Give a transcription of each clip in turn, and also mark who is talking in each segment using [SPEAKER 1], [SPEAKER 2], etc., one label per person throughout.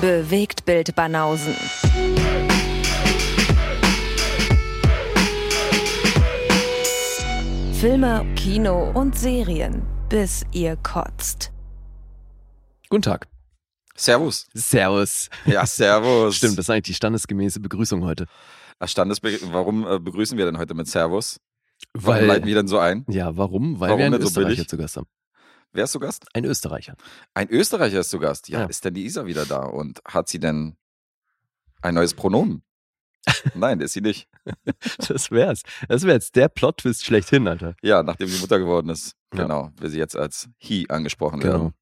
[SPEAKER 1] Bewegtbild Banausen. Filme, Kino und Serien, bis ihr kotzt.
[SPEAKER 2] Guten Tag.
[SPEAKER 3] Servus.
[SPEAKER 2] Servus.
[SPEAKER 3] Ja, servus.
[SPEAKER 2] Stimmt, das ist eigentlich die standesgemäße Begrüßung heute.
[SPEAKER 3] Ach, Standesbe warum äh, begrüßen wir denn heute mit Servus? Warum
[SPEAKER 2] Weil,
[SPEAKER 3] leiten wir denn so ein?
[SPEAKER 2] ja, warum? Weil
[SPEAKER 3] Warum
[SPEAKER 2] wir einen
[SPEAKER 3] denn so
[SPEAKER 2] Österreicher
[SPEAKER 3] billig?
[SPEAKER 2] zu Gast haben.
[SPEAKER 3] Wer ist zu Gast?
[SPEAKER 2] Ein Österreicher.
[SPEAKER 3] Ein Österreicher ist zu Gast. Ja,
[SPEAKER 2] Ja.
[SPEAKER 3] ist denn die Isa wieder da? Und hat sie denn ein neues Pronomen? Nein, ist sie nicht.
[SPEAKER 2] Das wär's. Das wär jetzt der Plot-Twist schlechthin, Alter.
[SPEAKER 3] Ja, nachdem sie Mutter geworden ist.
[SPEAKER 2] Ja.
[SPEAKER 3] Genau, wir sie jetzt als he angesprochen
[SPEAKER 2] Genau.
[SPEAKER 3] werden.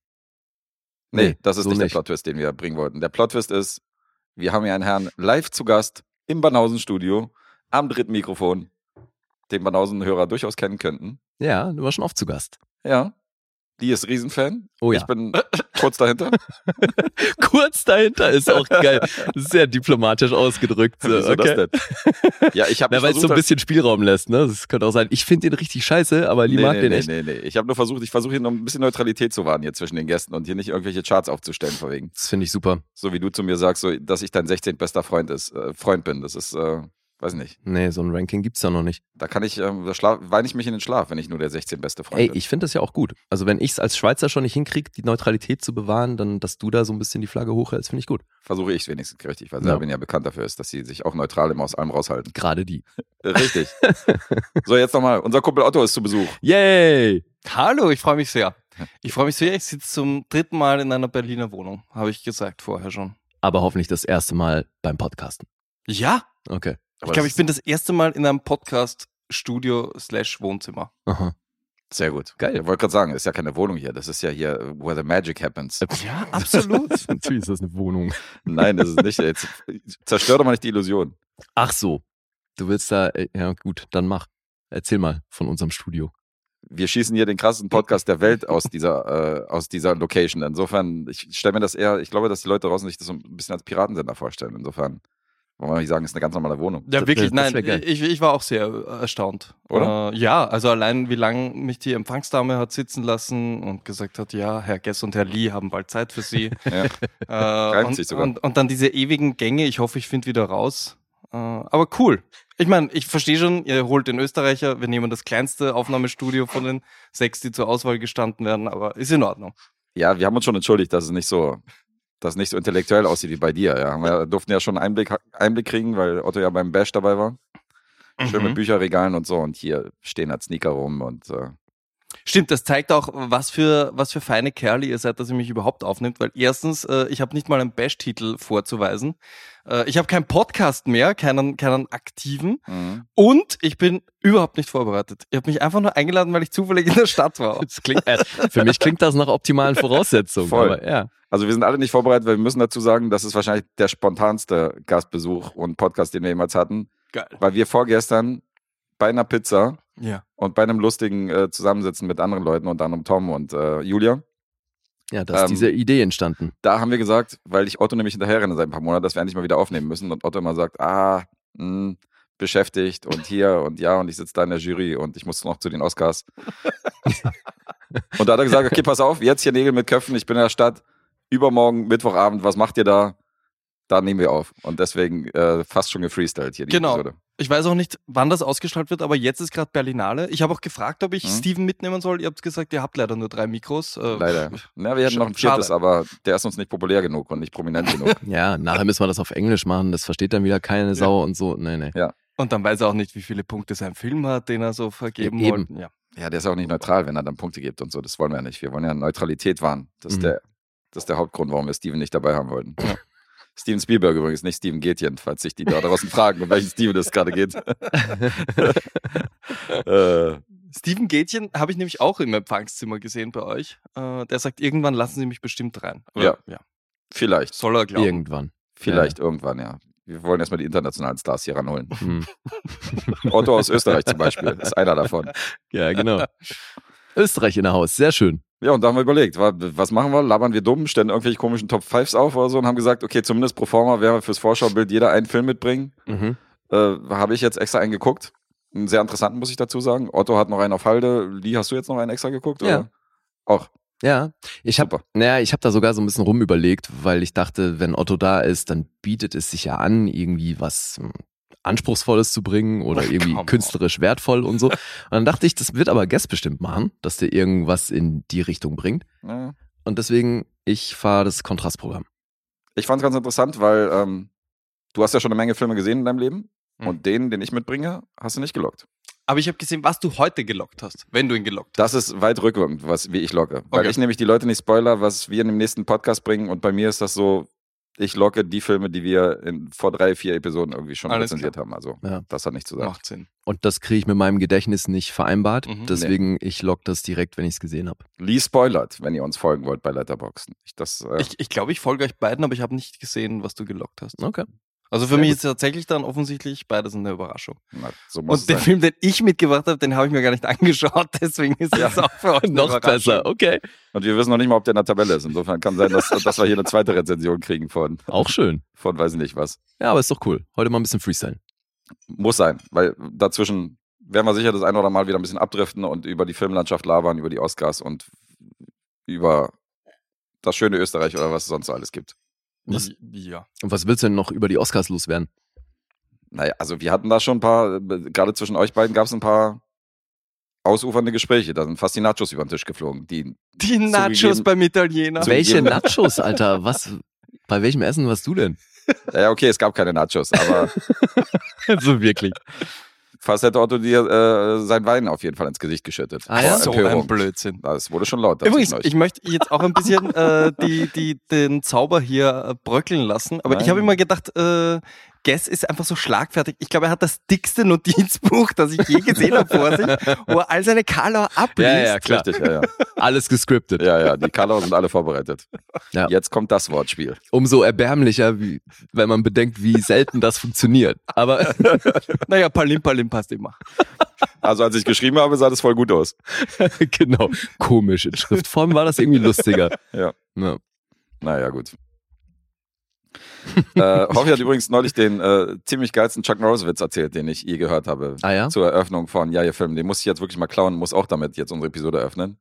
[SPEAKER 3] Nee,
[SPEAKER 2] Nee,
[SPEAKER 3] das ist
[SPEAKER 2] so
[SPEAKER 3] nicht,
[SPEAKER 2] nicht.
[SPEAKER 3] der Plot-Twist, den wir bringen wollten. Der Plot-Twist ist, wir haben hier einen Herrn live zu Gast im Banausen-Studio am dritten Mikrofon, den Banausen-Hörer durchaus kennen könnten.
[SPEAKER 2] Ja, du warst schon oft zu Gast.
[SPEAKER 3] Ja, die ist Riesenfan.
[SPEAKER 2] Oh ja.
[SPEAKER 3] Ich bin kurz dahinter.
[SPEAKER 2] Kurz dahinter ist auch geil. Sehr diplomatisch ausgedrückt. So,
[SPEAKER 3] Wieso
[SPEAKER 2] okay.
[SPEAKER 3] das denn? Ja, ich habe
[SPEAKER 2] Na, weil es so ein bisschen Spielraum lässt, ne? Das könnte auch sein, ich finde den richtig scheiße, aber die
[SPEAKER 3] Nee,
[SPEAKER 2] mag
[SPEAKER 3] nee,
[SPEAKER 2] den
[SPEAKER 3] nee,
[SPEAKER 2] echt.
[SPEAKER 3] nee, nee. Ich habe nur versucht, ich versuche hier noch ein bisschen Neutralität zu wahren hier zwischen den Gästen und hier nicht irgendwelche Charts aufzustellen vor wegen.
[SPEAKER 2] Das finde ich super.
[SPEAKER 3] So wie du zu mir sagst, so, dass ich dein 16. bester Freund ist, äh, Freund bin. Das ist, äh, weiß nicht.
[SPEAKER 2] Nee, so ein Ranking gibt's da noch nicht.
[SPEAKER 3] Da kann ich, ähm, da schlaf, weine ich mich in den Schlaf, wenn ich nur der 16. beste Freund
[SPEAKER 2] Ey,
[SPEAKER 3] bin.
[SPEAKER 2] ich finde das ja auch gut. Also wenn ich es als Schweizer schon nicht hinkriege, die Neutralität zu bewahren, dann, dass du da so ein bisschen die Flagge hochhältst, finde ich gut.
[SPEAKER 3] Versuche ich es wenigstens richtig, weil
[SPEAKER 2] Ja.
[SPEAKER 3] Serbien ja bekannt dafür ist, dass sie sich auch neutral immer aus allem raushalten.
[SPEAKER 2] Gerade die.
[SPEAKER 3] Äh, Richtig. so, jetzt nochmal. Unser Kumpel Otto ist zu Besuch.
[SPEAKER 2] Yay!
[SPEAKER 4] Hallo, ich freue mich sehr. Ich freue mich sehr. Ich sitze zum dritten Mal in einer Berliner Wohnung, habe ich gesagt vorher schon.
[SPEAKER 2] Aber hoffentlich das erste Mal beim Podcasten.
[SPEAKER 4] Ja,
[SPEAKER 2] Okay.
[SPEAKER 3] Aber
[SPEAKER 4] ich glaube,
[SPEAKER 3] das
[SPEAKER 4] ich bin das erste Mal in einem Podcast-Studio slash Wohnzimmer.
[SPEAKER 2] Aha.
[SPEAKER 3] ist sehr gut.
[SPEAKER 2] Geil.
[SPEAKER 3] Ich wollte gerade sagen, ist ja keine Wohnung hier. Das ist ja hier, äh, where the magic happens.
[SPEAKER 4] Ja, absolut.
[SPEAKER 2] Natürlich ist das eine Wohnung.
[SPEAKER 3] Nein, das ist nicht. Jetzt zerstör doch mal nicht die Illusion.
[SPEAKER 2] Ach so. Du willst da, äh, ja gut, dann mach. Erzähl mal von unserem Studio.
[SPEAKER 3] Wir schießen hier den krassesten Podcast der Welt aus dieser, äh, aus dieser Location. Insofern, ich stelle mir das eher, ich glaube, dass die Leute draußen sich das so ein bisschen als Piratensender vorstellen. Insofern, wollen wir nicht sagen, ist eine ganz normale Wohnung.
[SPEAKER 4] ja, wirklich,
[SPEAKER 2] Das wär- das
[SPEAKER 4] nein,
[SPEAKER 2] wär geil.
[SPEAKER 4] ich, ich war auch sehr erstaunt.
[SPEAKER 3] Oder?
[SPEAKER 4] Äh, ja, also allein wie lange mich die Empfangsdame hat sitzen lassen und gesagt hat, ja, Herr Gess und Herr Lee haben bald Zeit für Sie.
[SPEAKER 3] Ja.
[SPEAKER 4] Äh,
[SPEAKER 3] Reimt
[SPEAKER 4] und,
[SPEAKER 3] sich sogar.
[SPEAKER 4] Und, und dann diese ewigen Gänge, ich hoffe, ich finde wieder raus. Äh, aber cool. Ich meine, ich verstehe schon, ihr holt den Österreicher, wir nehmen das kleinste Aufnahmestudio von den sechs, die zur Auswahl gestanden werden, aber ist in Ordnung.
[SPEAKER 3] Ja, wir haben uns schon entschuldigt, dass es nicht so, dass es nicht so intellektuell aussieht wie bei dir. Ja. Wir durften ja schon einen Einblick, Einblick kriegen, weil Otto ja beim Bash dabei war. Schön mit
[SPEAKER 4] Mhm.
[SPEAKER 3] Bücherregalen und so. Und hier stehen halt Sneaker rum und äh,
[SPEAKER 4] Stimmt, das zeigt auch, was für, was für feine Kerle ihr seid, dass ihr mich überhaupt aufnimmt, weil erstens, äh, ich habe nicht mal einen Bash-Titel vorzuweisen. Äh, ich habe keinen Podcast mehr, keinen, keinen aktiven
[SPEAKER 3] mhm.
[SPEAKER 4] und ich bin überhaupt nicht vorbereitet. Ihr habt mich einfach nur eingeladen, weil ich zufällig in der Stadt war.
[SPEAKER 2] Das klingt, äh, für mich klingt das nach optimalen Voraussetzungen.
[SPEAKER 3] Voll.
[SPEAKER 2] Aber, ja.
[SPEAKER 3] Also wir sind alle nicht vorbereitet, weil wir müssen dazu sagen, das ist wahrscheinlich der spontanste Gastbesuch und Podcast, den wir jemals hatten,
[SPEAKER 4] Geil.
[SPEAKER 3] weil wir vorgestern bei einer Pizza
[SPEAKER 4] Ja.
[SPEAKER 3] und bei einem lustigen äh, Zusammensitzen mit anderen Leuten, unter anderem Tom und äh, Julia,
[SPEAKER 2] ja, da ist
[SPEAKER 3] Ähm,
[SPEAKER 2] diese Idee entstanden.
[SPEAKER 3] da haben wir gesagt, weil ich Otto nämlich hinterherrenne seit ein paar Monaten, dass wir endlich mal wieder aufnehmen müssen und Otto immer sagt, ah, mh, beschäftigt und hier und ja und ich sitze da in der Jury und ich muss noch zu den Oscars. und da hat er gesagt, okay, pass auf, jetzt hier Nägel mit Köpfen, ich bin in der Stadt, übermorgen, Mittwochabend, was macht ihr da? Da nehmen wir auf. Und deswegen äh, fast schon gefreestylt hier die
[SPEAKER 4] Genau.
[SPEAKER 3] Episode.
[SPEAKER 4] Ich weiß auch nicht, wann das ausgestrahlt wird, aber jetzt ist gerade Berlinale. Ich habe auch gefragt, ob ich
[SPEAKER 3] Mhm.
[SPEAKER 4] Steven mitnehmen soll. Ihr habt gesagt, ihr habt leider nur drei Mikros. Äh,
[SPEAKER 3] Leider. Na, wir hätten noch ein
[SPEAKER 4] Schade.
[SPEAKER 3] viertes, aber der ist uns nicht populär genug und nicht prominent genug.
[SPEAKER 2] Ja, nachher müssen wir das auf Englisch machen. Das versteht dann wieder keine Sau und so. Nee, nee.
[SPEAKER 4] Und dann weiß er auch nicht, wie viele Punkte sein Film hat, den er so vergeben
[SPEAKER 2] Eben.
[SPEAKER 4] wollte. Ja.
[SPEAKER 3] Ja, der ist auch nicht neutral, wenn er dann Punkte gibt und so. Das wollen wir ja nicht. Wir wollen ja Neutralität wahren. Das, ist
[SPEAKER 2] Mhm.
[SPEAKER 3] der, das ist der Hauptgrund, warum wir Steven nicht dabei haben wollten. Steven Spielberg übrigens, nicht Steven Gätjen, falls sich die da draußen fragen, um welchen Steven es gerade geht. äh,
[SPEAKER 4] Steven Gätchen habe ich nämlich auch im Empfangszimmer gesehen bei euch. Äh, der sagt, irgendwann lassen sie mich bestimmt rein. Aber
[SPEAKER 3] Ja.
[SPEAKER 4] ja.
[SPEAKER 3] vielleicht,
[SPEAKER 4] Soll er glauben.
[SPEAKER 2] Irgendwann.
[SPEAKER 3] vielleicht irgendwann, ja. Wir wollen erstmal die internationalen Stars hier ranholen.
[SPEAKER 2] Hm.
[SPEAKER 3] Otto aus Österreich zum Beispiel ist einer davon.
[SPEAKER 2] Ja, genau. Österreich in der Haus, sehr schön.
[SPEAKER 3] Ja, und da haben wir überlegt, wa- was machen wir? Labern wir dumm, stellen irgendwelche komischen Top 5s auf oder so und haben gesagt, okay, zumindest pro forma werden wir fürs Vorschaubild jeder einen Film mitbringen.
[SPEAKER 4] Mhm.
[SPEAKER 3] äh, habe ich jetzt extra einen geguckt. Einen sehr interessanten, muss ich dazu sagen. Otto hat noch einen auf Halde. Lee, hast du jetzt noch einen extra geguckt?
[SPEAKER 2] Ja.
[SPEAKER 3] Oder? Auch.
[SPEAKER 2] Ja, ich habe
[SPEAKER 3] Super.
[SPEAKER 2] naja, ich hab da sogar so ein bisschen rumüberlegt, weil ich dachte, wenn Otto da ist, dann bietet es sich ja an, irgendwie was hm, Anspruchsvolles zu bringen oder
[SPEAKER 4] Ach,
[SPEAKER 2] irgendwie
[SPEAKER 4] come on.
[SPEAKER 2] künstlerisch wertvoll und so. Und dann dachte ich, das wird aber Guest bestimmt machen, dass der irgendwas in die Richtung bringt.
[SPEAKER 3] Ja.
[SPEAKER 2] Und deswegen, ich fahre das Kontrastprogramm.
[SPEAKER 3] Ich fand es ganz interessant, weil ähm, du hast ja schon eine Menge Filme gesehen in deinem Leben
[SPEAKER 4] Mhm.
[SPEAKER 3] und den, den ich mitbringe, hast du nicht gelockt.
[SPEAKER 4] Aber ich habe gesehen, was du heute gelockt hast, wenn du ihn gelockt
[SPEAKER 3] Das
[SPEAKER 4] hast.
[SPEAKER 3] ist weit rückwirkend, was, wie ich locke. Weil
[SPEAKER 4] Okay.
[SPEAKER 3] ich nämlich die Leute nicht spoiler, was wir in dem nächsten Podcast bringen. Und bei mir ist das so, ich locke die Filme, die wir in, vor drei, vier Episoden irgendwie schon
[SPEAKER 4] Alles
[SPEAKER 3] rezensiert haben. Also
[SPEAKER 2] Ja.
[SPEAKER 3] das hat nichts zu sagen.
[SPEAKER 4] Macht Sinn.
[SPEAKER 2] Und das kriege ich mit meinem Gedächtnis nicht vereinbart.
[SPEAKER 4] Mhm.
[SPEAKER 2] deswegen, ich lock das direkt, wenn ich es gesehen habe.
[SPEAKER 3] Lee spoilert, wenn ihr uns folgen wollt bei Letterboxen. Ich, das, äh,
[SPEAKER 4] Ich, ich glaube, ich folge euch beiden, aber ich habe nicht gesehen, was du gelockt hast.
[SPEAKER 2] Okay.
[SPEAKER 4] Also für
[SPEAKER 3] Sehr
[SPEAKER 4] mich
[SPEAKER 3] gut.
[SPEAKER 4] ist tatsächlich dann offensichtlich beides eine Überraschung.
[SPEAKER 3] na, so muss
[SPEAKER 4] Und den
[SPEAKER 3] es sein.
[SPEAKER 4] Film, den ich mitgebracht habe, den habe ich mir gar nicht angeschaut, deswegen ist das auch für euch eine
[SPEAKER 2] Noch
[SPEAKER 4] Überraschung.
[SPEAKER 2] besser, okay.
[SPEAKER 3] Und wir wissen noch nicht mal, ob der in der Tabelle ist. Insofern kann sein, dass, dass wir hier eine zweite Rezension kriegen von,
[SPEAKER 2] Auch schön.
[SPEAKER 3] von weiß nicht was.
[SPEAKER 2] Ja, aber ist doch cool. Heute mal ein bisschen freestylen.
[SPEAKER 3] Muss sein, weil dazwischen werden wir sicher das ein oder mal wieder ein bisschen abdriften und über die Filmlandschaft labern, über die Oscars und über das schöne Österreich oder was es sonst so alles gibt.
[SPEAKER 2] Was,
[SPEAKER 4] Ja.
[SPEAKER 2] und was willst du denn noch über die Oscars loswerden?
[SPEAKER 3] Naja, also wir hatten da schon ein paar, äh, gerade zwischen euch beiden gab es ein paar ausufernde Gespräche. Da sind fast die Nachos über den Tisch geflogen. Die,
[SPEAKER 4] Die Nachos
[SPEAKER 3] Zugegeben-
[SPEAKER 4] beim Italiener.
[SPEAKER 3] Zu-
[SPEAKER 2] Welche Nachos, Alter? Was? Bei welchem Essen warst du denn?
[SPEAKER 3] naja, okay, es gab keine Nachos, aber
[SPEAKER 2] Also wirklich.
[SPEAKER 3] fast hätte Otto dir äh, sein Wein auf jeden Fall ins Gesicht geschüttet.
[SPEAKER 2] Ah ja?
[SPEAKER 3] Vor
[SPEAKER 4] So
[SPEAKER 3] Empörung.
[SPEAKER 4] ein Blödsinn.
[SPEAKER 3] Das wurde schon laut. da
[SPEAKER 4] Übrigens,
[SPEAKER 3] zwischen euch.
[SPEAKER 4] ich möchte jetzt auch ein bisschen äh, die, die, den Zauber hier äh, bröckeln lassen, aber ich
[SPEAKER 3] Nein.
[SPEAKER 4] habe immer gedacht, äh, Guess ist einfach so schlagfertig. Ich glaube, er hat das dickste Notizbuch, das ich je gesehen habe vor sich, wo er all seine Karlauer abliest.
[SPEAKER 2] Ja, ja, klar.
[SPEAKER 3] Richtig, ja, ja.
[SPEAKER 2] Alles gescriptet.
[SPEAKER 3] Ja, ja, die Karlauer sind alle vorbereitet.
[SPEAKER 2] Ja.
[SPEAKER 3] Jetzt kommt das Wortspiel.
[SPEAKER 2] Umso erbärmlicher, wie, wenn man bedenkt, wie selten das funktioniert. Aber
[SPEAKER 4] Naja, Palim Palim passt immer.
[SPEAKER 3] Also als ich geschrieben habe, sah das voll gut aus.
[SPEAKER 2] genau, komisch. In Schriftform war das irgendwie lustiger.
[SPEAKER 3] Ja.
[SPEAKER 2] ja.
[SPEAKER 3] Naja, gut. äh, Hoffi hat übrigens neulich den äh, ziemlich geilsten Chuck Norris-Witz erzählt, den ich je gehört habe.
[SPEAKER 2] Ah ja?
[SPEAKER 3] Zur Eröffnung von Ja, ihr Film. Den muss ich jetzt wirklich mal klauen, muss auch damit jetzt unsere Episode eröffnen.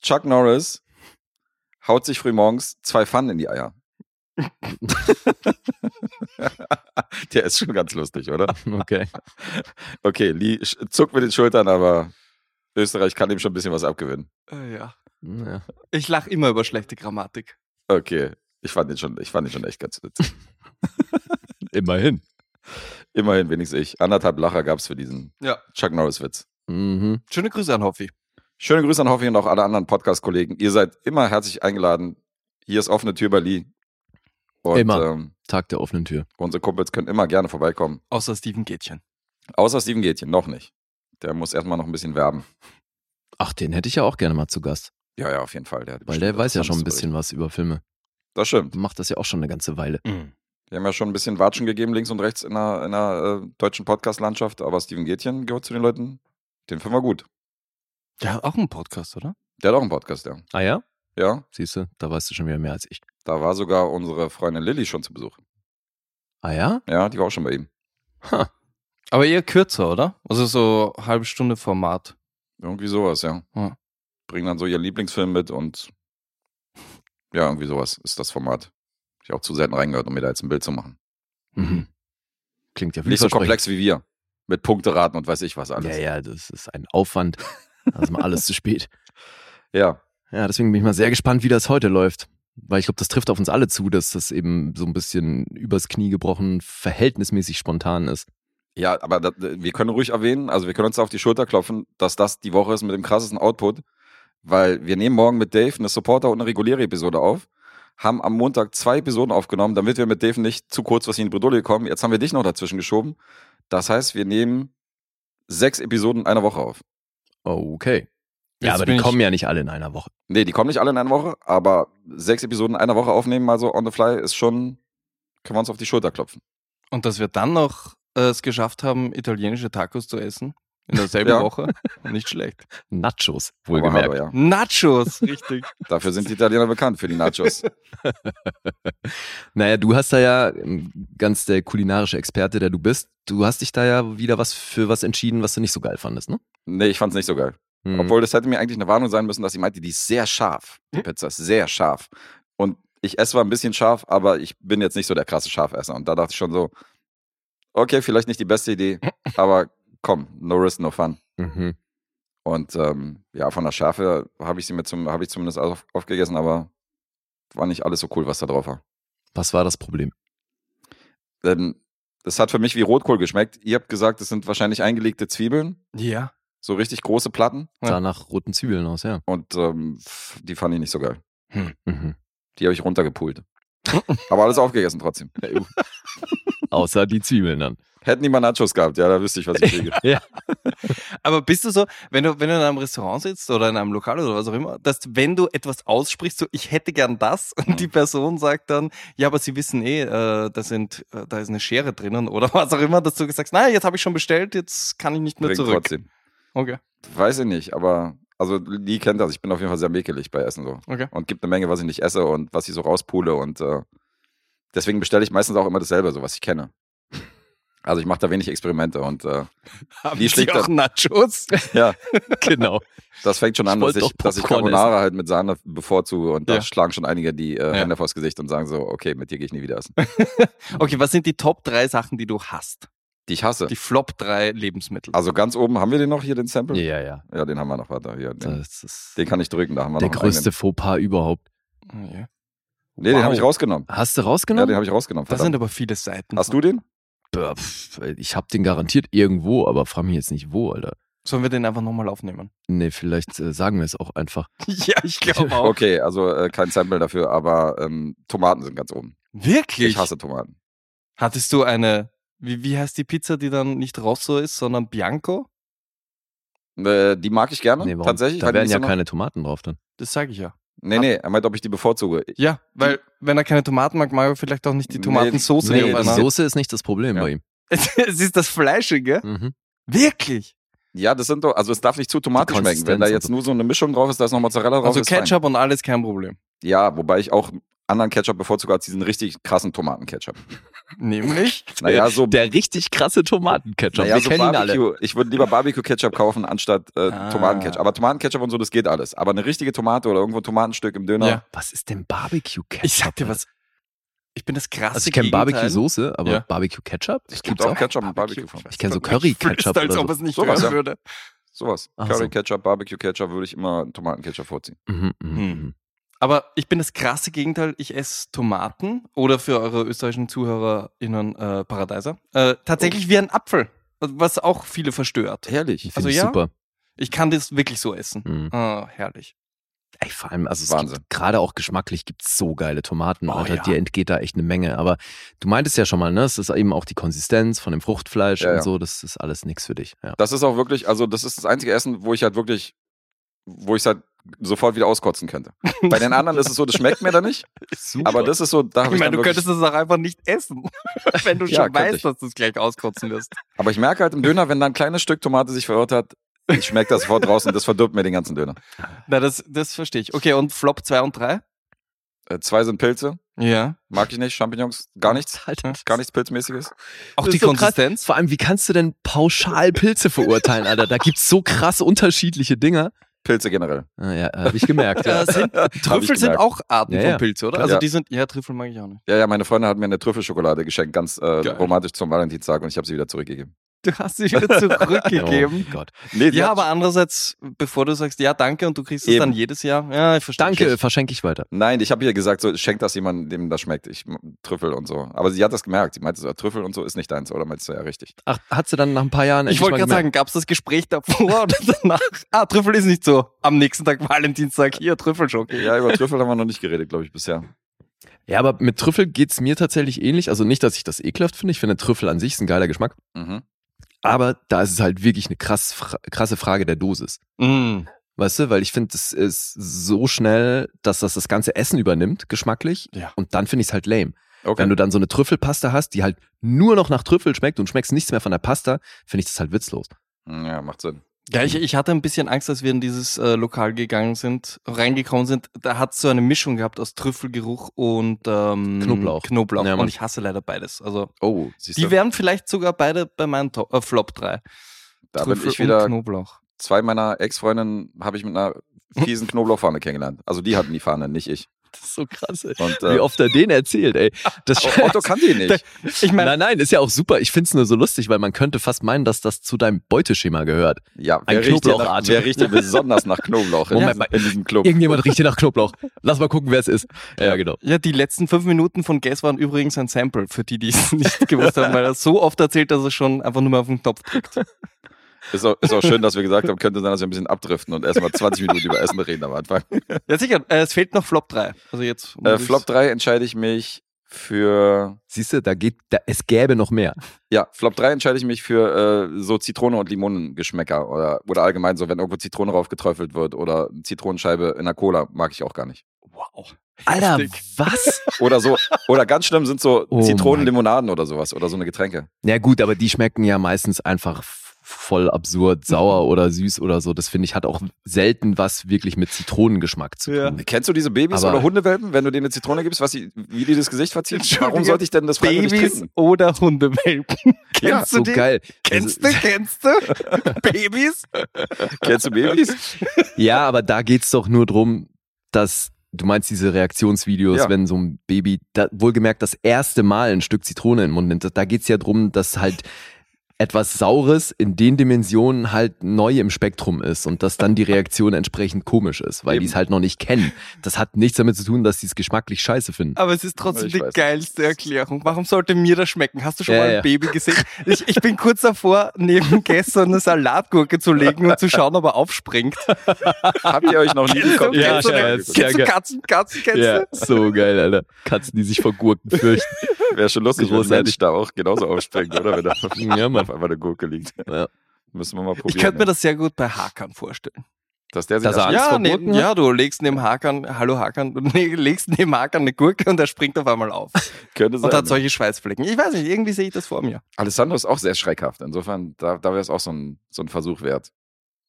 [SPEAKER 3] Chuck Norris haut sich frühmorgens zwei Pfannen in die Eier. Der ist schon ganz lustig, oder?
[SPEAKER 2] Okay.
[SPEAKER 3] Okay, Lee sch- zuckt mit den Schultern, aber Österreich kann ihm schon ein bisschen was abgewinnen.
[SPEAKER 4] Äh, ja.
[SPEAKER 2] Ja.
[SPEAKER 4] Ich lache immer über schlechte Grammatik.
[SPEAKER 3] Okay, ich fand den schon, ich fand den schon echt ganz witzig.
[SPEAKER 2] Immerhin.
[SPEAKER 3] Immerhin wenigstens ich. Anderthalb Lacher gab es für diesen
[SPEAKER 4] Ja.
[SPEAKER 3] Chuck Norris-Witz.
[SPEAKER 2] Mhm.
[SPEAKER 4] Schöne Grüße an Hoffi.
[SPEAKER 3] Schöne Grüße an Hoffi und auch alle anderen Podcast-Kollegen. Ihr seid immer herzlich eingeladen. Hier ist offene Tür bei Lee. Und
[SPEAKER 2] Immer.
[SPEAKER 3] Ähm,
[SPEAKER 2] Tag der offenen Tür.
[SPEAKER 3] unsere Kumpels können immer gerne vorbeikommen.
[SPEAKER 4] Außer Steven Gätchen.
[SPEAKER 3] Außer Steven Gätchen, noch nicht. Der muss erstmal noch ein bisschen werben.
[SPEAKER 2] Ach, den hätte ich ja auch gerne mal zu Gast,
[SPEAKER 3] Ja, ja, auf jeden Fall. Der hat
[SPEAKER 2] weil
[SPEAKER 3] bestimmt
[SPEAKER 2] der weiß ja schon ein
[SPEAKER 3] Interessantes
[SPEAKER 2] bisschen was über Filme.
[SPEAKER 3] zu berichten. Das stimmt.
[SPEAKER 2] Macht das ja auch schon eine ganze Weile.
[SPEAKER 3] Wir haben ja schon ein bisschen Watschen gegeben, links und rechts in der, in der äh, deutschen Podcast-Landschaft. Aber Steven Gätchen gehört zu den Leuten. Den finden wir gut.
[SPEAKER 4] Der hat auch einen Podcast, oder?
[SPEAKER 3] Der hat auch einen Podcast, ja.
[SPEAKER 2] Ah ja?
[SPEAKER 3] Ja,
[SPEAKER 2] Siehst du, da weißt du schon wieder mehr als ich.
[SPEAKER 3] da war sogar unsere Freundin Lilly schon zu Besuch.
[SPEAKER 2] Ah ja?
[SPEAKER 3] Ja, die war auch schon bei ihm.
[SPEAKER 4] Aber eher kürzer, oder? Also so halbe Stunde Format.
[SPEAKER 3] Irgendwie sowas, ja.
[SPEAKER 4] Ja.
[SPEAKER 3] Bringen dann so ihren Lieblingsfilm mit und ja, irgendwie sowas ist das Format. Hab Ich auch zu selten reingehört, um mir da jetzt ein Bild zu machen.
[SPEAKER 2] Mhm. Klingt ja
[SPEAKER 3] Nicht so
[SPEAKER 2] vielversprechend.
[SPEAKER 3] komplex wie wir. Mit Punkte raten und weiß ich was alles.
[SPEAKER 2] Ja, ja, das ist ein Aufwand. Da ist mal alles zu spät.
[SPEAKER 3] Ja.
[SPEAKER 2] Ja, deswegen bin ich mal sehr gespannt, wie das heute läuft. Weil ich glaube, das trifft auf uns alle zu, dass das eben so ein bisschen übers Knie gebrochen, verhältnismäßig spontan ist.
[SPEAKER 3] Ja, aber das, wir können ruhig erwähnen, also wir können uns da auf die Schulter klopfen, dass das die Woche ist mit dem krassesten Output, weil wir nehmen morgen mit Dave eine Supporter- und eine reguläre Episode auf, haben am Montag zwei Episoden aufgenommen, damit wir mit Dave nicht zu kurzfristig in die Bredouille kommen. Jetzt haben wir dich noch dazwischen geschoben. Das heißt, wir nehmen sechs Episoden in einer Woche auf.
[SPEAKER 2] Okay. Ja,
[SPEAKER 4] Jetzt
[SPEAKER 2] aber
[SPEAKER 4] bin
[SPEAKER 2] die
[SPEAKER 4] ich-
[SPEAKER 2] kommen ja nicht alle in einer Woche.
[SPEAKER 3] Nee, die kommen nicht alle in einer Woche, aber sechs Episoden in einer Woche aufnehmen, mal so on the fly, ist schon, können wir uns auf die Schulter klopfen.
[SPEAKER 4] Und dass wir dann noch äh, es geschafft haben, italienische Tacos zu essen. In derselben
[SPEAKER 3] Ja.
[SPEAKER 4] Woche. Nicht schlecht.
[SPEAKER 2] Nachos,
[SPEAKER 3] Aber
[SPEAKER 2] wohlgemerkt.
[SPEAKER 3] hallo, ja.
[SPEAKER 4] Nachos, richtig.
[SPEAKER 3] Dafür sind die Italiener bekannt, für die Nachos.
[SPEAKER 2] Naja, du hast da ja, ähm, ganz der kulinarische Experte, der du bist, du hast dich da ja wieder was für was entschieden, was du nicht so geil fandest, ne?
[SPEAKER 3] Nee, ich fand's nicht so geil.
[SPEAKER 2] Mhm.
[SPEAKER 3] Obwohl, das hätte mir eigentlich eine Warnung sein müssen, dass sie meinte, die ist sehr scharf. Die Pizza ist sehr scharf. Und ich esse zwar ein bisschen scharf, aber ich bin jetzt nicht so der krasse Scharfesser. Und da dachte ich schon so, okay, vielleicht nicht die beste Idee, aber komm, no risk, no fun.
[SPEAKER 2] Mhm.
[SPEAKER 3] Und ähm, ja, von der Schärfe habe ich sie mir zum, habe ich zumindest auf, aufgegessen, aber war nicht alles so cool, was da drauf war.
[SPEAKER 2] Was war das Problem?
[SPEAKER 3] Denn das hat für mich wie Rotkohl geschmeckt. Ihr habt gesagt, es sind wahrscheinlich eingelegte Zwiebeln,
[SPEAKER 4] Ja.
[SPEAKER 3] so richtig große Platten.
[SPEAKER 4] Ja.
[SPEAKER 2] Sah nach roten Zwiebeln aus, ja.
[SPEAKER 3] Und ähm, pf, die fand ich nicht so geil.
[SPEAKER 2] Mhm.
[SPEAKER 3] Die habe ich runtergepult. Aber alles aufgegessen trotzdem.
[SPEAKER 2] Außer die Zwiebeln dann.
[SPEAKER 3] Hätten die mal Nachos gehabt, ja, da wüsste ich, was ich kriege.
[SPEAKER 4] Aber bist du so, wenn du, wenn du in einem Restaurant sitzt oder in einem Lokal oder was auch immer, dass wenn du etwas aussprichst, so ich hätte gern das und
[SPEAKER 2] Hm.
[SPEAKER 4] die Person sagt dann, ja, aber sie wissen eh, äh, da, sind, äh, da ist eine Schere drinnen oder was auch immer, dass du sagst, naja, jetzt habe ich schon bestellt, jetzt kann ich nicht mehr
[SPEAKER 3] Bringt
[SPEAKER 4] zurück.
[SPEAKER 3] trotzdem.
[SPEAKER 4] Okay.
[SPEAKER 3] Weiß ich nicht, aber also die kennt das. Ich bin auf jeden Fall sehr mäkelig bei Essen so.
[SPEAKER 4] Okay.
[SPEAKER 3] Und gibt eine Menge, was ich nicht esse und was ich so rauspule und äh, deswegen bestelle ich meistens auch immer dasselbe, so was ich kenne. Also ich mache da wenig Experimente und äh,
[SPEAKER 4] Haben
[SPEAKER 3] Wie
[SPEAKER 4] die
[SPEAKER 3] schlägt
[SPEAKER 4] auch
[SPEAKER 3] das?
[SPEAKER 4] Nachos?
[SPEAKER 3] ja,
[SPEAKER 2] Genau.
[SPEAKER 3] das fängt schon
[SPEAKER 2] Ich
[SPEAKER 3] an, dass
[SPEAKER 2] wollte
[SPEAKER 3] ich,
[SPEAKER 2] doch
[SPEAKER 3] dass ich
[SPEAKER 2] Popcorn
[SPEAKER 3] Carbonara halt mit Sahne bevorzuge und da
[SPEAKER 4] Ja.
[SPEAKER 3] schlagen schon einige die äh,
[SPEAKER 4] Ja.
[SPEAKER 3] Hände vors Gesicht und sagen so, okay, mit dir gehe ich nie wieder essen.
[SPEAKER 4] Okay, was sind die Top drei Sachen, die du hast?
[SPEAKER 3] Die ich hasse.
[SPEAKER 4] Die Flop drei Lebensmittel.
[SPEAKER 3] Also ganz oben haben wir den noch hier, den Sample?
[SPEAKER 2] Ja, ja.
[SPEAKER 3] Ja, den haben wir noch weiter. Hier,
[SPEAKER 4] Äh,
[SPEAKER 3] den,
[SPEAKER 2] Das ist
[SPEAKER 3] den kann ich drücken, da haben wir
[SPEAKER 2] der
[SPEAKER 3] noch einen
[SPEAKER 2] größte Fauxpas überhaupt.
[SPEAKER 4] Ja.
[SPEAKER 3] eigenen. Nee, den habe ich rausgenommen.
[SPEAKER 2] Hast du
[SPEAKER 3] Ja, den
[SPEAKER 2] rausgenommen?
[SPEAKER 3] habe ich rausgenommen.
[SPEAKER 4] Das sind
[SPEAKER 3] Verdammt.
[SPEAKER 4] aber viele Seiten.
[SPEAKER 3] Hast du den?
[SPEAKER 2] Bäh, pf, ich habe den garantiert irgendwo, aber frag mich jetzt nicht wo, Alter.
[SPEAKER 4] Sollen wir den einfach nochmal aufnehmen?
[SPEAKER 2] Nee, vielleicht äh, sagen wir es auch einfach.
[SPEAKER 4] Ja, ich glaube auch.
[SPEAKER 3] Okay, also äh, kein Sample dafür, aber ähm, Tomaten sind ganz oben.
[SPEAKER 4] Wirklich?
[SPEAKER 3] Ich hasse Tomaten.
[SPEAKER 4] Hattest du eine, wie, wie heißt die Pizza, die dann nicht Rosso ist, sondern Bianco?
[SPEAKER 3] Äh, die mag ich gerne,
[SPEAKER 2] Nee, warum?
[SPEAKER 3] tatsächlich.
[SPEAKER 2] Da
[SPEAKER 3] weil die
[SPEAKER 2] wären
[SPEAKER 3] nicht
[SPEAKER 2] ja
[SPEAKER 3] so noch-
[SPEAKER 2] keine Tomaten drauf dann.
[SPEAKER 4] Das sage ich ja.
[SPEAKER 3] Nee, nee, er meint, ob ich die bevorzuge.
[SPEAKER 4] Ja, weil wenn er keine Tomaten mag, mag er vielleicht auch nicht die
[SPEAKER 3] Nee,
[SPEAKER 4] Tomatensoße.
[SPEAKER 3] nee,
[SPEAKER 4] auf
[SPEAKER 2] die
[SPEAKER 3] das
[SPEAKER 4] einer-
[SPEAKER 3] ist-
[SPEAKER 2] Soße ist nicht das Problem
[SPEAKER 3] Ja.
[SPEAKER 2] bei ihm.
[SPEAKER 4] es ist das Fleischige.
[SPEAKER 2] Mhm.
[SPEAKER 4] Wirklich?
[SPEAKER 3] Ja, das sind doch, also es darf nicht zu Tomaten
[SPEAKER 2] Die Konsistenz
[SPEAKER 3] schmecken. Wenn da
[SPEAKER 2] und
[SPEAKER 3] jetzt
[SPEAKER 2] so.
[SPEAKER 3] nur so eine Mischung drauf ist, da ist noch Mozzarella drauf.
[SPEAKER 4] Also
[SPEAKER 3] ist fein.
[SPEAKER 4] Ketchup und alles kein Problem.
[SPEAKER 3] Ja, wobei ich auch anderen Ketchup bevorzuge als diesen richtig krassen Tomatenketchup.
[SPEAKER 4] Nämlich?
[SPEAKER 3] Naja, so,
[SPEAKER 2] Der richtig krasse Tomatenketchup.
[SPEAKER 3] naja,
[SPEAKER 2] Wir
[SPEAKER 3] so
[SPEAKER 2] kennen ihn alle.
[SPEAKER 3] Barbecue. Ich würde lieber Barbecue-Ketchup kaufen anstatt äh,
[SPEAKER 4] Ah.
[SPEAKER 3] Tomatenketchup. Aber Tomatenketchup und so, das geht alles. Aber eine richtige Tomate oder irgendwo ein Tomatenstück im Döner,
[SPEAKER 4] Ja.
[SPEAKER 2] Was ist denn Barbecue-Ketchup?
[SPEAKER 4] Ich sag dir was. Ich bin das krasse
[SPEAKER 2] Also ich kenne
[SPEAKER 4] Gegenteil.
[SPEAKER 2] Barbecue-Soße, aber
[SPEAKER 4] Ja.
[SPEAKER 2] Barbecue-Ketchup?
[SPEAKER 3] es
[SPEAKER 2] Das
[SPEAKER 3] gibt auch Ketchup und Barbecue. von.
[SPEAKER 2] Ich kenne so Curry-Ketchup
[SPEAKER 4] Als
[SPEAKER 2] oder
[SPEAKER 4] ob
[SPEAKER 2] so.
[SPEAKER 4] es nicht
[SPEAKER 3] Sowas,
[SPEAKER 4] hören
[SPEAKER 3] ja.
[SPEAKER 4] würde.
[SPEAKER 3] Sowas.
[SPEAKER 2] Ach so.
[SPEAKER 3] Curry-Ketchup, Barbecue-Ketchup würde ich immer Tomatenketchup vorziehen.
[SPEAKER 2] Mhm, mhm,
[SPEAKER 4] Hm.
[SPEAKER 2] mhm.
[SPEAKER 4] Aber ich bin das krasse Gegenteil. Ich esse Tomaten oder für eure österreichischen ZuhörerInnen äh, Paradeiser. Äh, tatsächlich wie ein Apfel, was auch viele verstört.
[SPEAKER 3] Herrlich.
[SPEAKER 2] Finde
[SPEAKER 4] Also
[SPEAKER 2] ich
[SPEAKER 4] ja.
[SPEAKER 2] super.
[SPEAKER 4] Ich kann das wirklich so essen.
[SPEAKER 2] Mhm.
[SPEAKER 4] Ah, herrlich.
[SPEAKER 2] Ey, vor allem, also es
[SPEAKER 3] Wahnsinn.
[SPEAKER 2] gibt gerade auch geschmacklich gibt's so geile Tomaten,
[SPEAKER 4] Oh,
[SPEAKER 2] Alter,
[SPEAKER 4] ja.
[SPEAKER 2] dir entgeht da echt eine Menge. Aber du meintest ja schon mal, ne, es ist eben auch die Konsistenz von dem Fruchtfleisch
[SPEAKER 3] Ja,
[SPEAKER 2] und
[SPEAKER 3] ja.
[SPEAKER 2] so, das ist alles nix für dich. Ja.
[SPEAKER 3] Das ist auch wirklich, also das ist das einzige Essen, wo ich halt wirklich, wo ich es halt sofort wieder auskotzen könnte. Bei den anderen ist es so, das schmeckt mir da nicht.
[SPEAKER 2] Super.
[SPEAKER 3] Aber das ist so, da
[SPEAKER 4] Ich
[SPEAKER 3] habe ich, dann
[SPEAKER 4] meine, du
[SPEAKER 3] wirklich,
[SPEAKER 4] könntest es auch einfach nicht essen, wenn du
[SPEAKER 3] Ja,
[SPEAKER 4] schon
[SPEAKER 3] könnte
[SPEAKER 4] weißt,
[SPEAKER 3] ich.
[SPEAKER 4] dass du es gleich auskotzen wirst.
[SPEAKER 3] Aber ich merke halt im Döner, wenn da ein kleines Stück Tomate sich verirrt hat, ich schmecke das sofort raus und das verdirbt mir den ganzen Döner.
[SPEAKER 4] Na, das, das verstehe ich. Okay, und Flop 2 und 3?
[SPEAKER 3] Äh, zwei sind Pilze,
[SPEAKER 4] Ja.
[SPEAKER 3] mag ich nicht, Champignons, gar nichts,
[SPEAKER 4] halt.
[SPEAKER 2] Alter, das-
[SPEAKER 3] gar nichts Pilzmäßiges.
[SPEAKER 4] Auch
[SPEAKER 2] Das
[SPEAKER 4] die
[SPEAKER 2] ist so krass.
[SPEAKER 4] Konsistenz?
[SPEAKER 2] Vor allem, wie kannst du denn pauschal Pilze verurteilen, Alter? Da gibt's so krass unterschiedliche Dinger.
[SPEAKER 3] Pilze generell.
[SPEAKER 2] Ah, Ja, habe ich gemerkt. Ja.
[SPEAKER 4] Ja, Äh, sind, Trüffel sind
[SPEAKER 3] gemerkt.
[SPEAKER 4] auch Arten
[SPEAKER 2] Ja, ja.
[SPEAKER 4] von Pilz, oder? Also
[SPEAKER 3] Ja.
[SPEAKER 4] die sind, ja, Trüffel mag ich auch nicht.
[SPEAKER 3] Ja, ja, meine Freundin hat mir eine Trüffelschokolade geschenkt, ganz äh,
[SPEAKER 4] Geil.
[SPEAKER 3] romantisch zum Valentinstag und ich habe sie wieder zurückgegeben.
[SPEAKER 4] Du hast sie wieder
[SPEAKER 2] Oh
[SPEAKER 4] zurückgegeben.
[SPEAKER 2] mein Gott.
[SPEAKER 3] Nee, die
[SPEAKER 4] Ja,
[SPEAKER 3] hat-
[SPEAKER 4] aber andererseits, bevor du sagst, ja, danke und du kriegst es
[SPEAKER 3] Eben.
[SPEAKER 4] dann jedes Jahr. Ja, ich verstehe.
[SPEAKER 2] Danke, verschenke ich weiter.
[SPEAKER 3] Nein, ich habe ihr gesagt, so schenkt das jemandem, dem das schmeckt. Ich Trüffel und so. Aber sie hat das gemerkt. Sie meinte so, Trüffel und so ist nicht deins, oder meinst du ja richtig?
[SPEAKER 2] Ach, hat sie dann nach ein paar Jahren
[SPEAKER 4] Ich
[SPEAKER 2] endlich
[SPEAKER 4] wollte
[SPEAKER 2] mal
[SPEAKER 4] gerade sagen, gab es das Gespräch davor oder danach? Ah, Trüffel ist nicht so. Am nächsten Tag Valentinstag, hier Trüffelschock.
[SPEAKER 3] Ja, über Trüffel haben wir noch nicht geredet, glaube ich, bisher.
[SPEAKER 2] Ja, aber mit Trüffel geht's mir tatsächlich ähnlich. Also nicht, dass ich das ekelhaft finde. Ich finde Trüffel an sich ist ein geiler Geschmack.
[SPEAKER 3] Mhm.
[SPEAKER 2] Aber da ist es halt wirklich eine krass, fra- krasse Frage der Dosis.
[SPEAKER 4] Mm.
[SPEAKER 2] Weißt du, weil ich finde, das ist so schnell, dass das das ganze Essen übernimmt, geschmacklich.
[SPEAKER 4] Ja.
[SPEAKER 2] Und dann finde ich es halt lame.
[SPEAKER 3] Okay.
[SPEAKER 2] Wenn du dann so eine Trüffelpasta hast, die halt nur noch nach Trüffel schmeckt und schmeckst nichts mehr von der Pasta, finde ich das halt witzlos.
[SPEAKER 3] Hm, ja, macht Sinn.
[SPEAKER 4] Ja, ich, ich hatte ein bisschen Angst, als wir in dieses äh, Lokal gegangen sind, reingekommen sind. Da hat so eine Mischung gehabt aus Trüffelgeruch und ähm,
[SPEAKER 2] Knoblauch.
[SPEAKER 4] Knoblauch.
[SPEAKER 2] Ja, Mann.
[SPEAKER 4] und ich hasse leider beides. Also
[SPEAKER 3] Oh, siehst
[SPEAKER 4] die
[SPEAKER 3] du,
[SPEAKER 4] wären vielleicht sogar beide bei meinem Top, äh, Flop 3.
[SPEAKER 3] da bin
[SPEAKER 4] Trüffel
[SPEAKER 3] ich wieder
[SPEAKER 4] und Knoblauch.
[SPEAKER 3] zwei meiner Ex-Freundinnen habe ich mit einer fiesen Knoblauchfahne kennengelernt. Also die hatten die Fahne, nicht ich.
[SPEAKER 2] Das ist so krass, ey.
[SPEAKER 3] Und
[SPEAKER 2] Wie
[SPEAKER 3] äh,
[SPEAKER 2] oft er den erzählt, ey. Das
[SPEAKER 3] Otto kannte ihn nicht.
[SPEAKER 4] Ich meine,
[SPEAKER 2] nein, nein, ist ja auch super. Ich find's nur so lustig, weil man könnte fast meinen, dass das zu deinem Beuteschema gehört.
[SPEAKER 3] Ja,
[SPEAKER 2] Ein
[SPEAKER 3] wer riecht, hier nach,
[SPEAKER 2] Knoblauchartig.
[SPEAKER 3] wer riecht hier besonders nach Knoblauch in,
[SPEAKER 2] Moment
[SPEAKER 3] diesem-
[SPEAKER 2] mal.
[SPEAKER 3] in diesem Club?
[SPEAKER 2] Irgendjemand riecht hier nach Knoblauch. Lass mal gucken, wer es ist. Ja, genau.
[SPEAKER 4] Ja, die letzten fünf Minuten von Guess waren übrigens ein Sample, für die, die es nicht gewusst haben, weil er so oft erzählt, dass er schon einfach nur mal auf den Knopf drückt.
[SPEAKER 3] Ist auch, ist auch schön, dass wir gesagt haben, könnte sein, dass wir ein bisschen abdriften und erstmal 20 Minuten über Essen reden am Anfang.
[SPEAKER 4] Ja, sicher, äh, es fehlt noch Flop 3. Also jetzt.
[SPEAKER 3] Äh, Flop 3 entscheide ich mich für.
[SPEAKER 2] Siehst du, da geht, da, es gäbe noch mehr.
[SPEAKER 3] Ja, Flop 3 entscheide ich mich für äh, so Zitrone- und Limonengeschmäcker oder, oder allgemein so, wenn irgendwo Zitrone drauf geträufelt wird oder Zitronenscheibe in einer Cola, mag ich auch gar nicht.
[SPEAKER 4] Wow.
[SPEAKER 2] Alter,
[SPEAKER 4] Heftig.
[SPEAKER 2] was?
[SPEAKER 3] Oder so, oder ganz schlimm sind so
[SPEAKER 2] Oh
[SPEAKER 3] Zitronenlimonaden oder sowas oder so eine Getränke.
[SPEAKER 2] Na gut, aber die schmecken ja meistens einfach f- voll
[SPEAKER 4] Mhm.
[SPEAKER 2] absurd sauer oder süß oder so. Das finde ich hat auch selten was wirklich mit Zitronengeschmack zu
[SPEAKER 4] Ja.
[SPEAKER 2] tun.
[SPEAKER 3] Kennst du diese Babys
[SPEAKER 2] Aber-
[SPEAKER 3] oder Hundewelpen, wenn du denen eine Zitrone gibst, was die, wie die das Gesicht verziehen? Warum sollte ich denn das freiwillig
[SPEAKER 4] Babys
[SPEAKER 3] trinken?
[SPEAKER 4] oder Hundewelpen. Kennst
[SPEAKER 3] Ja,
[SPEAKER 4] du
[SPEAKER 2] So
[SPEAKER 4] die?
[SPEAKER 2] geil.
[SPEAKER 4] Kennst du, kennst du? Babys?
[SPEAKER 3] Kennst du Babys?
[SPEAKER 2] Ja, aber da geht's doch nur drum, dass du meinst diese Reaktionsvideos,
[SPEAKER 3] Ja.
[SPEAKER 2] wenn so ein Baby da, wohlgemerkt das erste Mal ein Stück Zitrone in den Mund nimmt. Da- Da geht's ja drum, dass halt etwas Saures in den Dimensionen halt neu im Spektrum ist und dass dann die Reaktion entsprechend komisch ist, weil
[SPEAKER 3] Eben.
[SPEAKER 2] die es halt noch nicht kennen. Das hat nichts damit zu tun, dass die es geschmacklich scheiße finden.
[SPEAKER 4] Aber es ist trotzdem
[SPEAKER 3] Ich
[SPEAKER 4] die
[SPEAKER 3] weiß.
[SPEAKER 4] geilste Erklärung. Warum sollte mir das schmecken? Hast du schon
[SPEAKER 2] Ja,
[SPEAKER 4] mal ein
[SPEAKER 2] ja.
[SPEAKER 4] Baby gesehen? Ich, ich bin kurz davor, neben gestern eine Salatgurke zu legen und zu schauen, ob er aufspringt.
[SPEAKER 3] Habt ihr euch noch nie die
[SPEAKER 4] Kennst du,
[SPEAKER 3] Kombi-
[SPEAKER 2] Ja,
[SPEAKER 4] kennst du,
[SPEAKER 2] scheiße.
[SPEAKER 4] kennst du
[SPEAKER 2] Ja, ge-
[SPEAKER 4] Katzen, Katzen, kennst du?
[SPEAKER 2] so geil, Alter. Katzen, die sich vor Gurken fürchten.
[SPEAKER 3] Wäre schon lustig, wenn ein
[SPEAKER 2] Großartig.
[SPEAKER 3] Mensch da auch genauso aufspringt, oder? Wenn da auf
[SPEAKER 2] Ja, Mann.
[SPEAKER 3] einmal eine Gurke liegt.
[SPEAKER 2] Ja.
[SPEAKER 3] Müssen wir mal probieren.
[SPEAKER 4] Ich könnte mir das sehr gut bei Hakan vorstellen.
[SPEAKER 3] dass der sich
[SPEAKER 2] Dass er
[SPEAKER 3] erschreckt.
[SPEAKER 2] Angst
[SPEAKER 4] Ja,
[SPEAKER 2] vor
[SPEAKER 4] neben,
[SPEAKER 2] Gurken hat?
[SPEAKER 4] ja, du legst neben Hakan, hallo Hakan, du ne- legst neben Hakan eine Gurke und er springt auf einmal auf
[SPEAKER 3] könnte
[SPEAKER 4] und hat
[SPEAKER 3] sein.
[SPEAKER 4] solche Schweißflecken. Ich weiß nicht, irgendwie sehe ich das vor mir.
[SPEAKER 3] Alessandro ist auch sehr schreckhaft. Insofern, da, da wäre es auch so ein, so ein Versuch wert.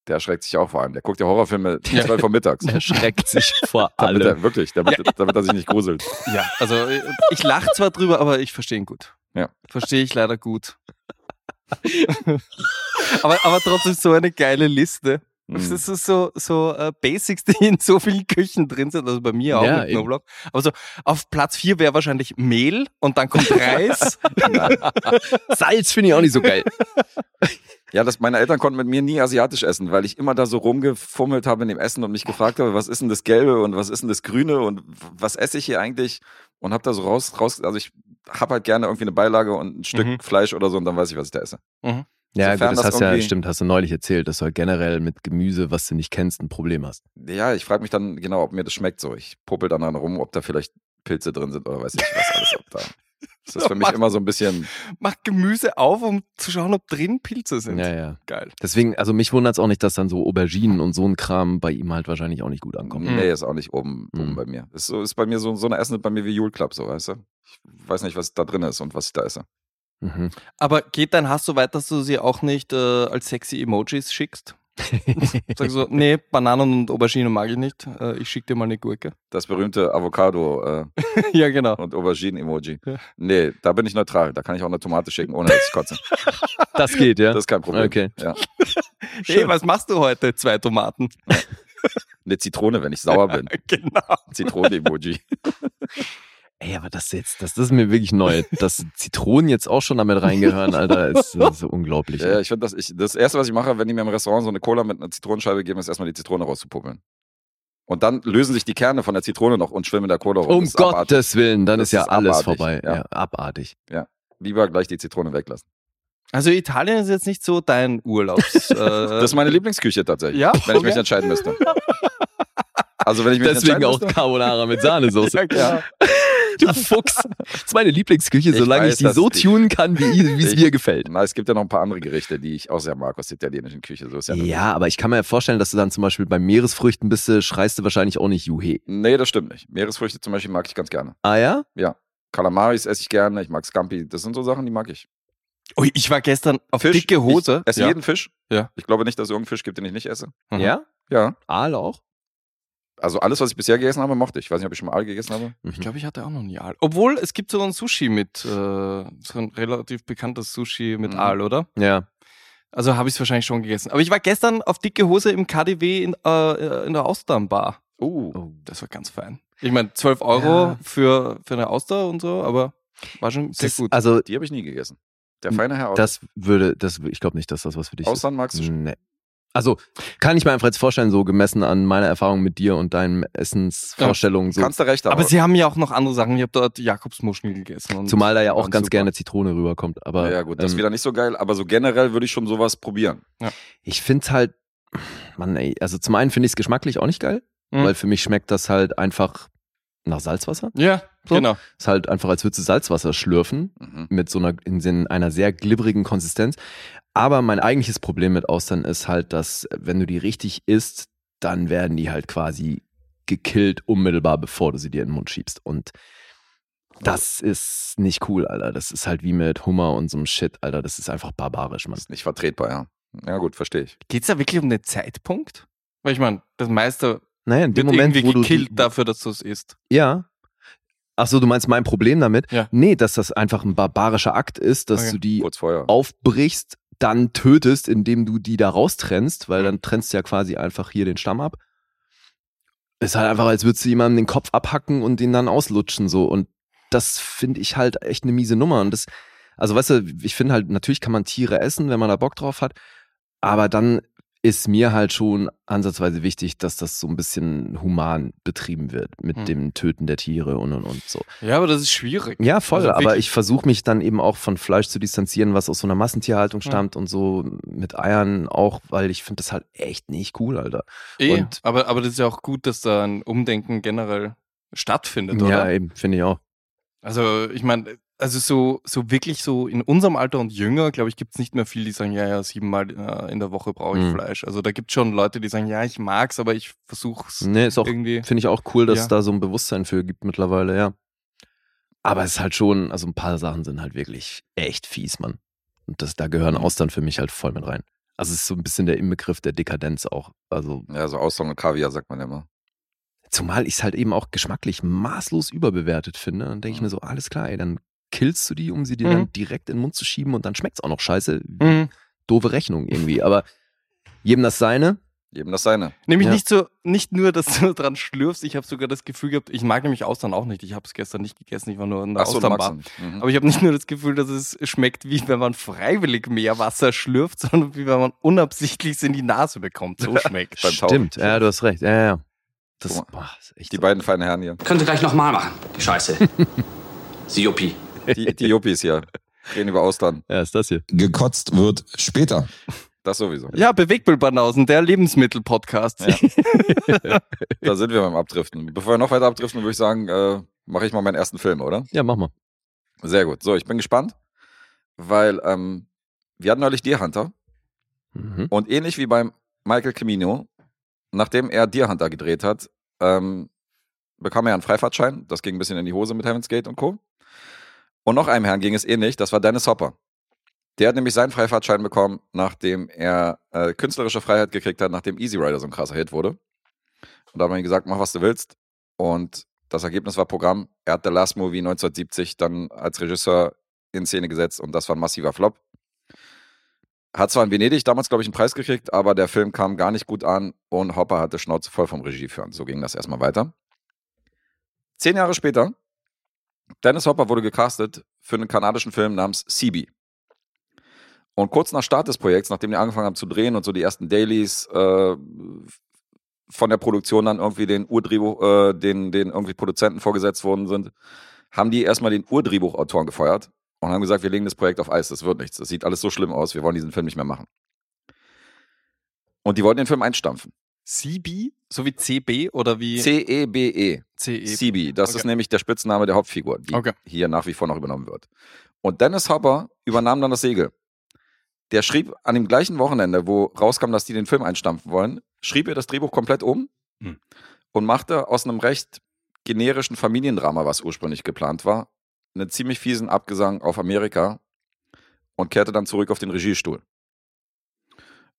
[SPEAKER 3] Der erschreckt sich auch vor allem. Der guckt ja Horrorfilme um 12 Uhr mittags.
[SPEAKER 2] Er schreckt sich vor
[SPEAKER 3] Damit
[SPEAKER 2] allem.
[SPEAKER 3] er, wirklich, damit, damit er sich nicht gruselt.
[SPEAKER 4] Ja, also ich- ich lache zwar drüber, aber ich verstehe ihn gut.
[SPEAKER 3] Ja.
[SPEAKER 4] Verstehe ich leider gut. aber, aber trotzdem so eine geile Liste. Das
[SPEAKER 3] Hm.
[SPEAKER 4] ist so, so, so äh, Basics, die in so vielen Küchen drin sind, also bei mir auch
[SPEAKER 2] Ja,
[SPEAKER 4] mit
[SPEAKER 2] eben.
[SPEAKER 4] Knoblauch. Aber so auf Platz 4 wäre wahrscheinlich Mehl und dann kommt Reis.
[SPEAKER 2] Salz finde ich auch nicht so geil.
[SPEAKER 3] Ja, das, meine Eltern konnten mit mir nie asiatisch essen, weil ich immer da so rumgefummelt habe in dem Essen und mich gefragt habe, was ist denn das Gelbe und was ist denn das Grüne und w- was esse ich hier eigentlich? Und habe da so raus, raus, also ich habe halt gerne irgendwie eine Beilage und ein Stück
[SPEAKER 4] Mhm.
[SPEAKER 3] Fleisch oder so und dann weiß ich, was ich da esse.
[SPEAKER 2] Ja,
[SPEAKER 3] Sofern
[SPEAKER 2] gut, das
[SPEAKER 3] das
[SPEAKER 2] hast du ja,
[SPEAKER 3] irgendwie-
[SPEAKER 2] stimmt, hast du neulich erzählt, dass du halt generell mit Gemüse, was du nicht kennst, ein Problem hast.
[SPEAKER 3] Ja, ich frage mich dann genau, ob mir das schmeckt so. Ich puppel dann, dann rum, ob da vielleicht Pilze drin sind oder weiß ich was alles. Ob da. Das ist für mich immer so ein bisschen,
[SPEAKER 4] Mach Gemüse auf, um zu schauen, ob drin Pilze sind.
[SPEAKER 2] Ja, ja.
[SPEAKER 4] Geil.
[SPEAKER 2] Deswegen, also mich wundert es auch nicht, dass dann so Auberginen und so ein Kram bei ihm halt wahrscheinlich auch nicht gut ankommt.
[SPEAKER 3] nee, ist auch nicht oben,
[SPEAKER 2] Mhm.
[SPEAKER 3] oben bei mir. Ist, so, ist bei mir so, so eine Essen ist bei mir wie Jule Club, so, weißt du? Ich weiß nicht, was da drin ist und was ich da esse. Hm.
[SPEAKER 2] Mhm.
[SPEAKER 4] Aber geht dein Hass so weit, dass du sie auch nicht äh, als sexy Emojis schickst? Sag so, nee, Bananen und Auberginen mag ich nicht. Äh, ich schicke dir mal eine Gurke.
[SPEAKER 3] Das berühmte Avocado äh,
[SPEAKER 4] ja, genau.
[SPEAKER 3] und Auberginen-Emoji.
[SPEAKER 4] Ja.
[SPEAKER 3] Nee, da bin ich neutral. Da kann ich auch eine Tomate schicken, ohne dass ich kotze.
[SPEAKER 2] Das geht, ja.
[SPEAKER 3] Das ist kein Problem.
[SPEAKER 2] Okay.
[SPEAKER 3] Ja.
[SPEAKER 4] Hey, was machst du heute? Zwei Tomaten.
[SPEAKER 3] Eine Zitrone, wenn ich sauer bin.
[SPEAKER 4] genau.
[SPEAKER 3] Zitrone-Emoji.
[SPEAKER 2] Ey, aber das jetzt, das, das ist mir wirklich neu. Dass Zitronen jetzt auch schon damit reingehören, Alter, ist, ist so unglaublich.
[SPEAKER 3] Ja, ich finde, das, ich- das Erste, was ich mache, wenn die mir im Restaurant so eine Cola mit einer Zitronenscheibe geben, ist erstmal die Zitrone rauszupuppeln. Und dann lösen sich die Kerne von der Zitrone noch und schwimmen in der Cola rum.
[SPEAKER 2] um
[SPEAKER 3] Das ist
[SPEAKER 2] Gottes
[SPEAKER 3] abartig.
[SPEAKER 2] Willen, dann
[SPEAKER 3] Das
[SPEAKER 2] ist ja
[SPEAKER 3] ist
[SPEAKER 2] alles
[SPEAKER 3] abartig,
[SPEAKER 2] vorbei. Ja.
[SPEAKER 3] ja.
[SPEAKER 2] abartig.
[SPEAKER 3] Lieber gleich die Zitrone weglassen.
[SPEAKER 4] Also Italien ist jetzt nicht so dein Urlaubs. Äh,
[SPEAKER 3] Das ist meine Lieblingsküche tatsächlich.
[SPEAKER 4] Ja?
[SPEAKER 3] Wenn ich mich entscheiden müsste. Also, wenn ich mich
[SPEAKER 2] Deswegen
[SPEAKER 3] entscheiden
[SPEAKER 2] auch
[SPEAKER 3] müsste.
[SPEAKER 2] Carbonara mit Sahnesauce.
[SPEAKER 4] ja, genau.
[SPEAKER 2] Du Fuchs. Das ist meine Lieblingsküche,
[SPEAKER 3] Ich
[SPEAKER 2] solange
[SPEAKER 3] weiß,
[SPEAKER 2] ich die
[SPEAKER 3] dass
[SPEAKER 2] so
[SPEAKER 3] die-
[SPEAKER 2] tunen kann, wie wie es
[SPEAKER 3] Ich-
[SPEAKER 2] mir gefällt.
[SPEAKER 3] Na, es gibt ja noch ein paar andere Gerichte, die ich auch sehr mag aus der italienischen Küche. So ist ja nicht-
[SPEAKER 2] Ja, aber ich kann mir vorstellen, dass du dann zum Beispiel bei Meeresfrüchten bist, äh, schreist du wahrscheinlich auch nicht Juhe.
[SPEAKER 3] Nee, das stimmt nicht. Meeresfrüchte zum Beispiel mag ich ganz gerne.
[SPEAKER 2] Ah ja?
[SPEAKER 3] Kalamaris esse ich gerne, ich mag Scampi. Das sind so Sachen, die mag ich.
[SPEAKER 4] Ui, Oh, ich war gestern auf
[SPEAKER 3] Fisch,
[SPEAKER 4] dicke Hose.
[SPEAKER 3] Ich esse
[SPEAKER 4] Ja.
[SPEAKER 3] jeden Fisch.
[SPEAKER 4] Ja.
[SPEAKER 3] Ich glaube nicht, dass es irgendeinen Fisch gibt, den ich nicht esse.
[SPEAKER 4] Mhm.
[SPEAKER 2] Ja?
[SPEAKER 3] Ja.
[SPEAKER 2] Aal auch?
[SPEAKER 3] Also alles, was ich bisher gegessen habe, mochte ich. Ich weiß nicht, ob ich schon mal Aal gegessen habe.
[SPEAKER 2] Mhm.
[SPEAKER 4] Ich glaube, ich hatte auch noch nie Aal. Obwohl, es gibt so ein Sushi mit, äh, so ein relativ bekanntes Sushi mit
[SPEAKER 3] Mhm.
[SPEAKER 4] Aal, oder?
[SPEAKER 2] Ja.
[SPEAKER 4] Also habe ich es wahrscheinlich schon gegessen. Aber ich war gestern auf dicke Hose im KDW in, äh, in der Austernbar.
[SPEAKER 3] Oh.
[SPEAKER 4] Das war ganz fein. Ich meine, 12 Euro
[SPEAKER 2] Ja.
[SPEAKER 4] für, für eine Auster und so, aber war schon sehr
[SPEAKER 2] Das,
[SPEAKER 4] gut.
[SPEAKER 2] also
[SPEAKER 3] Die habe ich nie gegessen. Der feine Herr aus
[SPEAKER 2] das würde, das, ich glaube nicht, dass das was für dich ist.
[SPEAKER 3] Austern magst du schon.
[SPEAKER 2] Nee. Also, kann ich mir einfach jetzt vorstellen, so gemessen an meiner Erfahrung mit dir und deinen Essensvorstellungen, so,
[SPEAKER 3] Kannst du recht haben.
[SPEAKER 4] aber sie haben ja auch noch andere Sachen. Ich habe dort Jakobsmuscheln gegessen. Und
[SPEAKER 2] zumal da ja
[SPEAKER 4] die
[SPEAKER 2] auch
[SPEAKER 4] waren
[SPEAKER 2] ganz
[SPEAKER 4] super.
[SPEAKER 2] gerne Zitrone rüberkommt. Aber
[SPEAKER 3] ja, gut, das
[SPEAKER 2] ähm,
[SPEAKER 3] ist wieder nicht so geil, aber so generell würde ich schon sowas probieren.
[SPEAKER 2] ich finde es halt, Mann, ey, also zum einen finde ich es geschmacklich auch nicht geil,
[SPEAKER 4] Mhm.
[SPEAKER 2] weil für mich schmeckt das halt einfach nach Salzwasser.
[SPEAKER 4] Ja,
[SPEAKER 2] So.
[SPEAKER 4] genau.
[SPEAKER 2] Ist halt einfach, als würdest du Salzwasser schlürfen.
[SPEAKER 3] Mhm.
[SPEAKER 2] mit so einer, in Sinn einer sehr glibberigen Konsistenz. Aber mein eigentliches Problem mit Austern ist halt, dass wenn du die richtig isst, dann werden die halt quasi gekillt unmittelbar, bevor du sie dir in den Mund schiebst. Und das ist nicht cool, Alter. Das ist halt wie mit Hummer und so einem Shit, Alter. Das ist einfach barbarisch, Mann.
[SPEAKER 3] Ist nicht vertretbar, ja. Ja, gut, verstehe ich.
[SPEAKER 4] Geht es da wirklich um den Zeitpunkt? Weil ich meine, das meiste
[SPEAKER 2] Naja, in
[SPEAKER 4] wird
[SPEAKER 2] dem Moment,
[SPEAKER 4] irgendwie
[SPEAKER 2] wo du
[SPEAKER 4] gekillt
[SPEAKER 2] die,
[SPEAKER 4] dafür, dass du es isst.
[SPEAKER 2] Ja. Ach so, du meinst mein Problem damit?
[SPEAKER 4] Ja.
[SPEAKER 2] Nee, dass das einfach ein barbarischer Akt ist, dass
[SPEAKER 4] Okay.
[SPEAKER 2] du die
[SPEAKER 3] Kurz vorher.
[SPEAKER 2] aufbrichst, dann tötest, indem du die da raustrennst, weil dann trennst du ja quasi einfach hier den Stamm ab. Ist halt einfach, als würdest du jemandem den Kopf abhacken und den dann auslutschen so. Und das finde ich halt echt eine miese Nummer. Und das, also weißt du, ich finde halt, natürlich kann man Tiere essen, wenn man da Bock drauf hat, aber dann ist mir halt schon ansatzweise wichtig, dass das so ein bisschen human betrieben wird mit
[SPEAKER 4] Hm.
[SPEAKER 2] dem Töten der Tiere und und und so.
[SPEAKER 4] Ja, aber das ist schwierig.
[SPEAKER 2] Ja, voll,
[SPEAKER 4] Also
[SPEAKER 2] aber
[SPEAKER 4] wirklich-
[SPEAKER 2] ich versuche mich dann eben auch von Fleisch zu distanzieren, was aus so einer Massentierhaltung
[SPEAKER 4] Ja.
[SPEAKER 2] stammt und so mit Eiern auch, weil ich finde das halt echt nicht cool, Alter.
[SPEAKER 4] Eh,
[SPEAKER 2] Und-
[SPEAKER 4] aber, aber das ist ja auch gut, dass da ein Umdenken generell stattfindet,
[SPEAKER 2] Ja,
[SPEAKER 4] oder?
[SPEAKER 2] eben, finde ich auch.
[SPEAKER 4] Also ich meine, also so, so wirklich so in unserem Alter und jünger, glaube ich, gibt es nicht mehr viele, die sagen, ja, ja, siebenmal äh, in der Woche brauche ich
[SPEAKER 2] Mhm.
[SPEAKER 4] Fleisch. Also da gibt es schon Leute, die sagen, ja, ich mag's, aber ich versuch's
[SPEAKER 2] Nee, Mhm. ist auch,
[SPEAKER 4] irgendwie.
[SPEAKER 2] finde ich auch cool, dass
[SPEAKER 4] Ja.
[SPEAKER 2] es da so ein Bewusstsein für gibt mittlerweile, ja. Aber es ist halt schon, also ein paar Sachen sind halt wirklich echt fies, Mann. Und das, da
[SPEAKER 4] Mhm.
[SPEAKER 2] gehören Austern für mich halt voll mit rein. Also es ist so ein bisschen der Inbegriff der Dekadenz auch. Also
[SPEAKER 3] Ja, so Austern und Kaviar sagt man ja immer.
[SPEAKER 2] Zumal ich es halt eben auch geschmacklich maßlos überbewertet finde. Dann denke ich
[SPEAKER 3] Mhm.
[SPEAKER 2] mir so, alles klar, ey, dann killst du die, um sie dir
[SPEAKER 4] Mhm.
[SPEAKER 2] dann direkt in den Mund zu schieben und dann schmeckt es auch noch scheiße.
[SPEAKER 4] Mhm.
[SPEAKER 2] Doofe Rechnung irgendwie. Aber jedem das seine.
[SPEAKER 3] Jedem das seine.
[SPEAKER 4] Nämlich
[SPEAKER 2] Ja.
[SPEAKER 4] nicht so, nicht nur, dass du dran schlürfst, ich habe sogar das Gefühl gehabt, ich mag nämlich Austern auch nicht. Ich habe es gestern nicht gegessen, ich war nur in der
[SPEAKER 3] Ach so, du magst
[SPEAKER 4] Austernbar.
[SPEAKER 3] du nicht. Mhm.
[SPEAKER 4] Aber ich habe nicht nur das Gefühl, dass es schmeckt, wie wenn man freiwillig mehr Wasser schlürft, sondern wie wenn man unabsichtlich es in die Nase bekommt. So schmeckt.
[SPEAKER 3] Beim Tauchen.
[SPEAKER 2] Stimmt, ja, du hast recht. Ja, ja, ja. Das
[SPEAKER 3] Guck
[SPEAKER 2] boah, ist echt
[SPEAKER 3] Die
[SPEAKER 2] so.
[SPEAKER 3] beiden feinen Herren hier.
[SPEAKER 5] Könnt ihr gleich nochmal machen, die Scheiße. Sie Juppie.
[SPEAKER 3] Die, die Juppies hier. Reden über Austern.
[SPEAKER 2] Ja, ist das hier.
[SPEAKER 6] Gekotzt wird später.
[SPEAKER 3] Das sowieso.
[SPEAKER 4] Ja, Bewegtbildbanausen, der Lebensmittel-Podcast.
[SPEAKER 3] Da sind wir beim Abdriften. Bevor wir noch weiter abdriften, würde ich sagen, äh, mache ich mal meinen ersten Film, oder?
[SPEAKER 2] Ja, mach mal.
[SPEAKER 3] Sehr gut. So, ich bin gespannt, weil ähm, wir hatten neulich Deer Hunter
[SPEAKER 2] Mhm.
[SPEAKER 3] und ähnlich wie beim Michael Cimino, nachdem er Deer Hunter gedreht hat, ähm, bekam er einen Freifahrtschein. Das ging ein bisschen in die Hose mit Heaven's Gate und Co. Und noch einem Herrn ging es ähnlich, das war Dennis Hopper. Der hat nämlich seinen Freifahrtschein bekommen, nachdem er äh, künstlerische Freiheit gekriegt hat, nachdem Easy Rider so ein krasser Hit wurde. Und da hat man ihm gesagt, mach was du willst. Und das Ergebnis war Programm. Er hat The Last Movie 1970 dann als Regisseur in Szene gesetzt und das war ein massiver Flop. Hat zwar in Venedig damals, glaube ich, einen Preis gekriegt, aber der Film kam gar nicht gut an und Hopper hatte Schnauze voll vom Regie führen. So ging das erstmal weiter. Zehn Jahre später, Dennis Hopper wurde gecastet für einen kanadischen Film namens CB. Und kurz nach Start des Projekts, nachdem die angefangen haben zu drehen und so die ersten Dailies äh, von der Produktion dann irgendwie den Urdrehbuch, äh, den, den irgendwie Produzenten vorgesetzt worden sind, haben die erstmal den Urdrehbuchautoren gefeuert und haben gesagt, wir legen das Projekt auf Eis, das wird nichts, das sieht alles so schlimm aus, wir wollen diesen Film nicht mehr machen. Und die wollten den Film einstampfen. E
[SPEAKER 4] CB, so wie CB oder wie
[SPEAKER 3] C-E-B-E.
[SPEAKER 4] CE.
[SPEAKER 3] Sibi, das
[SPEAKER 4] Okay.
[SPEAKER 3] ist nämlich der Spitzname der Hauptfigur, die
[SPEAKER 4] Okay.
[SPEAKER 3] hier nach wie vor noch übernommen wird. Und Dennis Hopper übernahm dann das Segel. Der schrieb an dem gleichen Wochenende, wo rauskam, dass die den Film einstampfen wollen, schrieb er das Drehbuch komplett um
[SPEAKER 4] Hm.
[SPEAKER 3] und machte aus einem recht generischen Familiendrama, was ursprünglich geplant war, einen ziemlich fiesen Abgesang auf Amerika und kehrte dann zurück auf den Regiestuhl.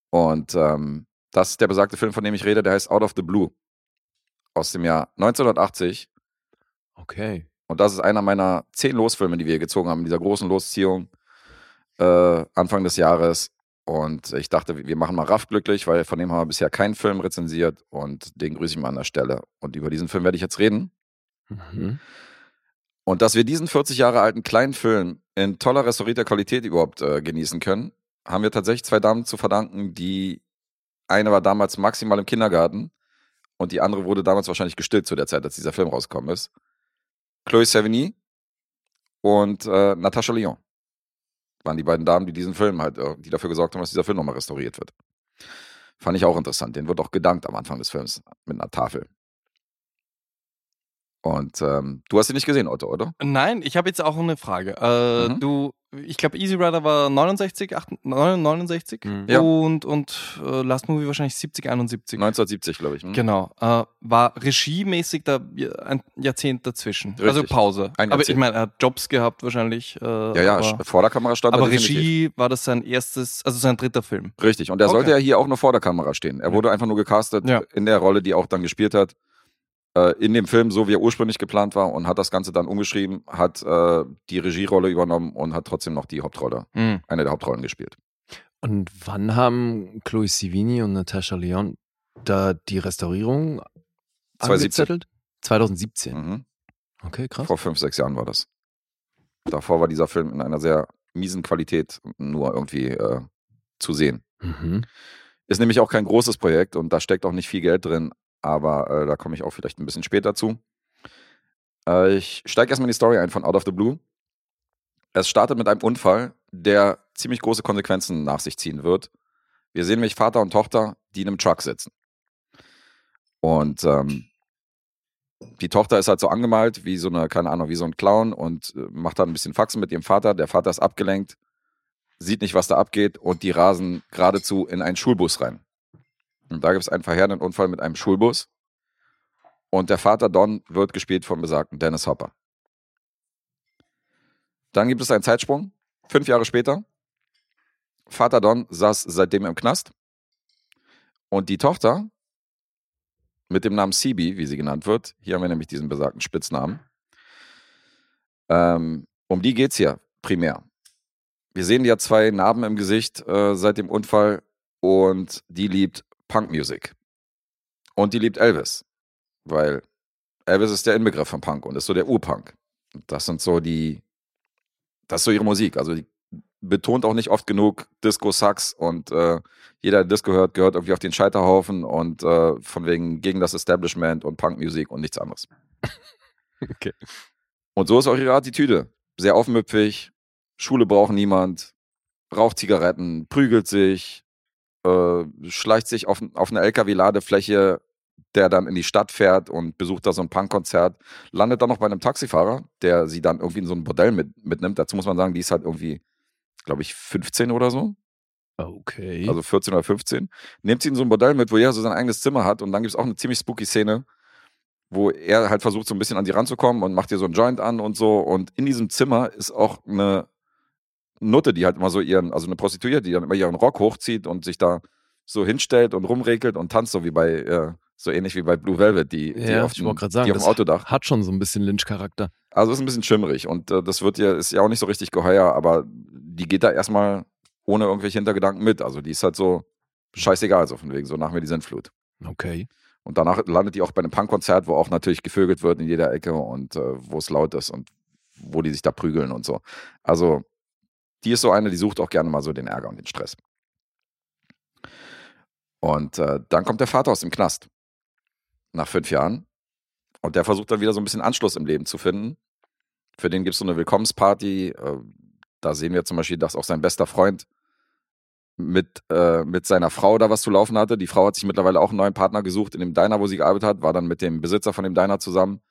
[SPEAKER 3] Und ähm, das ist der besagte Film, von dem ich rede, der heißt Out of the Blue aus dem Jahr 1980
[SPEAKER 2] Okay.
[SPEAKER 3] und das ist einer meiner zehn Losfilme, die wir gezogen haben, in dieser großen Losziehung äh, Anfang des Jahres. Und ich dachte, wir machen mal Raff glücklich, weil von dem haben wir bisher keinen Film rezensiert und den grüße ich mal an der Stelle. Und über diesen Film werde ich jetzt reden.
[SPEAKER 2] Mhm.
[SPEAKER 3] Und dass wir diesen 40 Jahre alten kleinen Film in toller restaurierter Qualität überhaupt äh, genießen können, haben wir tatsächlich zwei Damen zu verdanken, die eine war damals maximal im Kindergarten und die andere wurde damals wahrscheinlich gestillt zu der Zeit, als dieser Film rausgekommen ist. Chloe Sevigny und äh, Natasha Lyon waren die beiden Damen, die diesen Film halt, äh, die dafür gesorgt haben, dass dieser Film nochmal restauriert wird. Fand ich auch interessant. Den wird auch gedankt am Anfang des Films mit einer Tafel. Und ähm, du hast ihn nicht gesehen, Otto, oder?
[SPEAKER 4] Nein, ich habe jetzt auch eine Frage. Äh,
[SPEAKER 3] Mhm.
[SPEAKER 4] Du, ich glaube, Easy Rider war 69, 8, 69
[SPEAKER 2] Mhm.
[SPEAKER 3] Ja.
[SPEAKER 4] und, und äh, Last Movie wahrscheinlich 70, 71.
[SPEAKER 3] 1970, glaube ich. Hm?
[SPEAKER 4] Genau. Äh, war regiemäßig da ja- ein Jahrzehnt dazwischen.
[SPEAKER 3] Richtig.
[SPEAKER 4] Also Pause.
[SPEAKER 3] Ein
[SPEAKER 4] aber ich
[SPEAKER 3] Jahrzehnt.
[SPEAKER 4] meine, er hat Jobs gehabt wahrscheinlich. Äh,
[SPEAKER 3] Ja, ja,
[SPEAKER 4] aber,
[SPEAKER 3] aber, vor der Kamera stand er
[SPEAKER 4] aber
[SPEAKER 3] definitiv.
[SPEAKER 4] Regie war das sein erstes, also sein dritter Film.
[SPEAKER 3] Richtig, und er sollte
[SPEAKER 4] Okay.
[SPEAKER 3] ja hier auch nur vor der Kamera stehen. Er wurde einfach nur gecastet
[SPEAKER 4] Ja.
[SPEAKER 3] in der Rolle, die er auch dann gespielt hat. Äh, in dem Film, so wie er ursprünglich geplant war, und hat das Ganze dann umgeschrieben, hat äh, die Regierolle übernommen und hat trotzdem noch die Hauptrolle,
[SPEAKER 4] Mhm.
[SPEAKER 3] eine der Hauptrollen gespielt.
[SPEAKER 2] Und wann haben Chloe Sivini und Natasha Leon da die Restaurierung
[SPEAKER 3] 2017.
[SPEAKER 2] angezettelt? 2017.
[SPEAKER 3] Mhm.
[SPEAKER 2] Okay, krass.
[SPEAKER 3] Vor fünf, sechs Jahren war das. Davor war dieser Film in einer sehr miesen Qualität nur irgendwie äh, zu sehen.
[SPEAKER 2] Mhm.
[SPEAKER 3] Ist nämlich auch kein großes Projekt und da steckt auch nicht viel Geld drin, aber äh, da komme ich auch vielleicht ein bisschen später zu. Äh, ich steige erstmal in die Story ein von Out of the Blue. Es startet mit einem Unfall, der ziemlich große Konsequenzen nach sich ziehen wird. Wir sehen nämlich Vater und Tochter, die in einem Truck sitzen. Und ähm, die Tochter ist halt so angemalt, wie so eine, keine Ahnung, wie so ein Clown und äh, macht dann ein bisschen Faxen mit ihrem Vater. Der Vater ist abgelenkt, sieht nicht, was da abgeht und die rasen geradezu in einen Schulbus rein. Und da gibt es einen verheerenden Unfall mit einem Schulbus. Und der Vater Don wird gespielt vom besagten Dennis Hopper. Dann gibt es einen Zeitsprung, fünf Jahre später. Vater Don saß seitdem im Knast. Und die Tochter mit dem Namen Sibi, wie sie genannt wird, hier haben wir nämlich diesen besagten Spitznamen. Ähm, um die geht's hier primär. Wir sehen ja zwei Narben im Gesicht äh, seit dem Unfall und die liebt Punkmusik. Und die liebt Elvis, weil Elvis ist der Inbegriff von Punk und ist so der Urpunk. Und Das sind so die, das ist so ihre Musik. Also die betont auch nicht oft genug Disco Sax und äh, jeder, der Disco hört, gehört irgendwie auf den Scheiterhaufen und äh, von wegen gegen das Establishment und Punkmusik und nichts anderes.
[SPEAKER 2] Okay.
[SPEAKER 3] Und so ist auch ihre Attitüde. Sehr aufmüpfig, Schule braucht niemand, raucht Zigaretten, prügelt sich, äh, schleicht sich auf, auf eine LKW-Ladefläche, der dann in die Stadt fährt und besucht da so ein Punkkonzert, landet dann noch bei einem Taxifahrer, der sie dann irgendwie in so ein Bordell mit, mitnimmt. Dazu muss man sagen, die ist halt irgendwie, glaube ich, 15 oder so
[SPEAKER 2] Okay.
[SPEAKER 3] also 14 oder 15, nimmt sie in so ein Bordell mit, wo jeder so sein eigenes Zimmer hat und dann gibt es auch eine ziemlich spooky Szene, wo er halt versucht, so ein bisschen an sie ranzukommen und macht ihr so einen Joint an und so und in diesem Zimmer ist auch eine Nutte, die halt immer so ihren, also eine Prostituierte, die dann immer ihren Rock hochzieht und sich da so hinstellt und rumregelt und tanzt, so wie bei, äh, so ähnlich wie bei Blue Velvet, die, die
[SPEAKER 2] ja,
[SPEAKER 3] auf
[SPEAKER 2] ich wollte
[SPEAKER 3] dem,
[SPEAKER 2] gerade sagen,
[SPEAKER 3] die auf dem
[SPEAKER 2] das
[SPEAKER 3] Autodach.
[SPEAKER 2] hat schon so ein bisschen Lynch-Charakter.
[SPEAKER 3] Also ist ein bisschen schimmrig und äh, das wird ihr, ist ja auch nicht so richtig geheuer, aber die geht da erstmal ohne irgendwelche Hintergedanken mit. Also die ist halt so scheißegal, so von wegen, so nach mir die Sintflut.
[SPEAKER 2] Okay.
[SPEAKER 3] Und danach landet die auch bei einem Punkkonzert, wo auch natürlich gevögelt wird in jeder Ecke und äh, wo es laut ist und wo die sich da prügeln und so. Also die ist so eine, die sucht auch gerne mal so den Ärger und den Stress. Und äh, dann kommt der Vater aus dem Knast nach fünf Jahren und der versucht dann wieder so ein bisschen Anschluss im Leben zu finden. Für den gibt es so eine Willkommensparty. Äh, da sehen wir zum Beispiel, dass auch sein bester Freund mit, äh, mit seiner Frau da was zu laufen hatte. Die Frau hat sich mittlerweile auch einen neuen Partner gesucht in dem Diner, wo sie gearbeitet hat, war dann mit dem Besitzer von dem Diner zusammen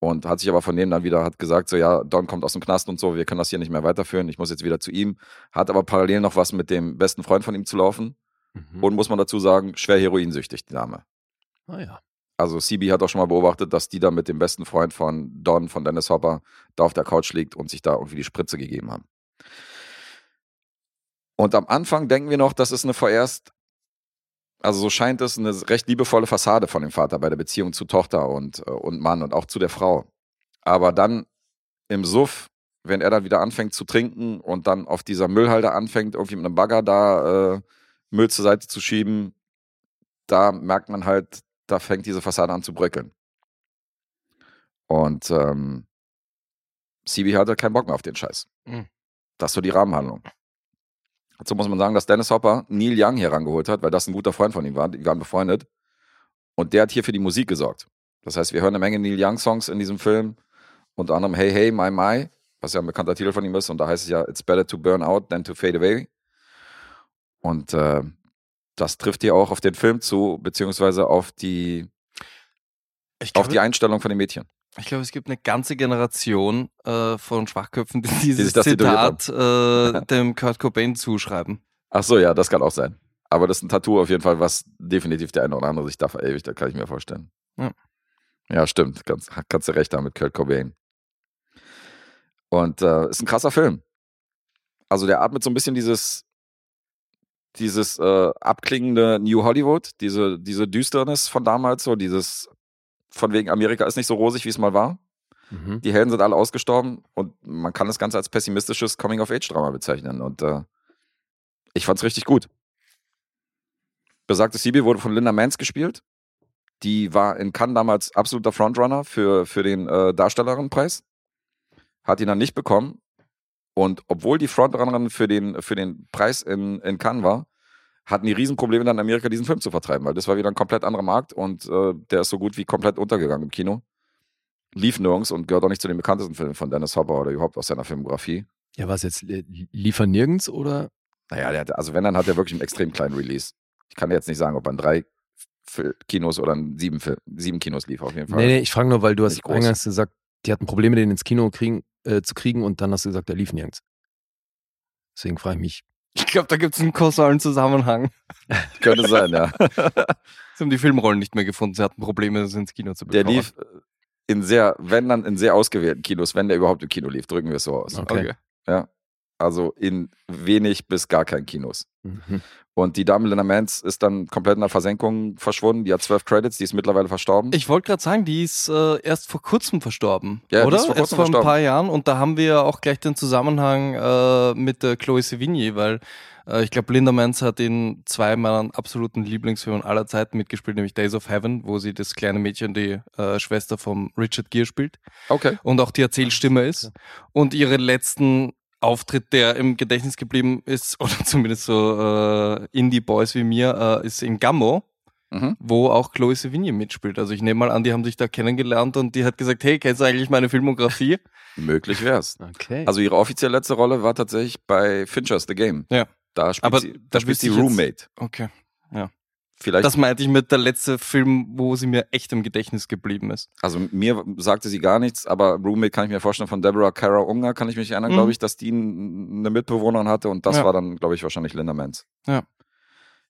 [SPEAKER 3] und hat sich aber von dem dann wieder hat gesagt, so ja, Don kommt aus dem Knast und so, wir können das hier nicht mehr weiterführen, ich muss jetzt wieder zu ihm. Hat aber parallel noch was mit dem besten Freund von ihm zu laufen
[SPEAKER 2] Mhm.
[SPEAKER 3] und muss man dazu sagen, schwer heroinsüchtig, die Dame.
[SPEAKER 2] Ah ja.
[SPEAKER 3] Also CB hat auch schon mal beobachtet, dass die da mit dem besten Freund von Don, von Dennis Hopper, da auf der Couch liegt und sich da irgendwie die Spritze gegeben haben. Und am Anfang denken wir noch, das ist eine vorerst, also so scheint es eine recht liebevolle Fassade von dem Vater bei der Beziehung zu Tochter und, äh, und Mann und auch zu der Frau. Aber dann im Suff wenn er dann wieder anfängt zu trinken und dann auf dieser Müllhalde anfängt, irgendwie mit einem Bagger da äh, Müll zur Seite zu schieben, da merkt man halt, da fängt diese Fassade an zu bröckeln. Und ähm, CB hat halt keinen Bock mehr auf den Scheiß.
[SPEAKER 4] Mhm.
[SPEAKER 3] Das ist so die Rahmenhandlung. Dazu muss man sagen, dass Dennis Hopper Neil Young hier rangeholt hat, weil das ein guter Freund von ihm war. Die waren befreundet. Und der hat hier für die Musik gesorgt. Das heißt, wir hören eine Menge Neil Young-Songs in diesem Film. Unter anderem Hey Hey My My, was ja ein bekannter Titel von ihm ist. Und da heißt es ja, It's better to burn out than to fade away. Und äh, das trifft hier auch auf den Film zu, beziehungsweise auf die,
[SPEAKER 4] Ich
[SPEAKER 3] auf
[SPEAKER 4] glaube,
[SPEAKER 3] die Einstellung von den Mädchen.
[SPEAKER 4] ich glaube, es gibt eine ganze Generation äh, von Schwachköpfen, die dieses
[SPEAKER 3] sich das tätowiert
[SPEAKER 4] Zitat äh, dem Kurt Cobain zuschreiben.
[SPEAKER 3] Ach so, ja, das kann auch sein. Aber das ist ein Tattoo auf jeden Fall, was definitiv der eine oder andere sich da verewigt, das kann ich mir vorstellen.
[SPEAKER 4] Ja.
[SPEAKER 3] Ja, stimmt. Ganz, kannst du recht haben mit Kurt Cobain. Und äh, ist ein krasser Film. Also der atmet so ein bisschen dieses, dieses äh, abklingende New Hollywood, diese, diese Düsternis von damals, so dieses von wegen Amerika ist nicht so rosig, wie es mal war.
[SPEAKER 2] Mhm.
[SPEAKER 3] Die Helden sind alle ausgestorben und man kann das Ganze als pessimistisches Coming-of-Age-Drama bezeichnen. Und äh, ich fand's richtig gut. Besagte Sibi wurde von Linda Mans gespielt. Die war in Cannes damals absoluter Frontrunner für, für den äh, Darstellerinnenpreis. Hat ihn dann nicht bekommen. Und obwohl die Frontrunnerin für den, für den Preis in, in Cannes war, hatten die Riesenprobleme dann in Amerika, diesen Film zu vertreiben, weil das war wieder ein komplett anderer Markt und äh, der ist so gut wie komplett untergegangen im Kino lief nirgends und gehört auch nicht zu den bekanntesten Filmen von Dennis Hopper oder überhaupt aus seiner Filmografie.
[SPEAKER 2] Ja, was jetzt? Li- Liefern nirgends oder?
[SPEAKER 3] Naja, der hatte, also wenn, dann hat er wirklich einen extrem kleinen Release. Ich kann dir jetzt nicht sagen, ob er in drei Fil- Kinos oder in sieben, Fil- sieben Kinos lief, auf jeden Fall.
[SPEAKER 2] Nee, nee, ich frage nur, weil du hast
[SPEAKER 3] Nicht groß.
[SPEAKER 2] eingangs gesagt, die hatten Probleme, den ins Kino kriegen, äh, zu kriegen und dann hast du gesagt, der lief nirgends. Deswegen frage ich mich.
[SPEAKER 4] Ich glaube, da gibt es einen kausalen Zusammenhang.
[SPEAKER 3] Könnte sein, ja.
[SPEAKER 4] Sie haben die Filmrollen nicht mehr gefunden. Sie hatten Probleme, das ins Kino zu
[SPEAKER 3] Der
[SPEAKER 4] bekommen.
[SPEAKER 3] lief in sehr, wenn dann in sehr ausgewählten Kinos, wenn der überhaupt im Kino lief, drücken wir es so aus.
[SPEAKER 2] Okay.
[SPEAKER 4] Okay.
[SPEAKER 3] Also in wenig bis gar kein Kinos.
[SPEAKER 2] Mhm.
[SPEAKER 3] Und die Dame Linda Mans ist dann komplett in der Versenkung verschwunden. Die hat zwölf Credits, die ist mittlerweile verstorben.
[SPEAKER 4] Ich wollte gerade sagen, die ist äh, erst vor kurzem verstorben,
[SPEAKER 3] Ja, die
[SPEAKER 4] oder?
[SPEAKER 3] ist vor
[SPEAKER 4] erst
[SPEAKER 3] kurzem
[SPEAKER 4] vor ein
[SPEAKER 3] verstorben.
[SPEAKER 4] paar Jahren und da haben wir ja auch gleich den Zusammenhang äh, mit der Chloe Sevigny, weil äh, ich glaube, Linda Mans hat in zwei meiner absoluten Lieblingsfilmen aller Zeiten mitgespielt, nämlich Days of Heaven, wo sie das kleine Mädchen, die äh, Schwester vom Richard Gere spielt
[SPEAKER 3] okay.
[SPEAKER 4] und auch die Erzählstimme ist. Und ihren letzten Auftritt, der im Gedächtnis geblieben ist, oder zumindest so äh, Indie-Boys wie mir, äh, ist in Gammo
[SPEAKER 3] Mhm.
[SPEAKER 4] wo auch Chloe Sevigny mitspielt. Also ich nehme mal an, die haben sich da kennengelernt und die hat gesagt, hey, kennst du eigentlich meine Filmografie?
[SPEAKER 3] Möglich wär's.
[SPEAKER 2] Okay. Also,
[SPEAKER 3] Also ihre offiziell letzte Rolle war tatsächlich bei Finchers The Game.
[SPEAKER 4] Ja.
[SPEAKER 3] Da spielt
[SPEAKER 4] Aber
[SPEAKER 3] sie,
[SPEAKER 4] da
[SPEAKER 3] da spielt
[SPEAKER 4] wüsste
[SPEAKER 3] sie
[SPEAKER 4] ich jetzt-
[SPEAKER 3] Roommate.
[SPEAKER 4] Okay.
[SPEAKER 3] Vielleicht,
[SPEAKER 4] Das meinte ich mit der letzte Film, wo sie mir echt im Gedächtnis geblieben ist.
[SPEAKER 3] also mir sagte sie gar nichts, aber Roommate kann ich mir vorstellen, von Deborah Kara Unger kann ich mich erinnern,
[SPEAKER 4] Mhm.
[SPEAKER 3] glaube ich, dass die n- eine Mitbewohnerin hatte und das
[SPEAKER 4] Ja.
[SPEAKER 3] war dann, glaube ich, wahrscheinlich Linda Mans.
[SPEAKER 4] Ja.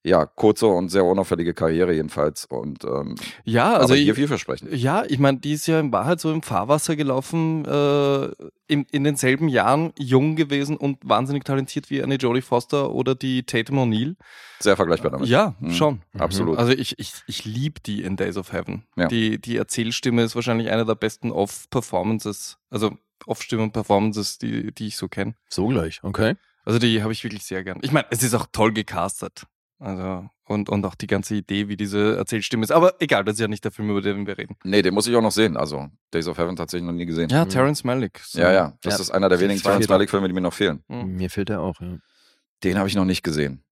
[SPEAKER 3] Ja, kurze und sehr unauffällige Karriere jedenfalls und ähm,
[SPEAKER 4] Ja,
[SPEAKER 3] also
[SPEAKER 4] also
[SPEAKER 3] aber hier
[SPEAKER 4] ich,
[SPEAKER 3] vielversprechend.
[SPEAKER 4] ja, ich meine, die ist ja in Wahrheit so im Fahrwasser gelaufen, äh, in, in denselben Jahren jung gewesen und wahnsinnig talentiert wie eine Jodie Foster oder die Tatum O'Neill.
[SPEAKER 3] Sehr vergleichbar damit.
[SPEAKER 4] Ja,
[SPEAKER 3] Mhm.
[SPEAKER 4] schon.
[SPEAKER 3] Absolut.
[SPEAKER 4] Also ich, ich, ich liebe die in Days of Heaven.
[SPEAKER 3] Ja.
[SPEAKER 4] Die, die Erzählstimme ist wahrscheinlich eine der besten Off-Performances, also Off-Stimmen und Performances, die, die ich so kenne.
[SPEAKER 2] so gleich, okay.
[SPEAKER 4] Also die habe ich wirklich sehr gern. Ich meine, es ist auch toll gecastet. Also, und, und auch die ganze Idee, wie diese Erzählstimme ist. Aber egal, das ist ja nicht der Film, über den wir reden.
[SPEAKER 3] Nee, den muss ich auch noch sehen. Also Days of Heaven tatsächlich noch nie gesehen.
[SPEAKER 4] Ja,
[SPEAKER 2] Mhm.
[SPEAKER 4] Terrence Malick. So.
[SPEAKER 3] ja. ja. Das
[SPEAKER 2] Ja.
[SPEAKER 3] ist einer der
[SPEAKER 2] Das ist
[SPEAKER 3] wenigen
[SPEAKER 2] zweite.
[SPEAKER 3] Terrence Malick Filme, die mir noch fehlen.
[SPEAKER 4] Mhm.
[SPEAKER 2] Mir fehlt er auch, ja.
[SPEAKER 3] Den habe ich noch nicht gesehen.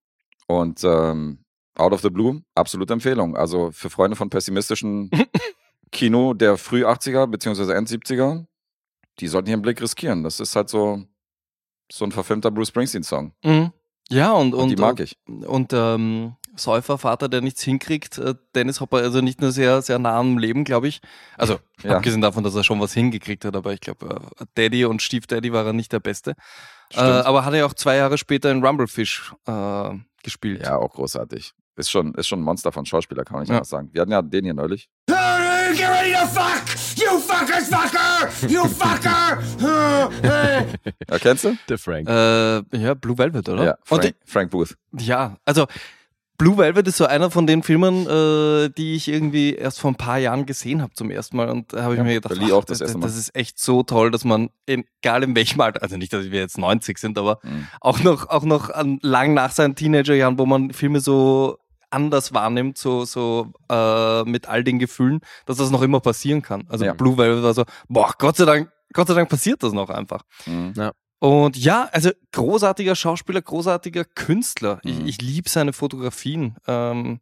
[SPEAKER 3] Und ähm, Out of the Blue, absolute Empfehlung. Also für Freunde von pessimistischen Kino der Früh 80er bzw. End 70er, die sollten hier einen Blick riskieren. Das ist halt so, so ein verfilmter Bruce Springsteen-Song.
[SPEAKER 4] Mhm. Ja, und,
[SPEAKER 3] Und,
[SPEAKER 4] und,
[SPEAKER 3] die mag ich.
[SPEAKER 4] und ähm, Säufervater, der nichts hinkriegt. Äh, Dennis Hopper, also nicht nur sehr, sehr nah am Leben, glaube ich. Also,
[SPEAKER 3] Ja.
[SPEAKER 4] abgesehen davon, dass er schon was hingekriegt hat, aber ich glaube, äh, Daddy und Stiefdaddy war er nicht der Beste. Äh,
[SPEAKER 3] Stimmt.
[SPEAKER 4] aber hat er ja auch zwei Jahre später in Rumblefish äh, gespielt.
[SPEAKER 3] ja, auch großartig. Ist schon, ist schon ein Monster von Schauspieler, kann man nicht
[SPEAKER 4] Ja.
[SPEAKER 3] anders sagen. Wir hatten ja den hier neulich.
[SPEAKER 7] Get ready to fuck! You fuckers, fucker! You fucker!
[SPEAKER 3] Erkennst du?
[SPEAKER 2] Der Frank.
[SPEAKER 4] Äh, ja, Äh, Blue Velvet, oder?
[SPEAKER 3] Ja,
[SPEAKER 4] und,
[SPEAKER 3] Frank, Frank Booth.
[SPEAKER 4] ja also Blue Velvet ist so einer von den Filmen, äh, die ich irgendwie erst vor ein paar Jahren gesehen habe zum ersten Mal. Und da habe ich mir gedacht,
[SPEAKER 3] Berlin auch das
[SPEAKER 4] das,
[SPEAKER 3] erste Mal.
[SPEAKER 4] das ist echt so toll, dass man, in, egal in welchem Alter, also nicht, dass wir jetzt 90 sind, aber
[SPEAKER 3] Mhm.
[SPEAKER 4] auch noch, auch noch an, lang nach seinen Teenagerjahren, wo man Filme so anders wahrnimmt, so, so äh, mit all den Gefühlen, dass das noch immer passieren kann. Also
[SPEAKER 3] Ja.
[SPEAKER 4] Blue Velvet war so, boah, Gott sei Dank, Gott sei Dank passiert das noch einfach.
[SPEAKER 3] Mhm.
[SPEAKER 4] Und ja, also großartiger Schauspieler, großartiger Künstler. Ich,
[SPEAKER 3] Mhm.
[SPEAKER 4] ich liebe seine Fotografien. Ähm,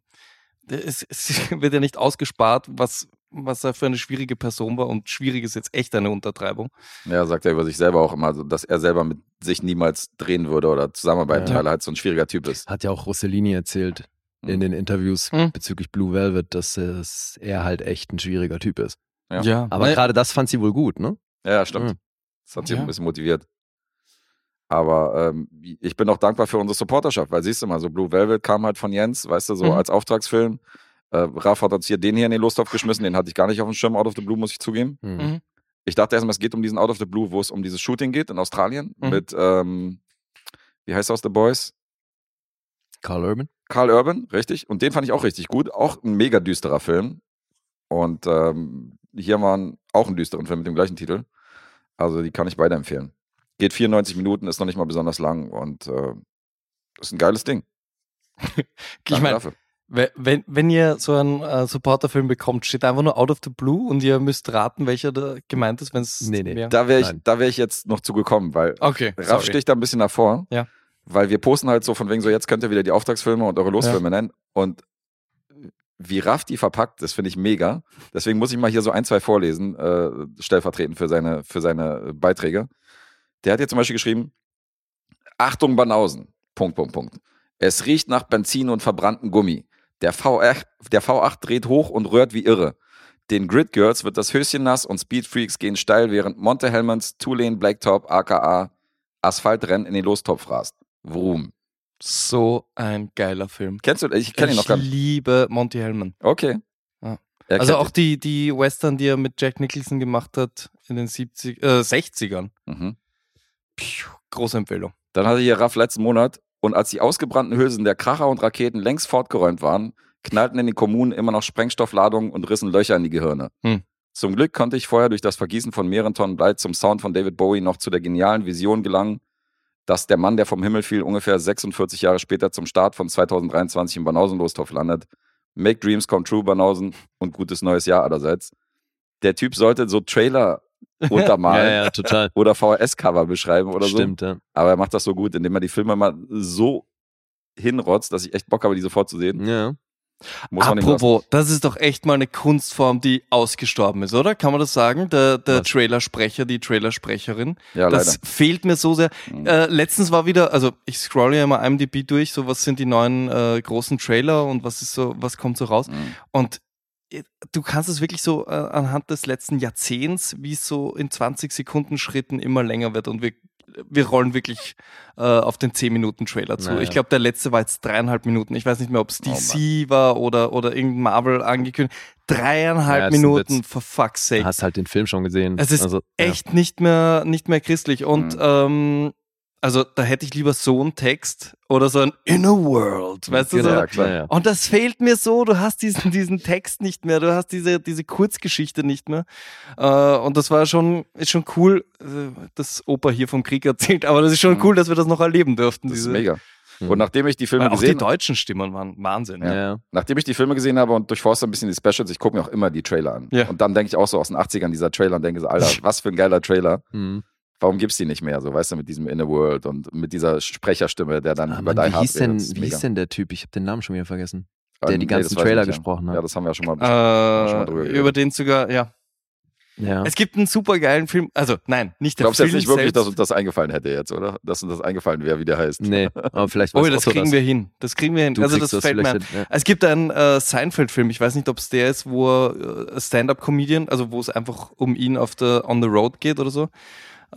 [SPEAKER 4] es, es wird ja nicht ausgespart, was, was er für eine schwierige Person war. Und schwierig ist jetzt echt eine Untertreibung.
[SPEAKER 3] Ja, sagt er über sich selber auch immer, also, dass er selber mit sich niemals drehen würde oder zusammenarbeiten,
[SPEAKER 2] Ja.
[SPEAKER 3] weil er halt so ein schwieriger Typ ist.
[SPEAKER 2] Hat ja auch Rossellini erzählt in den Interviews
[SPEAKER 4] Mhm.
[SPEAKER 2] bezüglich Blue Velvet, dass es, er halt echt ein schwieriger Typ ist.
[SPEAKER 3] Ja. Ne?
[SPEAKER 2] Aber
[SPEAKER 4] Naja,
[SPEAKER 2] gerade das fand sie wohl gut, ne?
[SPEAKER 3] Ja, stimmt.
[SPEAKER 2] Mhm.
[SPEAKER 3] Das hat sie
[SPEAKER 4] Ja.
[SPEAKER 3] ein bisschen motiviert. Aber ähm, ich bin auch dankbar für unsere Supporterschaft, weil siehst du mal, so Blue Velvet kam halt von Jens, weißt du, so
[SPEAKER 4] Mhm.
[SPEAKER 3] als Auftragsfilm. Äh, Raf hat uns hier den hier in den Lostopf geschmissen, den hatte ich gar nicht auf dem Schirm, Out of the Blue, muss ich zugeben.
[SPEAKER 2] Mhm.
[SPEAKER 3] Ich dachte erstmal, es geht um diesen Out of the Blue, wo es um dieses Shooting geht in Australien
[SPEAKER 4] Mhm.
[SPEAKER 3] mit, ähm, wie heißt er aus The Boys?
[SPEAKER 2] Carl Urban.
[SPEAKER 3] Carl Urban, richtig. Und den fand ich auch richtig gut. Auch ein mega düsterer Film. Und ähm, hier haben wir einen- auch einen düsteren Film mit dem gleichen Titel. Also die kann ich beide empfehlen. Geht 94 Minuten, ist noch nicht mal besonders lang und äh, ist ein geiles Ding.
[SPEAKER 4] ich
[SPEAKER 3] Danke
[SPEAKER 4] meine,
[SPEAKER 3] dafür.
[SPEAKER 4] we- wenn, wenn ihr so einen äh, Supporterfilm bekommt, steht einfach nur Out of the Blue und ihr müsst raten, welcher da gemeint ist, wenn es
[SPEAKER 2] Nee, nee.
[SPEAKER 4] wäre.
[SPEAKER 3] da wäre ich,
[SPEAKER 2] nein.
[SPEAKER 3] da wär ich jetzt noch zu gekommen, weil
[SPEAKER 4] Okay,
[SPEAKER 3] Raff
[SPEAKER 4] sorry.
[SPEAKER 3] sticht da ein bisschen davor.
[SPEAKER 4] Ja.
[SPEAKER 3] Weil wir posten halt so von wegen so, jetzt könnt ihr wieder die Auftragsfilme und eure Losfilme nennen. Und wie Raff die verpackt, das finde ich mega. Deswegen muss ich mal hier so ein, zwei vorlesen, äh, stellvertretend für seine, für seine äh, Beiträge. Der hat hier zum Beispiel geschrieben, Achtung Banausen, Punkt, Punkt, Punkt. Es riecht nach Benzin und verbrannten Gummi. Der V8, der V8 dreht hoch und rührt wie irre. Den Grid Girls wird das Höschen nass und Speed Freaks gehen steil, während Monte Hellmans Tulane Blacktop aka Asphaltrennen in den Lostopf rast. Vroom.
[SPEAKER 4] So ein geiler Film.
[SPEAKER 3] Kennst du? Ich kenne ihn noch
[SPEAKER 4] ich
[SPEAKER 3] gar nicht.
[SPEAKER 4] liebe Monty Hellman.
[SPEAKER 3] Okay.
[SPEAKER 4] Ja.
[SPEAKER 3] Er
[SPEAKER 4] Also
[SPEAKER 3] kennt
[SPEAKER 4] auch die, die Western, die er mit Jack Nicholson gemacht hat in den 70, äh, 60ern.
[SPEAKER 3] ihn. Mhm.
[SPEAKER 4] Piu, große Empfehlung.
[SPEAKER 3] Dann hatte hier Raff letzten Monat und als die ausgebrannten Hülsen der Kracher und Raketen längst fortgeräumt waren, knallten in den Kommunen immer noch Sprengstoffladungen und rissen Löcher in die Gehirne.
[SPEAKER 4] Hm.
[SPEAKER 3] Zum Glück konnte ich vorher durch das Vergießen von mehreren Tonnen Blei zum Sound von David Bowie noch zu der genialen Vision gelangen, dass der Mann, der vom Himmel fiel, ungefähr 46 Jahre später zum Start von 2023 im Banausen-Losthof landet. Make Dreams Come True, Banausen und gutes neues Jahr allerseits. Der Typ sollte so Trailer untermalen
[SPEAKER 2] ja, total.
[SPEAKER 3] oder VHS-Cover beschreiben oder so.
[SPEAKER 2] Stimmt, ja.
[SPEAKER 3] Aber er macht das so gut, indem er die Filme mal so hinrotzt, dass ich echt Bock habe, die sofort zu sehen.
[SPEAKER 2] ja.
[SPEAKER 3] Muss man ihm lassen.
[SPEAKER 4] Apropos, das ist doch echt mal eine Kunstform, die ausgestorben ist, oder? Kann man das sagen? Der, der
[SPEAKER 2] Was?
[SPEAKER 4] Trailersprecher, die Trailersprecherin.
[SPEAKER 3] Ja, leider.
[SPEAKER 4] das fehlt mir so sehr.
[SPEAKER 3] Mhm.
[SPEAKER 4] Äh, letztens war wieder, also ich scrolle ja immer IMDb durch, so was sind die neuen äh, großen Trailer und was ist so, was kommt so raus.
[SPEAKER 3] Mhm.
[SPEAKER 4] Und äh, du kannst es wirklich so äh, anhand des letzten Jahrzehnts, wie es so in 20 Sekunden Schritten immer länger wird und wir, wir rollen wirklich äh, auf den 10 Minuten Trailer zu.
[SPEAKER 2] Naja.
[SPEAKER 4] Ich glaube, der letzte war jetzt dreieinhalb Minuten. Ich weiß nicht mehr, ob es
[SPEAKER 3] Oh Mann.
[SPEAKER 4] DC war oder, oder irgendein Marvel angekündigt.
[SPEAKER 2] Ja,
[SPEAKER 4] Dreieinhalb
[SPEAKER 2] ist ein
[SPEAKER 4] Minuten,
[SPEAKER 2] Witz.
[SPEAKER 4] for fuck's sake.
[SPEAKER 2] Hast halt den Film schon gesehen.
[SPEAKER 4] Es ist
[SPEAKER 2] also,
[SPEAKER 4] Echt nicht mehr, nicht mehr christlich. Und
[SPEAKER 3] Mhm.
[SPEAKER 4] ähm, also da hätte ich lieber so einen Text oder so ein Inner World, weißt du, so,
[SPEAKER 2] Genau,
[SPEAKER 3] Ja,
[SPEAKER 2] ja,
[SPEAKER 3] klar.
[SPEAKER 2] klar. Ja,
[SPEAKER 4] und das fehlt mir so. Du hast diesen, diesen Text nicht mehr. Du hast diese, diese Kurzgeschichte nicht mehr. Äh, und das war schon, ist schon cool, äh, dass Opa hier vom Krieg erzählt. Aber das ist schon
[SPEAKER 3] Mhm.
[SPEAKER 4] cool, dass wir das noch erleben dürften.
[SPEAKER 3] Das ist
[SPEAKER 4] diese,
[SPEAKER 3] mega.
[SPEAKER 2] Mhm.
[SPEAKER 3] Und nachdem ich die Filme
[SPEAKER 4] Weil auch die
[SPEAKER 3] gesehen,
[SPEAKER 4] deutschen Stimmen waren Wahnsinn.
[SPEAKER 2] ja.
[SPEAKER 4] Ja.
[SPEAKER 3] nachdem ich die Filme gesehen habe und durchforste ein bisschen die Specials, ich gucke mir auch immer die Trailer an.
[SPEAKER 4] Ja.
[SPEAKER 3] Und dann denke ich auch so aus den 80ern dieser Trailer und denke so, Alter, was für ein geiler Trailer.
[SPEAKER 2] Mhm.
[SPEAKER 3] Warum gibt's die nicht mehr? So, weißt du, mit diesem Inner World und mit dieser Sprecherstimme, der dann
[SPEAKER 2] Ah,
[SPEAKER 3] über
[SPEAKER 2] Mann,
[SPEAKER 3] Die
[SPEAKER 2] wie
[SPEAKER 3] Hard
[SPEAKER 2] hieß, denn,
[SPEAKER 3] redet. Das ist
[SPEAKER 2] wie
[SPEAKER 3] mega.
[SPEAKER 2] hieß denn der Typ? Ich habe den Namen schon wieder vergessen.
[SPEAKER 3] Ähm,
[SPEAKER 2] der die
[SPEAKER 3] nee,
[SPEAKER 2] ganzen
[SPEAKER 3] das weiß ich
[SPEAKER 2] Trailer
[SPEAKER 3] nicht, ja.
[SPEAKER 2] gesprochen hat. Äh,
[SPEAKER 3] Ja, das haben wir ja schon mal besprochen. schon mal drüber
[SPEAKER 4] Äh,
[SPEAKER 3] geredet.
[SPEAKER 4] über den sogar, ja.
[SPEAKER 2] Ja.
[SPEAKER 4] Es gibt einen super geilen Film. Also, nein, nicht der
[SPEAKER 3] Glaubst du
[SPEAKER 4] Film.
[SPEAKER 3] jetzt nicht wirklich,
[SPEAKER 4] selbst.
[SPEAKER 3] dass uns das eingefallen hätte jetzt, oder? Dass uns das eingefallen wäre, wie der heißt.
[SPEAKER 2] Nee, aber vielleicht
[SPEAKER 4] Oh,
[SPEAKER 2] weiß
[SPEAKER 4] das
[SPEAKER 2] Otto
[SPEAKER 4] kriegen wir hin. Das kriegen wir hin.
[SPEAKER 2] Du
[SPEAKER 4] also, das
[SPEAKER 2] kriegst
[SPEAKER 4] fällt mir
[SPEAKER 2] vielleicht
[SPEAKER 4] ein.
[SPEAKER 2] hin, ja.
[SPEAKER 4] Es gibt einen äh, Seinfeld-Film, ich weiß nicht, ob es der ist, wo er äh, Stand-Up-Comedian, also wo es einfach um ihn auf der On the Road geht oder so,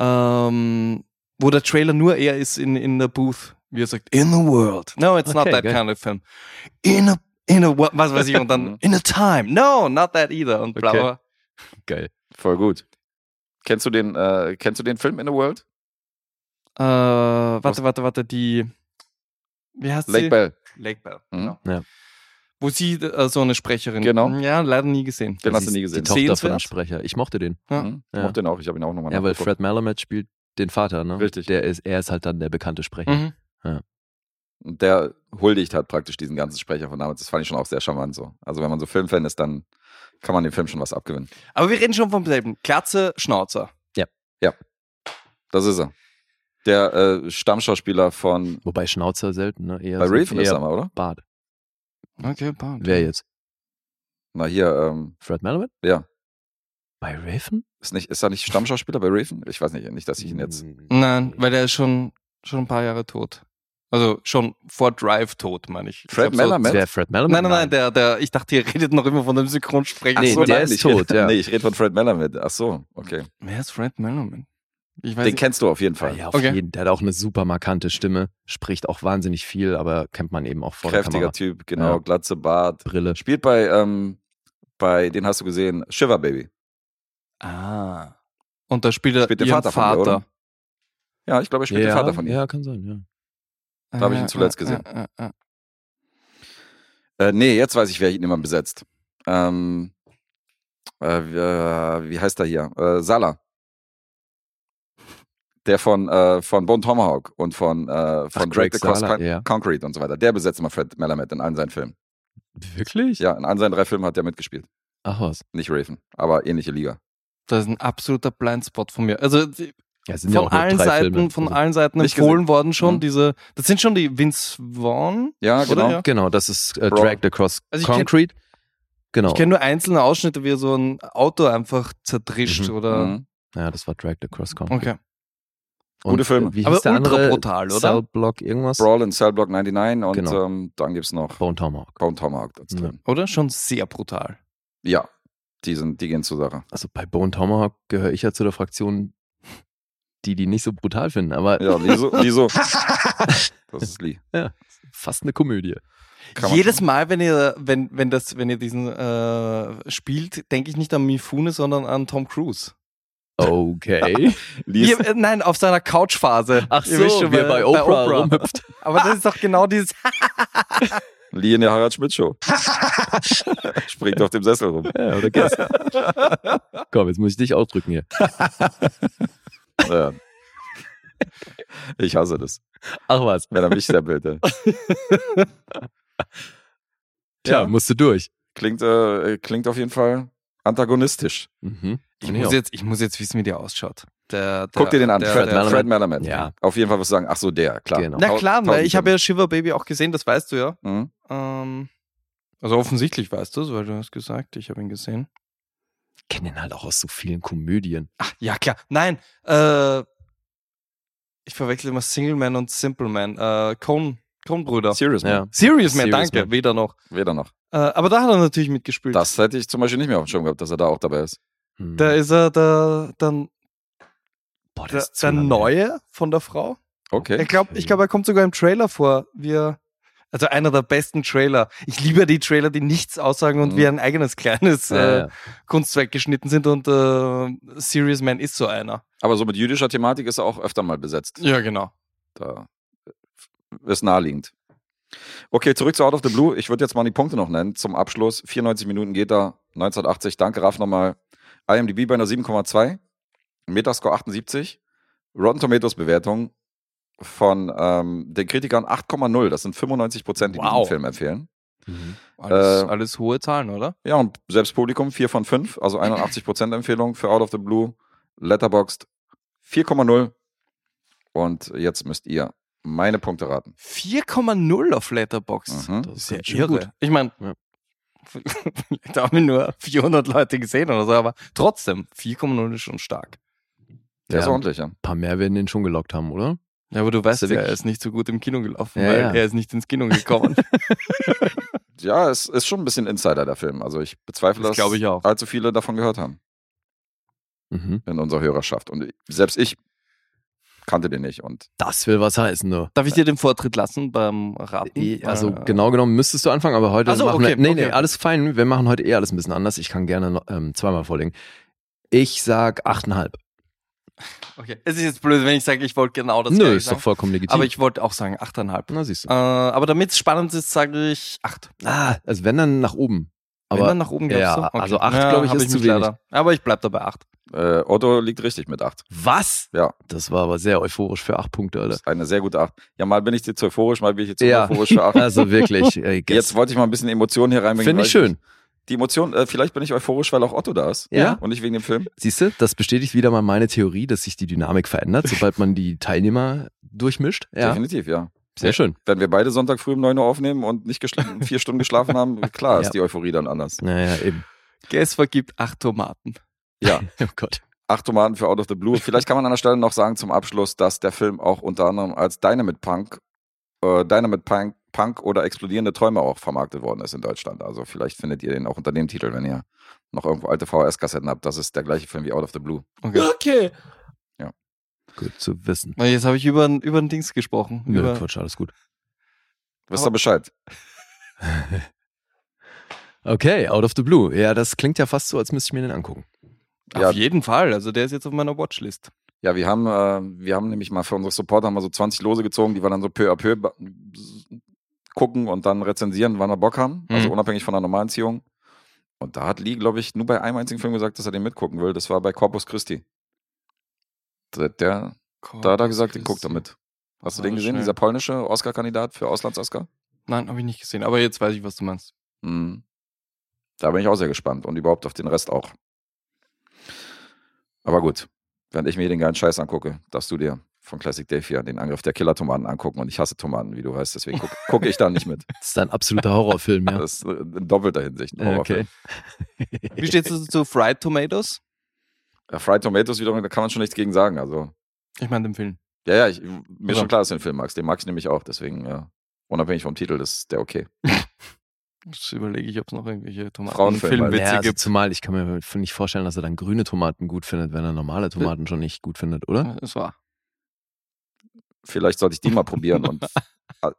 [SPEAKER 4] ähm, wo der Trailer nur er ist in, in der Booth, wie er sagt, in the world. No, it's not
[SPEAKER 2] Okay,
[SPEAKER 4] that
[SPEAKER 2] geil.
[SPEAKER 4] kind of film. In a, in a, wo- was weiß ich, und dann in a time. No, not that either. Und bla
[SPEAKER 2] Okay.
[SPEAKER 4] bla.
[SPEAKER 2] Geil.
[SPEAKER 3] Voll gut. Kennst du den, äh, kennst du den Film In the World?
[SPEAKER 4] Äh, warte, warte, warte, die, Wie heißt
[SPEAKER 3] Lake
[SPEAKER 4] sie?
[SPEAKER 3] Bell.
[SPEAKER 4] Lake Bell.
[SPEAKER 3] Mhm.
[SPEAKER 4] Genau.
[SPEAKER 2] Ja.
[SPEAKER 4] Wo sie äh, so eine Sprecherin.
[SPEAKER 3] Genau.
[SPEAKER 4] Ja, leider nie gesehen.
[SPEAKER 3] Den
[SPEAKER 2] Sie
[SPEAKER 3] hast du
[SPEAKER 2] ist
[SPEAKER 3] nie gesehen.
[SPEAKER 2] Die Tochter von dem
[SPEAKER 4] Sehenswert.
[SPEAKER 2] Sprecher. Ich mochte den.
[SPEAKER 4] Ja.
[SPEAKER 3] Mhm. Ich
[SPEAKER 2] Ja.
[SPEAKER 3] mochte den auch. Ich habe ihn auch nochmal
[SPEAKER 2] Ja, weil
[SPEAKER 3] nachgeguckt.
[SPEAKER 2] Fred Malamet spielt den Vater, ne?
[SPEAKER 3] Richtig.
[SPEAKER 2] Der ist, er ist halt dann der bekannte Sprecher.
[SPEAKER 4] Mhm.
[SPEAKER 3] Und der huldigt halt praktisch diesen ganzen Sprecher von damals. Das fand ich schon auch sehr charmant so. Also wenn man so Filmfan ist, dann kann man dem Film schon was abgewinnen.
[SPEAKER 4] Aber wir reden schon vom selben. Klatze, Schnauzer.
[SPEAKER 3] Das ist er. Der äh, Stammschauspieler von
[SPEAKER 2] Wobei Schnauzer selten, ne? Eher
[SPEAKER 3] bei
[SPEAKER 2] so-
[SPEAKER 3] Raven ist er
[SPEAKER 2] eher
[SPEAKER 3] mal, oder?
[SPEAKER 2] Bart.
[SPEAKER 4] Okay, Bart.
[SPEAKER 2] Wer jetzt?
[SPEAKER 3] Na hier, ähm,
[SPEAKER 2] Fred Malamet?
[SPEAKER 3] Ja.
[SPEAKER 2] Bei Raven?
[SPEAKER 3] ist, nicht, ist er nicht Stammschauspieler bei Raven? Ich weiß nicht, nicht, dass ich ihn jetzt.
[SPEAKER 4] Nein, weil der ist schon, schon ein paar Jahre tot. Also schon vor Drive tot, meine ich. Ich
[SPEAKER 3] Fred
[SPEAKER 4] glaub, so-
[SPEAKER 3] Meller,
[SPEAKER 2] Wer Fred Malamet?
[SPEAKER 4] Nein, nein, nein, der, der, ich dachte, ihr redet noch immer von dem Synchronsprecher.
[SPEAKER 2] Nee,
[SPEAKER 3] Ach so,
[SPEAKER 2] der
[SPEAKER 3] nein,
[SPEAKER 2] ist
[SPEAKER 3] ich red-
[SPEAKER 2] tot, ja.
[SPEAKER 3] Nee, ich rede von Fred Meller mit. Ach so, okay.
[SPEAKER 4] Wer ist Fred Mellerman? Ich weiß
[SPEAKER 3] Den
[SPEAKER 4] nicht.
[SPEAKER 3] kennst du auf jeden
[SPEAKER 2] Ja,
[SPEAKER 3] Fall.
[SPEAKER 2] ja, auf
[SPEAKER 4] Okay.
[SPEAKER 2] jeden. Der hat auch eine super markante Stimme, spricht auch wahnsinnig viel, aber kennt man eben auch vor der
[SPEAKER 3] Kräftiger
[SPEAKER 2] Kamera.
[SPEAKER 3] Typ, genau,
[SPEAKER 2] Ja.
[SPEAKER 3] glatze Bart.
[SPEAKER 2] Brille.
[SPEAKER 3] Spielt bei, ähm, bei, den hast du gesehen, Shiver Baby.
[SPEAKER 4] Ah. Und da spielt er
[SPEAKER 3] Spielt der
[SPEAKER 4] ihren
[SPEAKER 3] Vater von ihr, oder? Ja, ich glaube, er spielt
[SPEAKER 2] ja,
[SPEAKER 3] den Vater von ihm.
[SPEAKER 2] Ja, kann sein, ja.
[SPEAKER 4] Da
[SPEAKER 3] hab ich ihn
[SPEAKER 4] äh,
[SPEAKER 3] zuletzt gesehen. Äh, nee, jetzt weiß ich, wer ihn immer besetzt. Ähm, äh, wie, äh, wie heißt er hier? Äh, Salah. Der von, äh, von Bone Tomahawk und von, äh, von
[SPEAKER 2] Greg
[SPEAKER 3] Drake the Cross
[SPEAKER 2] Sala,
[SPEAKER 3] Con
[SPEAKER 2] ja.
[SPEAKER 3] Concrete und so weiter. Der besetzt immer Fred Melamed in allen seinen Filmen.
[SPEAKER 2] Wirklich?
[SPEAKER 3] Ja, in allen seinen drei Filmen hat er mitgespielt.
[SPEAKER 2] Ach was.
[SPEAKER 3] Nicht Raven, aber ähnliche Liga.
[SPEAKER 4] Das ist ein absoluter Blindspot von mir. Also die-
[SPEAKER 2] Ja, es sind
[SPEAKER 4] von
[SPEAKER 2] ja auch nur
[SPEAKER 4] allen
[SPEAKER 2] drei
[SPEAKER 4] Seiten,
[SPEAKER 2] Filme.
[SPEAKER 4] von
[SPEAKER 2] Also-
[SPEAKER 4] allen Seiten
[SPEAKER 3] Nicht
[SPEAKER 4] empfohlen
[SPEAKER 3] gesehen.
[SPEAKER 4] worden schon
[SPEAKER 3] Mhm.
[SPEAKER 4] diese. Das sind schon die Vince Vaughn.
[SPEAKER 3] Ja,
[SPEAKER 4] Oder,
[SPEAKER 3] genau.
[SPEAKER 4] ja.
[SPEAKER 2] Genau, das ist äh,
[SPEAKER 3] Bro.
[SPEAKER 2] Dragged Across
[SPEAKER 4] Also ich kenn-
[SPEAKER 2] Concrete. Genau.
[SPEAKER 4] Ich kenne nur einzelne Ausschnitte, wie er so ein Auto einfach zertrischt
[SPEAKER 2] Mhm.
[SPEAKER 4] oder.
[SPEAKER 3] Mhm.
[SPEAKER 2] ja, das war Dragged Across Concrete.
[SPEAKER 4] Okay.
[SPEAKER 2] Und,
[SPEAKER 3] Gute Filme.
[SPEAKER 2] äh, Wie
[SPEAKER 4] Aber
[SPEAKER 2] hieß der
[SPEAKER 4] ultra
[SPEAKER 2] andere?
[SPEAKER 4] brutal, oder?
[SPEAKER 2] Cell Block irgendwas?
[SPEAKER 3] Brawl in Cell Block 99 und
[SPEAKER 2] Genau.
[SPEAKER 3] ähm, dann gibt's noch
[SPEAKER 2] Bone Tomahawk.
[SPEAKER 3] Bone Tomahawk dazu
[SPEAKER 2] Ja.
[SPEAKER 3] drin.
[SPEAKER 4] Oder? Schon sehr brutal.
[SPEAKER 3] Ja, die, sind, die gehen zur Sache.
[SPEAKER 2] Also bei Bone Tomahawk gehöre ich ja zu der Fraktion, die die nicht so brutal finden, aber
[SPEAKER 3] Ja, Liso. Liso. das ist Lee.
[SPEAKER 2] fast eine Komödie.
[SPEAKER 3] Kann man
[SPEAKER 4] Jedes Mal, wenn ihr, wenn, wenn das, wenn ihr diesen äh, spielt, denke ich nicht an Mifune, sondern an Tom Cruise.
[SPEAKER 2] Okay.
[SPEAKER 3] Lee ist
[SPEAKER 4] Ihr- äh, nein, auf seiner Couchphase.
[SPEAKER 2] Ach
[SPEAKER 4] Ihr
[SPEAKER 2] so,
[SPEAKER 4] wisst schon, äh,
[SPEAKER 2] wie er bei Oprah rumhüpft.
[SPEAKER 4] Aber das ist doch genau dieses.
[SPEAKER 3] Lee in der Harald Schmidt Show. Springt auf dem Sessel rum.
[SPEAKER 2] ja, oder Guess. Komm, jetzt muss ich dich ausdrücken hier.
[SPEAKER 3] Ja. Ich hasse das.
[SPEAKER 2] Ach was.
[SPEAKER 3] Wenn er mich der Bild.
[SPEAKER 2] Tja,
[SPEAKER 3] Ja.
[SPEAKER 2] musst du durch.
[SPEAKER 3] Klingt, äh, klingt auf jeden Fall antagonistisch.
[SPEAKER 2] Mhm.
[SPEAKER 4] Ich
[SPEAKER 2] Nee,
[SPEAKER 4] muss,
[SPEAKER 2] auch.
[SPEAKER 4] jetzt, ich muss jetzt wissen, wie der ausschaut. Der, der,
[SPEAKER 3] Guck dir den an.
[SPEAKER 4] Der,
[SPEAKER 3] Fred,
[SPEAKER 4] der,
[SPEAKER 2] Malamet.
[SPEAKER 3] Fred Malamet.
[SPEAKER 2] Ja.
[SPEAKER 3] Auf jeden Fall was sagen. Ach so, der, klar.
[SPEAKER 2] Genau.
[SPEAKER 4] na klar, weil ich habe
[SPEAKER 3] ja.
[SPEAKER 4] ja Shiver Baby auch gesehen, das weißt du ja.
[SPEAKER 3] Mhm.
[SPEAKER 4] Ähm, also offensichtlich weißt du es, weil du hast gesagt, ich habe ihn gesehen.
[SPEAKER 2] Ich kenne ihn halt auch aus so vielen Komödien.
[SPEAKER 4] Ach, ja, klar. Nein, äh, ich verwechsel immer Single Man und Simple Man. Äh, Cone, Cone-Brüder.
[SPEAKER 3] Serious, man.
[SPEAKER 2] Ja.
[SPEAKER 4] Serious Man,
[SPEAKER 2] Serious
[SPEAKER 4] danke.
[SPEAKER 2] Man.
[SPEAKER 4] Weder noch.
[SPEAKER 3] Weder noch.
[SPEAKER 4] Äh, aber da hat er natürlich mitgespielt.
[SPEAKER 3] Das hätte ich zum Beispiel nicht mehr auf dem Schirm gehabt, dass er da auch dabei ist.
[SPEAKER 2] Hm.
[SPEAKER 4] Da ist er da, dann
[SPEAKER 2] Boah,
[SPEAKER 4] der,
[SPEAKER 2] zu
[SPEAKER 4] der
[SPEAKER 2] lang her.
[SPEAKER 4] Neue von der Frau.
[SPEAKER 3] Okay.
[SPEAKER 4] Ich glaube, ich glaub, er kommt sogar im Trailer vor. Wir, also einer der besten Trailer. Ich liebe die Trailer, die nichts aussagen und
[SPEAKER 3] Mhm.
[SPEAKER 4] wie ein eigenes kleines
[SPEAKER 2] Ja,
[SPEAKER 4] äh, Kunstwerk geschnitten sind. Und äh, Serious Man ist so einer.
[SPEAKER 3] Aber so mit jüdischer Thematik ist er auch öfter mal besetzt.
[SPEAKER 4] Ja, genau.
[SPEAKER 3] Da äh, ist naheliegend. Okay, zurück zu Out of the Blue. Ich würde jetzt mal die Punkte noch nennen zum Abschluss. 94 Minuten geht da, 1980. Danke, Raf, nochmal. IMDb bei einer 7,2. Metascore 78. Rotten Tomatoes Bewertung von ähm, den Kritikern 8,0. Das sind 95 Prozent, die diesen
[SPEAKER 4] Wow.
[SPEAKER 3] Film empfehlen.
[SPEAKER 2] Mhm.
[SPEAKER 4] Alles,
[SPEAKER 3] Äh,
[SPEAKER 4] alles hohe Zahlen, oder?
[SPEAKER 3] Ja, und selbst Publikum 4 von 5, also 81 Prozent Empfehlung für Out of the Blue. Letterboxd 4,0. Und jetzt müsst ihr meine Punkte raten.
[SPEAKER 4] 4,0 auf Letterboxd.
[SPEAKER 3] Mhm.
[SPEAKER 2] Das
[SPEAKER 4] Das
[SPEAKER 2] ist
[SPEAKER 4] ist ja
[SPEAKER 2] ganz schön
[SPEAKER 4] irre.
[SPEAKER 2] gut.
[SPEAKER 4] Ich meine,
[SPEAKER 2] Ja.
[SPEAKER 4] vielleicht haben ihn nur 400 Leute gesehen oder so, aber trotzdem, 4,0 ist schon stark.
[SPEAKER 3] Der ist
[SPEAKER 2] Ja.
[SPEAKER 3] ordentlich, ja.
[SPEAKER 2] Ein paar mehr werden den schon gelockt haben, oder?
[SPEAKER 4] Ja, aber du weißt
[SPEAKER 2] Ist er
[SPEAKER 4] ja,
[SPEAKER 2] wirklich-
[SPEAKER 4] er ist nicht so gut im Kino gelaufen,
[SPEAKER 2] Ja,
[SPEAKER 4] weil
[SPEAKER 2] ja.
[SPEAKER 4] er ist nicht ins Kino gekommen.
[SPEAKER 3] Ja, es ist schon ein bisschen Insider, der Film. Also ich bezweifle,
[SPEAKER 4] Das
[SPEAKER 3] dass
[SPEAKER 4] glaub ich auch.
[SPEAKER 3] allzu viele davon gehört haben
[SPEAKER 2] Mhm.
[SPEAKER 3] in unserer Hörerschaft. Und selbst ich kannte den nicht. Und
[SPEAKER 2] Das will was heißen, du.
[SPEAKER 4] Darf ich dir den Vortritt lassen beim Raten?
[SPEAKER 2] Also
[SPEAKER 4] Äh,
[SPEAKER 2] genau genommen müsstest du anfangen, aber heute
[SPEAKER 4] Ach so,
[SPEAKER 2] machen wir,
[SPEAKER 4] okay,
[SPEAKER 2] nee,
[SPEAKER 4] okay.
[SPEAKER 2] nee, alles fein. Wir machen heute eh alles ein bisschen anders. Ich kann gerne noch, ähm, zweimal vorlegen. Ich sag 8,5.
[SPEAKER 4] Okay. Es ist jetzt blöd, wenn ich sage, ich wollte genau das
[SPEAKER 2] Nö,
[SPEAKER 4] Gleiche
[SPEAKER 2] ist
[SPEAKER 4] sagen.
[SPEAKER 2] doch vollkommen legitim.
[SPEAKER 4] Aber ich wollte auch sagen 8,5.
[SPEAKER 2] Na, siehst du.
[SPEAKER 4] Äh, aber damit es spannend ist, sage ich 8.
[SPEAKER 2] Ah, also wenn dann nach oben. Aber
[SPEAKER 4] wenn man nach oben glaubst
[SPEAKER 2] ja,
[SPEAKER 4] du?
[SPEAKER 2] also acht, glaub ich,
[SPEAKER 4] hab
[SPEAKER 2] ist zu
[SPEAKER 4] mich
[SPEAKER 2] wenig.
[SPEAKER 4] Aber ich bleib dabei 8.
[SPEAKER 3] Äh, Otto liegt richtig mit 8.
[SPEAKER 2] was?
[SPEAKER 3] Ja.
[SPEAKER 2] Das war aber sehr euphorisch für acht Punkte, Alter.
[SPEAKER 3] Das ist eine sehr gute 8. Ja, mal bin ich jetzt euphorisch, mal bin ich jetzt
[SPEAKER 2] Ja.
[SPEAKER 3] euphorisch für 8.
[SPEAKER 2] Also wirklich. ey,
[SPEAKER 3] Jetzt wollte ich mal ein bisschen Emotionen hier reinbringen.
[SPEAKER 2] Finde
[SPEAKER 3] weil
[SPEAKER 2] ich schön.
[SPEAKER 3] Die Emotion, äh, vielleicht bin ich euphorisch, weil auch Otto da ist.
[SPEAKER 2] Ja.
[SPEAKER 3] Und nicht wegen dem Film.
[SPEAKER 2] Siehst du, das bestätigt wieder mal meine Theorie, dass sich die Dynamik verändert, sobald man die Teilnehmer durchmischt. Ja,
[SPEAKER 3] Definitiv, ja.
[SPEAKER 2] sehr schön.
[SPEAKER 3] Wenn wir beide Sonntag früh um 9 Uhr aufnehmen und nicht geschl- vier Stunden geschlafen haben, klar ist
[SPEAKER 2] Ja.
[SPEAKER 3] die Euphorie dann anders.
[SPEAKER 2] Naja, eben.
[SPEAKER 4] Guess vergibt 8 Tomaten.
[SPEAKER 3] Ja.
[SPEAKER 2] Oh Gott.
[SPEAKER 3] Acht Tomaten für Out of the Blue. Vielleicht kann man an der Stelle noch sagen zum Abschluss, dass der Film auch unter anderem als Dynamite Punk, äh, Dynamite Punk, Punk oder explodierende Träume auch vermarktet worden ist in Deutschland. Also vielleicht findet ihr den auch unter dem Titel, wenn ihr noch irgendwo alte VHS-Kassetten habt. Das ist der gleiche Film wie Out of the Blue.
[SPEAKER 4] Okay.
[SPEAKER 2] Gut zu wissen.
[SPEAKER 4] Na, jetzt habe ich über, über den Dings gesprochen.
[SPEAKER 2] Nö,
[SPEAKER 4] über,
[SPEAKER 2] Quatsch, alles gut.
[SPEAKER 3] Wisst
[SPEAKER 4] Aber-
[SPEAKER 3] ihr Bescheid?
[SPEAKER 2] Okay, out of the blue. Ja, das klingt ja fast so, als müsste ich mir den angucken.
[SPEAKER 4] Auf
[SPEAKER 3] Ja.
[SPEAKER 4] jeden Fall. Also der ist jetzt auf meiner Watchlist.
[SPEAKER 3] Ja, wir haben, äh, wir haben nämlich mal für unsere Supporter haben wir so 20 Lose gezogen, die wir dann so peu à peu ba- gucken und dann rezensieren, wann wir Bock haben. Also
[SPEAKER 4] Mhm.
[SPEAKER 3] unabhängig von der normalen Ziehung. Und da hat Lee, glaube ich, nur bei einem einzigen Film gesagt, dass er den mitgucken will. Das war bei Corpus Christi. Der, der, da hat er gesagt, den guckt er mit. Hast du den
[SPEAKER 4] Alles
[SPEAKER 3] gesehen,
[SPEAKER 4] schnell.
[SPEAKER 3] dieser polnische Oscar-Kandidat für Auslands-Oscar?
[SPEAKER 4] Nein, habe ich nicht gesehen. Aber jetzt weiß ich, was du meinst.
[SPEAKER 3] Mhm. Da bin ich auch sehr gespannt und überhaupt auf den Rest auch. Aber gut, während ich mir den geilen Scheiß angucke, darfst du dir von Classic Dave hier den Angriff der Killer-Tomaten angucken und ich hasse Tomaten, wie du weißt, deswegen gucke guck ich da nicht mit.
[SPEAKER 2] Das ist ein absoluter Horrorfilm, ja.
[SPEAKER 3] Das ist äh, in doppelter Hinsicht. ein
[SPEAKER 2] Ja,
[SPEAKER 3] Horrorfilm.
[SPEAKER 4] Wie steht's also zu Fried Tomatoes?
[SPEAKER 3] Ja, Fried Tomatoes wiederum, da kann man schon nichts gegen sagen. Also,
[SPEAKER 4] Ich meine den Film.
[SPEAKER 3] ja, ja, ich, mir ist
[SPEAKER 4] Also.
[SPEAKER 3] schon klar, dass du den Film magst. Den mag ich nämlich auch, deswegen, ja, unabhängig vom Titel, das ist der okay.
[SPEAKER 4] Jetzt überlege ich, ob es noch irgendwelche Tomaten
[SPEAKER 3] Frauenfilm, weil-
[SPEAKER 4] Filmwitze
[SPEAKER 2] Ja, also
[SPEAKER 4] gibt.
[SPEAKER 2] zumal ich kann mir nicht vorstellen, dass er dann grüne Tomaten gut findet, wenn er normale Tomaten schon nicht gut findet, oder?
[SPEAKER 4] Das war.
[SPEAKER 3] Vielleicht sollte ich die mal probieren und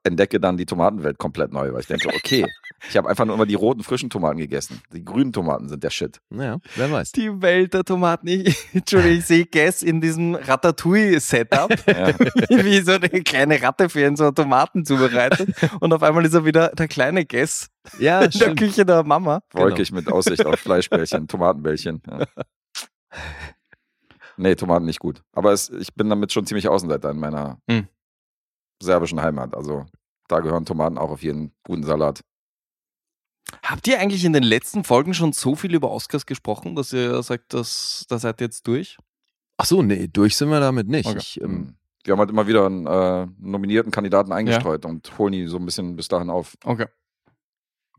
[SPEAKER 3] entdecke dann die Tomatenwelt komplett neu, weil ich denke, okay, ich habe einfach nur immer die roten, frischen Tomaten gegessen. Die grünen Tomaten sind der Shit.
[SPEAKER 2] Naja, wer weiß.
[SPEAKER 4] Die Welt der Tomaten. Ich, Entschuldigung, ich sehe Guess in diesem Ratatouille-Setup,
[SPEAKER 3] Ja.
[SPEAKER 4] wie so eine kleine Ratte für ihn so Tomaten zubereitet. Und auf einmal ist er wieder der kleine Guess
[SPEAKER 2] Ja,
[SPEAKER 4] in der
[SPEAKER 2] stimmt.
[SPEAKER 4] Küche der Mama.
[SPEAKER 3] Wolkig mit Aussicht auf Fleischbällchen, Tomatenbällchen. Ja. Nee, Tomaten nicht gut. Aber es, ich bin damit schon ziemlich Außenseiter in meiner
[SPEAKER 4] Hm.
[SPEAKER 3] serbischen Heimat. Also da gehören Tomaten auch auf jeden guten Salat.
[SPEAKER 4] Habt ihr eigentlich in den letzten Folgen schon so viel über Oscars gesprochen, dass ihr sagt, dass, da seid ihr jetzt durch?
[SPEAKER 2] Ach so, nee, durch sind wir damit nicht.
[SPEAKER 4] Okay.
[SPEAKER 2] Ich, ähm,
[SPEAKER 3] Wir haben halt immer wieder einen äh, nominierten Kandidaten eingestreut und holen die so ein bisschen bis dahin auf.
[SPEAKER 4] Okay.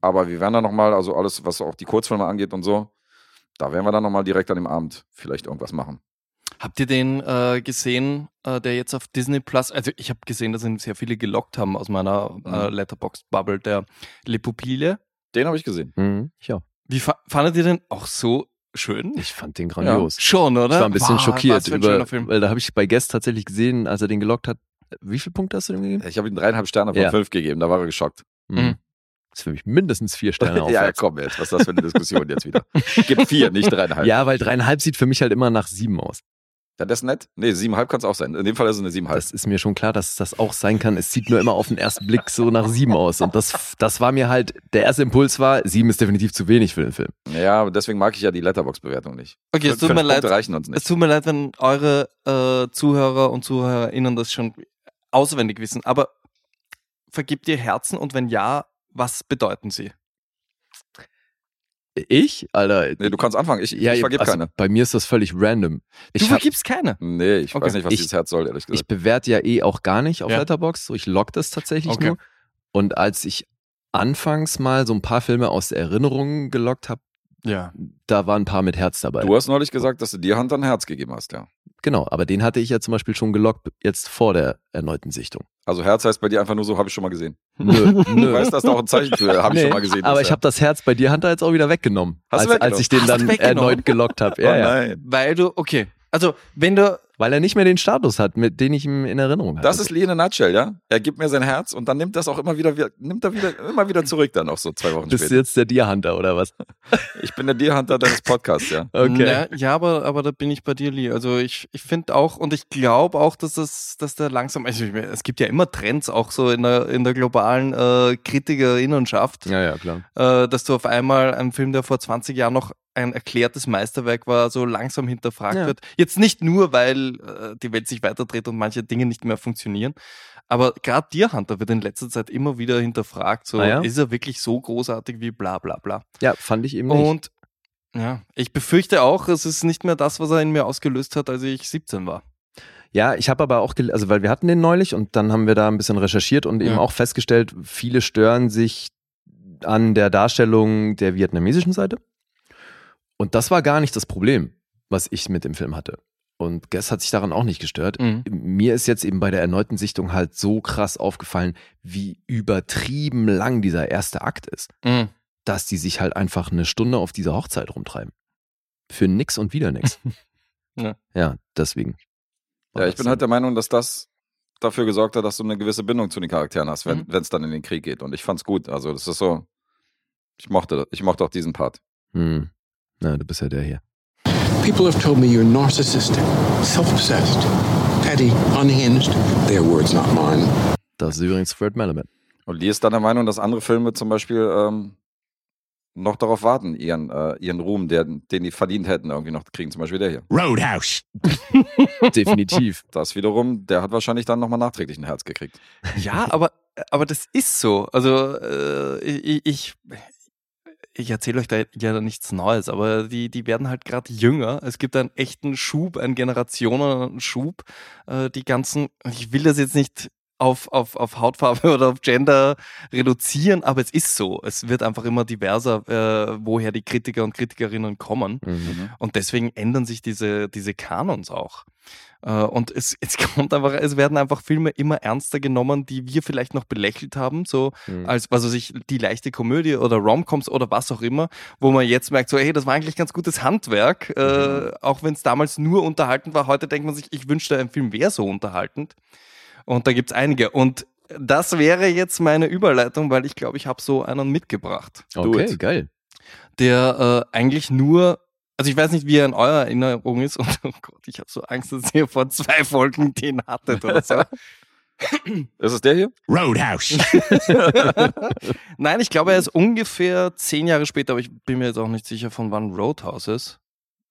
[SPEAKER 3] Aber wir werden dann nochmal, also alles, was auch die Kurzfilme angeht und so, da werden wir dann nochmal direkt an dem Abend vielleicht irgendwas machen.
[SPEAKER 4] Habt ihr den äh, gesehen, äh, der jetzt auf Disney Plus, also ich habe gesehen, dass ihn sehr viele gelockt haben aus meiner
[SPEAKER 2] Mhm.
[SPEAKER 4] äh, Letterbox-Bubble, der Le Pupille.
[SPEAKER 3] Den habe ich gesehen.
[SPEAKER 2] mhm, ja,
[SPEAKER 4] Wie fa fandet ihr den auch so schön?
[SPEAKER 2] ich fand den grandios.
[SPEAKER 4] Schon, oder?
[SPEAKER 2] Ich war ein bisschen
[SPEAKER 4] Wow, was
[SPEAKER 2] schockiert,
[SPEAKER 4] für ein
[SPEAKER 2] über,
[SPEAKER 4] schöner Film.
[SPEAKER 2] weil da habe ich bei Guest tatsächlich gesehen, als er den gelockt hat, wie viele Punkte hast du dem gegeben?
[SPEAKER 3] Ich habe ihm dreieinhalb Sterne von
[SPEAKER 2] Ja.
[SPEAKER 3] fünf gegeben, da war er geschockt.
[SPEAKER 4] Mhm.
[SPEAKER 2] Das ist für mich mindestens vier Sterne
[SPEAKER 3] Äh, hm. ja,
[SPEAKER 2] aufwärts.
[SPEAKER 3] komm jetzt, was ist das für eine Diskussion jetzt wieder? Gib vier,
[SPEAKER 2] Ja,
[SPEAKER 3] nicht dreieinhalb.
[SPEAKER 2] weil dreieinhalb sieht für mich halt immer nach sieben aus.
[SPEAKER 3] Ja, das ist nett. Nee, siebeneinhalb kann es auch sein. In dem Fall ist es eine siebeneinhalb.
[SPEAKER 2] Das ist mir schon klar, dass das auch sein kann. Es sieht nur immer auf den ersten Blick so nach sieben aus. Und das, das war mir halt, der erste Impuls war, sieben ist definitiv zu wenig für den Film.
[SPEAKER 3] Ja, aber deswegen mag ich ja die Letterbox-Bewertung nicht.
[SPEAKER 4] Okay, es
[SPEAKER 3] Fünf
[SPEAKER 4] tut mir
[SPEAKER 3] Punkte
[SPEAKER 4] leid,
[SPEAKER 3] reichen uns
[SPEAKER 4] es
[SPEAKER 3] nicht.
[SPEAKER 4] tut mir leid, wenn eure äh, Zuhörer und ZuhörerInnen das schon auswendig wissen, aber vergibt ihr Herzen und wenn ja, was bedeuten sie?
[SPEAKER 2] Ich? Alter.
[SPEAKER 3] Nee, du kannst anfangen. Ich, ich vergib
[SPEAKER 2] also
[SPEAKER 3] keine.
[SPEAKER 2] Bei mir ist das völlig random.
[SPEAKER 4] Du
[SPEAKER 2] Ich, hab,
[SPEAKER 4] vergibst keine.
[SPEAKER 3] Nee, ich
[SPEAKER 4] Okay.
[SPEAKER 3] weiß nicht, was
[SPEAKER 2] Ich-
[SPEAKER 3] dieses Herz soll, ehrlich gesagt.
[SPEAKER 2] ich bewerte ja eh auch gar nicht auf
[SPEAKER 4] Ja.
[SPEAKER 2] Letterboxd. So, ich log das tatsächlich
[SPEAKER 4] Okay.
[SPEAKER 2] nur. Und als ich anfangs mal so ein paar Filme aus der Erinnerung gelockt habe,
[SPEAKER 4] Ja.
[SPEAKER 2] da waren ein paar mit Herz dabei.
[SPEAKER 3] du hast neulich gesagt, dass du dir Hand an Herz gegeben hast, ja.
[SPEAKER 2] Genau, aber den hatte ich ja zum Beispiel schon gelockt, jetzt vor der erneuten Sichtung.
[SPEAKER 3] Also Herz heißt bei dir einfach nur so, habe ich schon mal gesehen.
[SPEAKER 2] Nö,
[SPEAKER 3] Du weißt, dass da auch ein Zeichen für, habe ich schon mal gesehen.
[SPEAKER 2] Aber
[SPEAKER 3] ist,
[SPEAKER 2] ich
[SPEAKER 3] ja.
[SPEAKER 2] habe das Herz bei dir, Hunter, jetzt auch wieder weggenommen.
[SPEAKER 3] Hast
[SPEAKER 2] als,
[SPEAKER 3] du weggenommen?
[SPEAKER 2] als ich den
[SPEAKER 4] Hast du
[SPEAKER 2] dann
[SPEAKER 4] weggenommen?
[SPEAKER 2] erneut gelockt habe.
[SPEAKER 3] Oh
[SPEAKER 2] Ja, ja.
[SPEAKER 3] nein.
[SPEAKER 4] Weil du, okay, also wenn du
[SPEAKER 2] Weil er nicht mehr den Status hat, mit den ich ihm in Erinnerung hatte.
[SPEAKER 3] Das ist Lee in a nutshell, ja? Er gibt mir sein Herz und dann nimmt das auch immer wieder, wir- nimmt er wieder, immer wieder zurück dann auch so zwei Wochen
[SPEAKER 2] Bist du
[SPEAKER 3] später.
[SPEAKER 2] jetzt der Deer Hunter oder was?
[SPEAKER 3] Ich bin der Deerhunter deines Podcasts, ja.
[SPEAKER 2] Okay.
[SPEAKER 3] Ne.
[SPEAKER 4] Na, ne, ja, aber, aber da bin ich bei dir, Lee. Also ich, ich finde auch und ich glaube auch, dass das, dass der langsam, also ich, meine, es gibt ja immer Trends auch so in der, in der globalen äh, Kritikerinnenschaft,
[SPEAKER 2] Ja, ja, klar.
[SPEAKER 4] äh, dass du auf einmal einen Film, der vor 20 Jahren noch ein erklärtes Meisterwerk war, so langsam hinterfragt
[SPEAKER 2] Ja.
[SPEAKER 4] wird. Jetzt nicht nur, weil äh, die Welt sich weiterdreht und manche Dinge nicht mehr funktionieren, aber gerade Deer Hunter wird in letzter Zeit immer wieder hinterfragt, so
[SPEAKER 2] Ah ja?
[SPEAKER 4] ist er wirklich so großartig wie bla bla bla.
[SPEAKER 2] Ja, fand ich eben nicht.
[SPEAKER 4] Und ja, ich befürchte auch, es ist nicht mehr das, was er in mir ausgelöst hat, als ich 17 war.
[SPEAKER 2] Ja, ich habe aber auch, gel- also weil wir hatten den neulich und dann haben wir da ein bisschen recherchiert und eben
[SPEAKER 4] Ja.
[SPEAKER 2] auch festgestellt, viele stören sich an der Darstellung der vietnamesischen Seite. Und das war gar nicht das Problem, was ich mit dem Film hatte. Und Guess hat sich daran auch nicht gestört. Mir ist jetzt eben bei der erneuten Sichtung halt so krass aufgefallen, wie übertrieben lang dieser erste Akt ist,
[SPEAKER 4] Mhm.
[SPEAKER 2] dass die sich halt einfach eine Stunde auf dieser Hochzeit rumtreiben. Für nix und wieder nix.
[SPEAKER 4] Ja.
[SPEAKER 2] ja, deswegen. Oh,
[SPEAKER 3] Ja, ich bin halt der Meinung, dass das dafür gesorgt hat, dass du eine gewisse Bindung zu den Charakteren hast, wenn
[SPEAKER 4] Mhm.
[SPEAKER 3] es dann in den Krieg geht. Und ich fand's gut. Also das ist so, ich mochte, das. ich mochte auch diesen Part.
[SPEAKER 2] Hm. Na, du bist ja der hier.
[SPEAKER 8] People have told me you're narcissistic, self obsessed, petty, unhinged. Their words, not mine.
[SPEAKER 2] Das ist übrigens Fred Melamed.
[SPEAKER 3] Und Lee ist dann der Meinung, dass andere Filme zum Beispiel ähm, noch darauf warten, ihren, äh, ihren Ruhm, der, den die verdient hätten, irgendwie noch kriegen. Zum Beispiel der hier.
[SPEAKER 7] Roadhouse.
[SPEAKER 2] Definitiv.
[SPEAKER 3] Das wiederum, der hat wahrscheinlich dann nochmal nachträglich ein Herz gekriegt.
[SPEAKER 4] Ja, aber, aber das ist so. Also äh, ich, ich, ich erzähle euch da ja nichts Neues, aber die, die werden halt gerade jünger. Es gibt einen echten Schub, einen Generationenschub. Äh, die ganzen, ich will das jetzt nicht auf, auf, auf Hautfarbe oder auf Gender reduzieren, aber es ist so. Es wird einfach immer diverser, äh, woher die Kritiker und Kritikerinnen kommen.
[SPEAKER 2] Mhm.
[SPEAKER 4] Und deswegen ändern sich diese, diese Kanons auch. Äh, Und es, es kommt einfach, es werden einfach Filme immer ernster genommen, die wir vielleicht noch belächelt haben, so
[SPEAKER 2] Mhm.
[SPEAKER 4] als was weiß ich, die leichte Komödie oder Romcoms oder was auch immer, wo man jetzt merkt, so, hey, das war eigentlich ganz gutes Handwerk, äh, auch wenn es damals nur unterhaltend war. Heute denkt man sich, ich wünschte, ein Film wäre so unterhaltend. Und da gibt es einige. Und das wäre jetzt meine Überleitung, weil ich glaube, ich habe so einen mitgebracht
[SPEAKER 2] Okay, geil.
[SPEAKER 4] der äh, eigentlich nur, also ich weiß nicht, wie er in eurer Erinnerung ist und oh Gott, ich habe so Angst, dass ihr vor zwei Folgen den hattet oder so.
[SPEAKER 3] Ist es der hier?
[SPEAKER 7] Roadhouse.
[SPEAKER 4] Nein, ich glaube, er ist ungefähr zehn Jahre später, aber ich bin mir jetzt auch nicht sicher, von wann Roadhouse ist.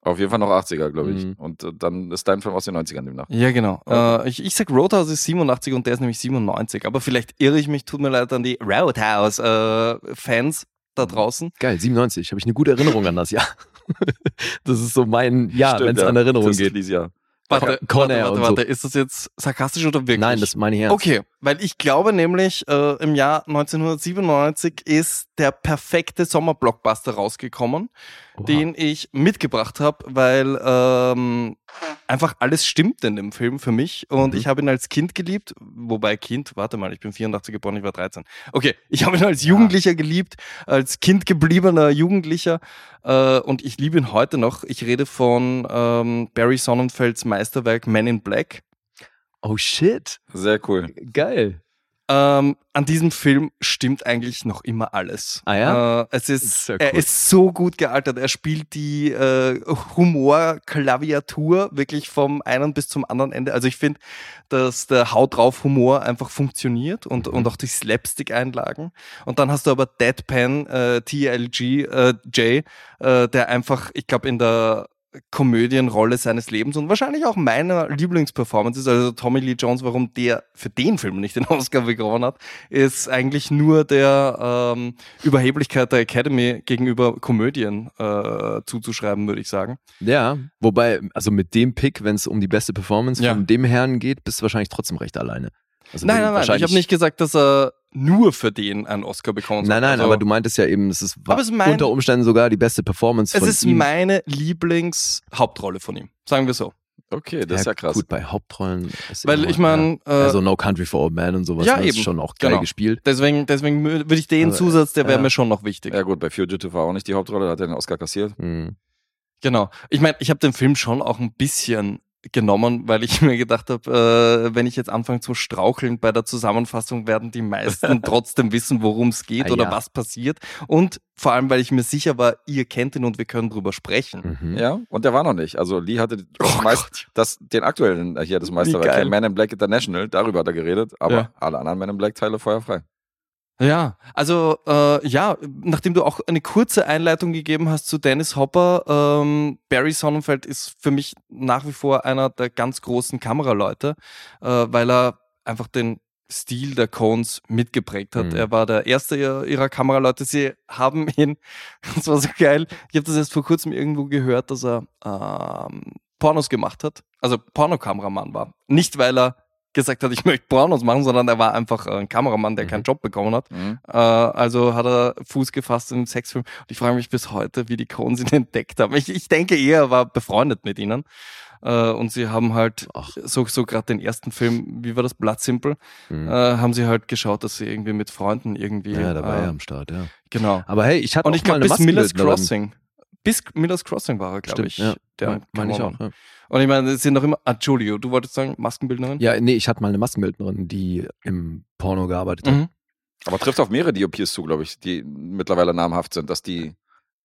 [SPEAKER 3] Auf jeden Fall noch 80er, glaube ich.
[SPEAKER 2] Mhm.
[SPEAKER 3] Und äh, dann ist dein Film aus den 90ern demnach.
[SPEAKER 4] Ja, genau.
[SPEAKER 3] Okay.
[SPEAKER 4] Äh, ich, ich sag Roadhouse ist 87 und der ist nämlich 97, aber vielleicht irre ich mich, tut mir leid an die Roadhouse-Fans da draußen.
[SPEAKER 2] Geil, 97. Habe ich eine gute Erinnerung an das Jahr. das ist so mein Jahr,
[SPEAKER 3] Stimmt,
[SPEAKER 2] wenn es an Erinnerung
[SPEAKER 3] Das ist
[SPEAKER 2] geht.
[SPEAKER 3] Lees Jahr.
[SPEAKER 4] Warte,
[SPEAKER 2] Conair
[SPEAKER 4] warte, warte,
[SPEAKER 2] und
[SPEAKER 4] warte, ist das jetzt sarkastisch oder wirklich?
[SPEAKER 2] Nein, das meine ich ernst.
[SPEAKER 4] Okay, weil ich glaube nämlich, äh, im Jahr 1997 ist der perfekte Sommerblockbuster rausgekommen,
[SPEAKER 2] Oha.
[SPEAKER 4] den ich mitgebracht habe, weil ähm, einfach alles stimmt in dem Film für mich und
[SPEAKER 2] Mhm.
[SPEAKER 4] ich habe ihn als Kind geliebt, wobei Kind, warte mal, ich bin 84 geboren, ich war 13. Okay, ich habe ihn als Jugendlicher geliebt, als Kind gebliebener Jugendlicher äh, und ich liebe ihn heute noch. Ich rede von ähm, Barry Sonnenfelds Meisterwerk Men in Black.
[SPEAKER 2] Oh shit.
[SPEAKER 3] Sehr cool.
[SPEAKER 2] Geil.
[SPEAKER 4] Ähm, an diesem Film stimmt eigentlich noch immer alles.
[SPEAKER 2] Ah ja?
[SPEAKER 4] Äh, es ist,
[SPEAKER 2] Sehr
[SPEAKER 4] er
[SPEAKER 2] cool.
[SPEAKER 4] ist so gut gealtert. Er spielt die äh, Humorklaviatur wirklich vom einen bis zum anderen Ende. Also ich finde, dass der Haut drauf Humor einfach funktioniert
[SPEAKER 2] Mhm.
[SPEAKER 4] und, und auch die Slapstick-Einlagen. Und dann hast du aber Deadpan, äh, TLG, äh, Jay, äh, der einfach, ich glaube, in der Komödienrolle seines Lebens und wahrscheinlich auch meiner Lieblingsperformance ist, also Tommy Lee Jones, warum der für den Film nicht den Oscar bekommen hat, ist eigentlich nur der ähm, Überheblichkeit der Academy gegenüber Komödien äh, zuzuschreiben, würde ich sagen.
[SPEAKER 2] Ja, wobei, also mit dem Pick, wenn es um die beste Performance
[SPEAKER 4] Ja.
[SPEAKER 2] von dem Herrn geht, bist du wahrscheinlich trotzdem recht alleine. Also
[SPEAKER 4] nein,
[SPEAKER 2] du-
[SPEAKER 4] nein, nein, ich
[SPEAKER 2] wahrscheinlich-
[SPEAKER 4] habe nicht gesagt, dass er nur für den einen Oscar bekommen
[SPEAKER 2] Nein,
[SPEAKER 4] soll.
[SPEAKER 2] nein,
[SPEAKER 4] also,
[SPEAKER 2] aber du meintest ja eben, es ist
[SPEAKER 4] Aber es ist mein-
[SPEAKER 2] unter Umständen sogar die beste Performance
[SPEAKER 4] es
[SPEAKER 2] von
[SPEAKER 4] ist
[SPEAKER 2] ihm.
[SPEAKER 4] meine Lieblingshauptrolle von ihm, sagen wir so.
[SPEAKER 3] Okay, das ist ja krass.
[SPEAKER 2] Gut, bei Hauptrollen ist
[SPEAKER 4] Weil
[SPEAKER 2] immer-
[SPEAKER 4] ich meine,
[SPEAKER 2] ja.
[SPEAKER 4] äh,
[SPEAKER 2] also No Country for Old Man und sowas,
[SPEAKER 4] ja,
[SPEAKER 2] das
[SPEAKER 4] eben.
[SPEAKER 2] ist schon auch geil
[SPEAKER 4] Genau.
[SPEAKER 2] gespielt.
[SPEAKER 4] deswegen, deswegen mü- würde ich den
[SPEAKER 2] Also,
[SPEAKER 4] Zusatz, der wäre
[SPEAKER 2] ja.
[SPEAKER 4] mir schon noch wichtig.
[SPEAKER 3] Ja gut, bei Fugitive war auch nicht die Hauptrolle, da hat er den Oscar kassiert.
[SPEAKER 2] Mhm.
[SPEAKER 4] Genau. Ich meine, ich habe den Film schon auch ein bisschen genommen, weil ich mir gedacht habe, äh, wenn ich jetzt anfange zu straucheln bei der Zusammenfassung, werden die meisten trotzdem wissen, worum es geht
[SPEAKER 2] Ah,
[SPEAKER 4] oder
[SPEAKER 2] ja.
[SPEAKER 4] was passiert. Und vor allem, weil ich mir sicher war, ihr kennt ihn und wir können drüber sprechen.
[SPEAKER 2] Mhm. Oh
[SPEAKER 3] Ja, und der war noch nicht. Also Lee hatte das meist, das, den aktuellen äh, hier das Meisterwerk,
[SPEAKER 4] geil.
[SPEAKER 3] hier, Man in Black International, darüber hat er geredet, aber
[SPEAKER 4] Ja.
[SPEAKER 3] alle anderen Man in Black Teile feuerfrei.
[SPEAKER 4] Ja, also äh, ja, nachdem du auch eine kurze Einleitung gegeben hast zu Dennis Hopper, ähm, Barry Sonnenfeld ist für mich nach wie vor einer der ganz großen Kameraleute, äh, weil er einfach den Stil der Cones mitgeprägt hat.
[SPEAKER 2] Mhm.
[SPEAKER 4] Er war der erste ihrer, ihrer Kameraleute. Sie haben ihn, das war so geil, ich habe das erst vor kurzem irgendwo gehört, dass er ähm, Pornos gemacht hat, also Pornokameramann war. Nicht, weil er gesagt hat, ich möchte Pornos machen, sondern er war einfach äh, ein Kameramann, der
[SPEAKER 2] Mhm.
[SPEAKER 4] keinen Job bekommen hat.
[SPEAKER 3] Mhm.
[SPEAKER 4] Äh, also hat er Fuß gefasst im Sexfilm. Und ich frage mich bis heute, wie die Coens ihn entdeckt haben. Ich, ich denke eher, er war befreundet mit ihnen. Äh, und sie haben halt so, so gerade den ersten Film, wie war das, Blood Simple, äh,
[SPEAKER 2] Mhm.
[SPEAKER 4] haben sie halt geschaut, dass sie irgendwie mit Freunden irgendwie.
[SPEAKER 2] Ja, da war
[SPEAKER 4] äh,
[SPEAKER 2] er am Start, ja.
[SPEAKER 4] Genau.
[SPEAKER 2] Aber hey, ich hatte
[SPEAKER 4] Und
[SPEAKER 2] auch
[SPEAKER 4] ich
[SPEAKER 2] mal
[SPEAKER 4] glaube,
[SPEAKER 2] eine
[SPEAKER 4] bis Miller's
[SPEAKER 2] Maskenbildnerin.
[SPEAKER 4] Crossing. Bis Miller's Crossing war er,
[SPEAKER 2] Stimmt,
[SPEAKER 4] glaube ich.
[SPEAKER 2] ja.
[SPEAKER 4] Der
[SPEAKER 2] meine ich auch.
[SPEAKER 4] Kameramann.
[SPEAKER 2] Ja.
[SPEAKER 4] Und ich meine, es sind noch immer. Ah, Julio, du wolltest sagen, Maskenbildnerin?
[SPEAKER 2] ja, nee, ich hatte mal eine Maskenbildnerin, die im Porno gearbeitet hat.
[SPEAKER 4] Mhm.
[SPEAKER 3] Aber trifft auf mehrere DOPs zu, glaube ich, die mittlerweile namhaft sind, dass die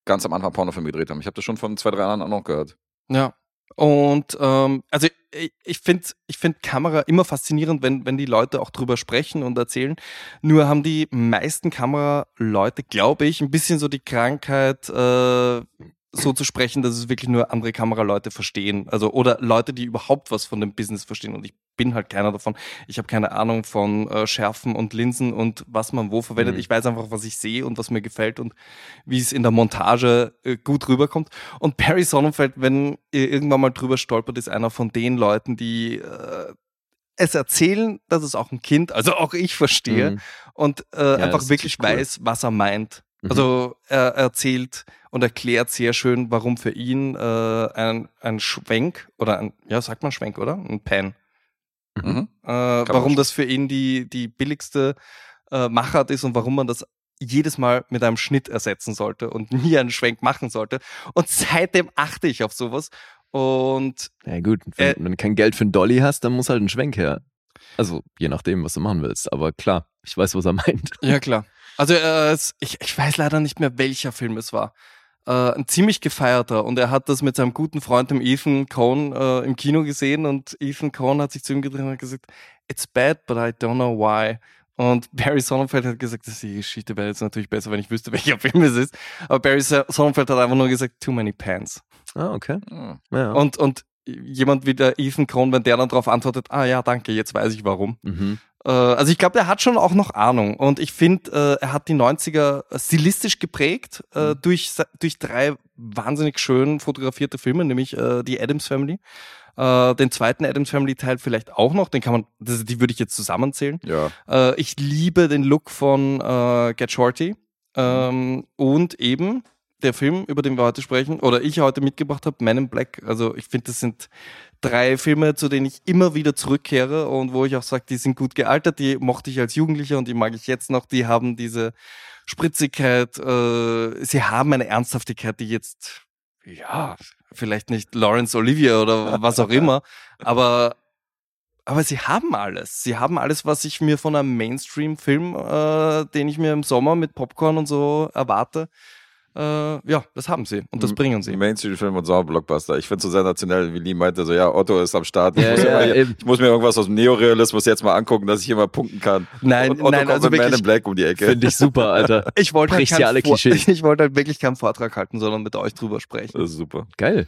[SPEAKER 3] ganz am Anfang Pornofilme gedreht haben. Ich habe das schon von zwei, drei anderen auch noch gehört.
[SPEAKER 4] Ja. Und ähm, also ich, ich finde ich find Kamera immer faszinierend, wenn, wenn die Leute auch drüber sprechen und erzählen. Nur haben die meisten Kameraleute, glaube ich, ein bisschen so die Krankheit, äh, so zu sprechen, dass es wirklich nur andere Kameraleute verstehen. Also oder Leute, die überhaupt was von dem Business verstehen. Und ich bin halt keiner davon. Ich habe keine Ahnung von äh, Schärfen und Linsen und was man wo verwendet.
[SPEAKER 2] Mhm.
[SPEAKER 4] Ich weiß einfach, was ich sehe und was mir gefällt und wie es in der Montage äh, gut rüberkommt. Und Barry Sonnenfeld, wenn ihr irgendwann mal drüber stolpert, ist einer von den Leuten, die äh, es erzählen, dass es auch ein Kind, also auch ich verstehe
[SPEAKER 2] Mhm.
[SPEAKER 4] und äh,
[SPEAKER 2] das
[SPEAKER 4] einfach
[SPEAKER 2] ist
[SPEAKER 4] wirklich
[SPEAKER 2] ziemlich cool.
[SPEAKER 4] weiß, was er meint.
[SPEAKER 2] Mhm.
[SPEAKER 4] Also er erzählt und erklärt sehr schön, warum für ihn äh, ein, ein Schwenk oder ein, ja, sagt man Schwenk, oder? Ein Pan.
[SPEAKER 3] Mhm.
[SPEAKER 4] Äh, warum das für ihn die, die billigste äh, Machart ist und warum man das jedes Mal mit einem Schnitt ersetzen sollte und nie einen Schwenk machen sollte. Und seitdem achte ich auf sowas. Und
[SPEAKER 2] Ja, gut. Wenn,
[SPEAKER 4] Äh,
[SPEAKER 2] wenn du kein Geld für einen Dolly hast, dann muss halt ein Schwenk her. Also, je nachdem, was du machen willst. Aber klar, ich weiß, was er meint.
[SPEAKER 4] Ja, klar. Also äh, es, ich, ich weiß leider nicht mehr, welcher Film es war. Äh, ein ziemlich gefeierter und er hat das mit seinem guten Freund dem Ethan Cohn äh, im Kino gesehen und Ethan Cohn hat sich zu ihm gedreht und hat gesagt, it's bad, but I don't know why. Und Barry Sonnenfeld hat gesagt, dass die Geschichte wäre jetzt natürlich besser, wenn ich wüsste, welcher Film es ist. Aber Barry Sa- Sonnenfeld hat einfach nur gesagt, too many pants.
[SPEAKER 2] Ah, okay.
[SPEAKER 3] Mhm.
[SPEAKER 2] Ja.
[SPEAKER 4] Und, und jemand wie der Ethan Cohn, wenn der dann darauf antwortet, ah ja, danke, jetzt weiß ich warum.
[SPEAKER 2] mhm.
[SPEAKER 4] Äh, also ich glaube, der hat schon auch noch Ahnung. Und ich finde, äh, er hat die 90er stilistisch geprägt äh, durch, se- durch drei wahnsinnig schön fotografierte Filme, nämlich äh, die Adams Family. Äh, den zweiten Adams Family Teil vielleicht auch noch, den kann man, das, die würde ich jetzt zusammenzählen.
[SPEAKER 3] Ja.
[SPEAKER 4] Äh, ich liebe den Look von äh, Get Shorty. Ähm, und eben der Film, über den wir heute sprechen, oder ich heute mitgebracht habe, Man in Black. Also ich finde, das sind drei Filme, zu denen ich immer wieder zurückkehre und wo ich auch sage, die sind gut gealtert, die mochte ich als Jugendlicher und die mag ich jetzt noch. Die haben diese Spritzigkeit, äh, sie haben eine Ernsthaftigkeit, die jetzt, ja, vielleicht nicht Lawrence Olivier oder was auch immer, aber aber sie haben alles. Sie haben alles, was ich mir von einem Mainstream-Film, äh, den ich mir im Sommer mit Popcorn und so erwarte. Äh, ja, das haben sie und das
[SPEAKER 3] Mhm.
[SPEAKER 4] bringen sie.
[SPEAKER 3] Mainstream-Film und Sommerblockbuster. Ich finde es so sensationell, wie Lee meinte, so ja, Otto ist am Start. Ich,
[SPEAKER 2] Ja,
[SPEAKER 3] muss,
[SPEAKER 2] ja,
[SPEAKER 3] immer hier,
[SPEAKER 2] eben.
[SPEAKER 3] ich muss mir irgendwas aus dem Neorealismus jetzt mal angucken, dass ich hier mal punkten kann.
[SPEAKER 4] Nein,
[SPEAKER 3] und Otto
[SPEAKER 4] nein,
[SPEAKER 3] kommt
[SPEAKER 4] also
[SPEAKER 3] mit Man
[SPEAKER 4] wirklich-
[SPEAKER 3] in Black um die Ecke.
[SPEAKER 2] Finde ich super, Alter.
[SPEAKER 4] Ich wollte halt,
[SPEAKER 2] Brichst
[SPEAKER 4] keinen
[SPEAKER 2] ja alle
[SPEAKER 4] Vor-
[SPEAKER 2] Klischees.
[SPEAKER 4] ich wollte halt wirklich keinen Vortrag halten, sondern mit euch drüber sprechen.
[SPEAKER 3] Das ist super.
[SPEAKER 2] Geil.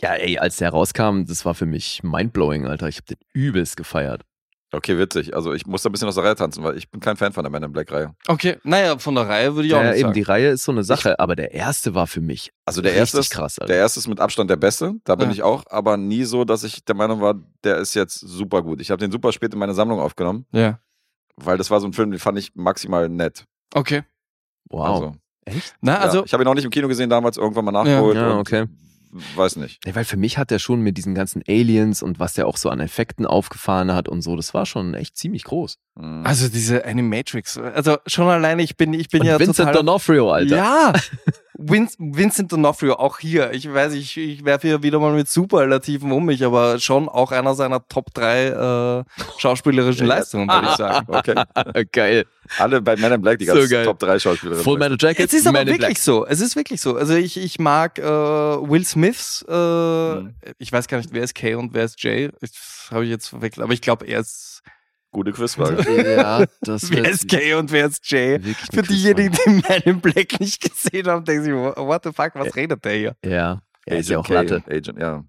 [SPEAKER 2] Ja, ey, als der rauskam, das war für mich mindblowing, Alter. Ich habe den übelst gefeiert.
[SPEAKER 3] Okay, witzig. Also ich muss da ein bisschen aus der Reihe tanzen, weil ich bin kein Fan von der Man in Black-Reihe.
[SPEAKER 4] Okay, naja, von der Reihe würde ich auch
[SPEAKER 2] ja,
[SPEAKER 4] nicht
[SPEAKER 2] eben, die
[SPEAKER 4] sagen.
[SPEAKER 2] Reihe ist so eine Sache, aber der erste war für mich
[SPEAKER 3] Also der
[SPEAKER 2] richtig
[SPEAKER 3] erste ist,
[SPEAKER 2] krass, Alter.
[SPEAKER 3] der erste ist mit Abstand der beste, da bin
[SPEAKER 4] Ja.
[SPEAKER 3] ich auch, aber nie so, dass ich der Meinung war, der ist jetzt super gut. Ich habe den super spät in meine Sammlung aufgenommen,
[SPEAKER 4] Ja,
[SPEAKER 3] weil das war so ein Film, den fand ich maximal nett.
[SPEAKER 4] okay.
[SPEAKER 2] wow.
[SPEAKER 3] Also,
[SPEAKER 2] Echt?
[SPEAKER 4] Na, also,
[SPEAKER 3] ja. Ich habe ihn auch nicht im Kino gesehen, damals irgendwann mal nachgeholt.
[SPEAKER 2] Ja,
[SPEAKER 3] und
[SPEAKER 2] okay.
[SPEAKER 3] Weiß nicht.
[SPEAKER 2] Nee, weil für mich hat der schon mit diesen ganzen Aliens und was der auch so an Effekten aufgefahren hat und so, das war schon echt ziemlich groß.
[SPEAKER 3] Mhm.
[SPEAKER 4] also diese Animatrix. Also schon alleine, ich bin, ich bin
[SPEAKER 2] Und
[SPEAKER 4] ja
[SPEAKER 2] Vincent
[SPEAKER 4] total...
[SPEAKER 2] D'Onofrio, Alter.
[SPEAKER 4] Ja, Vin Vincent D'Onofrio, auch hier, ich weiß, ich, ich werfe hier wieder mal mit Superlativen um mich, aber schon auch einer seiner Top 3 äh, schauspielerischen Leistungen, würde ich sagen.
[SPEAKER 3] Okay.
[SPEAKER 2] Äh, Geil.
[SPEAKER 3] Alle bei Men in Black, die
[SPEAKER 2] So
[SPEAKER 3] ganzen
[SPEAKER 2] geil.
[SPEAKER 3] Top 3 Schauspieler.
[SPEAKER 2] Full Metal Jacket,
[SPEAKER 4] Es ist aber
[SPEAKER 2] Man in
[SPEAKER 4] wirklich
[SPEAKER 2] Black.
[SPEAKER 4] so. Es ist wirklich so. Also ich, ich mag äh, Will Smiths. Äh,
[SPEAKER 2] Mhm.
[SPEAKER 4] Ich weiß gar nicht, wer ist Kay und wer ist Jay. Das Habe ich jetzt verwechselt. Aber ich glaube, er ist.
[SPEAKER 3] Gute Quizfrage.
[SPEAKER 2] Ja, das
[SPEAKER 4] Wer
[SPEAKER 2] wär's.
[SPEAKER 4] ist Kay und wer ist Jay?
[SPEAKER 2] Wirklich eine
[SPEAKER 4] Für diejenigen,
[SPEAKER 2] Quizfrage.
[SPEAKER 4] die Man in Black nicht gesehen haben, denken sich, what the fuck, was redet der hier?
[SPEAKER 2] Ja. Er ist ja auch
[SPEAKER 3] K,
[SPEAKER 2] Latte.
[SPEAKER 3] Agent, ja.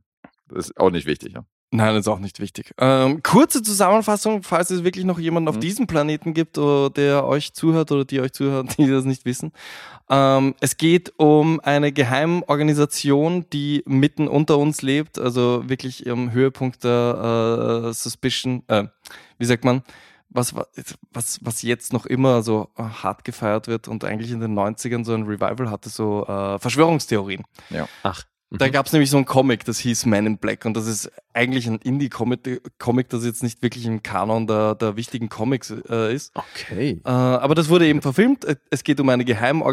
[SPEAKER 3] Das ist auch nicht wichtig. Ja.
[SPEAKER 4] Nein, das ist auch nicht wichtig. Ähm, kurze Zusammenfassung, falls es wirklich noch jemanden auf
[SPEAKER 3] Mhm.
[SPEAKER 4] diesem Planeten gibt, oder der euch zuhört oder die euch zuhört, die das nicht wissen. Ähm, es geht um eine Geheimorganisation, die mitten unter uns lebt, also wirklich im Höhepunkt der äh, Suspicion, äh, wie sagt man, was, wa- was, was jetzt noch immer so äh, hart gefeiert wird und eigentlich in den 90ern so ein Revival hatte, so äh, Verschwörungstheorien.
[SPEAKER 2] Ach.
[SPEAKER 4] Da gab es nämlich so einen Comic, das hieß Man in Black und das ist eigentlich ein Indie-Comic, Comic, das jetzt nicht wirklich im Kanon der, der wichtigen Comics äh, ist.
[SPEAKER 2] Okay.
[SPEAKER 4] Äh, aber das wurde eben verfilmt. Äh, Es geht um eine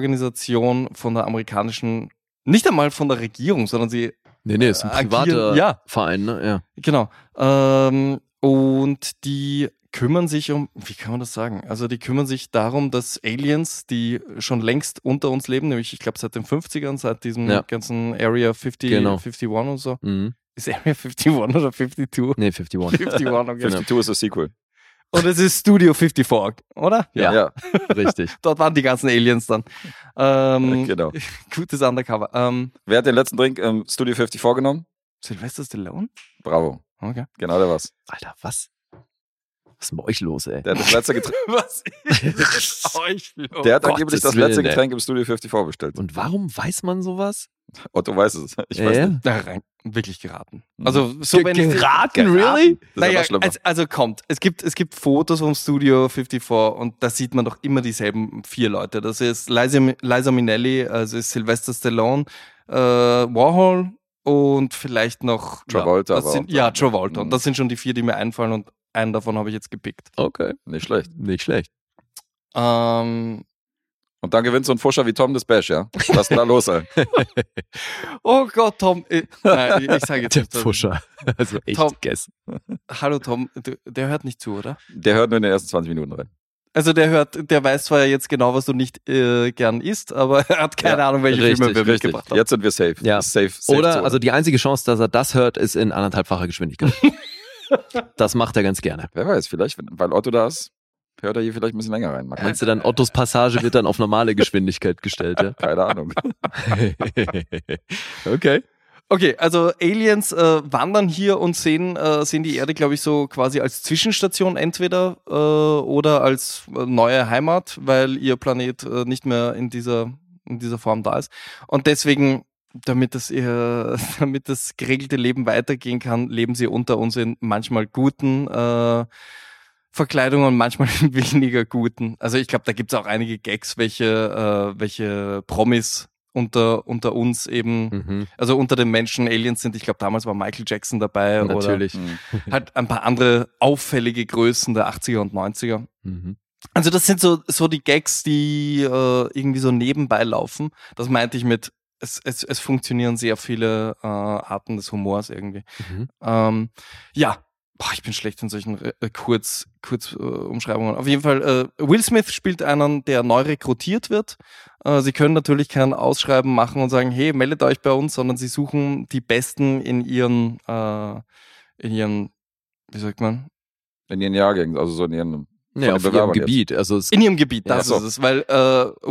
[SPEAKER 4] Geheimorganisation von der amerikanischen, nicht einmal von der Regierung, sondern sie,
[SPEAKER 2] Nee, nee, ist ein
[SPEAKER 4] Agieren,
[SPEAKER 2] privater
[SPEAKER 4] ja.
[SPEAKER 2] Verein, ne? Ja.
[SPEAKER 4] genau, ähm, und die kümmern sich um, wie kann man das sagen? Also die kümmern sich darum, dass Aliens, die schon längst unter uns leben, nämlich ich glaube seit den 50ern, seit diesem
[SPEAKER 2] Ja.
[SPEAKER 4] ganzen Area 50,
[SPEAKER 2] Genau.
[SPEAKER 4] 51 und so,
[SPEAKER 2] Mhm.
[SPEAKER 4] ist Area 51 oder 52?
[SPEAKER 2] Nee, 51.
[SPEAKER 4] 51,
[SPEAKER 2] Genau.
[SPEAKER 4] okay.
[SPEAKER 3] 52 ist das Sequel.
[SPEAKER 4] Und es ist Studio 54, oder?
[SPEAKER 2] Ja.
[SPEAKER 3] ja
[SPEAKER 2] Richtig.
[SPEAKER 4] Dort waren die ganzen Aliens dann.
[SPEAKER 2] Mhm.
[SPEAKER 4] Ähm,
[SPEAKER 3] genau.
[SPEAKER 4] Gutes Undercover. Ähm,
[SPEAKER 3] Wer hat den letzten Drink im Studio 50 vorgenommen?
[SPEAKER 4] Sylvester Stallone?
[SPEAKER 3] Bravo.
[SPEAKER 4] Okay.
[SPEAKER 3] Genau, der war's.
[SPEAKER 2] Alter, was? Was ist mit euch los, ey?
[SPEAKER 3] Der hat das letzte Getränk,
[SPEAKER 4] Was ist euch los?
[SPEAKER 3] der hat
[SPEAKER 2] Oh Gottes
[SPEAKER 3] angeblich das letzte
[SPEAKER 2] Willen, ey.
[SPEAKER 3] Getränk im Studio 50 vorbestellt.
[SPEAKER 2] Und warum weiß man sowas?
[SPEAKER 3] Otto weiß es. Ich weiß
[SPEAKER 2] Äh?
[SPEAKER 3] nicht.
[SPEAKER 4] da rein. Wirklich geraten.
[SPEAKER 3] Mhm.
[SPEAKER 4] Also, so wenn ich.
[SPEAKER 2] Geraten, really?
[SPEAKER 3] Genau. Das ist
[SPEAKER 4] Naja,
[SPEAKER 3] aber schlimmer.
[SPEAKER 4] also, also kommt, es gibt, es gibt Fotos vom Studio 54 und da sieht man doch immer dieselben vier Leute. Das ist Liza, Liza Minnelli, also ist Sylvester Stallone, äh, Warhol und vielleicht noch
[SPEAKER 3] Travolta
[SPEAKER 4] Ja, das
[SPEAKER 3] aber
[SPEAKER 4] sind,
[SPEAKER 3] auch.
[SPEAKER 4] ja Travolta. Und
[SPEAKER 3] Mhm.
[SPEAKER 4] das sind schon die vier, die mir einfallen und einen davon habe ich jetzt gepickt.
[SPEAKER 2] Okay.
[SPEAKER 3] Nicht schlecht.
[SPEAKER 2] Nicht schlecht.
[SPEAKER 4] Ähm,
[SPEAKER 3] Und dann gewinnt so ein Fuscher wie Tom das Bash, ja? Was ist denn da los, ey?
[SPEAKER 4] oh Gott, Tom. Äh, nein, ich, ich sage jetzt.
[SPEAKER 2] Der
[SPEAKER 4] nicht, dass-
[SPEAKER 2] Pfuscher. Also echt
[SPEAKER 4] Tom.
[SPEAKER 2] guess.
[SPEAKER 4] Hallo Tom, du, der hört nicht zu, oder?
[SPEAKER 3] Der hört nur in den ersten 20 Minuten rein.
[SPEAKER 4] Also der hört, der weiß zwar jetzt genau, was du nicht äh, gern isst, aber er hat keine
[SPEAKER 3] Ja,
[SPEAKER 4] Ahnung, welche
[SPEAKER 2] richtig,
[SPEAKER 4] Filme wir
[SPEAKER 3] Richtig.
[SPEAKER 4] mitgebracht haben.
[SPEAKER 3] Jetzt sind wir safe.
[SPEAKER 2] Ja.
[SPEAKER 3] Safe, safe
[SPEAKER 2] Oder,
[SPEAKER 3] Zone.
[SPEAKER 2] also die einzige Chance, dass er das hört, ist in anderthalbfacher Geschwindigkeit. das macht er ganz gerne.
[SPEAKER 3] Wer weiß, vielleicht, wenn- weil Otto da ist, hört er hier vielleicht ein bisschen länger rein. Mag man-
[SPEAKER 2] Meinst du dann, Ottos Passage wird dann auf normale Geschwindigkeit gestellt, ja?
[SPEAKER 3] Keine Ahnung.
[SPEAKER 2] okay.
[SPEAKER 4] Okay, also Aliens äh, wandern hier und sehen, äh, sehen die Erde, glaube ich, so quasi als Zwischenstation entweder äh, oder als äh, neue Heimat, weil ihr Planet äh, nicht mehr in dieser, in dieser Form da ist. Und deswegen, damit das, ihr, damit das geregelte Leben weitergehen kann, leben sie unter uns in manchmal guten äh, Verkleidungen und manchmal in weniger guten. Also ich glaube, da gibt es auch einige Gags, welche, äh, welche Promis unter, unter uns eben
[SPEAKER 2] Mhm,
[SPEAKER 4] also unter den Menschen Aliens sind. Ich glaube, damals war Michael Jackson dabei
[SPEAKER 2] natürlich.
[SPEAKER 3] Hm.
[SPEAKER 4] oder halt ein paar andere auffällige Größen der 80er und 90er.
[SPEAKER 2] Mhm.
[SPEAKER 4] Also das sind so, so die Gags, die äh, irgendwie so nebenbei laufen. Das meinte ich mit, es, es, es funktionieren sehr viele äh, Arten des Humors irgendwie.
[SPEAKER 2] Mhm.
[SPEAKER 4] Ähm, ja, Boah, ich bin schlecht in solchen äh, kurz, kurz äh, Umschreibungen. Auf jeden Fall, äh, Will Smith spielt einen, der neu rekrutiert wird. Äh, Sie können natürlich kein Ausschreiben machen und sagen, hey, meldet euch bei uns, sondern sie suchen die Besten in ihren, äh, in ihren, wie sagt man,
[SPEAKER 3] In ihren Jahrgängen, also so in ihren.
[SPEAKER 2] Nee,
[SPEAKER 3] den
[SPEAKER 2] auf ihrem
[SPEAKER 3] Bewerbern jetzt.
[SPEAKER 2] Gebiet. Also es
[SPEAKER 4] in ihrem Gebiet,
[SPEAKER 3] Ja,
[SPEAKER 4] das
[SPEAKER 3] so.
[SPEAKER 4] ist es, weil äh,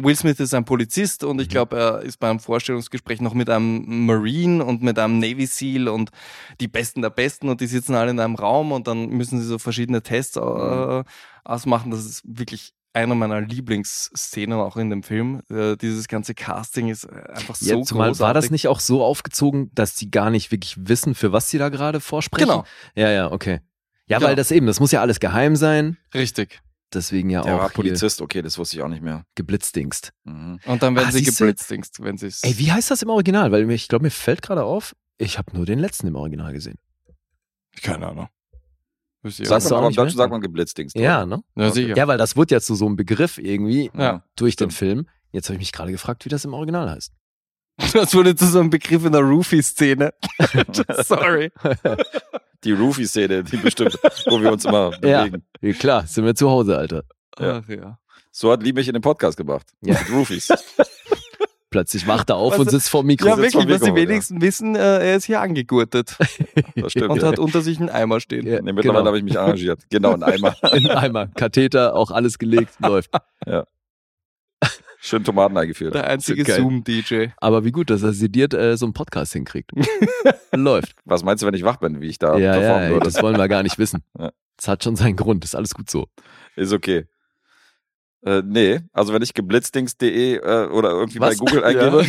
[SPEAKER 4] Will Smith ist ein Polizist und ich
[SPEAKER 2] Mhm.
[SPEAKER 4] glaube, er ist beim Vorstellungsgespräch noch mit einem Marine und mit einem Navy SEAL und die Besten der Besten und die sitzen alle in einem Raum und dann müssen sie so verschiedene Tests äh,
[SPEAKER 3] Mhm.
[SPEAKER 4] ausmachen. Das ist wirklich einer meiner Lieblingsszenen auch in dem Film. Äh, dieses ganze Casting ist äh, einfach so
[SPEAKER 2] Jetzt mal,
[SPEAKER 4] großartig.
[SPEAKER 2] war das nicht auch so aufgezogen, dass die gar nicht wirklich wissen, für was sie da gerade vorsprechen?
[SPEAKER 4] Genau.
[SPEAKER 2] Ja, ja, okay. Ja,
[SPEAKER 4] Genau.
[SPEAKER 2] weil das eben, das muss ja alles geheim sein.
[SPEAKER 4] Richtig.
[SPEAKER 2] Deswegen ja
[SPEAKER 3] Der war
[SPEAKER 2] auch hier
[SPEAKER 3] Polizist, okay, das wusste ich auch nicht mehr.
[SPEAKER 2] geblitzdingst.
[SPEAKER 3] Mhm.
[SPEAKER 4] Und dann werden
[SPEAKER 2] Ah,
[SPEAKER 4] sie
[SPEAKER 2] siehste.
[SPEAKER 4] geblitzdingst, wenn sie es.
[SPEAKER 2] Ey, wie heißt das im Original? Weil mir- ich glaube, mir fällt gerade auf, ich habe nur den letzten im Original gesehen.
[SPEAKER 4] Keine Ahnung. Wisst ihr
[SPEAKER 3] Sagt
[SPEAKER 2] Sagst du
[SPEAKER 3] man,
[SPEAKER 2] auch
[SPEAKER 3] aber im
[SPEAKER 2] nicht mehr?
[SPEAKER 3] Deutschen sagt man Geblitzdings.
[SPEAKER 2] Ja, ne?
[SPEAKER 4] Ja,
[SPEAKER 3] okay.
[SPEAKER 4] sicher.
[SPEAKER 2] Ja, weil das wird ja zu so einem Begriff irgendwie
[SPEAKER 3] ne?
[SPEAKER 4] Ja.
[SPEAKER 2] durch den
[SPEAKER 3] Stimmt.
[SPEAKER 2] Film. Jetzt habe ich mich gerade gefragt, wie das im Original heißt.
[SPEAKER 4] Das wurde zu so einem Begriff in der Roofie-Szene. Sorry.
[SPEAKER 3] Die Roofie-Szene, die bestimmt, wo wir uns immer
[SPEAKER 2] Ja.
[SPEAKER 3] bewegen.
[SPEAKER 2] Ja, klar, sind wir zu Hause, Alter.
[SPEAKER 3] Ja.
[SPEAKER 4] Ach ja.
[SPEAKER 3] So hat Lee mich in den Podcast gebracht.
[SPEAKER 2] Ja.
[SPEAKER 3] Mit Roofies.
[SPEAKER 2] Plötzlich wacht er auf
[SPEAKER 4] Was-
[SPEAKER 2] und sitzt vor dem Mikro.
[SPEAKER 4] Ja,
[SPEAKER 3] sitzt
[SPEAKER 4] wirklich,
[SPEAKER 3] vom
[SPEAKER 4] was die
[SPEAKER 3] Mikrofon, ja.
[SPEAKER 4] wenigsten wissen, äh, er ist hier angegurtet
[SPEAKER 3] Das stimmt.
[SPEAKER 4] und
[SPEAKER 3] ja.
[SPEAKER 4] hat unter sich einen Eimer stehen.
[SPEAKER 2] Ja,
[SPEAKER 3] nee, mittlerweile habe ich mich arrangiert. Genau, ein Eimer.
[SPEAKER 2] In Eimer, Katheter, auch alles gelegt, läuft.
[SPEAKER 3] Schön Tomaten eingeführt.
[SPEAKER 4] Der einzige
[SPEAKER 2] Geil.
[SPEAKER 4] Zoom-DJ.
[SPEAKER 2] Aber wie gut, dass er sediert äh, so einen Podcast hinkriegt. läuft.
[SPEAKER 3] Was meinst du, wenn ich wach bin, wie ich da
[SPEAKER 2] ja, ja,
[SPEAKER 3] performen
[SPEAKER 2] ey,
[SPEAKER 3] würde?
[SPEAKER 2] das wollen wir gar nicht wissen.
[SPEAKER 3] Ja.
[SPEAKER 2] Es hat schon seinen Grund, ist alles gut so.
[SPEAKER 3] Ist okay. Äh, nee, also wenn ich geblitzdings.de äh, oder irgendwie
[SPEAKER 2] Was?
[SPEAKER 3] bei Google eingebe,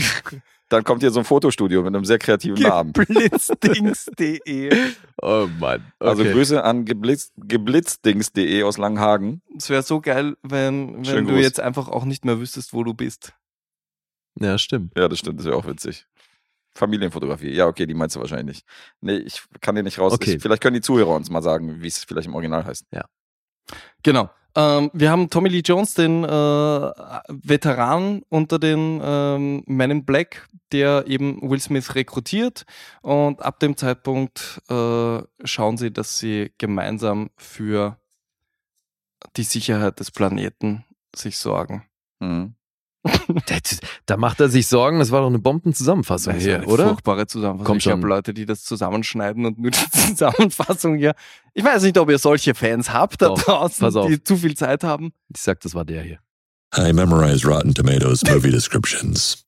[SPEAKER 3] dann kommt hier so ein Fotostudio mit einem sehr kreativen Namen.
[SPEAKER 4] Blitzdings.de.
[SPEAKER 2] Oh Mann. Okay.
[SPEAKER 3] Also Grüße an geblitz, geblitzdings.de aus Langenhagen.
[SPEAKER 4] Es wäre so geil, wenn, wenn
[SPEAKER 3] Schönen
[SPEAKER 4] du
[SPEAKER 3] Gruß.
[SPEAKER 4] jetzt einfach auch nicht mehr wüsstest, wo du bist.
[SPEAKER 2] ja, stimmt.
[SPEAKER 3] Ja, das stimmt, das wäre auch witzig. Familienfotografie. Ja, okay, die meinst du wahrscheinlich nicht. Nee, ich kann dir nicht raus.
[SPEAKER 2] Okay.
[SPEAKER 3] Ich, vielleicht können die Zuhörer uns mal sagen, wie es vielleicht im Original heißt.
[SPEAKER 4] Genau. Ähm, wir haben Tommy Lee Jones, den äh, Veteran unter den ähm, Men in Black, der eben Will Smith rekrutiert. Und ab dem Zeitpunkt äh, schauen sie, dass sie gemeinsam für die Sicherheit des Planeten sich sorgen.
[SPEAKER 3] Mhm.
[SPEAKER 2] Das, da macht er sich Sorgen, das war doch eine Bombenzusammenfassung
[SPEAKER 4] Das ist
[SPEAKER 2] hier,
[SPEAKER 4] eine
[SPEAKER 2] oder?
[SPEAKER 4] Furchtbare Zusammenfassung.
[SPEAKER 2] Kommt
[SPEAKER 4] ich habe
[SPEAKER 2] schon.
[SPEAKER 4] Leute, die das zusammenschneiden und nur die Zusammenfassung hier. Ich weiß nicht, ob ihr solche Fans habt da
[SPEAKER 2] Doch, pass
[SPEAKER 4] draußen,
[SPEAKER 2] auf.
[SPEAKER 4] die zu viel Zeit haben.
[SPEAKER 2] Ich sag, das war der hier.
[SPEAKER 9] I memorize Rotten Tomatoes movie descriptions.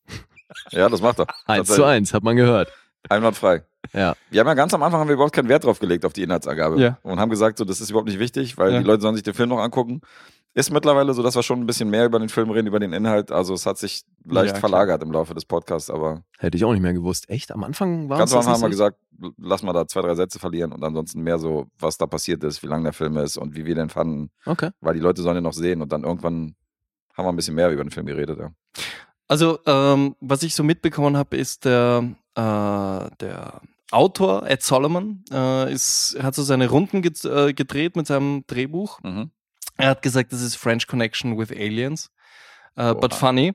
[SPEAKER 3] Ja, das macht er.
[SPEAKER 2] Eins
[SPEAKER 3] Tatsächlich.
[SPEAKER 2] zu eins, hat man gehört.
[SPEAKER 3] Einwandfrei.
[SPEAKER 2] Ja.
[SPEAKER 3] Wir haben ja ganz am Anfang haben wir überhaupt keinen Wert drauf gelegt auf die Inhaltsangabe
[SPEAKER 4] Ja.
[SPEAKER 3] und haben gesagt, so das ist überhaupt nicht wichtig, weil
[SPEAKER 4] Ja.
[SPEAKER 3] die Leute sollen sich den Film noch angucken. Ist mittlerweile so, dass wir schon ein bisschen mehr über den Film reden, über den Inhalt. Also es hat sich leicht
[SPEAKER 4] Ja, klar.
[SPEAKER 3] verlagert im Laufe des Podcasts, aber
[SPEAKER 2] Hätte ich auch nicht mehr gewusst. Echt? Am Anfang war
[SPEAKER 3] ganz am
[SPEAKER 2] uns das
[SPEAKER 3] Anfang haben wir
[SPEAKER 2] nicht
[SPEAKER 3] gesagt, lass mal da zwei, drei Sätze verlieren und ansonsten mehr so, was da passiert ist, wie lang der Film ist und wie wir den fanden,
[SPEAKER 2] so- Okay.
[SPEAKER 3] weil die Leute sollen den noch sehen und dann irgendwann haben wir ein bisschen mehr über den Film geredet. Ja.
[SPEAKER 4] Also, ähm, was ich so mitbekommen habe, ist der, äh, der Autor Ed Solomon äh, ist, hat so seine Runden gez- äh, gedreht mit seinem Drehbuch.
[SPEAKER 3] Mhm.
[SPEAKER 4] Er hat gesagt, das ist French Connection with Aliens, äh, but
[SPEAKER 3] Oha.
[SPEAKER 4] funny.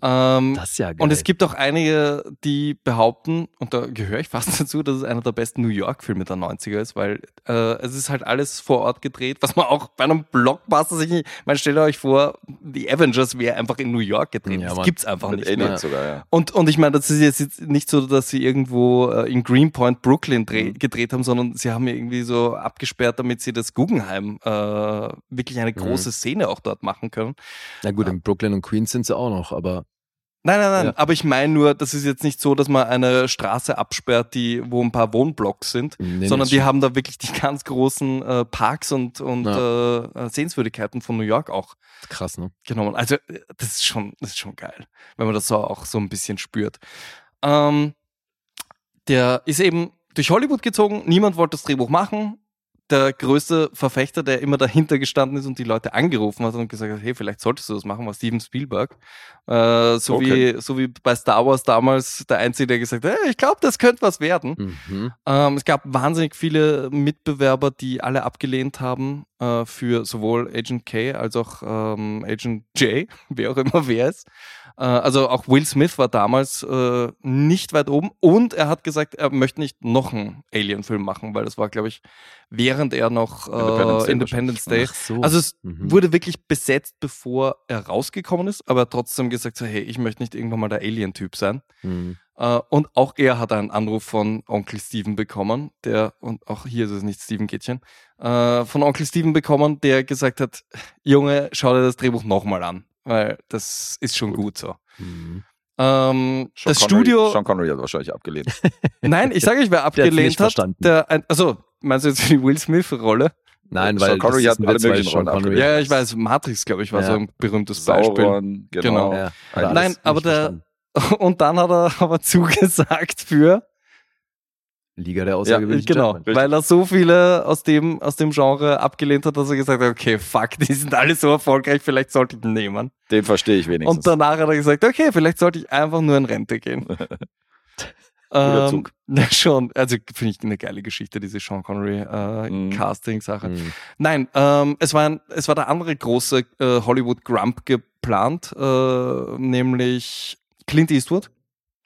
[SPEAKER 4] Ähm,
[SPEAKER 2] Das ist ja geil.
[SPEAKER 4] und es gibt auch einige, die behaupten, und da gehöre ich fast dazu, dass es einer der besten New York-Filme der 90er ist, weil äh, es ist halt alles vor Ort gedreht, was man auch bei einem Blockbuster sich nicht. Man stellt euch vor, die Avengers wäre einfach in New York gedreht.
[SPEAKER 2] Ja,
[SPEAKER 4] das
[SPEAKER 2] Mann.
[SPEAKER 4] gibt's einfach
[SPEAKER 3] Mit
[SPEAKER 4] nicht. mehr.
[SPEAKER 3] Aliens sogar, ja.
[SPEAKER 4] Und, und ich meine, das ist jetzt nicht so, dass sie irgendwo äh, in Greenpoint, Brooklyn
[SPEAKER 2] Mhm.
[SPEAKER 4] dreh, gedreht haben, sondern sie haben ja irgendwie so abgesperrt, damit sie das Guggenheim äh, wirklich
[SPEAKER 2] Mhm.
[SPEAKER 4] eine große Szene auch dort machen können.
[SPEAKER 2] Na gut, in Brooklyn und Queens sind sie auch noch, aber
[SPEAKER 4] Nein, nein, nein.
[SPEAKER 2] Ja.
[SPEAKER 4] Aber ich meine nur, das ist jetzt nicht so, dass man eine Straße absperrt, die, wo ein paar Wohnblocks sind,
[SPEAKER 2] Nee, nee,
[SPEAKER 4] sondern
[SPEAKER 2] ist
[SPEAKER 4] die
[SPEAKER 2] schon-
[SPEAKER 4] haben da wirklich die ganz großen äh, Parks und, und äh, äh, Sehenswürdigkeiten von New York auch
[SPEAKER 2] krass, ne?
[SPEAKER 4] genommen. Also äh, das ist schon, das ist schon geil, wenn man das so auch so ein bisschen spürt. Ähm, der ist eben durch Hollywood gezogen. Niemand wollte das Drehbuch machen. Der größte Verfechter, der immer dahinter gestanden ist und die Leute angerufen hat und gesagt hat, hey, vielleicht solltest du das machen, war Steven Spielberg. Äh, so,
[SPEAKER 3] Okay.
[SPEAKER 4] wie, so wie bei Star Wars damals der Einzige, der gesagt hat, hey, ich glaube, das könnte was werden.
[SPEAKER 2] Mhm.
[SPEAKER 4] Ähm, es gab wahnsinnig viele Mitbewerber, die alle abgelehnt haben äh, für sowohl Agent K als auch ähm, Agent J, wer auch immer wer ist. Äh, also auch Will Smith war damals äh, nicht weit oben und er hat gesagt, er möchte nicht noch einen Alien-Film machen, weil das war, glaube ich, während er noch
[SPEAKER 3] Independence
[SPEAKER 4] äh,
[SPEAKER 3] Day
[SPEAKER 4] Independence Day.
[SPEAKER 2] Ach so.
[SPEAKER 4] Also es
[SPEAKER 2] Mhm.
[SPEAKER 4] wurde wirklich besetzt, bevor er rausgekommen ist, aber er hat trotzdem gesagt, so, hey, ich möchte nicht irgendwann mal der Alien-Typ sein.
[SPEAKER 2] Mhm.
[SPEAKER 4] Äh, und auch er hat einen Anruf von Onkel Steven bekommen, der, und auch hier ist es nicht Steven Gätchen, äh, von Onkel Steven bekommen, der gesagt hat, Junge, schau dir das Drehbuch nochmal an, weil das ist schon gut, so.
[SPEAKER 2] Mhm.
[SPEAKER 4] Ähm,
[SPEAKER 3] Sean
[SPEAKER 4] das
[SPEAKER 3] Connery,
[SPEAKER 4] Studio,
[SPEAKER 3] Sean Connery hat wahrscheinlich abgelehnt.
[SPEAKER 4] nein, ich sage euch, wer
[SPEAKER 2] Der hat's
[SPEAKER 4] abgelehnt
[SPEAKER 2] nicht
[SPEAKER 4] hat,
[SPEAKER 2] verstanden.
[SPEAKER 4] der, ein- also, meinst du jetzt die Will Smith-Rolle?
[SPEAKER 2] Nein,
[SPEAKER 3] Sean
[SPEAKER 2] weil
[SPEAKER 3] Connery
[SPEAKER 2] das
[SPEAKER 3] hat
[SPEAKER 2] ist ein
[SPEAKER 3] alle
[SPEAKER 2] Witz, weil
[SPEAKER 3] möglichen
[SPEAKER 2] Sean
[SPEAKER 3] Rollen
[SPEAKER 2] Connery.
[SPEAKER 4] Ja, ich weiß, Matrix, glaube ich, war
[SPEAKER 2] Ja.
[SPEAKER 4] so ein berühmtes Beispiel.
[SPEAKER 3] Sauron, genau.
[SPEAKER 4] Genau.
[SPEAKER 2] Ja,
[SPEAKER 3] Nein,
[SPEAKER 2] hat
[SPEAKER 4] nein,
[SPEAKER 2] alles
[SPEAKER 4] aber
[SPEAKER 2] nicht
[SPEAKER 4] der-
[SPEAKER 2] verstanden.
[SPEAKER 4] Und dann hat er aber zugesagt für
[SPEAKER 2] Liga der Aussagewilligen
[SPEAKER 4] genau,
[SPEAKER 2] Gentlemen.
[SPEAKER 4] weil er so viele aus dem, aus dem Genre abgelehnt hat, dass er gesagt hat, okay, fuck, die sind alle so erfolgreich, vielleicht sollte ich ihn nehmen.
[SPEAKER 3] Den verstehe ich wenigstens.
[SPEAKER 4] Und danach hat er gesagt, okay, vielleicht sollte ich einfach nur in Rente gehen.
[SPEAKER 3] Guter
[SPEAKER 4] ähm,
[SPEAKER 3] Zug.
[SPEAKER 4] na schon, also finde ich eine geile Geschichte, diese Sean Connery äh,
[SPEAKER 3] Mhm.
[SPEAKER 4] Casting-Sache.
[SPEAKER 2] Mhm.
[SPEAKER 4] Nein, ähm, es, war ein, es war der andere große äh, Hollywood Grump geplant, äh, nämlich Clint Eastwood.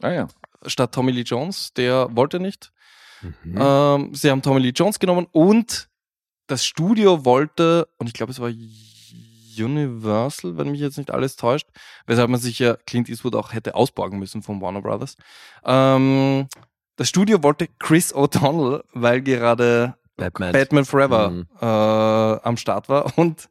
[SPEAKER 3] Ah ja.
[SPEAKER 4] statt Tommy Lee Jones, der wollte nicht. Ähm, sie haben Tommy Lee Jones genommen und das Studio wollte, und ich glaube, es war Universal, wenn mich jetzt nicht alles täuscht, weshalb man sich ja Clint Eastwood auch hätte ausborgen müssen von Warner Brothers. Ähm, das Studio wollte Chris O'Donnell, weil gerade
[SPEAKER 2] Batman.
[SPEAKER 4] Batman Forever
[SPEAKER 2] Mhm.
[SPEAKER 4] äh, am Start war und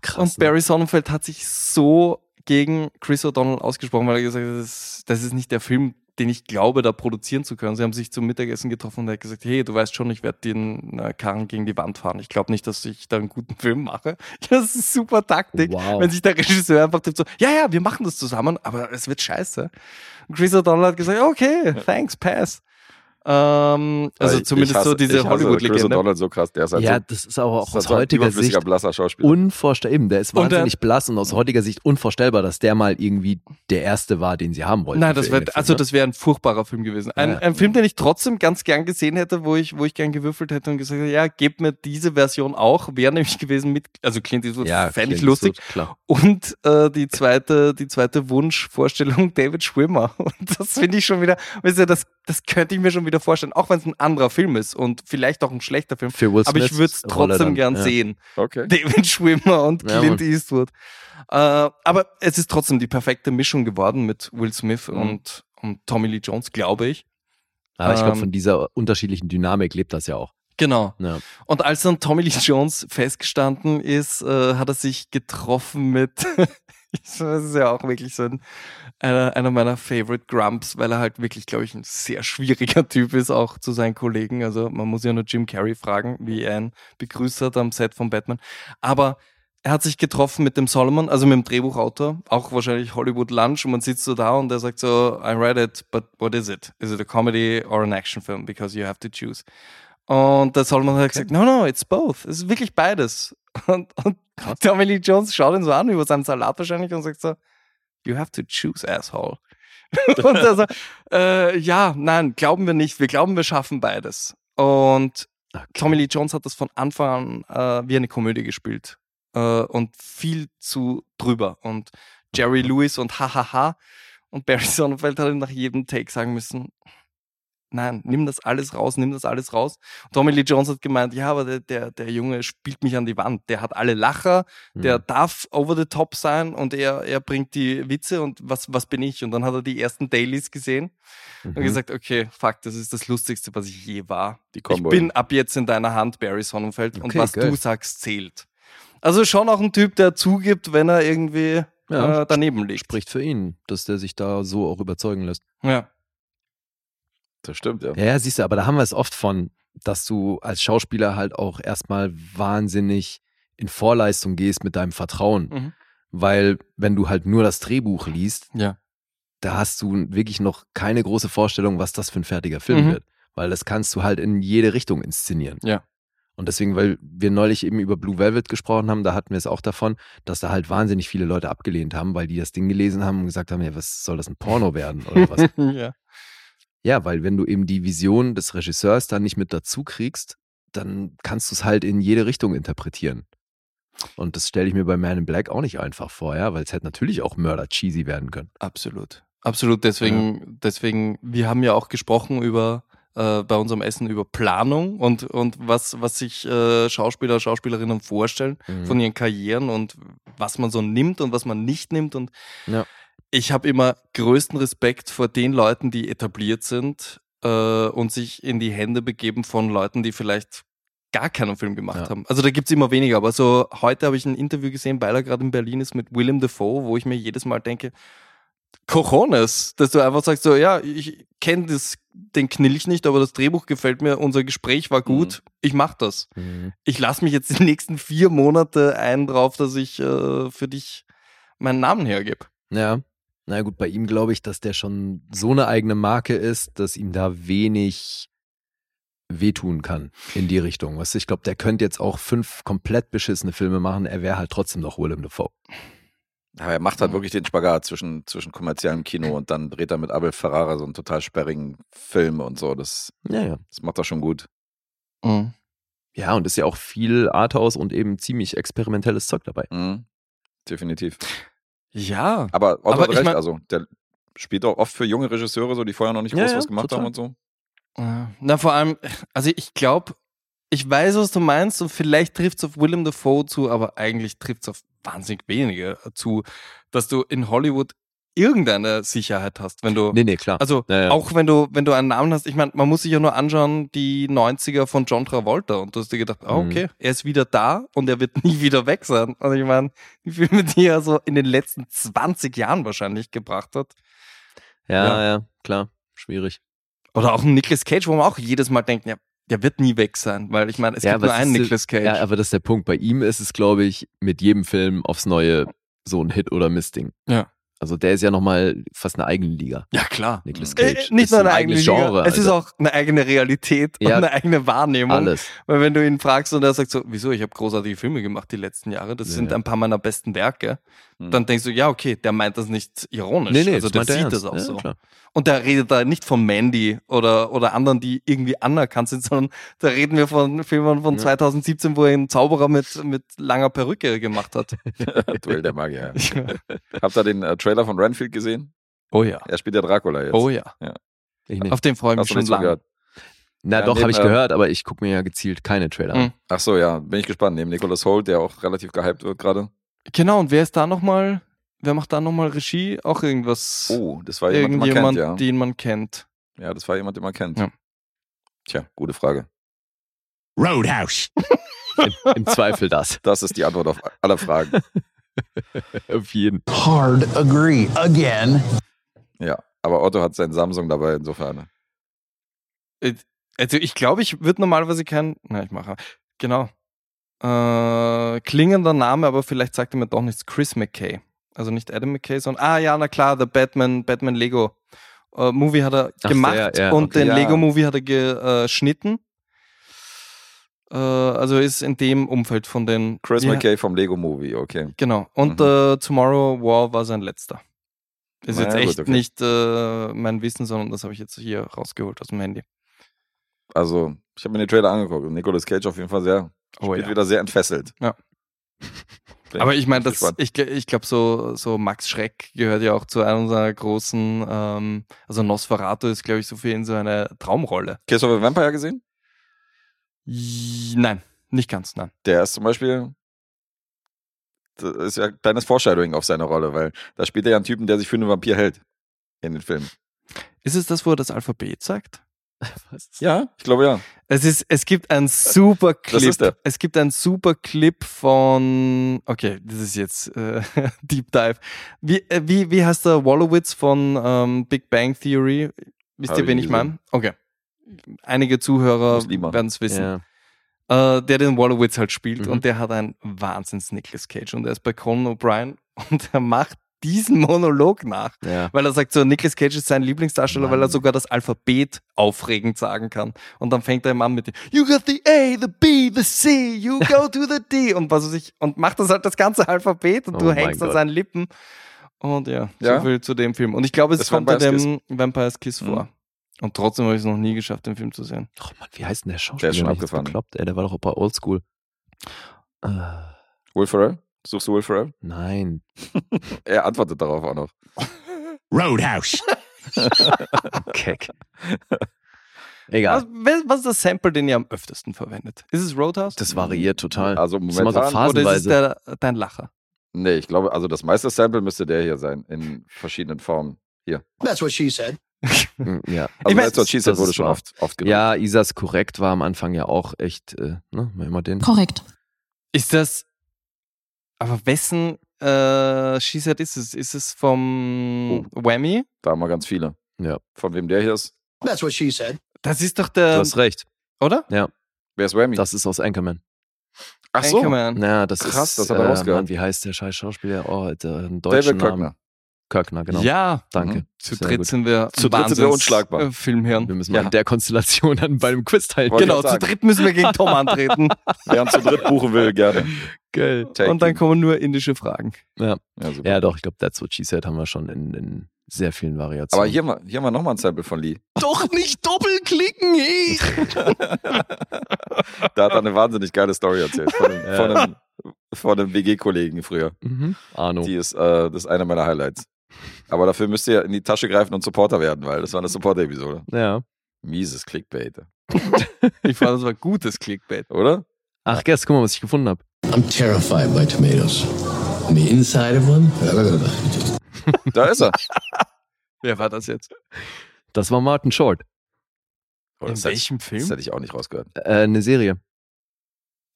[SPEAKER 2] Krass, ne?
[SPEAKER 3] ne?
[SPEAKER 4] und Barry Sonnenfeld hat sich so gegen Chris O'Donnell ausgesprochen, weil er gesagt hat, das ist, das ist nicht der Film, den ich glaube, da produzieren zu können. Sie haben sich zum Mittagessen getroffen und er hat gesagt, hey, du weißt schon, ich werde den äh, Karren gegen die Wand fahren. Ich glaube nicht, dass ich da einen guten Film mache. Das ist super Taktik,
[SPEAKER 2] Wow.
[SPEAKER 4] wenn sich der Regisseur einfach tippt so, ja, ja, wir machen das zusammen, aber es wird scheiße. Und Chris O'Donnell hat gesagt, okay, thanks, pass. Ähm, also
[SPEAKER 3] Ich- ich
[SPEAKER 4] zumindest
[SPEAKER 3] hasse-
[SPEAKER 4] so diese
[SPEAKER 3] ich hasse Chris
[SPEAKER 4] Hollywood-Legende.
[SPEAKER 3] O'Donnell so krass, der ist
[SPEAKER 2] ne?
[SPEAKER 3] halt
[SPEAKER 2] Ja,
[SPEAKER 3] so,
[SPEAKER 2] das ist aber auch
[SPEAKER 3] das
[SPEAKER 2] aus
[SPEAKER 3] ist halt so ein
[SPEAKER 2] heutiger
[SPEAKER 3] überflüssiger,
[SPEAKER 2] Sicht
[SPEAKER 3] blasser Schauspieler.
[SPEAKER 2] unvorstellbar. Eben, der ist
[SPEAKER 4] Und der-
[SPEAKER 2] wahnsinnig blass und aus heutiger Sicht unvorstellbar, dass der mal irgendwie der erste war, den sie haben wollten.
[SPEAKER 4] Nein, das
[SPEAKER 2] für
[SPEAKER 4] wäre
[SPEAKER 2] irgendeinen
[SPEAKER 4] also
[SPEAKER 2] Film,
[SPEAKER 4] das wäre ein furchtbarer Film gewesen. Ein,
[SPEAKER 2] ne? Ja.
[SPEAKER 4] ein Film, den ich trotzdem ganz gern gesehen hätte, wo ich wo ich gern gewürfelt hätte und gesagt hätte, ja, gebt mir diese Version auch, wäre nämlich gewesen mit also Clint Eastwood
[SPEAKER 2] ne? ja,
[SPEAKER 4] fände ich
[SPEAKER 2] Clint
[SPEAKER 4] lustig
[SPEAKER 2] Eastwood, klar.
[SPEAKER 4] und äh, die zweite die zweite Wunschvorstellung David Schwimmer und das finde ich schon wieder, weißt du, das das könnte ich mir schon wieder vorstellen, auch wenn es ein anderer Film ist und vielleicht auch ein schlechter Film,
[SPEAKER 2] Für Will
[SPEAKER 4] aber ich
[SPEAKER 2] Smiths
[SPEAKER 4] würde es
[SPEAKER 2] Rolle
[SPEAKER 4] trotzdem
[SPEAKER 2] dann,
[SPEAKER 4] gern
[SPEAKER 2] ja.
[SPEAKER 4] sehen.
[SPEAKER 3] Okay.
[SPEAKER 4] David Schwimmer und
[SPEAKER 2] Ja,
[SPEAKER 4] Clint Eastwood. Äh, aber es ist trotzdem die perfekte Mischung geworden mit Will Smith und, und Tommy Lee Jones, glaube ich.
[SPEAKER 2] Aber ich glaube,
[SPEAKER 4] Ähm,
[SPEAKER 2] von dieser unterschiedlichen Dynamik lebt das ja auch.
[SPEAKER 4] Genau.
[SPEAKER 2] Ja.
[SPEAKER 4] Und als dann Tommy Lee Jones festgestanden ist, äh, hat er sich getroffen mit, Ich weiß, das ist ja auch wirklich so ein, einer, einer meiner Favorite Grumps, weil er halt wirklich, glaube ich, ein sehr schwieriger Typ ist, auch zu seinen Kollegen. Also man muss ja nur Jim Carrey fragen, wie er ihn begrüßt hat am Set von Batman. Aber er hat sich getroffen mit dem Solomon, also mit dem Drehbuchautor, auch wahrscheinlich Hollywood Lunch und man sitzt so da und er sagt so, I read it, but what is it? Is it a comedy or an action film? Because you have to choose. Und der Solomon hat halt gesagt, no, no, it's both. Es ist wirklich beides. Und, und Tommy Lee Jones schaut ihn so an über seinen Salat wahrscheinlich und sagt so, you have to choose, asshole. und er so, äh, ja, nein, glauben wir nicht. Wir glauben, wir schaffen beides. Und Tommy Lee Jones hat das von Anfang an äh, wie eine Komödie gespielt. Äh, und viel zu drüber. Und Jerry Lewis und hahaha. Und Barry Sonnenfeld hat ihm nach jedem Take sagen müssen, nein, nimm das alles raus, nimm das alles raus. Tommy Lee Jones hat gemeint, ja, aber der, der, der Junge spielt mich an die Wand. Der hat alle
[SPEAKER 2] hm.
[SPEAKER 4] Lacher,
[SPEAKER 2] Mhm.
[SPEAKER 4] der darf over the top sein und er, er bringt die Witze und was, was bin ich? Und dann hat er die ersten Dailies gesehen
[SPEAKER 2] Mhm.
[SPEAKER 4] und gesagt, okay, fuck, das ist das Lustigste, was ich je war.
[SPEAKER 3] Die Combo.
[SPEAKER 4] Ich bin ab jetzt in deiner Hand, Barry Sonnenfeld, und
[SPEAKER 2] Okay,
[SPEAKER 4] was
[SPEAKER 2] geil.
[SPEAKER 4] du sagst, zählt. Also schon auch ein Typ, der zugibt, wenn er irgendwie
[SPEAKER 2] Ja,
[SPEAKER 4] äh, daneben liegt.
[SPEAKER 2] Spricht für ihn, dass der sich da so auch überzeugen lässt.
[SPEAKER 4] Ja.
[SPEAKER 3] Das stimmt, ja.
[SPEAKER 2] Ja, ja, siehst du, aber da haben wir es oft von, dass du als Schauspieler halt auch erstmal wahnsinnig in Vorleistung gehst mit deinem Vertrauen.
[SPEAKER 4] Mhm.
[SPEAKER 2] Weil, wenn du halt nur das Drehbuch liest,
[SPEAKER 4] Ja.
[SPEAKER 2] da hast du wirklich noch keine große Vorstellung, was das für ein fertiger Film
[SPEAKER 4] Mhm.
[SPEAKER 2] wird. Weil das kannst du halt in jede Richtung inszenieren.
[SPEAKER 4] Ja.
[SPEAKER 2] Und deswegen, weil wir neulich eben über Blue Velvet gesprochen haben, da hatten wir es auch davon, dass da halt wahnsinnig viele Leute abgelehnt haben, weil die das Ding gelesen haben und gesagt haben, ja, was soll das ein Porno werden oder was?
[SPEAKER 4] ja.
[SPEAKER 2] Ja, weil wenn du eben die Vision des Regisseurs dann nicht mit dazu kriegst, dann kannst du es halt in jede Richtung interpretieren. Und das stelle ich mir bei Man in Black auch nicht einfach vor, ja, weil es hätte natürlich auch Mörder cheesy werden können.
[SPEAKER 4] Absolut. Absolut. Deswegen, deswegen, wir haben ja auch gesprochen über äh, bei unserem Essen über Planung und, und was, was sich äh, Schauspieler, Schauspielerinnen vorstellen
[SPEAKER 2] Mhm.
[SPEAKER 4] von ihren Karrieren und was man so nimmt und was man nicht nimmt. Und
[SPEAKER 2] Ja.
[SPEAKER 4] ich habe immer größten Respekt vor den Leuten, die etabliert sind äh, und sich in die Hände begeben von Leuten, die vielleicht gar keinen Film gemacht
[SPEAKER 2] Ja.
[SPEAKER 4] haben. Also da gibt's immer weniger. Aber so heute habe ich ein Interview gesehen, weil er gerade in Berlin ist mit Willem Dafoe, wo ich mir jedes Mal denke, Cojones, dass du einfach sagst, so, ja, ich kenne das, den Knilch nicht, aber das Drehbuch gefällt mir, unser Gespräch
[SPEAKER 2] Mhm.
[SPEAKER 4] war gut, ich mach das. Ich lasse mich jetzt die nächsten vier Monate ein drauf, dass ich äh, für dich meinen Namen hergebe.
[SPEAKER 2] Ja. Na gut, bei ihm glaube ich, dass der schon so eine eigene Marke ist, dass ihm da wenig wehtun kann in die Richtung. Weißt du, ich glaube, der könnte jetzt auch fünf komplett beschissene Filme machen, er wäre halt trotzdem noch Willem Dafoe.
[SPEAKER 3] Aber er macht halt wirklich den Spagat zwischen, zwischen kommerziellem Kino und dann dreht er mit Abel Ferrara so einen total sperrigen Film und so. Das,
[SPEAKER 2] Ja, ja.
[SPEAKER 3] das macht er schon gut.
[SPEAKER 2] Ja, und ist ja auch viel Arthouse und eben ziemlich experimentelles Zeug dabei.
[SPEAKER 3] Mhm. Definitiv.
[SPEAKER 4] Ja.
[SPEAKER 3] Aber Otto
[SPEAKER 4] Aber
[SPEAKER 3] hat
[SPEAKER 4] ich
[SPEAKER 3] recht,
[SPEAKER 4] mein-
[SPEAKER 3] also der spielt auch oft für junge Regisseure so, die vorher noch nicht
[SPEAKER 2] Ja,
[SPEAKER 3] groß
[SPEAKER 2] ja,
[SPEAKER 3] was gemacht
[SPEAKER 2] total.
[SPEAKER 3] haben und so.
[SPEAKER 4] Ja. Äh, Na, vor allem, also ich glaube, ich weiß, was du meinst und vielleicht trifft es auf Willem Dafoe zu, aber eigentlich trifft es auf wahnsinnig wenige äh, zu, dass du in Hollywood irgendeine Sicherheit hast, wenn du.
[SPEAKER 2] Nee, nee, klar.
[SPEAKER 4] Also
[SPEAKER 2] Ja, ja.
[SPEAKER 4] auch wenn du, wenn du einen Namen hast, ich meine, man muss sich ja nur anschauen, die 90er von John Travolta und du hast dir gedacht, ah,
[SPEAKER 2] Mhm.
[SPEAKER 4] okay, er ist wieder da und er wird nie wieder weg sein. Also ich meine, die Filme, die er so in den letzten 20 Jahren wahrscheinlich gebracht hat.
[SPEAKER 2] ja, ja,
[SPEAKER 4] ja.
[SPEAKER 2] klar. Schwierig.
[SPEAKER 4] Oder auch ein Nicolas Cage, wo man auch jedes Mal denkt, ja, der wird nie weg sein, weil ich meine, es
[SPEAKER 2] Ja,
[SPEAKER 4] gibt
[SPEAKER 2] aber
[SPEAKER 4] nur
[SPEAKER 2] es
[SPEAKER 4] einen
[SPEAKER 2] ist-
[SPEAKER 4] Nicolas Cage.
[SPEAKER 2] Ja, aber das ist der Punkt. Bei ihm ist es, glaube ich, mit jedem Film aufs Neue so ein Hit oder Missding.
[SPEAKER 4] Ja.
[SPEAKER 2] Also der ist ja nochmal fast eine eigene Liga,
[SPEAKER 4] Ja, klar.
[SPEAKER 2] Nicolas
[SPEAKER 4] Äh,
[SPEAKER 2] Cage.
[SPEAKER 4] nicht
[SPEAKER 2] Ist
[SPEAKER 4] nur
[SPEAKER 2] ein
[SPEAKER 4] eine eigene
[SPEAKER 2] eigenes
[SPEAKER 4] Genre.
[SPEAKER 2] Genre,
[SPEAKER 4] Es ist
[SPEAKER 2] Alter.
[SPEAKER 4] auch eine eigene Realität und
[SPEAKER 2] Ja.
[SPEAKER 4] eine eigene Wahrnehmung.
[SPEAKER 2] Alles.
[SPEAKER 4] Weil wenn du ihn fragst und er sagt so, wieso, ich habe großartige Filme gemacht die letzten Jahre, das
[SPEAKER 2] Ja,
[SPEAKER 4] sind
[SPEAKER 2] ja.
[SPEAKER 4] ein paar meiner besten Werke,
[SPEAKER 3] Hm.
[SPEAKER 4] dann denkst du, ja, okay, der meint das nicht ironisch.
[SPEAKER 2] Nee, nee,
[SPEAKER 4] also der
[SPEAKER 2] meint er
[SPEAKER 4] sieht
[SPEAKER 2] ernst.
[SPEAKER 4] das auch
[SPEAKER 2] ja,
[SPEAKER 4] so.
[SPEAKER 2] Klar.
[SPEAKER 4] Und der redet da nicht von Mandy oder, oder anderen, die irgendwie anerkannt sind, sondern da reden wir von Filmen von
[SPEAKER 2] Ja.
[SPEAKER 4] 2017, wo er einen Zauberer mit, mit langer Perücke gemacht hat.
[SPEAKER 3] Duell der Magier. ja. Habt ihr den äh, Trailer von Renfield gesehen?
[SPEAKER 4] oh ja.
[SPEAKER 3] Er spielt ja Dracula jetzt.
[SPEAKER 4] Oh ja.
[SPEAKER 2] Ich nicht.
[SPEAKER 4] Auf den freue ich mich
[SPEAKER 3] Hast du
[SPEAKER 4] schon
[SPEAKER 3] nicht so
[SPEAKER 4] lange.
[SPEAKER 3] gehört?
[SPEAKER 2] Na
[SPEAKER 3] Ja,
[SPEAKER 2] doch,
[SPEAKER 3] nee,
[SPEAKER 2] habe ich
[SPEAKER 3] äh,
[SPEAKER 2] gehört, aber ich gucke mir ja gezielt keine Trailer an.
[SPEAKER 4] Mhm.
[SPEAKER 3] Ach so, ja, bin ich gespannt. Neben Nicholas Holt, der auch relativ gehypt wird gerade.
[SPEAKER 4] Genau, und wer ist da nochmal, wer macht da nochmal Regie? Auch irgendwas,
[SPEAKER 3] Oh, das war jemand, den man
[SPEAKER 4] irgendjemand,
[SPEAKER 3] kennt, ja.
[SPEAKER 4] den man kennt.
[SPEAKER 3] Ja, das war jemand, den man kennt.
[SPEAKER 4] Ja.
[SPEAKER 3] Tja, gute Frage.
[SPEAKER 9] Roadhouse.
[SPEAKER 4] Hm.
[SPEAKER 2] Im Zweifel das.
[SPEAKER 3] Das ist die Antwort auf alle Fragen.
[SPEAKER 2] Auf jeden.
[SPEAKER 8] Hard agree again.
[SPEAKER 3] ja, aber Otto hat sein Samsung dabei insofern.
[SPEAKER 4] Also ich glaube, ich würde normalerweise kein, na, ich mache, genau. Äh, klingender Name, aber vielleicht sagt er mir doch nichts. Chris McKay. Also nicht Adam McKay, sondern, ah ja, na klar, der Batman, Batman Lego. Äh, Movie hat er
[SPEAKER 2] Ach,
[SPEAKER 4] gemacht
[SPEAKER 2] der, ja,
[SPEAKER 4] und
[SPEAKER 2] okay.
[SPEAKER 4] den
[SPEAKER 3] Ja.
[SPEAKER 4] Lego-Movie hat er geschnitten. Äh, also ist in dem Umfeld von den
[SPEAKER 3] Chris
[SPEAKER 4] wie-
[SPEAKER 3] McKay vom Lego Movie, okay.
[SPEAKER 4] Genau. Und äh, Tomorrow War war sein letzter. Ist
[SPEAKER 3] Na
[SPEAKER 4] jetzt
[SPEAKER 3] ja, gut,
[SPEAKER 4] echt
[SPEAKER 3] okay.
[SPEAKER 4] nicht äh, mein Wissen, sondern das habe ich jetzt hier rausgeholt aus dem Handy.
[SPEAKER 3] Also, ich habe mir den Trailer angeguckt und Nicolas Cage auf jeden Fall sehr,
[SPEAKER 4] Oh,
[SPEAKER 3] wird
[SPEAKER 4] ja.
[SPEAKER 3] wieder sehr entfesselt.
[SPEAKER 4] Ja.
[SPEAKER 3] Bin
[SPEAKER 4] Aber ich meine,
[SPEAKER 3] bin
[SPEAKER 4] das-
[SPEAKER 3] gespannt.
[SPEAKER 4] ich, gl- ich glaube, so, so Max Schreck gehört ja auch zu einer unserer großen, ähm, also Nosferatu ist, glaube ich, so für ihn so eine Traumrolle.
[SPEAKER 3] Kiss of a Vampire gesehen?
[SPEAKER 4] J- Nein, nicht ganz, nein.
[SPEAKER 3] Der ist zum Beispiel. Das ist ja ein kleines Foreshadowing auf seine Rolle, weil da spielt er ja einen Typen, der sich für einen Vampir hält. In den Filmen.
[SPEAKER 4] Ist es das, wo er das Alphabet sagt?
[SPEAKER 3] Ja, ich glaube ja.
[SPEAKER 4] Es, ist, es gibt einen super Clip.
[SPEAKER 3] ist der.
[SPEAKER 4] Es gibt einen super Clip von. Okay, das ist jetzt äh, Deep Dive. Wie, äh, wie, wie heißt der Wallowitz von ähm, Big Bang Theory? Wisst
[SPEAKER 3] Hab
[SPEAKER 4] ihr,
[SPEAKER 3] ich
[SPEAKER 4] wen
[SPEAKER 3] nie
[SPEAKER 4] ich meine? Okay. Einige Zuhörer
[SPEAKER 3] Muslima.
[SPEAKER 4] werden es wissen.
[SPEAKER 2] Ja.
[SPEAKER 4] Äh, der den Wallowitz halt spielt
[SPEAKER 2] Mhm.
[SPEAKER 4] und der hat einen Wahnsinns Nicolas Cage und er ist bei Conan O'Brien und er macht diesen Monolog nach.
[SPEAKER 2] Ja.
[SPEAKER 4] Weil er sagt so, Nicolas Cage ist sein Lieblingsdarsteller, weil er
[SPEAKER 2] Mann.
[SPEAKER 4] sogar das Alphabet aufregend sagen kann. Und dann fängt er ihm an mit You got the A, the B, the C, you go to the D und was weiß ich. Und macht das halt das ganze Alphabet und
[SPEAKER 2] Oh
[SPEAKER 4] du
[SPEAKER 2] mein
[SPEAKER 4] hängst an
[SPEAKER 2] Gott.
[SPEAKER 4] seinen Lippen. Und ja,
[SPEAKER 3] Ja?
[SPEAKER 4] so viel zu dem Film. Und ich glaube, es
[SPEAKER 3] Das
[SPEAKER 4] kommt bei
[SPEAKER 3] Vampire's
[SPEAKER 4] dem Vampire's Kiss
[SPEAKER 2] Mhm.
[SPEAKER 4] vor. Und trotzdem habe ich es noch nie geschafft, den Film zu sehen.
[SPEAKER 2] Oh Mann, wie heißt denn der Schauspieler?
[SPEAKER 3] schon
[SPEAKER 2] Hab ich jetzt
[SPEAKER 3] abgefahren.
[SPEAKER 2] Bekloppt? Ey, der war doch auch bei Oldschool. Äh,
[SPEAKER 3] Will Ferrell? Suchst du Will Ferrell?
[SPEAKER 2] nein.
[SPEAKER 3] Er antwortet darauf auch noch.
[SPEAKER 9] Roadhouse.
[SPEAKER 2] Keck. Egal.
[SPEAKER 3] Also,
[SPEAKER 4] Was, wel- was ist das Sample, den ihr am öftesten verwendet? Ist es Roadhouse?
[SPEAKER 2] Das variiert total.
[SPEAKER 3] Also
[SPEAKER 2] Das ist immer so
[SPEAKER 3] momentan.
[SPEAKER 2] phasenweise.
[SPEAKER 4] Oder ist es der, dein Lacher?
[SPEAKER 3] nee, ich glaube, also das meiste Sample müsste der hier sein, in verschiedenen Formen.
[SPEAKER 8] That's what she said.
[SPEAKER 2] Hm, ja.
[SPEAKER 3] Also
[SPEAKER 4] Ich mein,
[SPEAKER 3] That's What She Said
[SPEAKER 2] das
[SPEAKER 3] wurde
[SPEAKER 2] ist
[SPEAKER 3] schon
[SPEAKER 2] wahr.
[SPEAKER 3] oft, oft genannt.
[SPEAKER 2] ja, Isas korrekt war am Anfang ja auch echt, äh, ne, immer den.
[SPEAKER 10] Korrekt.
[SPEAKER 4] Ist das. Aber wessen äh, Schießert ist es? Ist es
[SPEAKER 3] Oh.
[SPEAKER 4] vom Whammy?
[SPEAKER 3] Da haben wir ganz viele.
[SPEAKER 2] Ja.
[SPEAKER 3] Von wem der hier ist?
[SPEAKER 8] That's what she said.
[SPEAKER 4] Das ist doch
[SPEAKER 2] Du
[SPEAKER 4] der.
[SPEAKER 2] hast recht.
[SPEAKER 4] Oder?
[SPEAKER 3] Wer ist Whammy?
[SPEAKER 2] Das ist aus Anchorman.
[SPEAKER 3] Ach so,
[SPEAKER 4] Anchorman.
[SPEAKER 2] Na, das
[SPEAKER 3] ähm,
[SPEAKER 2] ist,
[SPEAKER 3] Krass,
[SPEAKER 2] äh,
[SPEAKER 3] das hat er rausgehört.
[SPEAKER 2] Mann, wie heißt der scheiß Schauspieler? Oh, der einen deutschen Namen.
[SPEAKER 3] David Kirkner.
[SPEAKER 2] Kirkner, genau.
[SPEAKER 4] Ja.
[SPEAKER 2] Danke.
[SPEAKER 3] Mhm.
[SPEAKER 4] Zu
[SPEAKER 2] Sehr
[SPEAKER 4] dritt
[SPEAKER 2] gut.
[SPEAKER 4] sind wir.
[SPEAKER 3] Zu dritt sind wir
[SPEAKER 4] Wahnsinns-
[SPEAKER 3] unschlagbar.
[SPEAKER 4] äh,
[SPEAKER 2] Wir
[SPEAKER 4] Filmherren.
[SPEAKER 2] müssen
[SPEAKER 3] Ja.
[SPEAKER 2] mal in der Konstellation dann bei einem Quiz teilnehmen.
[SPEAKER 3] Wollte ich
[SPEAKER 4] Genau,
[SPEAKER 3] grad
[SPEAKER 4] zu
[SPEAKER 3] sagen.
[SPEAKER 4] dritt müssen wir gegen Tom antreten.
[SPEAKER 3] Wer uns zu dritt buchen will, gerne.
[SPEAKER 2] Geil.
[SPEAKER 3] Take
[SPEAKER 4] und dann
[SPEAKER 3] him.
[SPEAKER 4] kommen nur indische Fragen.
[SPEAKER 3] Ja, super.
[SPEAKER 2] Ja, doch, ich glaube, That's What She Said haben wir schon in, in sehr vielen Variationen.
[SPEAKER 3] Aber hier, mal- hier haben wir nochmal ein Sample von Lee.
[SPEAKER 2] doch nicht doppelklicken, hey!
[SPEAKER 3] Da hat er eine wahnsinnig geile Story erzählt. Von einem,
[SPEAKER 2] Ja.
[SPEAKER 3] von einem, von einem WG-Kollegen früher.
[SPEAKER 2] Mhm. Arno.
[SPEAKER 3] Die ist, äh, das ist einer meiner Highlights. Aber dafür müsst ihr in die Tasche greifen und Supporter werden, weil das war eine Supporter-Episode.
[SPEAKER 2] Ja.
[SPEAKER 3] Mieses Clickbait,
[SPEAKER 4] Ich fand, das war gutes Clickbait.
[SPEAKER 3] oder?
[SPEAKER 2] Ach, Gess, guck mal, was ich gefunden habe.
[SPEAKER 8] I'm terrified by tomatoes. And the inside of one?
[SPEAKER 3] Da ist er.
[SPEAKER 4] Wer war das jetzt?
[SPEAKER 2] Das war Martin Short.
[SPEAKER 3] Oh, das, hätte ich, das hätte ich auch nicht rausgehört.
[SPEAKER 2] Äh, eine Serie.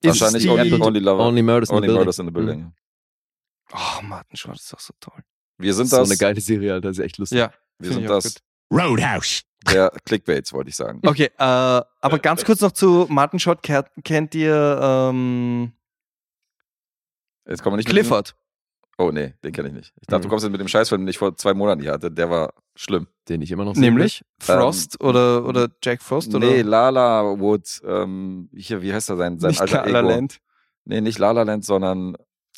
[SPEAKER 3] Wahrscheinlich only,
[SPEAKER 2] Apple-
[SPEAKER 3] only Lover.
[SPEAKER 2] Only
[SPEAKER 3] Only,
[SPEAKER 2] Murders in the Building. Mhm.
[SPEAKER 3] Murders in the Building.
[SPEAKER 4] Oh, Martin Short ist doch so toll.
[SPEAKER 3] Wir
[SPEAKER 2] Das
[SPEAKER 3] sind
[SPEAKER 2] ist so
[SPEAKER 3] das.
[SPEAKER 2] eine geile Serie, Alter. Das ist echt lustig.
[SPEAKER 4] Ja,
[SPEAKER 3] wir
[SPEAKER 4] find
[SPEAKER 3] sind
[SPEAKER 4] ich auch
[SPEAKER 3] das.
[SPEAKER 4] gut.
[SPEAKER 9] Roadhouse.
[SPEAKER 3] Der Clickbaits, wollte ich sagen.
[SPEAKER 4] Okay, äh, aber ganz kurz noch zu Martin Short. Ke- Kennt ihr ähm,
[SPEAKER 3] Jetzt kommen wir nicht mit
[SPEAKER 4] Clifford?
[SPEAKER 3] Dem, oh nee, den kenne ich nicht. Ich dachte, du kommst jetzt mit dem Scheißfilm, den ich vor zwei Monaten hier hatte. Der war schlimm.
[SPEAKER 2] Den ich immer noch sehen
[SPEAKER 4] Nämlich
[SPEAKER 3] Ähm,
[SPEAKER 4] Frost oder, oder Jack Frost oder
[SPEAKER 3] Nee, Lala Wood. Ähm, hier, wie heißt er sein, sein
[SPEAKER 4] nicht
[SPEAKER 3] alter
[SPEAKER 4] La La
[SPEAKER 3] Ego?
[SPEAKER 4] Land.
[SPEAKER 3] Nee, nicht Lala Land, sondern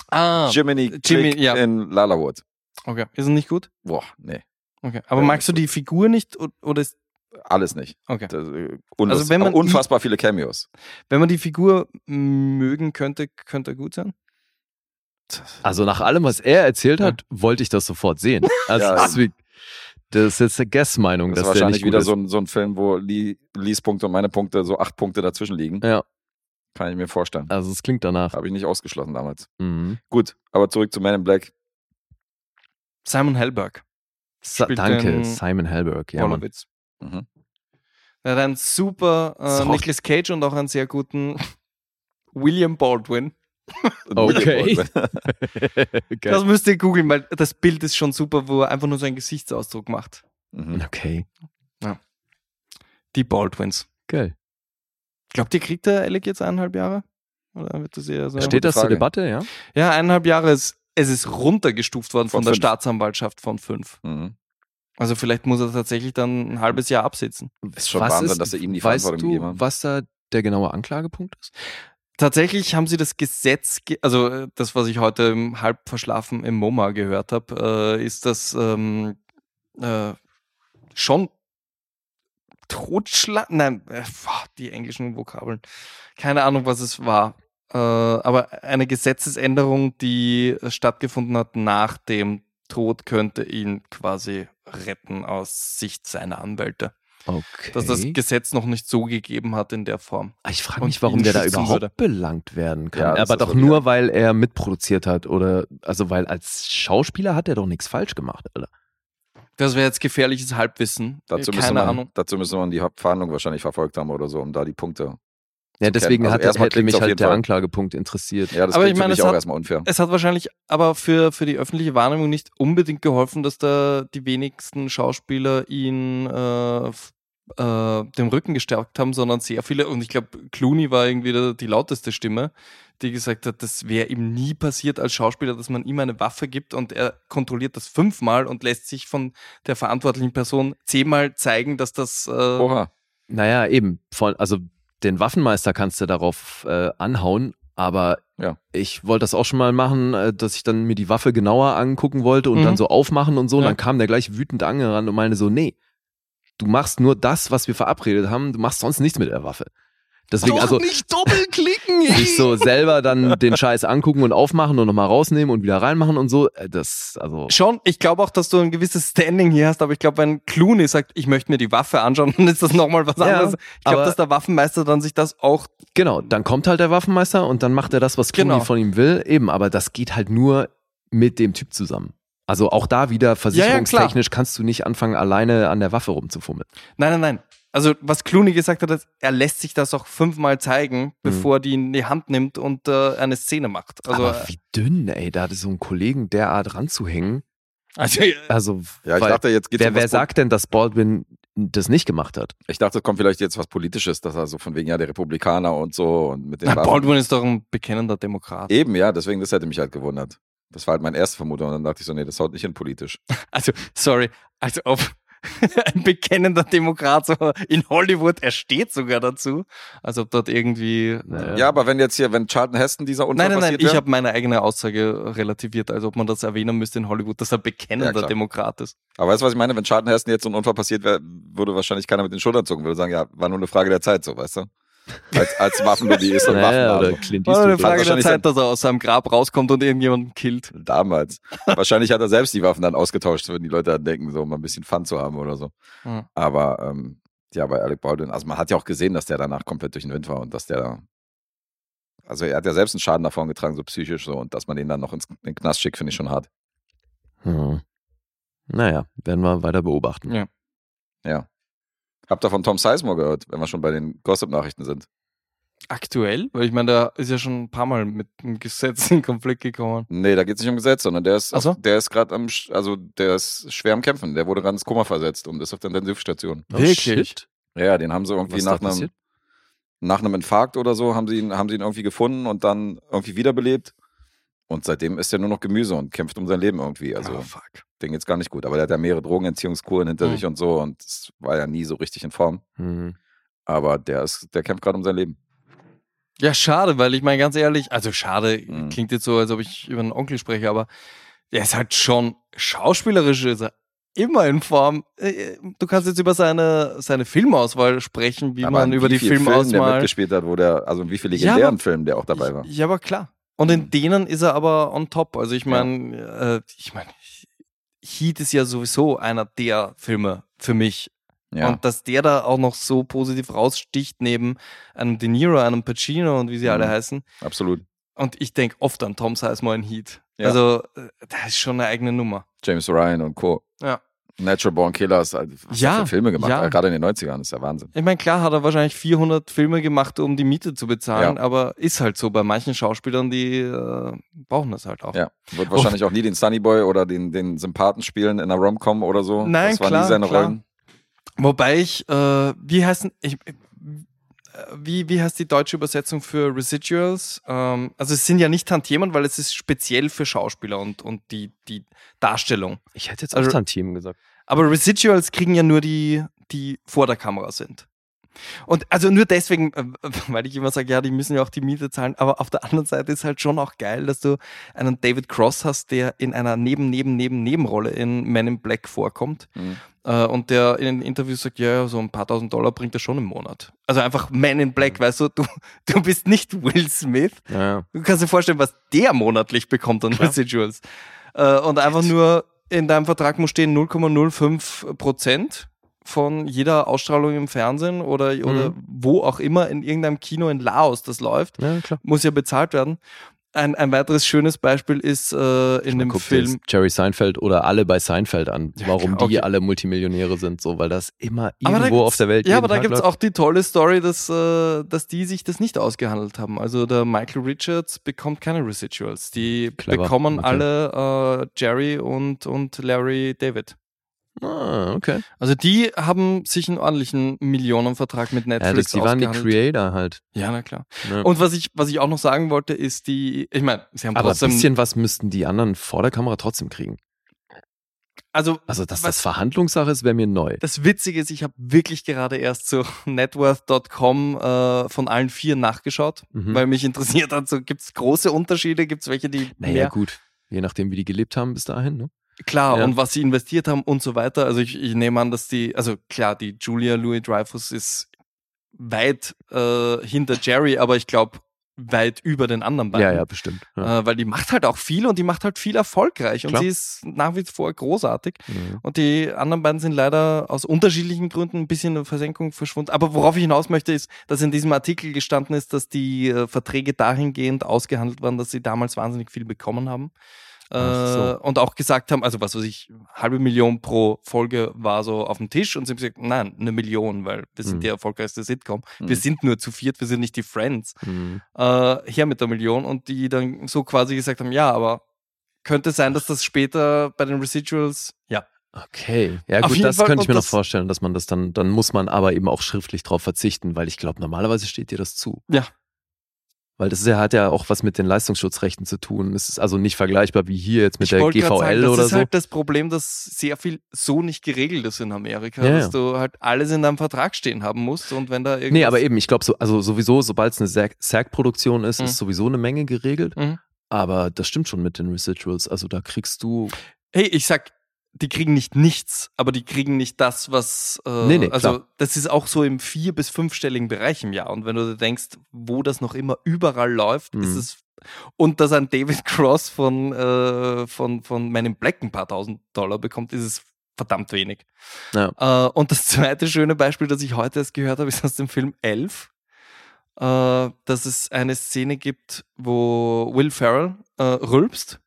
[SPEAKER 4] Ah,
[SPEAKER 3] Jiminy
[SPEAKER 4] Jimmy,
[SPEAKER 3] Click
[SPEAKER 4] ja.
[SPEAKER 3] in Lala Wood.
[SPEAKER 4] okay. Ist nicht gut?
[SPEAKER 3] Boah, nee,
[SPEAKER 4] Okay. Aber
[SPEAKER 3] Ja,
[SPEAKER 4] magst du die Figur nicht o- oder ist,
[SPEAKER 3] alles nicht.
[SPEAKER 4] okay.
[SPEAKER 3] Das, äh,
[SPEAKER 4] Also wenn man-
[SPEAKER 3] aber unfassbar viele Cameos.
[SPEAKER 4] Wenn man die Figur mögen könnte, könnte er gut sein?
[SPEAKER 2] will. Also nach allem, was er erzählt hat, wollte ich das sofort sehen. Also
[SPEAKER 3] Ja.
[SPEAKER 2] deswegen, das ist jetzt eine Guess-Meinung,
[SPEAKER 3] Das ist
[SPEAKER 2] dass der nicht
[SPEAKER 3] wahrscheinlich
[SPEAKER 2] gut
[SPEAKER 3] wieder
[SPEAKER 2] ist.
[SPEAKER 3] so ein, so ein Film, wo Lee, Lees Punkte und meine Punkte so acht Punkte dazwischen liegen.
[SPEAKER 2] Ja.
[SPEAKER 3] Kann ich mir vorstellen.
[SPEAKER 2] Also es klingt danach.
[SPEAKER 3] Habe ich nicht ausgeschlossen damals.
[SPEAKER 2] Mhm.
[SPEAKER 3] Gut, aber zurück zu Man in Black.
[SPEAKER 4] Simon Helberg.
[SPEAKER 2] Sa
[SPEAKER 4] Spielt
[SPEAKER 2] danke,
[SPEAKER 4] den
[SPEAKER 2] Simon Helberg. Ja, Mann.
[SPEAKER 4] Wolowitz.
[SPEAKER 3] Mhm.
[SPEAKER 4] Er hat einen super äh,
[SPEAKER 2] Sorry.
[SPEAKER 4] Nicolas Cage und auch einen sehr guten William Baldwin.
[SPEAKER 2] Okay.
[SPEAKER 4] Das
[SPEAKER 2] Geil.
[SPEAKER 4] müsst ihr googeln, weil das Bild ist schon super, wo er einfach nur seinen Gesichtsausdruck macht.
[SPEAKER 3] mhm.
[SPEAKER 2] okay,
[SPEAKER 4] Die Baldwins.
[SPEAKER 2] geil.
[SPEAKER 4] Glaubt ihr, kriegt der Alec jetzt eineinhalb Jahre? Oder wird das eher so?
[SPEAKER 2] Steht das zur
[SPEAKER 3] Frage.
[SPEAKER 2] Debatte, ja?
[SPEAKER 4] Ja, eineinhalb Jahre ist, es ist runtergestuft worden von,
[SPEAKER 3] Von
[SPEAKER 4] der
[SPEAKER 3] fünf.
[SPEAKER 4] Staatsanwaltschaft von fünf.
[SPEAKER 3] Mhm.
[SPEAKER 4] Also vielleicht muss er tatsächlich dann ein halbes Jahr absitzen.
[SPEAKER 3] Ist schon Wahnsinn, dass er ihm die
[SPEAKER 2] weißt
[SPEAKER 3] Verantwortung
[SPEAKER 2] du,
[SPEAKER 3] gegeben hat.
[SPEAKER 2] was da der genaue Anklagepunkt ist?
[SPEAKER 4] Tatsächlich haben sie das Gesetz, ge also äh, das, was ich heute im halb verschlafen im MoMA gehört habe, äh, ist das ähm, äh, schon Totschlag. Nein, äh, boah, die englischen Vokabeln. Keine Ahnung, was es war. Äh, aber eine Gesetzesänderung, die äh, stattgefunden hat nach dem Tod, könnte ihn quasi retten aus Sicht seiner Anwälte.
[SPEAKER 2] Okay.
[SPEAKER 4] Dass das Gesetz noch nicht so gegeben hat in der Form.
[SPEAKER 2] Ah, ich frage
[SPEAKER 4] und
[SPEAKER 2] mich, warum
[SPEAKER 4] ihn
[SPEAKER 2] der da
[SPEAKER 4] schützen
[SPEAKER 2] überhaupt
[SPEAKER 4] würde.
[SPEAKER 2] belangt werden
[SPEAKER 3] Ja,
[SPEAKER 2] kann.
[SPEAKER 3] das
[SPEAKER 2] Aber
[SPEAKER 3] ist
[SPEAKER 2] doch
[SPEAKER 3] wirklich-
[SPEAKER 2] nur, weil er mitproduziert hat oder also weil als Schauspieler hat er doch nichts falsch gemacht, Alter.
[SPEAKER 4] Das wäre jetzt gefährliches Halbwissen. Äh,
[SPEAKER 3] Dazu müsste,
[SPEAKER 4] Keine
[SPEAKER 3] man,
[SPEAKER 4] Ahnung.
[SPEAKER 3] dazu müsste man die Verhandlung wahrscheinlich verfolgt haben oder so, um da die Punkte.
[SPEAKER 2] Ja, deswegen
[SPEAKER 3] Also
[SPEAKER 2] hat,
[SPEAKER 3] erstmal
[SPEAKER 2] hätte mich
[SPEAKER 3] klingt's auf
[SPEAKER 2] halt
[SPEAKER 3] jeden
[SPEAKER 2] der
[SPEAKER 3] Fall.
[SPEAKER 2] Anklagepunkt interessiert.
[SPEAKER 3] Ja, das
[SPEAKER 4] Aber
[SPEAKER 3] klingt
[SPEAKER 4] ich
[SPEAKER 3] für
[SPEAKER 4] meine,
[SPEAKER 3] mich
[SPEAKER 4] es
[SPEAKER 3] auch
[SPEAKER 4] hat-
[SPEAKER 3] erstmal unfair.
[SPEAKER 4] Es hat wahrscheinlich aber für, für die öffentliche Wahrnehmung nicht unbedingt geholfen, dass da die wenigsten Schauspieler ihn äh, f- äh, dem Rücken gestärkt haben, sondern sehr viele. Und ich glaube, Clooney war irgendwie da die lauteste Stimme, die gesagt hat, das wäre ihm nie passiert als Schauspieler, dass man ihm eine Waffe gibt und er kontrolliert das fünfmal und lässt sich von der verantwortlichen Person zehnmal zeigen, dass das. Äh,
[SPEAKER 3] Oha.
[SPEAKER 2] Naja, eben. Von, also den Waffenmeister kannst du darauf äh, anhauen, aber
[SPEAKER 3] Ja.
[SPEAKER 2] ich wollte das auch schon mal machen, äh, dass ich dann mir die Waffe genauer angucken wollte und
[SPEAKER 4] Mhm.
[SPEAKER 2] dann so aufmachen und so. Und
[SPEAKER 4] Ja.
[SPEAKER 2] dann kam der gleich wütend angerannt und meinte so, nee, du machst nur das, was wir verabredet haben, du machst sonst nichts mit der Waffe. Deswegen, also
[SPEAKER 4] nicht doppelklicken!
[SPEAKER 2] sich so selber dann den Scheiß angucken und aufmachen und nochmal rausnehmen und wieder reinmachen und so, äh, das, also.
[SPEAKER 4] Schon, ich glaube auch, dass du ein gewisses Standing hier hast, aber ich glaube, wenn Clooney sagt, ich möchte mir die Waffe anschauen, dann ist das nochmal was
[SPEAKER 2] Ja,
[SPEAKER 4] anderes. Ich glaube,
[SPEAKER 2] aber-
[SPEAKER 4] dass der Waffenmeister dann sich das auch.
[SPEAKER 2] Genau, dann kommt halt der Waffenmeister und dann macht er das, was Clooney
[SPEAKER 4] Genau.
[SPEAKER 2] von ihm will. Eben, aber das geht halt nur mit dem Typ zusammen. Also auch da wieder versicherungstechnisch kannst du nicht anfangen, alleine an der Waffe rumzufummeln.
[SPEAKER 4] Nein, nein, nein. Also, was Clooney gesagt hat, ist, er lässt sich das auch fünfmal
[SPEAKER 2] Mhm.
[SPEAKER 4] zeigen, bevor er die in die Hand nimmt und äh, eine Szene macht. Also,
[SPEAKER 2] aber wie dünn, ey, da so einen Kollegen derart ranzuhängen.
[SPEAKER 4] also
[SPEAKER 2] Also,
[SPEAKER 3] Ja, ich
[SPEAKER 2] weil,
[SPEAKER 3] dachte, jetzt geht's
[SPEAKER 2] wer,
[SPEAKER 3] um
[SPEAKER 2] wer
[SPEAKER 3] was Pol-
[SPEAKER 2] sagt denn, dass Baldwin das nicht gemacht hat?
[SPEAKER 3] Ich dachte, es kommt vielleicht jetzt was Politisches, dass er so von wegen ja der Republikaner und so und mit den
[SPEAKER 4] na,
[SPEAKER 3] Waffen.
[SPEAKER 4] Baldwin ist doch ein bekennender Demokrat.
[SPEAKER 3] Eben, ja, deswegen, das hätte mich halt gewundert. Das war halt meine erste Vermutung und dann dachte ich so, nee, das haut nicht hin politisch.
[SPEAKER 4] Also, sorry, also auf ein bekennender Demokrat so in Hollywood, er steht sogar dazu, als ob dort irgendwie.
[SPEAKER 2] Naja.
[SPEAKER 3] Ja, aber wenn jetzt hier, wenn Charlton Heston dieser Unfall
[SPEAKER 4] Nein, nein, nein,
[SPEAKER 3] passiert
[SPEAKER 4] ich
[SPEAKER 3] wäre-
[SPEAKER 4] habe meine eigene Aussage relativiert, als ob man das erwähnen müsste in Hollywood, dass er
[SPEAKER 3] Ja,
[SPEAKER 4] bekennender
[SPEAKER 3] klar.
[SPEAKER 4] Demokrat ist.
[SPEAKER 3] Aber weißt du, was ich meine? Wenn Charlton Heston jetzt so ein Unfall passiert wäre, würde wahrscheinlich keiner mit den Schultern zucken, würde sagen, ja, war nur eine Frage der Zeit, so, weißt du? Als, als Waffenlobbyist und
[SPEAKER 2] Naja, oder
[SPEAKER 3] Waffenhase.
[SPEAKER 2] Clint
[SPEAKER 4] War nur eine
[SPEAKER 2] Eastwood.
[SPEAKER 4] Frage der
[SPEAKER 3] wahrscheinlich
[SPEAKER 4] Zeit, dass er aus seinem Grab rauskommt und irgendjemanden killt.
[SPEAKER 3] Damals. Wahrscheinlich hat er selbst die Waffen dann ausgetauscht, wenn die Leute dann denken, so um ein bisschen Fun zu haben oder so.
[SPEAKER 4] Mhm.
[SPEAKER 3] Aber ähm, ja, bei Alec Baldwin, also man hat ja auch gesehen, dass der danach komplett durch den Wind war und dass der da. Also er hat ja selbst einen Schaden davon getragen, so psychisch so, und dass man ihn dann noch ins in den Knast schickt, finde ich schon hart.
[SPEAKER 2] Hm. Naja, werden wir weiter beobachten.
[SPEAKER 4] Ja.
[SPEAKER 3] Habt ihr von Tom Sizemore gehört, wenn wir schon bei den Gossip-Nachrichten sind?
[SPEAKER 4] Aktuell? Weil ich meine, der ist ja schon ein paar Mal mit dem Gesetz in Konflikt gekommen.
[SPEAKER 3] Nee, da geht es nicht um Gesetz, sondern der ist,
[SPEAKER 4] Ach so.
[SPEAKER 3] auf- der ist gerade am, Sch- also der ist schwer am Kämpfen. Der wurde gerade ins Koma versetzt und ist auf der Intensivstation.
[SPEAKER 2] Oh,
[SPEAKER 4] Wirklich?
[SPEAKER 2] shit.
[SPEAKER 3] Ja, den haben sie irgendwie
[SPEAKER 2] Was ist da
[SPEAKER 3] nach einem,
[SPEAKER 2] passiert?
[SPEAKER 3] nach einem Infarkt oder so, haben sie, ihn, haben sie ihn irgendwie gefunden und dann irgendwie wiederbelebt. Und seitdem ist er nur noch Gemüse und kämpft um sein Leben irgendwie. Also
[SPEAKER 4] oh, fuck.
[SPEAKER 3] dem geht's gar nicht gut. Aber der hat ja mehrere Drogenentziehungskuren hinter
[SPEAKER 4] Mhm.
[SPEAKER 3] sich und so und es war ja nie so richtig in Form.
[SPEAKER 2] Hm.
[SPEAKER 3] Aber der ist, der kämpft gerade um sein Leben.
[SPEAKER 4] Ja, schade, weil ich meine, ganz ehrlich, also schade,
[SPEAKER 3] Mhm.
[SPEAKER 4] klingt jetzt so, als ob ich über einen Onkel spreche, aber er ist halt schon schauspielerisch, ist er immer in Form. Äh, Du kannst jetzt über seine, seine Filmauswahl sprechen, wie
[SPEAKER 3] aber
[SPEAKER 4] man
[SPEAKER 3] in
[SPEAKER 4] über
[SPEAKER 3] wie
[SPEAKER 4] die
[SPEAKER 3] vielen Filmen der
[SPEAKER 4] Filmauswahl.
[SPEAKER 3] mitgespielt hat, wo der, also in wie vielen
[SPEAKER 4] Ja,
[SPEAKER 3] legendären
[SPEAKER 4] aber-
[SPEAKER 3] Filmen der auch dabei war. Mhm.
[SPEAKER 4] Ja, aber klar. Und in denen ist er aber on top. Also ich
[SPEAKER 3] Ja.
[SPEAKER 4] meine, äh, ich meine, Heat ist ja sowieso einer der Filme für mich.
[SPEAKER 3] Ja.
[SPEAKER 4] Und dass der da auch noch so positiv raussticht neben einem De Niro, einem Pacino und wie sie
[SPEAKER 3] Mhm.
[SPEAKER 4] alle heißen.
[SPEAKER 3] Absolut.
[SPEAKER 4] Und ich denke oft an Tom Sizemore in Heat.
[SPEAKER 3] Ja.
[SPEAKER 4] Also, äh, das ist schon eine eigene Nummer.
[SPEAKER 3] James Ryan und Co.
[SPEAKER 4] Ja.
[SPEAKER 3] Natural Born Killers, also was
[SPEAKER 4] Ja,
[SPEAKER 3] ja, für Filme gemacht,
[SPEAKER 4] ja.
[SPEAKER 3] Alter, gerade in den 90ern, das ist ja Wahnsinn.
[SPEAKER 4] Ich meine, klar hat er wahrscheinlich 400 Filme gemacht, um die Miete zu bezahlen,
[SPEAKER 3] Ja.
[SPEAKER 4] aber ist halt so. Bei manchen Schauspielern, die äh, brauchen das halt auch.
[SPEAKER 3] Ja, wird wahrscheinlich auch nie den Sunny Boy oder den, den Sympathen spielen in einer Rom-Com oder so.
[SPEAKER 4] Nein,
[SPEAKER 3] das waren
[SPEAKER 4] klar,
[SPEAKER 3] nie seine
[SPEAKER 4] klar.
[SPEAKER 3] Rollen.
[SPEAKER 4] Wobei ich, äh, wie heißt denn, ich, äh, wie, wie heißt die deutsche Übersetzung für Residuals? Ähm, also es sind ja nicht Tantiemen, weil es ist speziell für Schauspieler und, und die, die Darstellung.
[SPEAKER 2] Ich hätte jetzt
[SPEAKER 4] Also-
[SPEAKER 2] auch Tantiemen gesagt.
[SPEAKER 4] Aber Residuals kriegen ja nur die, die vor der Kamera sind. Und also nur deswegen, äh, weil ich immer sage, ja, die müssen ja auch die Miete zahlen, aber auf der anderen Seite ist halt schon auch geil, dass du einen David Cross hast, der in einer neben neben neben Nebenrolle in Men in Black vorkommt
[SPEAKER 3] Mhm.
[SPEAKER 4] äh, und der in den Interviews sagt, ja, ja, so ein paar tausend Dollar bringt er schon im Monat. Also einfach Men in Black, weißt du, du, du bist nicht Will Smith,
[SPEAKER 2] Ja, ja.
[SPEAKER 4] Du kannst dir vorstellen, was der monatlich bekommt an Residuals. Äh, und einfach nur in deinem Vertrag muss stehen 0,05 Prozent von jeder Ausstrahlung im Fernsehen oder, oder wo auch immer in irgendeinem Kino in Laos das läuft,
[SPEAKER 2] ja klar.
[SPEAKER 4] muss ja bezahlt werden. Ein, ein weiteres schönes Beispiel ist äh, in dem
[SPEAKER 2] Guckt
[SPEAKER 4] Film.
[SPEAKER 2] Jerry Seinfeld oder alle bei Seinfeld an,
[SPEAKER 4] Ja,
[SPEAKER 2] warum
[SPEAKER 4] klar, okay.
[SPEAKER 2] die alle Multimillionäre sind, so, weil das immer
[SPEAKER 4] Aber
[SPEAKER 2] irgendwo
[SPEAKER 4] da gibt's-
[SPEAKER 2] auf der Welt
[SPEAKER 4] Ja,
[SPEAKER 2] jeden
[SPEAKER 4] aber da
[SPEAKER 2] Tag
[SPEAKER 4] gibt's
[SPEAKER 2] läuft.
[SPEAKER 4] auch die tolle Story, dass, äh, dass die sich das nicht ausgehandelt haben. Also der Michael Richards bekommt keine Residuals. Die
[SPEAKER 2] Clever,
[SPEAKER 4] bekommen
[SPEAKER 2] okay.
[SPEAKER 4] alle äh, Jerry und, und Larry David.
[SPEAKER 2] Ah, okay.
[SPEAKER 4] Also die haben sich einen ordentlichen Millionenvertrag mit
[SPEAKER 2] Ja, das,
[SPEAKER 4] Netflix
[SPEAKER 2] die waren die
[SPEAKER 4] ausgehandelt.
[SPEAKER 2] Creator halt.
[SPEAKER 4] ja, na klar.
[SPEAKER 2] Ne?
[SPEAKER 4] Und was ich, was ich auch noch sagen wollte, ist die, ich meine, sie haben
[SPEAKER 2] aber ein
[SPEAKER 4] trotzdem,
[SPEAKER 2] bisschen was müssten die anderen vor der Kamera trotzdem kriegen.
[SPEAKER 4] also
[SPEAKER 2] Also, dass
[SPEAKER 4] Was-
[SPEAKER 2] das Verhandlungssache ist, wäre mir neu.
[SPEAKER 4] Das Witzige ist, ich habe wirklich gerade erst zu networth.com äh, von allen vier nachgeschaut,
[SPEAKER 2] Mhm.
[SPEAKER 4] weil mich interessiert hat, so gibt es große Unterschiede, gibt es welche, die
[SPEAKER 2] Naja,
[SPEAKER 4] mehr,
[SPEAKER 2] gut. Je nachdem, wie die gelebt haben bis dahin. Ne?
[SPEAKER 4] klar,
[SPEAKER 2] Ja.
[SPEAKER 4] und was sie investiert haben und so weiter. Also ich, ich nehme an, dass die, also klar, die Julia Louis-Dreyfus ist weit äh, hinter Jerry, aber ich glaube, weit über den anderen beiden.
[SPEAKER 2] Ja, ja, bestimmt. Ja.
[SPEAKER 4] Äh, weil die macht halt auch viel und die macht halt viel erfolgreich und
[SPEAKER 2] Klar.
[SPEAKER 4] sie ist nach wie vor großartig.
[SPEAKER 2] Mhm.
[SPEAKER 4] Und die anderen beiden sind leider aus unterschiedlichen Gründen ein bisschen in der Versenkung verschwunden. Aber worauf ich hinaus möchte, ist, dass in diesem Artikel gestanden ist, dass die äh, Verträge dahingehend ausgehandelt waren, dass sie damals wahnsinnig viel bekommen haben. Äh,
[SPEAKER 2] Ach
[SPEAKER 4] Und auch gesagt haben, also was weiß ich, halbe Million pro Folge war so auf dem Tisch und sie haben gesagt, nein, eine Million, weil wir sind
[SPEAKER 2] Mhm.
[SPEAKER 4] die erfolgreichste Sitcom.
[SPEAKER 3] Mhm.
[SPEAKER 4] Wir sind nur zu viert, wir sind nicht die Friends
[SPEAKER 2] Mhm.
[SPEAKER 4] äh, her mit der Million und die dann so quasi gesagt haben, ja, aber könnte sein, dass das später bei den Residuals, ja,
[SPEAKER 2] Okay. Ja,
[SPEAKER 4] Auf
[SPEAKER 2] gut,
[SPEAKER 4] jeden
[SPEAKER 2] das
[SPEAKER 4] Fall-
[SPEAKER 2] könnte ich
[SPEAKER 4] und
[SPEAKER 2] mir noch
[SPEAKER 4] das-
[SPEAKER 2] vorstellen, dass man das dann, dann muss man aber eben auch schriftlich drauf verzichten, weil ich glaube, normalerweise steht dir das zu.
[SPEAKER 4] Ja.
[SPEAKER 2] Weil das ist ja, hat ja auch was mit den Leistungsschutzrechten zu tun. Es ist also nicht vergleichbar wie hier jetzt mit der
[SPEAKER 4] wollte
[SPEAKER 2] GVL
[SPEAKER 4] gerade sagen, das
[SPEAKER 2] oder
[SPEAKER 4] ist
[SPEAKER 2] so.
[SPEAKER 4] halt das Problem, dass sehr viel so nicht geregelt ist in Amerika,
[SPEAKER 2] Ja, ja.
[SPEAKER 4] dass du halt alles in deinem Vertrag stehen haben musst und wenn da irgendwas...
[SPEAKER 2] Nee, aber eben, ich glaube, so, also sowieso, sobald es eine Sag- SAG-Produktion ist,
[SPEAKER 4] Mhm.
[SPEAKER 2] ist sowieso eine Menge geregelt.
[SPEAKER 4] Mhm.
[SPEAKER 2] Aber das stimmt schon mit den Residuals. Also da kriegst du.
[SPEAKER 4] Hey, ich sag, die kriegen nicht nichts, aber die kriegen nicht das, was. Äh,
[SPEAKER 2] Nee, nee,
[SPEAKER 4] also,
[SPEAKER 2] klar.
[SPEAKER 4] das ist auch so im vier- bis fünfstelligen Bereich im Jahr. Und wenn du dir denkst, wo das noch immer überall läuft, ist
[SPEAKER 2] Mhm.
[SPEAKER 4] es. Und dass ein David Cross von, äh, von, von meinem Black ein paar tausend Dollar bekommt, ist es verdammt wenig. Äh, und das zweite schöne Beispiel, das ich heute erst gehört habe, ist aus dem Film Elf, äh, dass es eine Szene gibt, wo Will Ferrell äh, rülpst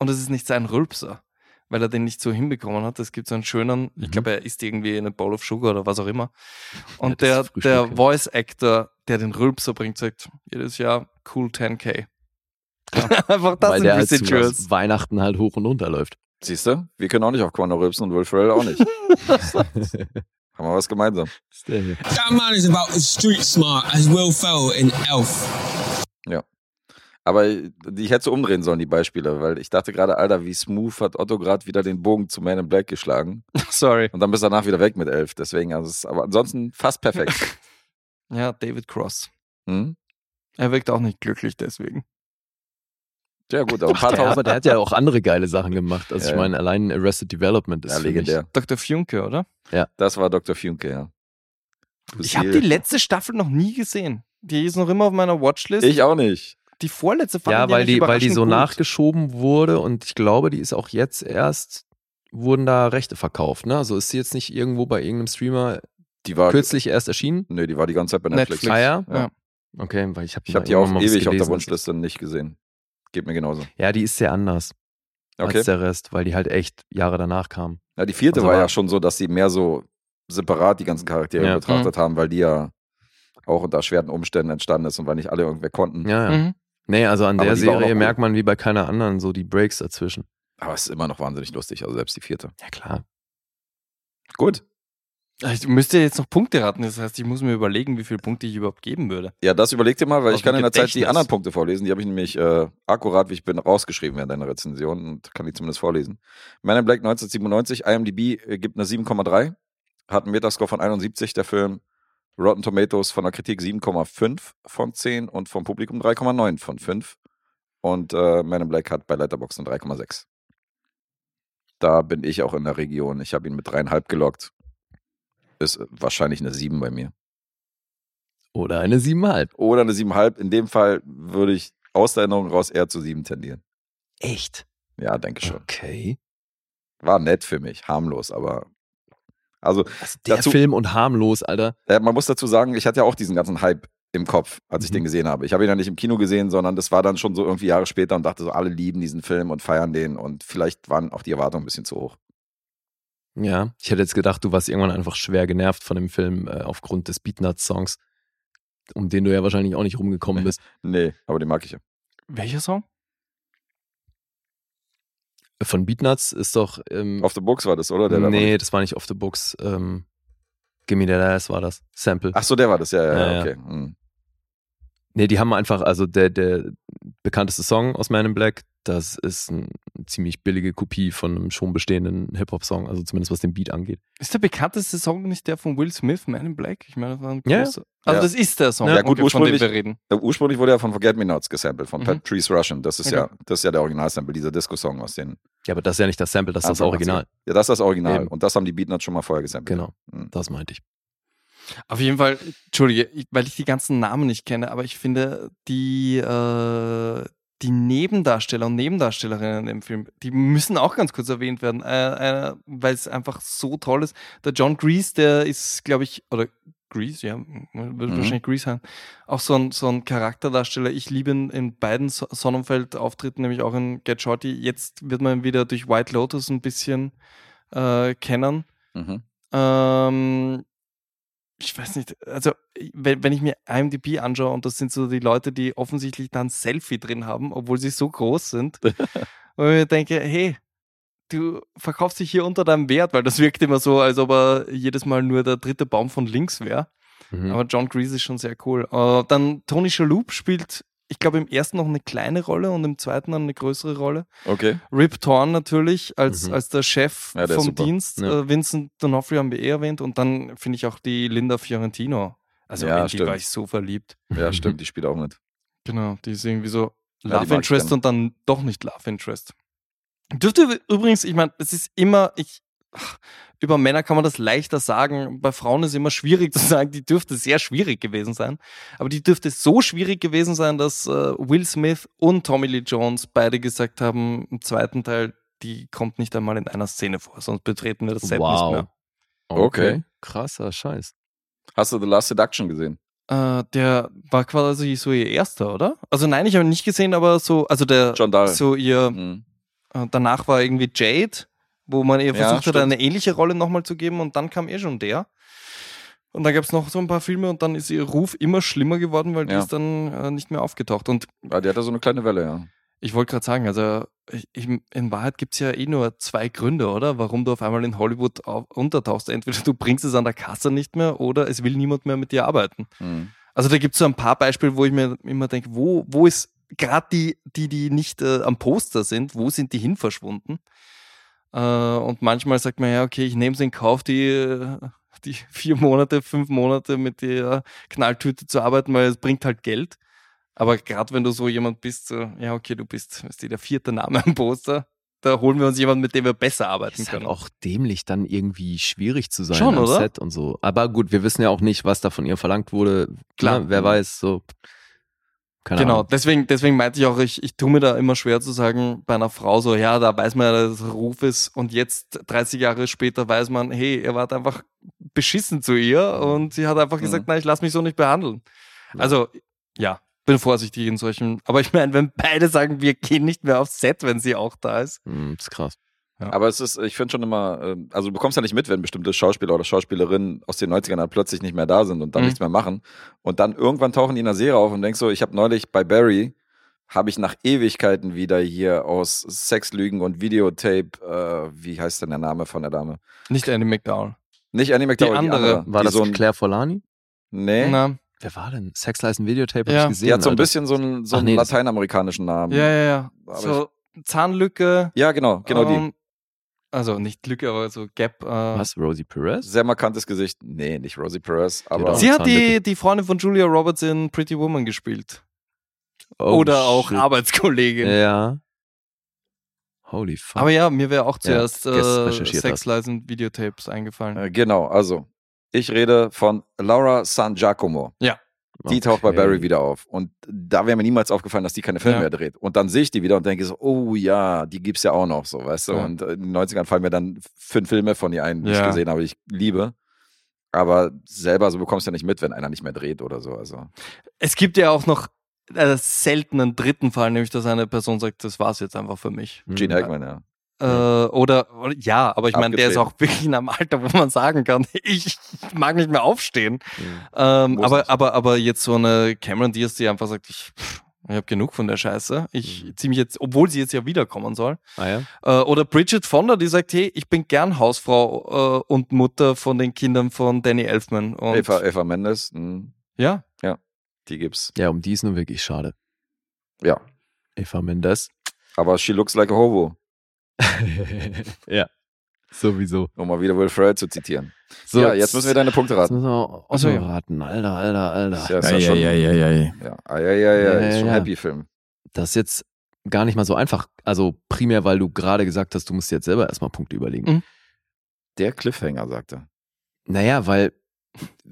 [SPEAKER 4] und es ist nicht sein Rülpser, weil er den nicht so hinbekommen hat. Es gibt so einen schönen, ich
[SPEAKER 2] Mhm.
[SPEAKER 4] glaube, er isst irgendwie eine Bowl of Sugar oder was auch immer. Und
[SPEAKER 2] das
[SPEAKER 4] der,
[SPEAKER 2] Frühstück,
[SPEAKER 4] der
[SPEAKER 2] ja.
[SPEAKER 4] Voice Actor, der den Rülpser bringt, sagt jedes Jahr cool 10k. Einfach das
[SPEAKER 2] weil
[SPEAKER 4] sind
[SPEAKER 2] der halt zu
[SPEAKER 4] Residuals.
[SPEAKER 2] Weihnachten halt hoch und runter läuft.
[SPEAKER 3] Siehst du? Wir können auch nicht auf Quando rülpsen und Will Ferrell auch nicht. Haben wir was gemeinsam.
[SPEAKER 10] That man is about as street smart as Will Ferrell in Elf.
[SPEAKER 3] Aber die- ich hätte so umdrehen sollen, die Beispiele, weil ich dachte gerade, Alter, wie smooth hat Otto gerade wieder den Bogen zu Man in Black geschlagen.
[SPEAKER 4] Sorry.
[SPEAKER 3] Und dann bist du danach wieder weg mit elf. Deswegen, also, es ist aber ansonsten fast perfekt.
[SPEAKER 4] Ja, David Cross.
[SPEAKER 3] Hm?
[SPEAKER 4] Er wirkt auch nicht glücklich deswegen.
[SPEAKER 3] Ja, gut, aber ein paar
[SPEAKER 2] Ja, aber
[SPEAKER 3] tausend.
[SPEAKER 2] der hat ja auch andere geile Sachen gemacht. Also
[SPEAKER 3] Ja,
[SPEAKER 2] ich
[SPEAKER 3] ja.
[SPEAKER 2] meine, allein Arrested Development ist
[SPEAKER 3] Ja,
[SPEAKER 2] für mich
[SPEAKER 3] legendär.
[SPEAKER 4] Dr. Funke, oder?
[SPEAKER 3] Das war Dr. Funke, ja.
[SPEAKER 4] Ich habe die
[SPEAKER 3] Lucille.
[SPEAKER 4] letzte Staffel noch nie gesehen. Die ist noch immer auf meiner Watchlist.
[SPEAKER 3] Ich auch nicht.
[SPEAKER 4] die vorletzte fand
[SPEAKER 2] Ja,
[SPEAKER 4] ich
[SPEAKER 2] weil die, weil die
[SPEAKER 4] überraschend
[SPEAKER 2] so
[SPEAKER 4] gut.
[SPEAKER 2] nachgeschoben wurde und ich glaube, die ist auch jetzt erst, wurden da Rechte verkauft. Ne? Also ist sie jetzt nicht irgendwo bei irgendeinem Streamer
[SPEAKER 3] Die war.
[SPEAKER 2] kürzlich erst erschienen?
[SPEAKER 3] Nö, die war die ganze Zeit bei Netflix.
[SPEAKER 4] Netflix.
[SPEAKER 2] Ah ja?
[SPEAKER 4] Ja.
[SPEAKER 2] Okay, weil ich habe
[SPEAKER 3] Ich habe die auch ewig auf der Wunschliste nicht gesehen. Geht mir genauso.
[SPEAKER 2] Ja, die ist sehr anders
[SPEAKER 3] Okay.
[SPEAKER 2] als der Rest, weil die halt echt Jahre danach kam.
[SPEAKER 3] Ja, die vierte
[SPEAKER 2] Also
[SPEAKER 3] war
[SPEAKER 2] war-
[SPEAKER 3] ja schon so, dass sie mehr so separat die ganzen Charaktere
[SPEAKER 2] Ja.
[SPEAKER 3] betrachtet haben, weil die ja auch unter schweren Umständen entstanden ist und weil nicht alle irgendwer konnten.
[SPEAKER 2] Ja, ja.
[SPEAKER 4] Mhm.
[SPEAKER 2] Nee, also an
[SPEAKER 3] Aber
[SPEAKER 2] der
[SPEAKER 3] die war auch noch
[SPEAKER 2] Serie
[SPEAKER 3] gut.
[SPEAKER 2] merkt man wie bei keiner anderen so die Breaks dazwischen.
[SPEAKER 3] Aber es ist immer noch wahnsinnig lustig, also selbst die vierte.
[SPEAKER 2] Ja, klar.
[SPEAKER 3] Gut.
[SPEAKER 4] Also, Ich müsste jetzt noch Punkte raten. Das heißt, ich muss mir überlegen, wie viele Punkte ich überhaupt geben würde.
[SPEAKER 3] Ja, das überleg dir mal, weil
[SPEAKER 4] Aus
[SPEAKER 3] ich kann
[SPEAKER 4] dem
[SPEAKER 3] in der Zeit die
[SPEAKER 4] Gedächtnis.
[SPEAKER 3] anderen Punkte vorlesen. Die habe ich nämlich äh, akkurat, wie ich bin, rausgeschrieben während deiner Rezension und kann die zumindest vorlesen. Man in Black 1997, IMDb äh, gibt eine 7,3, hat einen Metascore von 71, der Film Rotten Tomatoes von der Kritik 7,5 von 10 und vom Publikum 3,9 von 5. Und äh, Man in Black hat bei Letterboxd eine 3,6. Da bin ich auch in der Region. Ich habe ihn mit 3,5 gelockt. Ist äh, wahrscheinlich eine 7 bei mir
[SPEAKER 2] Oder eine siebeneinhalb.
[SPEAKER 3] oder eine 7,5. In dem Fall würde ich aus der Erinnerung raus eher zu 7 tendieren.
[SPEAKER 2] Echt?
[SPEAKER 3] Ja, denke schon.
[SPEAKER 2] Okay.
[SPEAKER 3] War nett für mich, harmlos, aber. Also,
[SPEAKER 2] Also der
[SPEAKER 3] Dazu-
[SPEAKER 2] Film und harmlos, Alter.
[SPEAKER 3] äh, man muss dazu sagen, ich hatte ja auch diesen ganzen Hype im Kopf, als ich
[SPEAKER 2] Mhm.
[SPEAKER 3] den gesehen habe. Ich habe ihn ja nicht im Kino gesehen, sondern das war dann schon so irgendwie Jahre später und dachte so, alle lieben diesen Film und feiern den und vielleicht waren auch die Erwartungen ein bisschen zu hoch.
[SPEAKER 2] Ja, ich hätte jetzt gedacht, du warst irgendwann einfach schwer genervt von dem Film äh, aufgrund des Beatnuts-Songs, um den du ja wahrscheinlich auch nicht rumgekommen bist.
[SPEAKER 3] Nee, aber den mag ich ja.
[SPEAKER 4] Welcher Song?
[SPEAKER 2] Von Beatnuts ist doch. Ähm,
[SPEAKER 3] Auf the Books war das, oder? Der da war-
[SPEAKER 2] nee, das war nicht Off the Books. Ähm, Gimme That Ass war das. Sample.
[SPEAKER 3] Ach so, der war das, ja, ja,
[SPEAKER 2] Ja,
[SPEAKER 3] ja,
[SPEAKER 2] ja.
[SPEAKER 3] okay. Hm.
[SPEAKER 2] Nee, die haben einfach, also der, der bekannteste Song aus Man in Black, das ist ein- eine ziemlich billige Kopie von einem schon bestehenden Hip-Hop-Song, also zumindest was den Beat angeht.
[SPEAKER 4] Ist der bekannteste Song nicht der von Will Smith, Man in Black? Ich meine, das war ein
[SPEAKER 2] Ja, ja.
[SPEAKER 4] großer. Also,
[SPEAKER 3] Ja.
[SPEAKER 4] das ist der Song,
[SPEAKER 3] Ja, gut,
[SPEAKER 4] von dem
[SPEAKER 3] ursprünglich-
[SPEAKER 4] wir reden.
[SPEAKER 3] Äh, Ursprünglich wurde ja von Forget Me Nots gesampelt, von
[SPEAKER 4] Mhm.
[SPEAKER 3] Patrice Russian. Das ist
[SPEAKER 4] Okay.
[SPEAKER 3] ja, das ist ja der Originalsample, dieser Disco-Song aus den
[SPEAKER 2] Ja, aber das ist ja nicht das Sample, das ist das
[SPEAKER 3] Anfang
[SPEAKER 2] Original.
[SPEAKER 3] 80er. Ja, das ist das Original.
[SPEAKER 2] Eben.
[SPEAKER 3] Und das haben die Beatnuts schon mal vorher gesampelt.
[SPEAKER 2] Genau,
[SPEAKER 3] Mhm.
[SPEAKER 2] das meinte ich.
[SPEAKER 4] Auf jeden Fall, Entschuldige, ich- weil ich die ganzen Namen nicht kenne, aber ich finde, die, äh, die Nebendarsteller und Nebendarstellerinnen in dem Film, die müssen auch ganz kurz erwähnt werden, äh, äh, weil es einfach so toll ist. Der John Grease, der ist, glaube ich, oder Grease, ja, wird
[SPEAKER 3] Mhm.
[SPEAKER 4] wahrscheinlich Grease sein, auch so ein, so ein Charakterdarsteller. Ich liebe ihn in beiden so Sonnenfeld-Auftritten, nämlich auch in Get Shorty. Jetzt wird man ihn wieder durch White Lotus ein bisschen äh, kennen.
[SPEAKER 3] Mhm.
[SPEAKER 4] Ähm, ich weiß nicht, also wenn, wenn ich mir IMDb anschaue und das sind so die Leute, die offensichtlich da ein Selfie drin haben, obwohl sie so groß sind, und ich mir denke, hey, du verkaufst dich hier unter deinem Wert, weil das wirkt immer so, als ob er jedes Mal nur der dritte Baum von links wäre.
[SPEAKER 2] Mhm.
[SPEAKER 4] Aber John Grease ist schon sehr cool. Äh, dann Tony Shalhoub spielt, ich glaube, im ersten noch eine kleine Rolle und im zweiten dann eine größere Rolle.
[SPEAKER 3] Okay.
[SPEAKER 4] Rip Torn natürlich als,
[SPEAKER 2] Mhm.
[SPEAKER 4] als der Chef
[SPEAKER 3] Ja, der ist
[SPEAKER 4] vom
[SPEAKER 3] super.
[SPEAKER 4] Dienst.
[SPEAKER 2] Ja.
[SPEAKER 4] Äh, Vincent D'Onofrio haben wir eh erwähnt. Und dann finde ich auch die Linda Fiorentino. Also
[SPEAKER 3] Ja,
[SPEAKER 4] in die
[SPEAKER 3] stimmt.
[SPEAKER 4] war ich so verliebt.
[SPEAKER 3] Ja, stimmt, die spielt auch mit.
[SPEAKER 4] Genau, die ist irgendwie so
[SPEAKER 3] Ja, die
[SPEAKER 4] Love
[SPEAKER 3] mag ich
[SPEAKER 4] Interest
[SPEAKER 3] gern.
[SPEAKER 4] und dann doch nicht Love Interest. Dürfte übrigens, ich meine, es ist immer, ich, ach, über Männer kann man das leichter sagen. Bei Frauen ist immer schwierig zu sagen, die dürfte sehr schwierig gewesen sein. Aber die dürfte so schwierig gewesen sein, dass äh, Will Smith und Tommy Lee Jones beide gesagt haben, im zweiten Teil, die kommt nicht einmal in einer Szene vor, sonst betreten wir das Set nicht
[SPEAKER 2] Wow.
[SPEAKER 3] Okay.
[SPEAKER 2] Krasser Scheiß.
[SPEAKER 3] Hast du The Last Seduction gesehen?
[SPEAKER 4] mehr. Äh, der war quasi so ihr erster, oder? Also nein, ich habe ihn nicht gesehen, aber so, also der,
[SPEAKER 3] John Dahl.
[SPEAKER 4] so ihr,
[SPEAKER 3] Mhm.
[SPEAKER 4] Äh, Danach war irgendwie Jade, wo man ihr
[SPEAKER 3] Ja,
[SPEAKER 4] versucht hat,
[SPEAKER 3] stimmt.
[SPEAKER 4] eine ähnliche Rolle nochmal zu geben und dann kam eh schon der. Und dann gab es noch so ein paar Filme und dann ist ihr Ruf immer schlimmer geworden, weil die
[SPEAKER 3] Ja.
[SPEAKER 4] ist dann äh, nicht mehr aufgetaucht. Und
[SPEAKER 3] Ah, die hat da so eine kleine Welle, ja.
[SPEAKER 4] ich wollte gerade sagen, also ich, ich, in Wahrheit gibt es ja eh nur zwei Gründe, oder? Warum du auf einmal in Hollywood au- untertauchst. Entweder du bringst es an der Kasse nicht mehr oder es will niemand mehr mit dir arbeiten.
[SPEAKER 3] Mhm.
[SPEAKER 4] Also da gibt es so ein paar Beispiele, wo ich mir immer denke, wo, wo ist gerade die, die, die nicht äh, am Poster sind, wo sind die hin verschwunden? Äh, und manchmal sagt man ja, okay, ich nehme es in Kauf, die, äh, die vier Monate, fünf Monate mit der Knalltüte zu arbeiten, weil es bringt halt Geld. Aber gerade wenn du so jemand bist, so, ja, okay, du bist, weißt du, der vierte Name am Poster, da holen wir uns jemanden, mit dem wir besser arbeiten
[SPEAKER 2] Ist halt
[SPEAKER 4] können.
[SPEAKER 2] auch dämlich, dann irgendwie schwierig zu sein
[SPEAKER 4] Schon,
[SPEAKER 2] am
[SPEAKER 4] oder?
[SPEAKER 2] Set und so. Aber gut, wir wissen ja auch nicht, was da von ihr verlangt wurde.
[SPEAKER 4] Klar.
[SPEAKER 2] Na, wer weiß, so. Keine
[SPEAKER 4] Genau,
[SPEAKER 2] Ahnung.
[SPEAKER 4] deswegen, deswegen meinte ich auch, ich, ich tue mir da immer schwer zu sagen bei einer Frau so, ja, da weiß man ja, dass es Ruf ist und jetzt 30 Jahre später weiß man, hey, er war einfach beschissen zu ihr und sie hat einfach gesagt, nein, ich lass mich so nicht behandeln. Also, ja, bin vorsichtig in solchen, aber ich meine, wenn beide sagen, wir gehen nicht mehr aufs Set, wenn sie auch da ist.
[SPEAKER 2] Hm, ist krass.
[SPEAKER 3] Aber es ist, ich finde schon immer, ähm, also du bekommst ja nicht mit, wenn bestimmte Schauspieler oder Schauspielerinnen aus den 90ern dann plötzlich nicht mehr da sind und dann
[SPEAKER 4] Mhm.
[SPEAKER 3] nichts mehr machen. Und dann irgendwann tauchen die in der Serie auf und denkst so, ich habe neulich bei Barry, habe ich nach Ewigkeiten wieder hier aus Sexlügen und Videotape, äh, wie heißt denn der Name von der Dame?
[SPEAKER 4] Nicht Annie McDowell.
[SPEAKER 3] Nicht Annie McDowell, die andere.
[SPEAKER 4] andere.
[SPEAKER 2] War
[SPEAKER 3] die
[SPEAKER 2] das
[SPEAKER 3] so ein,
[SPEAKER 2] Claire Forlani?
[SPEAKER 3] Nee,
[SPEAKER 4] Na,
[SPEAKER 2] Wer war denn? Sex Lies and Videotape
[SPEAKER 4] Ja.
[SPEAKER 2] hab ich gesehen.
[SPEAKER 3] die hat so ein
[SPEAKER 2] Alter.
[SPEAKER 3] bisschen so einen, so
[SPEAKER 2] Ach
[SPEAKER 3] einen
[SPEAKER 2] nee, das-
[SPEAKER 3] lateinamerikanischen Namen.
[SPEAKER 4] ja, ja, ja.
[SPEAKER 3] Aber
[SPEAKER 4] So Zahnlücke.
[SPEAKER 3] Ja, genau, genau die.
[SPEAKER 4] ähm, Also nicht Lücke, aber so Gap. Äh,
[SPEAKER 2] Was? Rosie Perez?
[SPEAKER 3] Sehr markantes Gesicht. Nee, nicht Rosie Perez, aber.
[SPEAKER 2] doch.
[SPEAKER 4] Sie hat die,
[SPEAKER 2] Zahnlücke.
[SPEAKER 4] die Freundin von Julia Roberts in Pretty Woman gespielt.
[SPEAKER 2] Oh,
[SPEAKER 4] Oder auch
[SPEAKER 2] shit.
[SPEAKER 4] Arbeitskollegin.
[SPEAKER 2] Ja. Holy fuck.
[SPEAKER 4] Aber ja, mir wäre auch
[SPEAKER 2] Ja,
[SPEAKER 4] zuerst
[SPEAKER 2] gest-
[SPEAKER 4] äh,
[SPEAKER 2] recherchiert
[SPEAKER 4] Sex, Lies und Videotapes eingefallen.
[SPEAKER 3] Äh, Genau, also ich rede von Laura San Giacomo. Die taucht bei
[SPEAKER 2] Okay.
[SPEAKER 3] Barry wieder auf. Und da wäre mir niemals aufgefallen, dass die keine Filme
[SPEAKER 4] Ja.
[SPEAKER 3] mehr dreht. Und dann sehe ich die wieder und denke so, oh ja, die gibt's ja auch noch so, weißt du?
[SPEAKER 4] Ja.
[SPEAKER 3] Und in den 90ern fallen mir dann fünf Filme von ihr ein, die ich
[SPEAKER 4] Ja.
[SPEAKER 3] gesehen habe, die ich liebe. Aber selber so bekommst du ja nicht mit, wenn einer nicht mehr dreht oder so. Also
[SPEAKER 4] Hm, Es gibt ja auch noch äh, seltenen dritten Fall, nämlich dass eine Person sagt, das war's jetzt einfach für mich.
[SPEAKER 2] Mhm.
[SPEAKER 3] Gene Hackman, ja.
[SPEAKER 4] Äh, oder, oder ja, aber ich meine, der ist auch
[SPEAKER 3] Abgetreten.
[SPEAKER 4] wirklich in einem Alter, wo man sagen kann, ich mag nicht mehr aufstehen.
[SPEAKER 2] Mhm.
[SPEAKER 4] Ähm,
[SPEAKER 3] Muss
[SPEAKER 4] aber,
[SPEAKER 3] nicht.
[SPEAKER 4] aber, aber jetzt so eine Cameron Diaz, die einfach sagt, ich, pff, ich habe genug von der Scheiße. Ich
[SPEAKER 2] Mhm.
[SPEAKER 4] ziehe mich jetzt, obwohl sie jetzt ja wiederkommen soll.
[SPEAKER 2] Ah ja?
[SPEAKER 4] Äh, oder Bridget Fonda, die sagt, hey, ich bin gern Hausfrau äh, und Mutter von den Kindern von Danny Elfman. Und
[SPEAKER 3] Eva, Eva Mendes, hm. mh,
[SPEAKER 4] Ja,
[SPEAKER 3] die gibt's.
[SPEAKER 2] Ja, um die ist nur wirklich schade.
[SPEAKER 3] Ja.
[SPEAKER 2] Eva Mendes.
[SPEAKER 3] Aber she looks like a hobo,
[SPEAKER 2] ja. Sowieso.
[SPEAKER 3] um mal wieder Will Ferrell zu zitieren.
[SPEAKER 2] So,
[SPEAKER 3] ja, jetzt müssen wir deine Punkte
[SPEAKER 2] Jetzt
[SPEAKER 3] raten.
[SPEAKER 2] müssen wir auch
[SPEAKER 4] Ach so,
[SPEAKER 2] noch
[SPEAKER 4] ja.
[SPEAKER 2] raten. Alter, alter, alter.
[SPEAKER 3] Ja, ist ja, schon, ja,
[SPEAKER 9] Eieieiei.
[SPEAKER 3] Ah, ja, ja, ja,
[SPEAKER 2] Ja,
[SPEAKER 3] ist
[SPEAKER 2] ja,
[SPEAKER 3] schon
[SPEAKER 2] ja.
[SPEAKER 3] ein Happy-Film.
[SPEAKER 2] Das ist jetzt gar nicht mal so einfach. Also primär, weil du gerade gesagt hast, du musst jetzt selber erstmal Punkte überlegen.
[SPEAKER 4] Mhm.
[SPEAKER 3] Der Cliffhanger, sagt er.
[SPEAKER 2] Naja, weil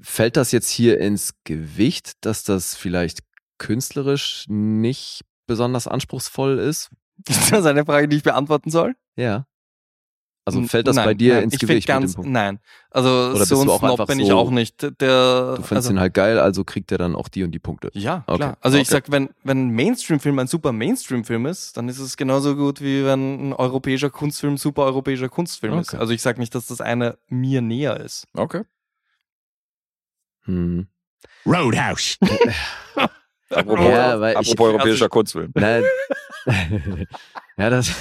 [SPEAKER 2] fällt das jetzt hier ins Gewicht, dass das vielleicht künstlerisch nicht besonders anspruchsvoll ist?
[SPEAKER 4] ist das eine Frage, die ich beantworten soll?
[SPEAKER 2] Ja. Also
[SPEAKER 4] N-
[SPEAKER 2] fällt das
[SPEAKER 4] nein,
[SPEAKER 2] bei dir
[SPEAKER 4] nein,
[SPEAKER 2] ins
[SPEAKER 4] ich find
[SPEAKER 2] Gewicht mit
[SPEAKER 4] Ganz,
[SPEAKER 2] dem Punkt?
[SPEAKER 4] nein, also
[SPEAKER 2] bist
[SPEAKER 4] so ein
[SPEAKER 2] du auch
[SPEAKER 4] Snob
[SPEAKER 2] einfach
[SPEAKER 4] bin ich
[SPEAKER 2] so-
[SPEAKER 4] auch nicht. Der,
[SPEAKER 2] Du findest
[SPEAKER 4] also,
[SPEAKER 2] ihn halt geil, also kriegt er dann auch die und die Punkte.
[SPEAKER 4] Ja,
[SPEAKER 2] Okay.
[SPEAKER 4] klar. Also ich
[SPEAKER 2] Okay.
[SPEAKER 4] sag, wenn, wenn ein Mainstream-Film ein super Mainstream-Film ist, dann ist es genauso gut, wie wenn ein europäischer Kunstfilm super europäischer Kunstfilm ist.
[SPEAKER 2] Okay.
[SPEAKER 4] Also ich sag nicht, dass das eine mir näher ist.
[SPEAKER 3] Okay.
[SPEAKER 4] Mhm.
[SPEAKER 2] Hm.
[SPEAKER 10] Roadhouse.
[SPEAKER 3] Apropos,
[SPEAKER 2] Ja, weil ich-
[SPEAKER 3] apropos europäischer Kunstfilm.
[SPEAKER 2] Nein. ja, das,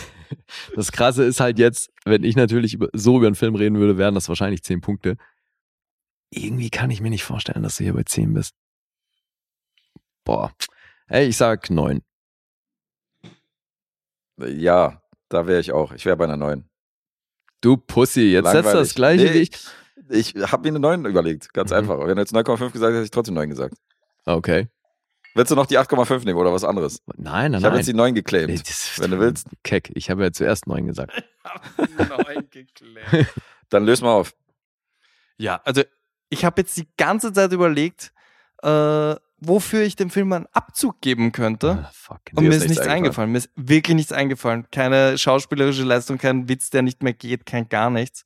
[SPEAKER 2] das Krasse ist halt jetzt, wenn ich natürlich über, so über einen Film reden würde, wären das wahrscheinlich zehn Punkte. Irgendwie kann ich mir nicht vorstellen, dass du hier bei zehn bist. Boah. Ey, ich sag neun.
[SPEAKER 3] Ja, da wäre ich auch. Ich wäre bei einer neuen.
[SPEAKER 2] Du Pussy, jetzt setzt
[SPEAKER 3] Langweilig.
[SPEAKER 2] das gleiche
[SPEAKER 3] Nee.
[SPEAKER 2] wie ich.
[SPEAKER 3] Ich habe mir eine neuen überlegt, ganz
[SPEAKER 2] Mhm.
[SPEAKER 3] einfach. Wenn du jetzt 9,5 gesagt hättest, hätte ich trotzdem neun gesagt.
[SPEAKER 2] Okay.
[SPEAKER 3] Willst du noch die 8,5 nehmen oder was anderes?
[SPEAKER 2] Nein, nein,
[SPEAKER 3] Ich habe
[SPEAKER 2] nein.
[SPEAKER 3] jetzt die 9
[SPEAKER 2] Nee,
[SPEAKER 3] geclaimed.
[SPEAKER 2] das-
[SPEAKER 3] Wenn du willst,
[SPEAKER 2] Keck, ich habe ja zuerst neun gesagt.
[SPEAKER 3] dann lösen wir auf.
[SPEAKER 4] Ja, also ich habe jetzt die ganze Zeit überlegt, äh, wofür ich dem Film einen Abzug geben könnte.
[SPEAKER 2] Ah, fuck.
[SPEAKER 4] Und
[SPEAKER 3] Dir
[SPEAKER 4] mir
[SPEAKER 3] ist
[SPEAKER 4] ist
[SPEAKER 3] nichts
[SPEAKER 4] nichts eingefallen. Mir ist wirklich nichts eingefallen. Keine schauspielerische Leistung, kein Witz, der nicht mehr geht, kein gar nichts.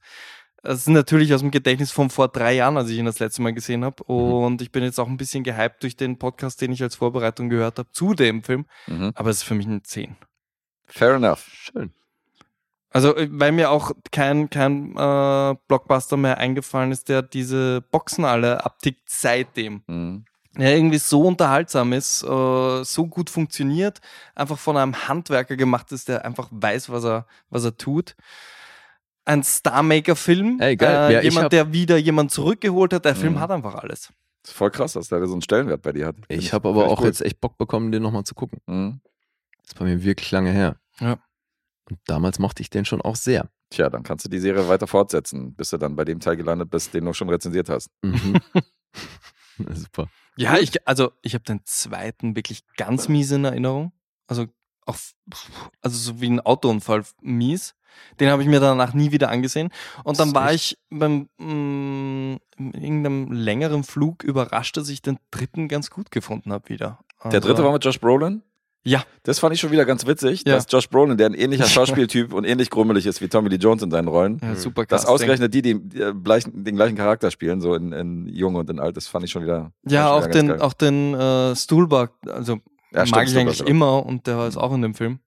[SPEAKER 4] Das ist natürlich aus dem Gedächtnis von vor drei Jahren, als ich ihn das letzte Mal gesehen habe. Und ich bin jetzt auch ein bisschen gehypt durch den Podcast, den ich als Vorbereitung gehört habe zu dem Film.
[SPEAKER 3] Mhm.
[SPEAKER 4] Aber es ist für mich ein 10.
[SPEAKER 3] Fair enough.
[SPEAKER 2] Schön.
[SPEAKER 4] Also, äh, weil mir auch kein, kein äh, Blockbuster mehr eingefallen ist, der diese Boxen alle abtickt seitdem.
[SPEAKER 3] Mhm.
[SPEAKER 4] der irgendwie so unterhaltsam ist, äh, so gut funktioniert, einfach von einem Handwerker gemacht ist, der einfach weiß, was er, was er tut. Ein Starmaker-Film,
[SPEAKER 2] Ey, geil.
[SPEAKER 4] äh,
[SPEAKER 2] Ja, ich
[SPEAKER 4] jemand,
[SPEAKER 2] hab-
[SPEAKER 4] der wieder jemand zurückgeholt hat. Der Film
[SPEAKER 3] Mhm.
[SPEAKER 4] hat einfach alles.
[SPEAKER 3] Ist voll krass, dass der so einen Stellenwert bei dir hat. Find
[SPEAKER 2] Ich habe aber
[SPEAKER 3] find ich
[SPEAKER 2] auch
[SPEAKER 3] cool.
[SPEAKER 2] jetzt echt Bock bekommen, den nochmal zu gucken.
[SPEAKER 3] Mhm.
[SPEAKER 2] Ist bei mir wirklich lange her.
[SPEAKER 4] Ja.
[SPEAKER 2] Und damals mochte ich den schon auch sehr.
[SPEAKER 3] Tja, dann kannst du die Serie weiter fortsetzen, bis du dann bei dem Teil gelandet bist, den du schon rezensiert hast.
[SPEAKER 2] Mhm. Super.
[SPEAKER 4] Ja, ich, also ich habe den zweiten wirklich ganz mies in Erinnerung. Also auch, also so wie ein Autounfall mies. Den habe ich mir danach nie wieder angesehen. Und dann
[SPEAKER 2] Ist
[SPEAKER 4] war ich beim mm, in irgendeinem längeren Flug überrascht, dass ich den dritten ganz gut gefunden habe wieder.
[SPEAKER 3] Der
[SPEAKER 4] Also-
[SPEAKER 3] dritte war mit Josh Brolin.
[SPEAKER 4] Ja.
[SPEAKER 3] Das fand ich schon wieder ganz witzig,
[SPEAKER 4] Ja.
[SPEAKER 3] dass Josh Brolin, der ein ähnlicher Schauspieltyp und ähnlich grummelig ist wie Tommy Lee Jones in seinen Rollen,
[SPEAKER 4] ja, super
[SPEAKER 3] dass
[SPEAKER 4] Casting.
[SPEAKER 3] Hm. ausgerechnet die, die, die äh, gleichen, den gleichen Charakter spielen, so in, in Jung und in Alt, das fand ich schon wieder.
[SPEAKER 4] Ja, auch
[SPEAKER 3] fand ich schon
[SPEAKER 4] den,
[SPEAKER 3] wieder ganz geil.
[SPEAKER 4] auch den äh, Stuhlbug, also
[SPEAKER 3] Ja, stimmt,
[SPEAKER 4] mag ich
[SPEAKER 3] stimmt,
[SPEAKER 4] eigentlich
[SPEAKER 3] also.
[SPEAKER 4] immer und der war jetzt auch in dem Film.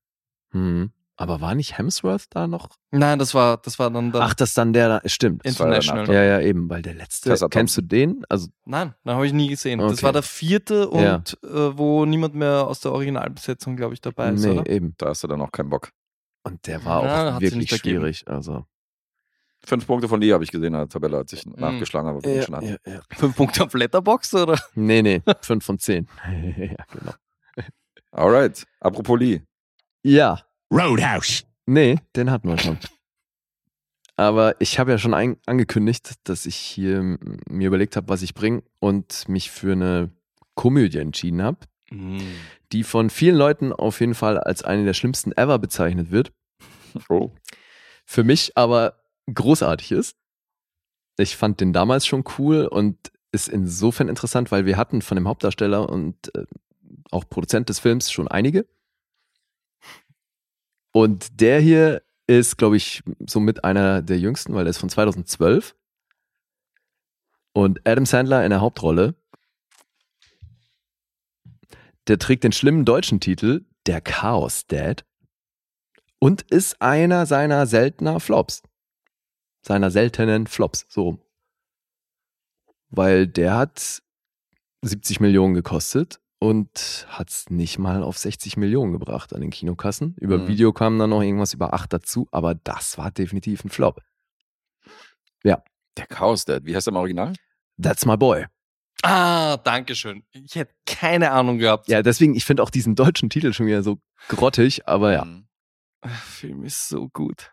[SPEAKER 2] Mhm. Aber war nicht Hemsworth da noch?
[SPEAKER 4] Nein, das war, das war dann der
[SPEAKER 2] Ach, das ist dann der da. Stimmt.
[SPEAKER 3] das war der
[SPEAKER 4] International.
[SPEAKER 2] Ja, ja, eben, weil der letzte.
[SPEAKER 3] Tessa
[SPEAKER 2] Kennst du den? Also,
[SPEAKER 4] Nein, den habe ich nie gesehen.
[SPEAKER 2] Okay.
[SPEAKER 4] Das war der vierte und
[SPEAKER 2] Ja.
[SPEAKER 4] äh, wo niemand mehr aus der Originalbesetzung, glaube ich, dabei ist,
[SPEAKER 2] nee,
[SPEAKER 4] oder?
[SPEAKER 2] eben.
[SPEAKER 3] Da hast du dann auch keinen Bock.
[SPEAKER 2] Und der war
[SPEAKER 4] Ja,
[SPEAKER 2] auch
[SPEAKER 4] hat sie
[SPEAKER 2] wirklich
[SPEAKER 4] nicht ergeben.
[SPEAKER 2] schwierig. Also,
[SPEAKER 3] Fünf Punkte von Lee habe ich gesehen, in der Tabelle hat sich
[SPEAKER 4] Mhm.
[SPEAKER 3] nachgeschlagen, aber bin ich schon an.
[SPEAKER 2] ja.
[SPEAKER 4] Fünf Punkte auf Letterbox, oder?
[SPEAKER 2] Nee, nee, 5 von 10. ja, genau.
[SPEAKER 3] Alright, apropos Lee.
[SPEAKER 2] Ja,
[SPEAKER 10] Roadhouse.
[SPEAKER 2] nee, den hatten wir schon. Aber ich habe ja schon ein, angekündigt, dass ich hier m, mir überlegt habe, was ich bringe und mich für eine Komödie entschieden habe, die von vielen Leuten auf jeden Fall als eine der schlimmsten ever bezeichnet wird.
[SPEAKER 3] Oh.
[SPEAKER 2] für mich aber großartig ist. Ich fand den damals schon cool und ist insofern interessant, weil wir hatten von dem Hauptdarsteller und äh, auch Produzent des Films schon einige. Und der hier ist, glaube ich, somit einer der jüngsten, weil er ist von 2012. Und Adam Sandler in der Hauptrolle. Der trägt den schlimmen deutschen Titel Der Chaos Dad und ist einer seiner seltener Flops. Seiner seltenen Flops, so rum. Weil der hat 70 Millionen gekostet und hat's nicht mal auf 60 Millionen gebracht an den Kinokassen. Über
[SPEAKER 3] Mhm.
[SPEAKER 2] Video kam dann noch irgendwas über 8 dazu, aber das war definitiv ein Flop.
[SPEAKER 3] Der Chaos Dad, wie heißt der im Original?
[SPEAKER 2] That's my boy.
[SPEAKER 4] Ah, Dankeschön. Ich hätte keine Ahnung gehabt.
[SPEAKER 2] Ja, deswegen, ich finde auch diesen deutschen Titel schon wieder so grottig, aber ja.
[SPEAKER 3] Mhm.
[SPEAKER 4] Der Film ist so gut.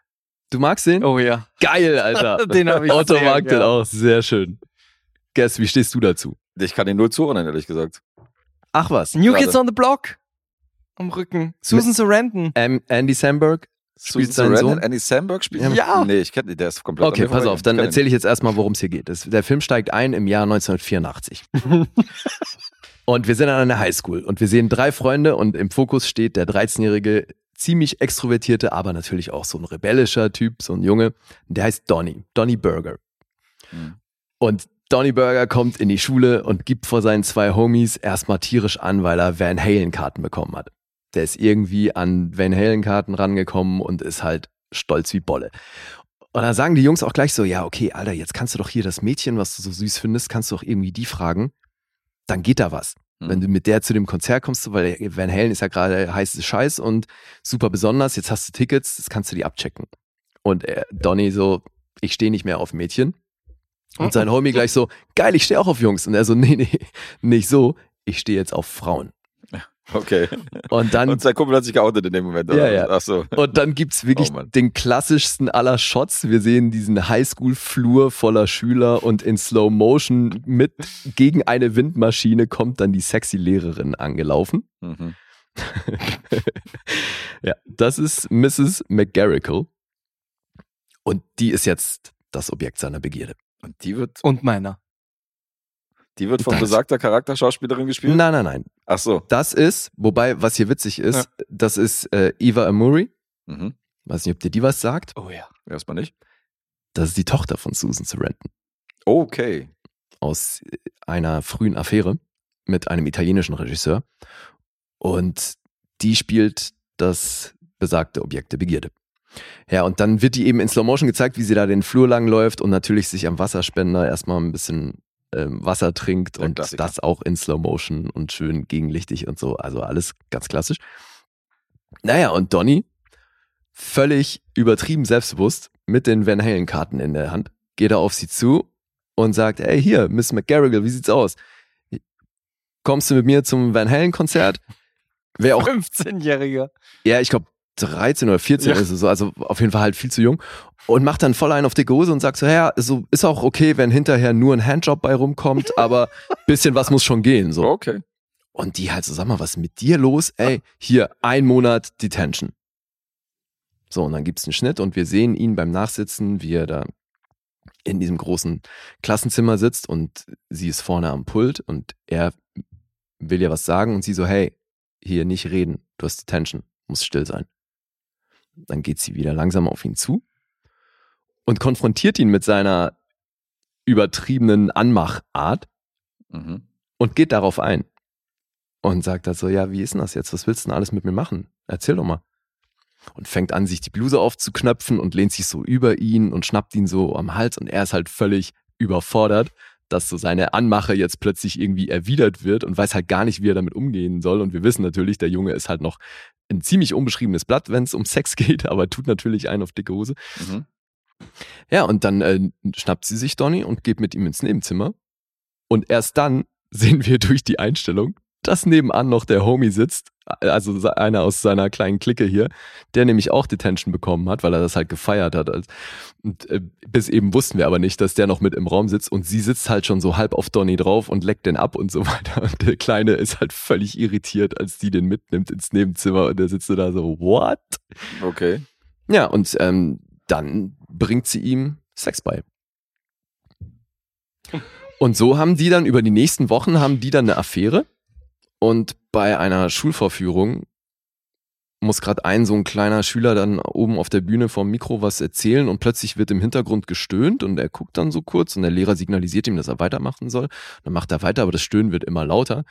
[SPEAKER 2] Du magst den?
[SPEAKER 4] Oh ja.
[SPEAKER 2] Geil, Alter.
[SPEAKER 4] Den habe ich
[SPEAKER 2] Otto
[SPEAKER 4] sehr
[SPEAKER 2] mag den
[SPEAKER 4] gern.
[SPEAKER 2] auch. Sehr schön. Guess, wie stehst du dazu?
[SPEAKER 3] Ich kann den nur zuordnen, ehrlich gesagt.
[SPEAKER 2] Ach was.
[SPEAKER 4] New
[SPEAKER 3] Gerade.
[SPEAKER 4] Kids on the Block. Am Rücken. Susan Sarandon.
[SPEAKER 2] Ähm, Andy Samberg spielt
[SPEAKER 3] Susan
[SPEAKER 2] seinen
[SPEAKER 3] Sarandon,
[SPEAKER 2] Sohn.
[SPEAKER 3] Andy Samberg spielt?
[SPEAKER 2] Ja.
[SPEAKER 4] Ja.
[SPEAKER 3] Nee, ich kenne den, der ist komplett
[SPEAKER 2] Okay, pass auf, dann erzähle ich jetzt erstmal, worum es hier geht. Das, der Film steigt ein im Jahr 1984. und wir sind an einer Highschool und wir sehen drei Freunde und im Fokus steht der 13-jährige, ziemlich extrovertierte, aber natürlich auch so ein rebellischer Typ, so ein Junge, der heißt Donny, Donny Burger.
[SPEAKER 3] Mhm.
[SPEAKER 2] Und Donny Burger kommt in die Schule und gibt vor seinen zwei Homies erstmal tierisch an, weil er Van Halen-Karten bekommen hat. Der ist irgendwie an Van Halen-Karten rangekommen und ist halt stolz wie Bolle. Und dann sagen die Jungs auch gleich so, ja, okay, Alter, jetzt kannst du doch hier das Mädchen, was du so süß findest, kannst du doch irgendwie die fragen. Dann geht da was.
[SPEAKER 3] Mhm.
[SPEAKER 2] Wenn du mit der zu dem Konzert kommst, weil Van Halen ist ja gerade heißes Scheiß und super besonders, jetzt hast du Tickets, jetzt kannst du die abchecken. Und äh, Donny so, ich stehe nicht mehr auf Mädchen. Und sein Homie gleich so, geil, ich stehe auch auf Jungs. Und er so, nee, nee, nicht so, ich stehe jetzt auf Frauen.
[SPEAKER 3] Okay.
[SPEAKER 2] Und dann
[SPEAKER 3] Und sein Kumpel hat sich geoutet in dem Moment. Oder?
[SPEAKER 2] Ja, ja.
[SPEAKER 3] Ach so.
[SPEAKER 2] Und dann gibt's wirklich
[SPEAKER 3] Oh Mann.
[SPEAKER 2] den klassischsten aller Shots. Wir sehen diesen Highschool-Flur voller Schüler und in Slow Motion mit gegen eine Windmaschine kommt dann die sexy Lehrerin angelaufen.
[SPEAKER 3] Mhm.
[SPEAKER 2] Ja, das ist Mrs. McGarrickle. Und die ist jetzt das Objekt seiner Begierde.
[SPEAKER 3] Und die wird,
[SPEAKER 4] Und meiner.
[SPEAKER 3] die wird von
[SPEAKER 2] Das-
[SPEAKER 3] besagter Charakterschauspielerin gespielt?
[SPEAKER 2] Nein, nein, nein.
[SPEAKER 3] Ach so.
[SPEAKER 2] Das ist, wobei, was hier witzig ist, das ist äh, Eva Amuri.
[SPEAKER 3] Mhm.
[SPEAKER 2] Weiß nicht, ob dir die was sagt.
[SPEAKER 4] Oh ja.
[SPEAKER 3] Erstmal nicht.
[SPEAKER 2] Das ist die Tochter von Susan Sarandon
[SPEAKER 3] Okay.
[SPEAKER 2] aus äh, einer frühen Affäre mit einem italienischen Regisseur. Und die spielt das besagte Objekt der Begierde. Ja, und dann wird die eben in Slow Motion gezeigt, wie sie da den Flur lang läuft und natürlich sich am Wasserspender erstmal ein bisschen ähm, Wasser trinkt
[SPEAKER 3] Der
[SPEAKER 2] und
[SPEAKER 3] Klassiker.
[SPEAKER 2] das auch in Slow Motion und schön gegenlichtig und so. Also alles ganz klassisch. Naja, und Donny, völlig übertrieben selbstbewusst, mit den Van Halen-Karten in der Hand, geht er auf sie zu und sagt, ey, hier, Miss McGarrigle, wie sieht's aus? Kommst du mit mir zum Van Halen-Konzert? Wer auch
[SPEAKER 4] 15-Jähriger.
[SPEAKER 2] ja, ich glaube 13 oder 14
[SPEAKER 4] Ja.
[SPEAKER 2] ist es so, also auf jeden Fall halt viel zu jung. Und macht dann voll einen auf dicke Hose und sagt so, ja, so ist auch okay, wenn hinterher nur ein Handjob bei rumkommt, aber bisschen was muss schon gehen. So.
[SPEAKER 3] Okay.
[SPEAKER 2] Und die halt so, sag mal, was ist mit dir los? Ey, hier, ein Monat Detention. So, und dann gibt's einen Schnitt und wir sehen ihn beim Nachsitzen, wie er da in diesem großen Klassenzimmer sitzt und sie ist vorne am Pult und er will ihr was sagen und sie so, hey, hier nicht reden, du hast Detention, musst still sein. Dann geht sie wieder langsam auf ihn zu und konfrontiert ihn mit seiner übertriebenen Anmachart
[SPEAKER 3] Mhm.
[SPEAKER 2] und geht darauf ein. Und sagt dann so, ja, wie ist denn das jetzt? Was willst du denn alles mit mir machen? Erzähl doch mal. Und fängt an, sich die Bluse aufzuknöpfen und lehnt sich so über ihn und schnappt ihn so am Hals und er ist halt völlig überfordert, dass so seine Anmache jetzt plötzlich irgendwie erwidert wird und weiß halt gar nicht, wie er damit umgehen soll. Und wir wissen natürlich, der Junge ist halt noch ein ziemlich unbeschriebenes Blatt, wenn es um Sex geht, aber tut natürlich einen auf dicke Hose.
[SPEAKER 3] Mhm.
[SPEAKER 2] Ja, und dann äh, schnappt sie sich Donny und geht mit ihm ins Nebenzimmer. Und erst dann sehen wir durch die Einstellung, dass nebenan noch der Homie sitzt, also se- einer aus seiner kleinen Clique hier, der nämlich auch Detention bekommen hat, weil er das halt gefeiert hat. als- Und äh, bis eben wussten wir aber nicht, dass der noch mit im Raum sitzt und sie sitzt halt schon so halb auf Donny drauf und leckt den ab und so weiter. Und der Kleine ist halt völlig irritiert, als die den mitnimmt ins Nebenzimmer und der sitzt so da so, what?
[SPEAKER 3] Okay.
[SPEAKER 2] Ja, und ähm, dann bringt sie ihm Sex bei. Und so haben die dann über die nächsten Wochen haben die dann eine Affäre und bei einer Schulvorführung muss gerade ein so ein kleiner Schüler dann oben auf der Bühne vorm Mikro was erzählen und plötzlich wird im Hintergrund gestöhnt und er guckt dann so kurz und der Lehrer signalisiert ihm, dass er weitermachen soll. Dann macht er weiter, aber das Stöhnen wird immer lauter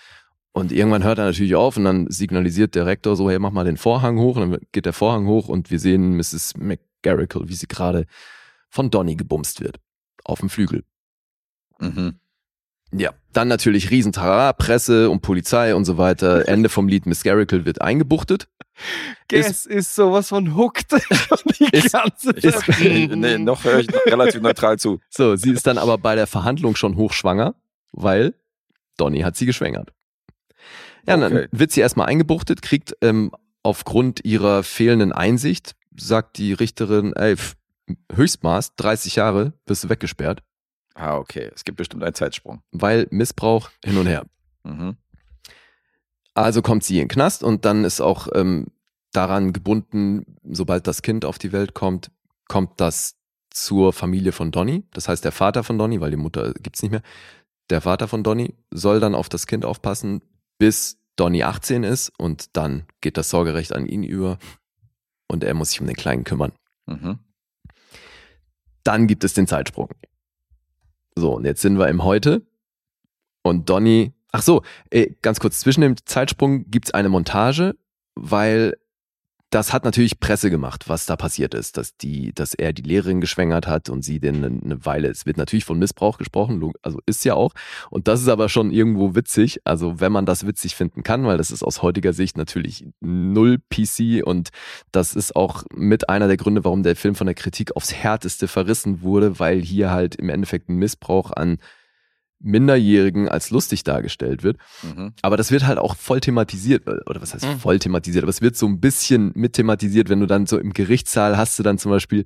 [SPEAKER 2] und irgendwann hört er natürlich auf und dann signalisiert der Rektor so, hey, mach mal den Vorhang hoch. Und dann geht der Vorhang hoch und wir sehen Mrs. McGarrickle, wie sie gerade von Donny gebumst wird. Auf dem Flügel.
[SPEAKER 3] Mhm.
[SPEAKER 2] Ja. Dann natürlich Riesentarara, Presse und Polizei und so weiter. Ende vom Lied, Miss Garrickle wird eingebuchtet.
[SPEAKER 4] Guess ist, sowas von hooked. die
[SPEAKER 2] Ist-
[SPEAKER 4] ganze
[SPEAKER 3] Ich, nee, noch höre ich relativ neutral zu.
[SPEAKER 2] So, sie ist dann aber bei der Verhandlung schon hochschwanger, weil Donny hat sie geschwängert. Ja,
[SPEAKER 3] Okay.
[SPEAKER 2] dann wird sie erstmal eingebuchtet, kriegt ähm, aufgrund ihrer fehlenden Einsicht, sagt die Richterin, ey, pf, Höchstmaß, 30 Jahre, wirst du weggesperrt,
[SPEAKER 3] Ah, okay. Es gibt bestimmt einen Zeitsprung.
[SPEAKER 2] weil Missbrauch hin und her.
[SPEAKER 3] Mhm.
[SPEAKER 2] Also kommt sie in den Knast und dann ist auch ähm, daran gebunden, sobald das Kind auf die Welt kommt, kommt das zur Familie von Donny. Das heißt, der Vater von Donny, weil die Mutter gibt's nicht mehr, der Vater von Donny soll dann auf das Kind aufpassen, bis Donny 18 ist und dann geht das Sorgerecht an ihn über und er muss sich um den Kleinen kümmern.
[SPEAKER 3] Mhm.
[SPEAKER 2] Dann gibt es den Zeitsprung. So, und jetzt sind wir im Heute. Und Donny, ach so, äh, ganz kurz, zwischen dem Zeitsprung gibt's eine Montage, weil das hat natürlich Presse gemacht, was da passiert ist, dass die, dass er die Lehrerin geschwängert hat und sie den eine- eine Weile, es wird natürlich von Missbrauch gesprochen, log- also ist ja auch. Und das ist aber schon irgendwo witzig, also wenn man das witzig finden kann, weil das ist aus heutiger Sicht natürlich null PC und das ist auch mit einer der Gründe, warum der Film von der Kritik aufs härteste verrissen wurde, weil hier halt im Endeffekt ein Missbrauch an Minderjährigen als lustig dargestellt wird.
[SPEAKER 3] Mhm.
[SPEAKER 2] Aber das wird halt auch voll thematisiert, äh, oder was heißt voll thematisiert, aber es wird so ein bisschen mit thematisiert, wenn du dann so im Gerichtssaal hast du dann zum Beispiel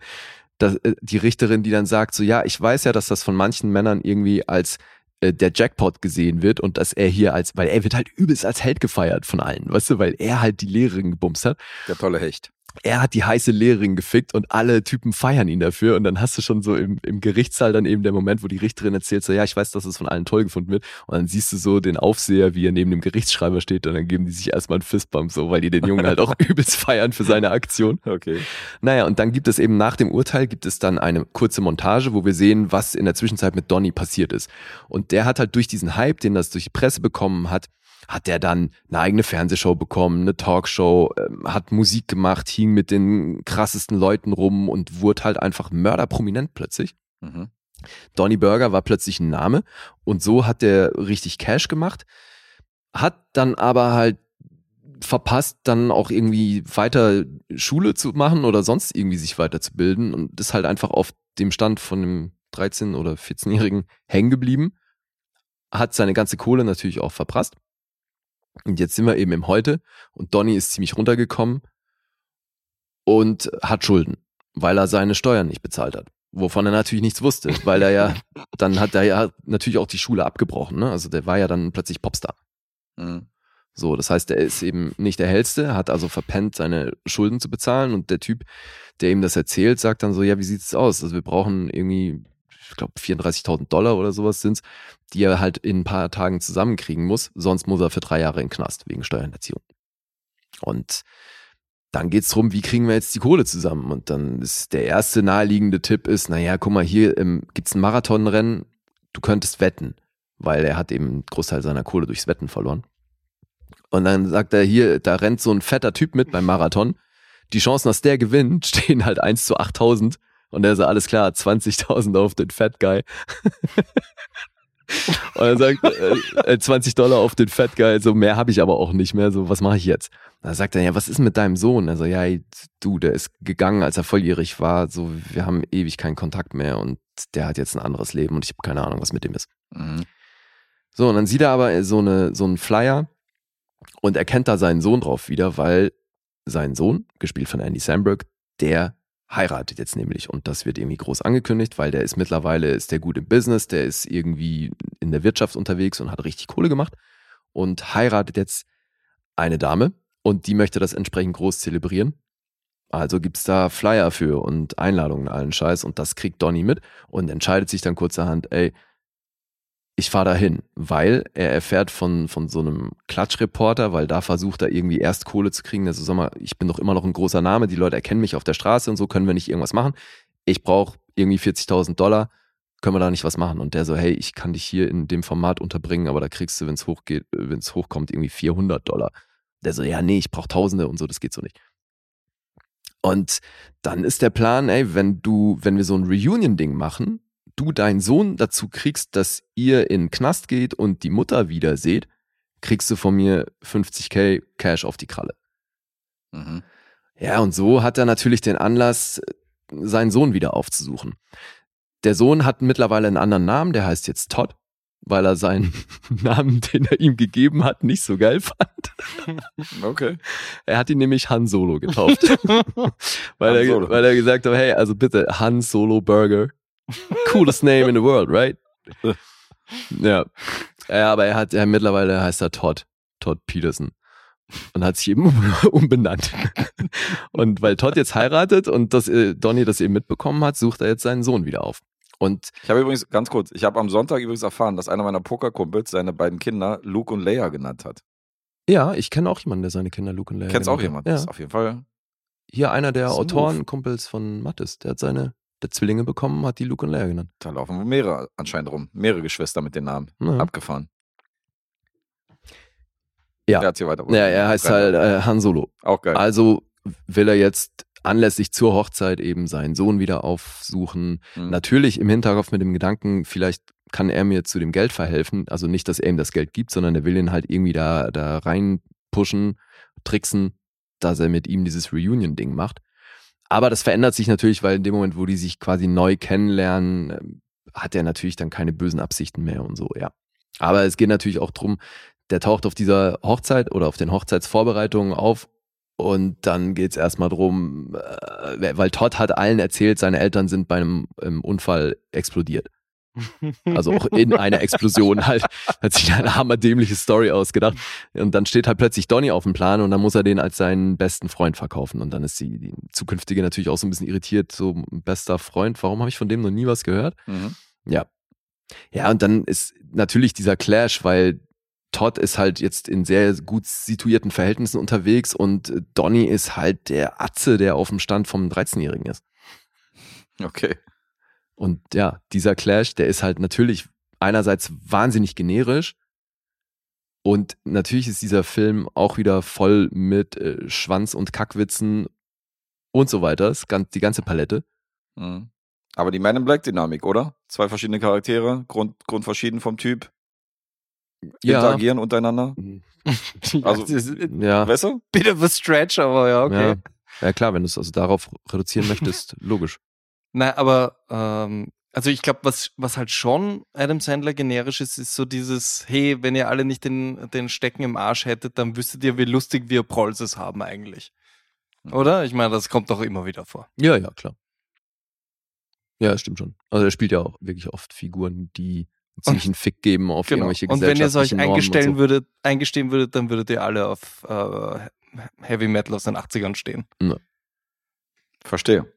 [SPEAKER 2] das, äh, die Richterin, die dann sagt, so ja, ich weiß ja, dass das von manchen Männern irgendwie als äh, der Jackpot gesehen wird und dass er hier als, weil er wird halt übelst als Held gefeiert von allen, weißt du, weil er halt die Lehrerin gebumst hat
[SPEAKER 3] Der tolle Hecht.
[SPEAKER 2] er hat die heiße Lehrerin gefickt und alle Typen feiern ihn dafür. Und dann hast du schon so im, im Gerichtssaal dann eben der Moment, wo die Richterin erzählt, so ja, ich weiß, dass es von allen toll gefunden wird. Und dann siehst du so den Aufseher, wie er neben dem Gerichtsschreiber steht und dann geben die sich erstmal einen Fistbump so, weil die den Jungen halt auch übelst feiern für seine Aktion.
[SPEAKER 3] Okay.
[SPEAKER 2] Naja, und dann gibt es eben nach dem Urteil gibt es dann eine kurze Montage, wo wir sehen, was in der Zwischenzeit mit Donny passiert ist. Und der hat halt durch diesen Hype, den das durch die Presse bekommen hat, hat der dann eine eigene Fernsehshow bekommen, eine Talkshow, ähm, hat Musik gemacht, hing mit den krassesten Leuten rum und wurde halt einfach mörderprominent plötzlich.
[SPEAKER 3] Mhm.
[SPEAKER 2] Donny Burger war plötzlich ein Name und so hat der richtig Cash gemacht, hat dann aber halt verpasst, dann auch irgendwie weiter Schule zu machen oder sonst irgendwie sich weiterzubilden und ist halt einfach auf dem Stand von einem 13- oder 14-Jährigen hängen geblieben, hat seine ganze Kohle natürlich auch verprasst. Und jetzt sind wir eben im Heute und Donny ist ziemlich runtergekommen und hat Schulden, weil er seine Steuern nicht bezahlt hat. Wovon er natürlich nichts wusste, weil er ja, dann hat er ja natürlich auch die Schule abgebrochen. Ne? Also der war ja dann plötzlich Popstar.
[SPEAKER 3] Mhm.
[SPEAKER 2] So, das heißt, er ist eben nicht der Hellste, hat also verpennt, seine Schulden zu bezahlen. Und der Typ, der ihm das erzählt, sagt dann so: Ja, wie sieht's aus? Also, wir brauchen irgendwie, ich glaube, 34.000 Dollar oder sowas sind's, die er halt in ein paar Tagen zusammenkriegen muss. Sonst muss er für drei Jahre in den Knast wegen Steuerhinterziehung. Und dann geht's drum, wie kriegen wir jetzt die Kohle zusammen? Und dann ist der erste naheliegende Tipp ist: Naja, guck mal, hier ähm, gibt's ein Marathonrennen, du könntest wetten, weil er hat eben einen Großteil seiner Kohle durchs Wetten verloren. Und dann sagt er hier, da rennt so ein fetter Typ mit beim Marathon. Die Chancen, dass der gewinnt, stehen halt 1 zu 8000. Und er sagt, alles klar, 20.000 auf den Fat Guy. Und er sagt, äh, äh, 20 Dollar auf den Fat Guy, so mehr habe ich aber auch nicht mehr, so was mache ich jetzt? Dann sagt er, ja, was ist mit deinem Sohn? Also, ja, ey, du, der ist gegangen, als er volljährig war, so, wir haben ewig keinen Kontakt mehr und der hat jetzt ein anderes Leben und ich habe keine Ahnung, was mit dem ist.
[SPEAKER 3] Mhm.
[SPEAKER 2] So, und dann sieht er aber so, eine, so einen Flyer und erkennt da seinen Sohn drauf wieder, weil sein Sohn, gespielt von Andy Samberg, der heiratet jetzt nämlich. Und das wird irgendwie groß angekündigt, weil der ist mittlerweile, ist der gut im Business, der ist irgendwie in der Wirtschaft unterwegs und hat richtig Kohle gemacht und heiratet jetzt eine Dame und die möchte das entsprechend groß zelebrieren. Also gibt's da Flyer für und Einladungen, allen Scheiß und das kriegt Donny mit und entscheidet sich dann kurzerhand, ey, ich fahre dahin, weil er erfährt von, von so einem Klatschreporter, weil da versucht er irgendwie erst Kohle zu kriegen. Also sag mal, ich bin doch immer noch ein großer Name, die Leute erkennen mich auf der Straße und so können wir nicht irgendwas machen. Ich brauche irgendwie 40.000 Dollar, können wir da nicht was machen? Und der so, hey, ich kann dich hier in dem Format unterbringen, aber da kriegst du, wenn es hochgeht, wenn es hochkommt, irgendwie 400 Dollar. Der so, ja, nee, ich brauche Tausende und so, das geht so nicht. Und dann ist der Plan, ey, wenn du, wenn wir so ein Reunion-Ding machen, du deinen Sohn dazu kriegst, dass ihr in den Knast geht und die Mutter wieder seht, kriegst du von mir 50k Cash auf die Kralle.
[SPEAKER 3] Mhm.
[SPEAKER 2] Ja, und so hat er natürlich den Anlass, seinen Sohn wieder aufzusuchen. Der Sohn hat mittlerweile einen anderen Namen, der heißt jetzt Todd, weil er seinen Namen, den er ihm gegeben hat, nicht so geil fand.
[SPEAKER 3] Okay.
[SPEAKER 2] Er hat ihn nämlich Han Solo getauft. weil,
[SPEAKER 3] Han
[SPEAKER 2] er,
[SPEAKER 3] Solo.
[SPEAKER 2] weil er gesagt hat, hey, also bitte, Han Solo Burger. Coolest name in the world, right? ja. ja, aber er hat, er mittlerweile heißt er Todd. Todd Peterson. Und hat sich eben um- umbenannt. und weil Todd jetzt heiratet und das, äh, Donny das eben mitbekommen hat, sucht er jetzt seinen Sohn wieder auf. Und
[SPEAKER 3] Ich habe übrigens, ganz kurz, ich habe am Sonntag übrigens erfahren, dass einer meiner Pokerkumpels seine beiden Kinder Luke und Leia genannt hat.
[SPEAKER 2] ja, ich kenne auch jemanden, der seine Kinder Luke und Leia
[SPEAKER 3] Kennst auch
[SPEAKER 2] genannt hat.
[SPEAKER 3] jemand? Das
[SPEAKER 2] Ja.
[SPEAKER 3] ist auf jeden Fall.
[SPEAKER 2] Hier einer der
[SPEAKER 3] Das ist ein
[SPEAKER 2] Autoren, Kumpels von Mattis, der hat seine der Zwillinge bekommen, hat die Luke und Leia genannt.
[SPEAKER 3] Da laufen wohl mehrere anscheinend rum. Mehrere Geschwister mit den Namen.
[SPEAKER 2] Ja.
[SPEAKER 3] Abgefahren.
[SPEAKER 2] Ja.
[SPEAKER 3] Er hat hier weiter.
[SPEAKER 2] Ja, er heißt halt äh, Han Solo.
[SPEAKER 3] Auch geil.
[SPEAKER 2] Also will er jetzt anlässlich zur Hochzeit eben seinen Sohn wieder aufsuchen.
[SPEAKER 3] Mhm.
[SPEAKER 2] Natürlich im Hinterkopf mit dem Gedanken, vielleicht kann er mir zu dem Geld verhelfen. Also nicht, dass er ihm das Geld gibt, sondern er will ihn halt irgendwie da, da reinpushen, tricksen, dass er mit ihm dieses Reunion-Ding macht. Aber das verändert sich natürlich, weil in dem Moment, wo die sich quasi neu kennenlernen, ähm, hat er natürlich dann keine bösen Absichten mehr und so, ja. Aber es geht natürlich auch drum, der taucht auf dieser Hochzeit oder auf den Hochzeitsvorbereitungen auf und dann geht's erstmal drum, äh, weil Todd hat allen erzählt, seine Eltern sind bei einem ähm, Unfall explodiert. Also auch in einer Explosion halt. Hat sich eine hammerdämliche Story ausgedacht. Und dann steht halt plötzlich Donny auf dem Plan und dann muss er den als seinen besten Freund verkaufen. Und dann ist die, die zukünftige natürlich auch so ein bisschen irritiert, so bester Freund, warum habe ich von dem noch nie was gehört?
[SPEAKER 3] Mhm.
[SPEAKER 2] Ja. Ja, und dann ist natürlich dieser Clash, weil Todd ist halt jetzt in sehr gut situierten Verhältnissen unterwegs und äh, Donny ist halt der Atze, der auf dem Stand vom 13-Jährigen ist.
[SPEAKER 3] Okay.
[SPEAKER 2] Und ja, dieser Clash, der ist halt natürlich einerseits wahnsinnig generisch und natürlich ist dieser Film auch wieder voll mit äh, Schwanz- und Kackwitzen und so weiter, ist ganz, die ganze Palette.
[SPEAKER 3] Mhm. Aber die Man in Black Dynamik, oder? Zwei verschiedene Charaktere, Grund, grundverschieden vom Typ, interagieren untereinander. Also-
[SPEAKER 4] das ist-
[SPEAKER 2] Ja,
[SPEAKER 3] Weißt du?
[SPEAKER 4] Bit of a stretch, aber ja, okay.
[SPEAKER 2] ja. ja, klar, wenn du es also darauf reduzieren möchtest, logisch.
[SPEAKER 4] Nein, aber ähm, also ich glaube, was, was halt schon Adam Sandler generisch ist, ist so dieses, hey, wenn ihr alle nicht den, den Stecken im Arsch hättet, dann wüsstet ihr, wie lustig wir Prolses haben eigentlich.
[SPEAKER 2] Hm.
[SPEAKER 4] Oder? Ich meine, das kommt doch immer wieder vor.
[SPEAKER 2] Ja, ja, klar. Ja, stimmt schon. Also er spielt ja auch wirklich oft Figuren, die ziemlich einen Fick geben auf irgendwelche
[SPEAKER 4] Genau. Und wenn ihr es euch
[SPEAKER 2] gesellschaftlichen Normen und
[SPEAKER 4] eingestellen
[SPEAKER 2] so.
[SPEAKER 4] würdet, eingestehen würdet, dann würdet ihr alle auf äh, Heavy Metal aus den 80ern stehen.
[SPEAKER 3] Verstehe.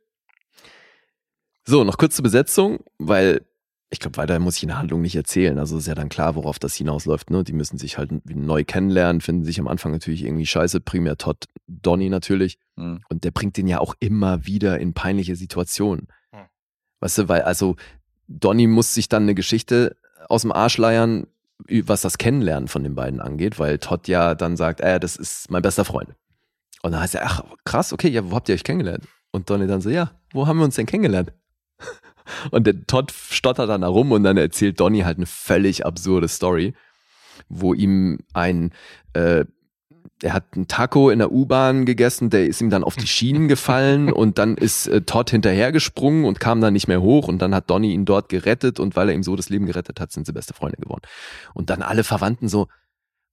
[SPEAKER 2] So, noch kurz zur Besetzung, weil ich glaube, weiter muss ich in der Handlung nicht erzählen. Also ist ja dann klar, worauf das hinausläuft. Ne? Die müssen sich halt neu kennenlernen, finden sich am Anfang natürlich irgendwie scheiße. Primär Todd Donny natürlich.
[SPEAKER 3] Mhm.
[SPEAKER 2] Und der bringt den ja auch immer wieder in peinliche Situationen.
[SPEAKER 4] Hm.
[SPEAKER 2] Weißt du, weil also Donny muss sich dann eine Geschichte aus dem Arsch leiern, was das Kennenlernen von den beiden angeht, weil Todd ja dann sagt, äh, das ist mein bester Freund. Und dann heißt er, ach krass, okay, ja, wo habt ihr euch kennengelernt? Und Donny dann so, ja, wo haben wir uns denn kennengelernt? Und der Todd stottert dann herum und dann erzählt Donny halt eine völlig absurde Story, wo ihm ein äh, er hat einen Taco in der U-Bahn gegessen, der ist ihm dann auf die Schienen gefallen und dann ist äh, Todd hinterhergesprungen und kam dann nicht mehr hoch und dann hat Donny ihn dort gerettet und weil er ihm so das Leben gerettet hat, sind sie beste Freunde geworden. Und dann alle Verwandten so,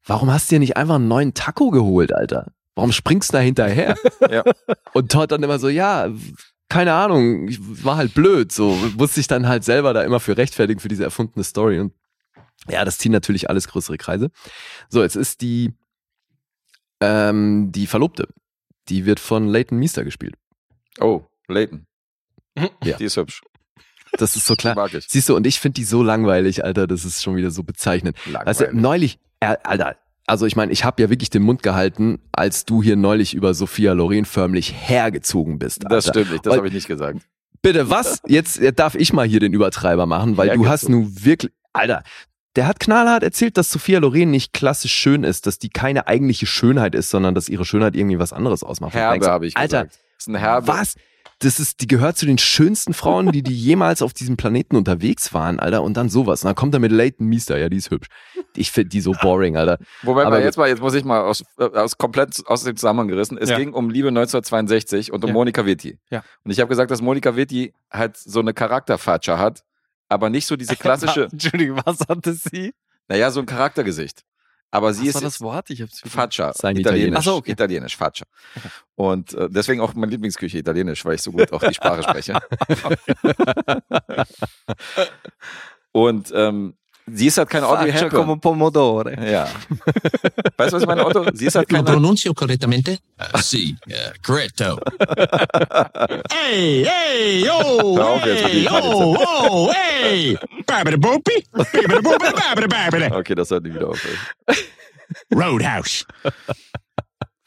[SPEAKER 2] warum hast du dir nicht einfach einen neuen Taco geholt, Alter? Warum springst du da hinterher?
[SPEAKER 3] Ja.
[SPEAKER 2] Und Todd dann immer so, ja, keine Ahnung, ich war halt blöd, so muss sich dann halt selber da immer für rechtfertigen für diese erfundene Story und ja, das ziehen natürlich alles größere Kreise. So, jetzt ist die ähm, die Verlobte. Die wird von Leighton Meester gespielt.
[SPEAKER 3] Oh, Leighton.
[SPEAKER 2] Ja.
[SPEAKER 3] Die ist hübsch.
[SPEAKER 2] Das ist so
[SPEAKER 3] Die
[SPEAKER 2] klar.
[SPEAKER 3] mag ich.
[SPEAKER 2] Siehst du, und ich finde die so langweilig, Alter, das ist schon wieder so bezeichnend. Also neulich, äh, Alter, also ich meine, ich habe ja wirklich den Mund gehalten, als du hier neulich über Sophia Loren förmlich hergezogen bist. Alter.
[SPEAKER 3] Das stimmt nicht, das
[SPEAKER 2] Weil-
[SPEAKER 3] habe ich nicht gesagt.
[SPEAKER 2] Bitte, was? Jetzt äh, darf ich mal hier den Übertreiber machen, weil
[SPEAKER 3] Ja,
[SPEAKER 2] du
[SPEAKER 3] geht's
[SPEAKER 2] hast
[SPEAKER 3] so.
[SPEAKER 2] nun wirklich. Alter, der hat knallhart erzählt, dass Sophia Loren nicht klassisch schön ist, dass die keine eigentliche Schönheit ist, sondern dass ihre Schönheit irgendwie was anderes ausmacht. Und
[SPEAKER 3] Herbe
[SPEAKER 2] denkst,
[SPEAKER 3] habe ich gesagt.
[SPEAKER 2] Alter,
[SPEAKER 3] Ist ein Herbe.
[SPEAKER 2] Was? Das ist, die gehört zu den schönsten Frauen, die, die jemals auf diesem Planeten unterwegs waren, Alter. Und dann sowas. Und dann kommt er mit Leighton Meester. Ja, die ist hübsch. Ich finde die so boring, Alter.
[SPEAKER 3] Wobei
[SPEAKER 2] Aber
[SPEAKER 3] man jetzt mal, jetzt muss ich mal aus, äh, aus komplett aus dem Zusammenhang gerissen. Es
[SPEAKER 4] Ja.
[SPEAKER 3] ging um Liebe 1962 und um
[SPEAKER 4] Ja.
[SPEAKER 3] Monika Vitti.
[SPEAKER 4] Ja.
[SPEAKER 3] Und ich habe gesagt, dass Monika Vitti halt so eine Charakterfatscher hat, aber nicht so diese klassische,
[SPEAKER 4] Entschuldigung, was hatte sie?
[SPEAKER 3] naja, so ein Charaktergesicht. Aber sie
[SPEAKER 4] was war
[SPEAKER 3] ist
[SPEAKER 4] das Wort? Ich hab's wieder-
[SPEAKER 3] Faccia,
[SPEAKER 2] ne? Sein
[SPEAKER 3] italienisch,
[SPEAKER 2] Italienisch.
[SPEAKER 4] Ach so, okay.
[SPEAKER 3] italienisch, Faccia. Und äh, deswegen auch meine Lieblingsküche italienisch, weil ich so gut auch die Sprache spreche. Und ähm, sie ist halt keine Audrey
[SPEAKER 4] Faccia
[SPEAKER 3] Hepburn.
[SPEAKER 4] come
[SPEAKER 2] um-
[SPEAKER 4] pomodore.
[SPEAKER 3] Ja. weißt du, was ich meine, Otto? Sie ist halt
[SPEAKER 10] Lo
[SPEAKER 3] keine.
[SPEAKER 10] pronuncio correttamente? sì, eh, corretto. Ehi, ehi, oh,
[SPEAKER 3] Hör auf jetzt mit
[SPEAKER 10] ehi,
[SPEAKER 3] diesem
[SPEAKER 10] oh, oh, ehi! Babidi boopy, babidi boopy, babidi babidi.
[SPEAKER 3] Okay, das hört nie wieder auf.
[SPEAKER 10] Roadhouse.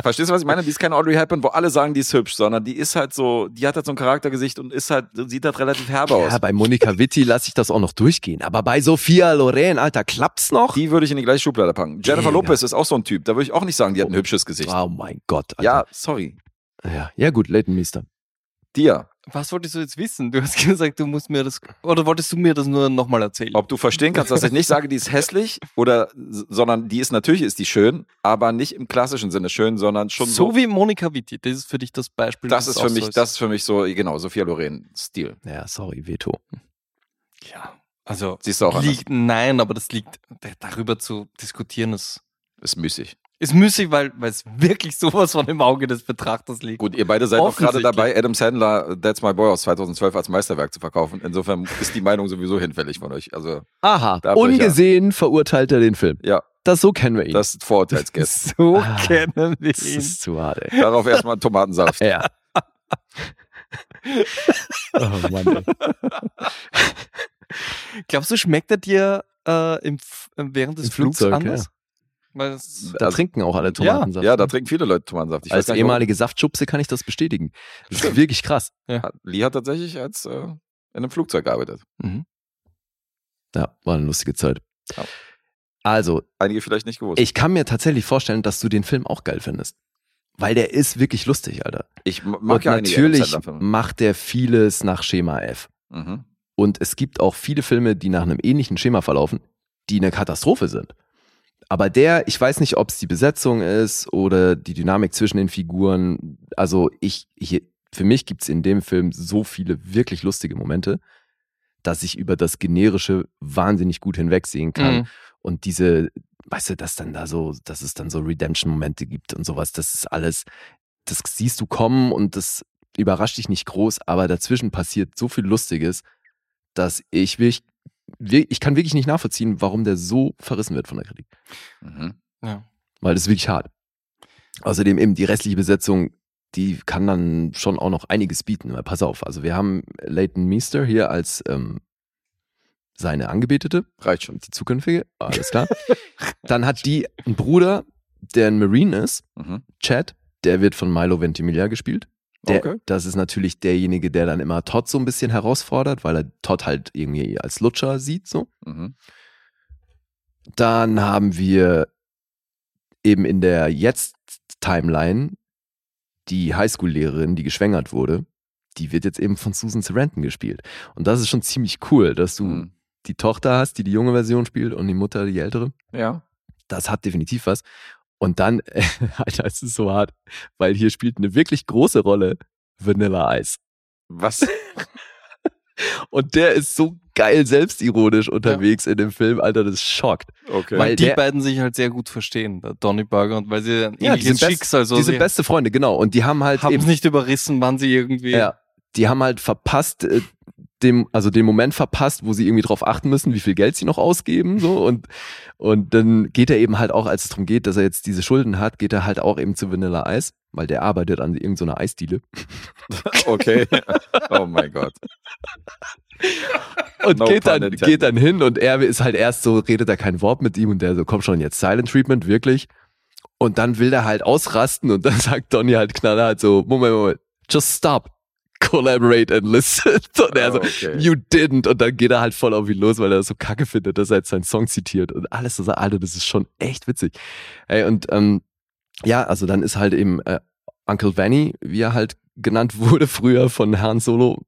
[SPEAKER 3] Verstehst du, was ich meine? Die ist keine Audrey Hepburn, wo alle sagen, die ist hübsch, sondern die ist halt so, die hat halt so ein Charaktergesicht und ist halt, sieht halt relativ herbe aus.
[SPEAKER 2] Ja, bei Monika Witti lasse ich das auch noch durchgehen. Aber bei Sophia Loren, Alter, klappt's noch?
[SPEAKER 3] Die würde ich in die gleiche Schublade packen.
[SPEAKER 2] Digga.
[SPEAKER 3] Jennifer Lopez ist auch so ein Typ, da würde ich auch nicht sagen, die hat ein hübsches Gesicht.
[SPEAKER 2] Oh mein Gott,
[SPEAKER 3] Ja,
[SPEAKER 2] Alter.
[SPEAKER 3] sorry.
[SPEAKER 2] Ja. Ja, ja gut, Leighton Meester.
[SPEAKER 3] Dir,
[SPEAKER 4] Was wolltest du jetzt wissen? Du hast gesagt, du musst mir das, oder wolltest du mir das nur nochmal erzählen?
[SPEAKER 3] ob du verstehen kannst, dass ich nicht sage, die ist hässlich oder, sondern die ist natürlich ist die schön, aber nicht im klassischen Sinne schön, sondern schon so.
[SPEAKER 4] so, wie Monika Witti, das ist für dich das Beispiel.
[SPEAKER 3] das ist
[SPEAKER 4] dass es auch
[SPEAKER 3] für
[SPEAKER 4] so
[SPEAKER 3] mich, das ist für mich so, genau, Sophia Loren Stil.
[SPEAKER 2] Ja, sorry, Veto.
[SPEAKER 4] Ja. Also,
[SPEAKER 3] Siehst du auch anders.
[SPEAKER 4] liegt, nein, aber das liegt, da- darüber zu diskutieren ist,
[SPEAKER 3] Ist müßig.
[SPEAKER 4] ist müßig, weil weil es wirklich sowas von im Auge des Betrachters liegt.
[SPEAKER 3] Gut, ihr beide seid auch gerade
[SPEAKER 4] Offensichtlich.
[SPEAKER 3] dabei, Adam Sandler That's My Boy aus 2012 als Meisterwerk zu verkaufen. Insofern ist die Meinung sowieso hinfällig von euch. Also,
[SPEAKER 2] Aha,
[SPEAKER 3] Da hab ich
[SPEAKER 2] ungesehen verurteilt er den Film.
[SPEAKER 3] ja,
[SPEAKER 2] Das so kennen wir ihn.
[SPEAKER 3] das ist Vorurteilsguest.
[SPEAKER 4] So kennen
[SPEAKER 2] Ah,
[SPEAKER 4] wir
[SPEAKER 2] Das
[SPEAKER 4] ihn.
[SPEAKER 2] ist zu hart, ey.
[SPEAKER 3] Darauf erstmal Tomatensaft.
[SPEAKER 2] Ja. oh Mann. ey.
[SPEAKER 4] Glaubst du, schmeckt er dir äh, im, F- während des
[SPEAKER 2] Im
[SPEAKER 4] Flugs
[SPEAKER 2] Flugzeug,
[SPEAKER 4] anders?
[SPEAKER 2] ja.
[SPEAKER 4] Weil es,
[SPEAKER 2] Da
[SPEAKER 3] Also-
[SPEAKER 2] trinken auch alle Tomatensaft.
[SPEAKER 3] Ja, da trinken viele Leute Tomatensaft. Ich
[SPEAKER 2] als
[SPEAKER 3] weiß gar nicht, warum.
[SPEAKER 2] ehemalige Saftschubse kann ich das bestätigen. Das ist wirklich krass.
[SPEAKER 3] Hat- Lee hat tatsächlich als äh, in einem Flugzeug gearbeitet.
[SPEAKER 2] Ja, war eine lustige Zeit.
[SPEAKER 3] Ja.
[SPEAKER 2] Also,
[SPEAKER 3] Einige vielleicht nicht gewusst.
[SPEAKER 2] ich kann mir tatsächlich vorstellen, dass du den Film auch geil findest. Weil der ist wirklich lustig, Alter.
[SPEAKER 3] Ich m-
[SPEAKER 2] Und
[SPEAKER 3] mag ja einige Adam
[SPEAKER 2] natürlich
[SPEAKER 3] Sandler-Filme.
[SPEAKER 2] macht der vieles nach Schema F.
[SPEAKER 3] Mhm.
[SPEAKER 2] Und es gibt auch viele Filme, die nach einem ähnlichen Schema verlaufen, die eine Katastrophe sind. Aber der, ich weiß nicht, ob es die Besetzung ist oder die Dynamik zwischen den Figuren. Also ich, hier, für mich gibt es in dem Film so viele wirklich lustige Momente, dass ich über das Generische wahnsinnig gut hinwegsehen kann.
[SPEAKER 4] Mhm.
[SPEAKER 2] Und diese, weißt du, dass dann da so, dass es dann so Redemption-Momente gibt und sowas, das ist alles, das siehst du kommen und das überrascht dich nicht groß, aber dazwischen passiert so viel Lustiges, dass ich wirklich, wir- ich kann wirklich nicht nachvollziehen, warum der so verrissen wird von der Kritik.
[SPEAKER 3] Mhm.
[SPEAKER 2] Weil das ist wirklich hart. Außerdem eben die restliche Besetzung, die kann dann schon auch noch einiges bieten. Weil pass auf, also wir haben Leighton Meester hier als ähm, seine Angebetete
[SPEAKER 3] Reicht schon.
[SPEAKER 2] die zukünftige, alles klar. Dann hat die einen Bruder, der ein Marine ist,
[SPEAKER 3] Mhm.
[SPEAKER 2] Chad, der wird von Milo Ventimiglia gespielt. Der,
[SPEAKER 3] Okay.
[SPEAKER 2] Das ist natürlich derjenige, der dann immer Todd so ein bisschen herausfordert, weil er Todd halt irgendwie als Lutscher sieht, so.
[SPEAKER 3] Mhm.
[SPEAKER 2] Dann haben wir eben in der Jetzt-Timeline die Highschool-Lehrerin, die geschwängert wurde. Die wird jetzt eben von Susan Sarandon gespielt. Und das ist schon ziemlich cool, dass du
[SPEAKER 3] Mhm.
[SPEAKER 2] die Tochter hast, die die junge Version spielt und die Mutter die ältere.
[SPEAKER 3] Ja.
[SPEAKER 2] das hat definitiv was. Und dann, äh, Alter, es ist so hart, weil hier spielt eine wirklich große Rolle Vanilla Ice.
[SPEAKER 3] Was?
[SPEAKER 2] Und der ist so geil selbstironisch unterwegs in dem Film, Alter, das schockt. Weil
[SPEAKER 3] Okay.
[SPEAKER 4] weil die
[SPEAKER 2] Äh, der-
[SPEAKER 4] beiden sich halt sehr gut verstehen, der Donny Burger und weil sie ein ähnliches
[SPEAKER 2] best-
[SPEAKER 4] Schicksal so
[SPEAKER 2] die sind
[SPEAKER 4] sehen.
[SPEAKER 2] beste Freunde, genau. Und die haben halt
[SPEAKER 4] haben
[SPEAKER 2] eben,
[SPEAKER 4] es nicht überrissen, wann sie irgendwie.
[SPEAKER 2] ja, die haben halt verpasst, äh, dem, also den Moment verpasst, wo sie irgendwie drauf achten müssen, wie viel Geld sie noch ausgeben, so. Und, und dann geht er eben halt auch, als es darum geht, dass er jetzt diese Schulden hat, geht er halt auch eben zu Vanilla Ice, weil der arbeitet an irgendeiner Eisdiele.
[SPEAKER 3] Okay. Oh mein Gott.
[SPEAKER 2] Und
[SPEAKER 3] No
[SPEAKER 2] geht,
[SPEAKER 3] pun
[SPEAKER 2] dann,
[SPEAKER 3] intended.
[SPEAKER 2] geht dann hin und er ist halt erst so, redet er kein Wort mit ihm und der so, komm schon, jetzt Silent Treatment, wirklich. Und dann will der halt ausrasten und dann sagt Donny halt knallhart so, Moment, Moment, just stop, collaborate and listen. Und er so,
[SPEAKER 3] Okay.
[SPEAKER 2] you didn't. Und dann geht er halt voll auf ihn los, weil er das so kacke findet, dass er jetzt seinen Song zitiert und alles so, Alter, das ist schon echt witzig. Ey, und ähm, ja, also dann ist halt eben äh, Uncle Vanny, wie er halt genannt wurde früher von Herrn Solo,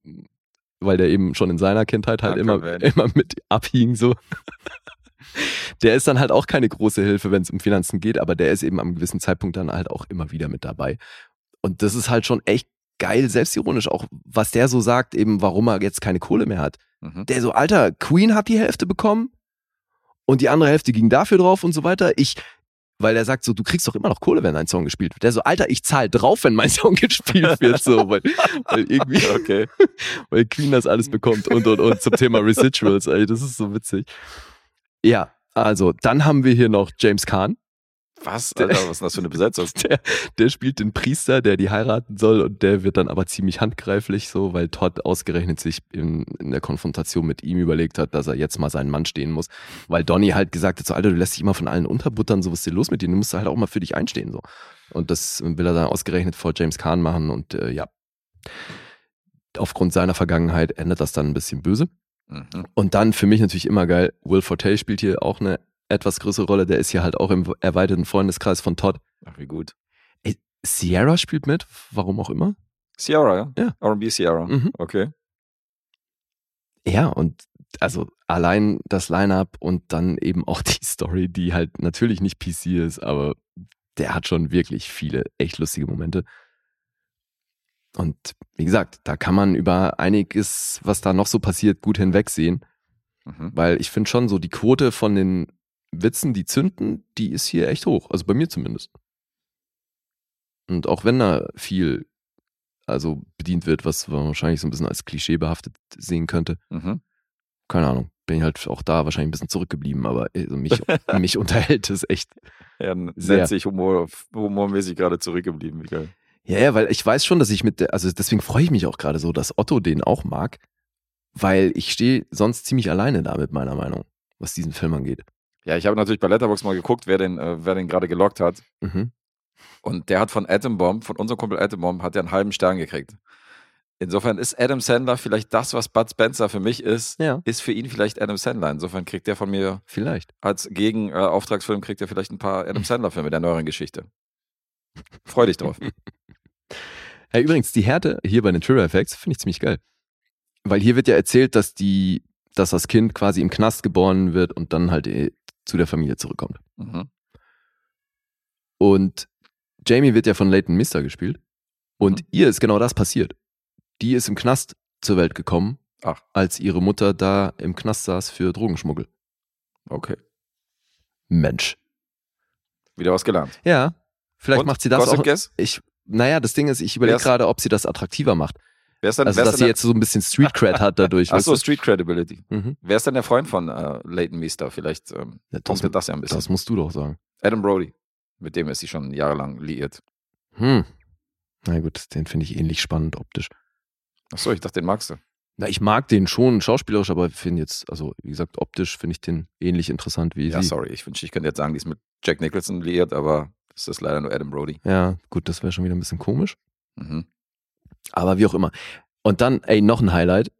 [SPEAKER 2] weil der eben schon in seiner Kindheit halt
[SPEAKER 3] Uncle
[SPEAKER 2] immer,
[SPEAKER 3] Vanny.
[SPEAKER 2] immer mit abhing so. Der ist dann halt auch keine große Hilfe, wenn es um Finanzen geht, aber der ist eben am gewissen Zeitpunkt dann halt auch immer wieder mit dabei. Und das ist halt schon echt geil, selbstironisch auch, was der so sagt, eben warum er jetzt keine Kohle mehr hat.
[SPEAKER 3] Mhm.
[SPEAKER 2] Der so, Alter, Queen hat die Hälfte bekommen und die andere Hälfte ging dafür drauf und so weiter. Ich, weil der sagt so, du kriegst doch immer noch Kohle, wenn dein Song gespielt wird. Der so, Alter, ich zahle drauf, wenn mein Song gespielt wird, so, weil, weil irgendwie,
[SPEAKER 3] Okay.
[SPEAKER 2] weil Queen das alles bekommt und und und zum Thema Residuals, ey, das ist so witzig. Ja, also, dann haben wir hier noch James Kahn.
[SPEAKER 3] Was? Alter, was ist denn das für eine Besetzung?
[SPEAKER 2] Der, der spielt den Priester, der die heiraten soll und der wird dann aber ziemlich handgreiflich so, weil Todd ausgerechnet sich in, in der Konfrontation mit ihm überlegt hat, dass er jetzt mal seinen Mann stehen muss, weil Donny halt gesagt hat, so Alter, du lässt dich immer von allen unterbuttern, so was ist denn los mit dir, du musst halt auch mal für dich einstehen so. Und das will er dann ausgerechnet vor James Kahn machen und äh, ja, aufgrund seiner Vergangenheit ändert das dann ein bisschen böse.
[SPEAKER 3] Mhm.
[SPEAKER 2] Und dann für mich natürlich immer geil, Will Forte spielt hier auch eine etwas größere Rolle, der ist hier halt auch im erweiterten Freundeskreis von Todd.
[SPEAKER 3] Ach, wie gut.
[SPEAKER 2] Sierra spielt mit, warum auch immer.
[SPEAKER 3] Sierra, ja?
[SPEAKER 2] Ja.
[SPEAKER 3] R&B Sierra.
[SPEAKER 2] Mhm.
[SPEAKER 3] Okay.
[SPEAKER 2] Ja, und also allein das Line-up und dann eben auch die Story, die halt natürlich nicht PC ist, aber der hat schon wirklich viele echt lustige Momente. Und wie gesagt, da kann man über einiges, was da noch so passiert, gut hinwegsehen.
[SPEAKER 3] Mhm.
[SPEAKER 2] Weil ich finde schon so, die Quote von den Witzen, die zünden, die ist hier echt hoch. Also bei mir zumindest. Und auch wenn da viel also bedient wird, was man wahrscheinlich so ein bisschen als Klischee behaftet sehen könnte.
[SPEAKER 3] Mhm.
[SPEAKER 2] Keine Ahnung. Bin ich halt auch da wahrscheinlich ein bisschen zurückgeblieben, aber also mich, mich unterhält es echt.
[SPEAKER 3] Ja, n-
[SPEAKER 2] Sehr.
[SPEAKER 3] nennt sich humor, humormäßig gerade zurückgeblieben. Wie geil.
[SPEAKER 2] Ja, ja, weil ich weiß schon, dass ich mit, der, also deswegen freue ich mich auch gerade so, dass Otto den auch mag, weil ich stehe sonst ziemlich alleine da mit meiner Meinung, was diesen Film angeht.
[SPEAKER 3] Ja, ich habe natürlich bei Letterbox mal geguckt, wer den, äh, wer den gerade gelockt hat.
[SPEAKER 2] Mhm.
[SPEAKER 3] Und der hat von Atom Bomb, von unserem Kumpel Atom Bomb, hat er einen halben Stern gekriegt. Insofern ist Adam Sandler vielleicht das, was Bud Spencer für mich ist,
[SPEAKER 2] Ja,
[SPEAKER 3] ist für ihn vielleicht Adam Sandler. Insofern kriegt der von mir
[SPEAKER 2] vielleicht.
[SPEAKER 3] als Gegenauftragsfilm äh, Auftragsfilm kriegt er vielleicht ein paar Adam Sandler Filme der neueren Geschichte. Freu dich drauf.
[SPEAKER 2] Hey, übrigens, die Härte hier bei den Trigger Effects finde ich ziemlich geil. Weil hier wird ja erzählt, dass die, dass das Kind quasi im Knast geboren wird und dann halt äh, zu der Familie zurückkommt.
[SPEAKER 3] Mhm.
[SPEAKER 2] Und Jamie wird ja von Leighton Mister gespielt. Und
[SPEAKER 3] Mhm.
[SPEAKER 2] ihr ist genau das passiert. Die ist im Knast zur Welt gekommen,
[SPEAKER 3] Ach.
[SPEAKER 2] als ihre Mutter da im Knast saß für Drogenschmuggel.
[SPEAKER 3] Okay.
[SPEAKER 2] Mensch.
[SPEAKER 3] Wieder was gelernt.
[SPEAKER 2] Ja, vielleicht
[SPEAKER 3] Und?
[SPEAKER 2] macht sie das
[SPEAKER 3] Gossip
[SPEAKER 2] auch.
[SPEAKER 3] Guess?
[SPEAKER 2] Ich, naja, das Ding ist, ich überlege
[SPEAKER 3] Wer's-
[SPEAKER 2] gerade, ob sie das attraktiver macht.
[SPEAKER 3] Wer ist denn,
[SPEAKER 2] Also,
[SPEAKER 3] wer
[SPEAKER 2] dass
[SPEAKER 3] ist
[SPEAKER 2] sie
[SPEAKER 3] denn
[SPEAKER 2] jetzt so ein bisschen Street Cred hat dadurch.
[SPEAKER 3] der, achso,
[SPEAKER 2] weißt du?
[SPEAKER 3] Street Credibility.
[SPEAKER 2] Mhm.
[SPEAKER 3] Wer ist denn der Freund von äh, Leighton Meester? Vielleicht ähm,
[SPEAKER 2] Ja, das,
[SPEAKER 3] punktet das ja ein bisschen.
[SPEAKER 2] das musst du doch sagen.
[SPEAKER 3] Adam Brody. Mit dem ist sie schon jahrelang liiert.
[SPEAKER 2] Hm. Na gut, den finde ich ähnlich spannend optisch.
[SPEAKER 3] Achso, ich dachte, den magst du.
[SPEAKER 2] Na, ich mag den schon schauspielerisch, aber finde jetzt, also wie gesagt, optisch finde ich den ähnlich interessant wie
[SPEAKER 3] Ja,
[SPEAKER 2] sie.
[SPEAKER 3] sorry. Ich wünschte, ich könnte jetzt sagen, die ist mit Jack Nicholson liiert, aber das ist leider nur Adam Brody.
[SPEAKER 2] Ja, gut, das wäre schon wieder ein bisschen komisch.
[SPEAKER 3] Mhm.
[SPEAKER 2] Aber wie auch immer. Und dann, ey, noch ein Highlight,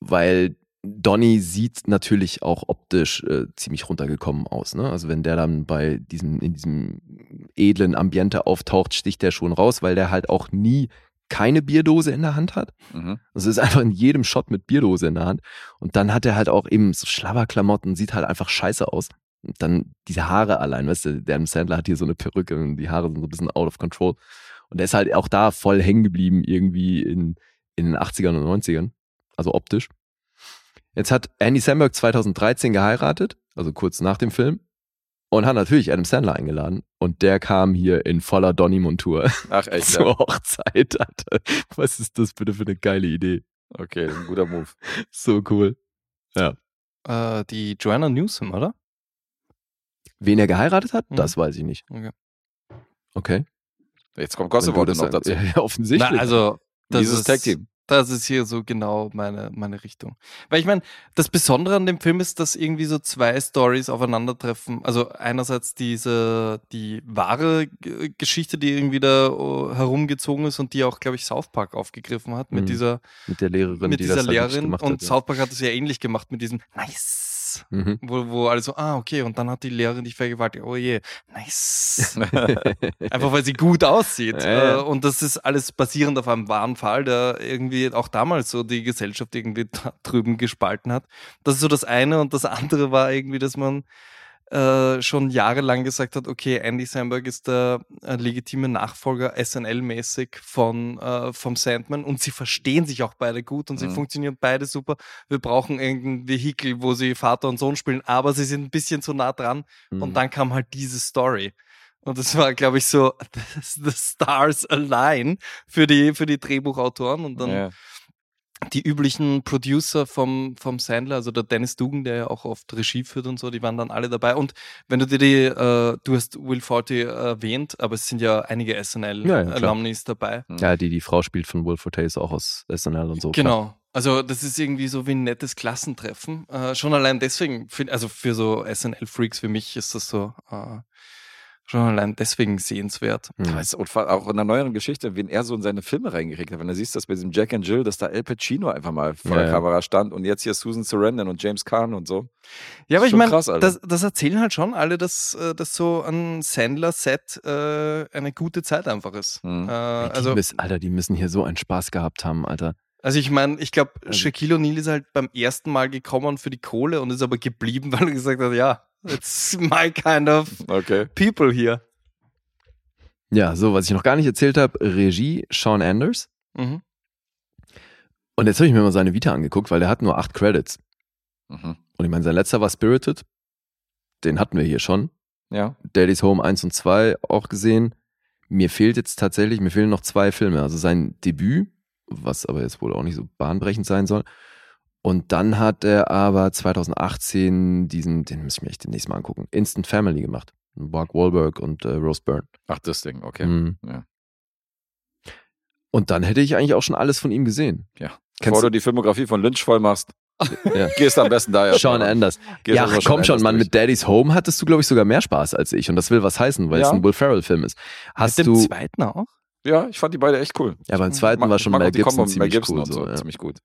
[SPEAKER 2] weil Donny sieht natürlich auch optisch äh, ziemlich runtergekommen aus. Ne? Also wenn der dann bei diesem, in diesem edlen Ambiente auftaucht, sticht der schon raus, weil der halt auch nie keine Bierdose in der Hand hat.
[SPEAKER 3] Mhm.
[SPEAKER 2] Also ist einfach in jedem Shot mit Bierdose in der Hand. Und dann hat er halt auch eben so Schlabberklamotten, sieht halt einfach scheiße aus. Und dann diese Haare allein, weißt du, der Adam Sandler hat hier so eine Perücke und die Haare sind so ein bisschen out of control. Und er ist halt auch da voll hängen geblieben irgendwie in, in den 80ern und 90ern. Also optisch. Jetzt hat Andy Samberg 2013 geheiratet, also kurz nach dem Film. Und hat natürlich Adam Sandler eingeladen. Und der kam hier in voller Donny-Montur
[SPEAKER 3] Ach, echt? Ja.
[SPEAKER 2] zur Hochzeit. Alter. Was ist das bitte für eine geile Idee?
[SPEAKER 3] Okay, ein guter Move.
[SPEAKER 2] So cool.
[SPEAKER 4] Äh, die Joanna Newsom, oder?
[SPEAKER 2] Wen er geheiratet hat,
[SPEAKER 4] Mhm.
[SPEAKER 2] das weiß ich nicht.
[SPEAKER 4] Okay.
[SPEAKER 2] Okay.
[SPEAKER 3] Jetzt kommt
[SPEAKER 2] Wenn du
[SPEAKER 3] Kosovo
[SPEAKER 2] das
[SPEAKER 3] noch
[SPEAKER 2] dann-
[SPEAKER 3] dazu.
[SPEAKER 2] Ja, offensichtlich.
[SPEAKER 4] Na, also, das
[SPEAKER 3] Dieses
[SPEAKER 4] ist,
[SPEAKER 3] Tag Team.
[SPEAKER 4] Das ist hier so genau meine, meine Richtung. Weil ich meine, das Besondere an dem Film ist, dass irgendwie so zwei Stories aufeinandertreffen. Also einerseits diese, die wahre G- Geschichte, die irgendwie da oh, herumgezogen ist und die auch, glaube ich, South Park aufgegriffen hat mit
[SPEAKER 2] Mhm.
[SPEAKER 4] dieser,
[SPEAKER 2] mit der Lehrerin,
[SPEAKER 4] mit
[SPEAKER 2] die
[SPEAKER 4] dieser
[SPEAKER 2] das halt nicht
[SPEAKER 4] Lehrerin.
[SPEAKER 2] gemacht
[SPEAKER 4] Und
[SPEAKER 2] hat. ja.
[SPEAKER 4] South Park hat es ja ähnlich gemacht mit diesem Nice.
[SPEAKER 2] Mhm.
[SPEAKER 4] Wo, wo alle so, ah, okay, und dann hat die Lehrerin dich vergewaltigt. Oh je, nice. Einfach weil sie gut aussieht.
[SPEAKER 2] Ja, ja.
[SPEAKER 4] Äh, Und das ist alles basierend auf einem wahren Fall, der irgendwie auch damals so die Gesellschaft irgendwie da drüben gespalten hat. Das ist so das eine. Und das andere war irgendwie, dass man äh, schon jahrelang gesagt hat, okay, Andy Samberg ist der äh, legitime Nachfolger SNL-mäßig von äh, vom Sandman und sie verstehen sich auch beide gut und sie
[SPEAKER 3] Mhm.
[SPEAKER 4] funktionieren beide super. Wir brauchen irgendein Vehikel, wo sie Vater und Sohn spielen, aber sie sind ein bisschen zu nah dran
[SPEAKER 2] Mhm.
[SPEAKER 4] und dann kam halt diese Story. Und das war, glaube ich, so the stars align für die, für die Drehbuchautoren und dann
[SPEAKER 3] ja.
[SPEAKER 4] die üblichen Producer vom, vom Sandler, also der Dennis Dugan, der ja auch oft Regie führt und so, die waren dann alle dabei. Und wenn du dir die, äh, du hast Will Forte erwähnt, aber es sind ja einige
[SPEAKER 2] Ja, ja, klar.
[SPEAKER 4] SNL-Alumnis dabei.
[SPEAKER 2] Ja, die, die Frau spielt von Wolf Forte ist auch aus SNL und so.
[SPEAKER 4] Genau. Also das ist irgendwie so wie ein nettes Klassentreffen. Äh, schon allein deswegen, find- also für so SNL-Freaks wie mich ist das so äh, schon allein deswegen sehenswert.
[SPEAKER 2] Klar.
[SPEAKER 3] Das ist unfass- auch in der neueren Geschichte, wen er so in seine Filme reingekriegt hat. Wenn du siehst, dass bei diesem Jack and Jill, dass da Al Pacino einfach mal vor
[SPEAKER 2] Ja,
[SPEAKER 3] der
[SPEAKER 2] ja.
[SPEAKER 3] Kamera stand und jetzt hier Susan Sarandon und James Caan und so.
[SPEAKER 4] Ja, aber ich
[SPEAKER 3] Schon
[SPEAKER 4] meine,
[SPEAKER 3] krass, Alter.
[SPEAKER 4] das, das erzählen halt schon alle, dass, äh, dass so ein Sandler-Set äh, eine gute Zeit einfach ist.
[SPEAKER 3] Mhm.
[SPEAKER 4] Äh,
[SPEAKER 2] Ey, die
[SPEAKER 4] also,
[SPEAKER 2] müssen, Alter, die müssen hier so einen Spaß gehabt haben, Alter.
[SPEAKER 4] also ich meine, ich glaube,
[SPEAKER 2] Also-
[SPEAKER 4] Shaquille O'Neal ist halt beim ersten Mal gekommen für die Kohle und ist aber geblieben, weil er gesagt hat, ja, it's my kind of
[SPEAKER 3] Okay.
[SPEAKER 4] people hier.
[SPEAKER 2] Ja, so, was ich noch gar nicht erzählt habe, Regie Sean Anders.
[SPEAKER 4] Mhm.
[SPEAKER 2] Und jetzt habe ich mir mal seine Vita angeguckt, weil der hat nur acht Credits.
[SPEAKER 3] Mhm.
[SPEAKER 2] Und ich meine, sein letzter war Spirited. Den hatten wir hier schon.
[SPEAKER 3] Ja.
[SPEAKER 2] Daddy's Home 1 und 2 auch gesehen. Mir fehlt jetzt tatsächlich, mir fehlen noch zwei Filme. Also sein Debüt, was aber jetzt wohl auch nicht so bahnbrechend sein soll. Und dann hat er aber 2018 diesen, den muss ich mir echt demnächst mal angucken, Instant Family gemacht. Mit Mark Wahlberg und äh, Rose Byrne.
[SPEAKER 3] Ach, das Ding, okay.
[SPEAKER 2] Mhm.
[SPEAKER 3] Ja.
[SPEAKER 2] Und dann hätte ich eigentlich auch schon alles von ihm gesehen.
[SPEAKER 3] Bevor
[SPEAKER 2] Kennst-
[SPEAKER 3] du die Filmografie von Lynch voll machst,
[SPEAKER 2] Ja.
[SPEAKER 3] gehst am besten da ja.
[SPEAKER 2] Sean Anders.
[SPEAKER 3] Gehst
[SPEAKER 2] ja,
[SPEAKER 3] erstmal Sean
[SPEAKER 2] komm schon,
[SPEAKER 3] Anders
[SPEAKER 2] Mann.
[SPEAKER 3] durch.
[SPEAKER 2] Mit Daddy's Home hattest du, glaube ich, sogar mehr Spaß als ich. Und das will was heißen, weil es
[SPEAKER 3] Ja.
[SPEAKER 2] ein Will Ferrell-Film ist. Hast
[SPEAKER 4] Mit dem
[SPEAKER 2] du.
[SPEAKER 4] zweiten auch?
[SPEAKER 3] Ja, ich fand die beide echt cool.
[SPEAKER 2] Ja, beim zweiten
[SPEAKER 3] Ich mag-
[SPEAKER 2] war
[SPEAKER 3] ich
[SPEAKER 2] schon
[SPEAKER 3] mag auch
[SPEAKER 2] Mel
[SPEAKER 3] die
[SPEAKER 2] Gibson
[SPEAKER 3] Kombo mit
[SPEAKER 2] ziemlich
[SPEAKER 3] Mel Gibson
[SPEAKER 2] cool.
[SPEAKER 3] und
[SPEAKER 2] so,
[SPEAKER 3] so,
[SPEAKER 2] ja.
[SPEAKER 3] ziemlich gut.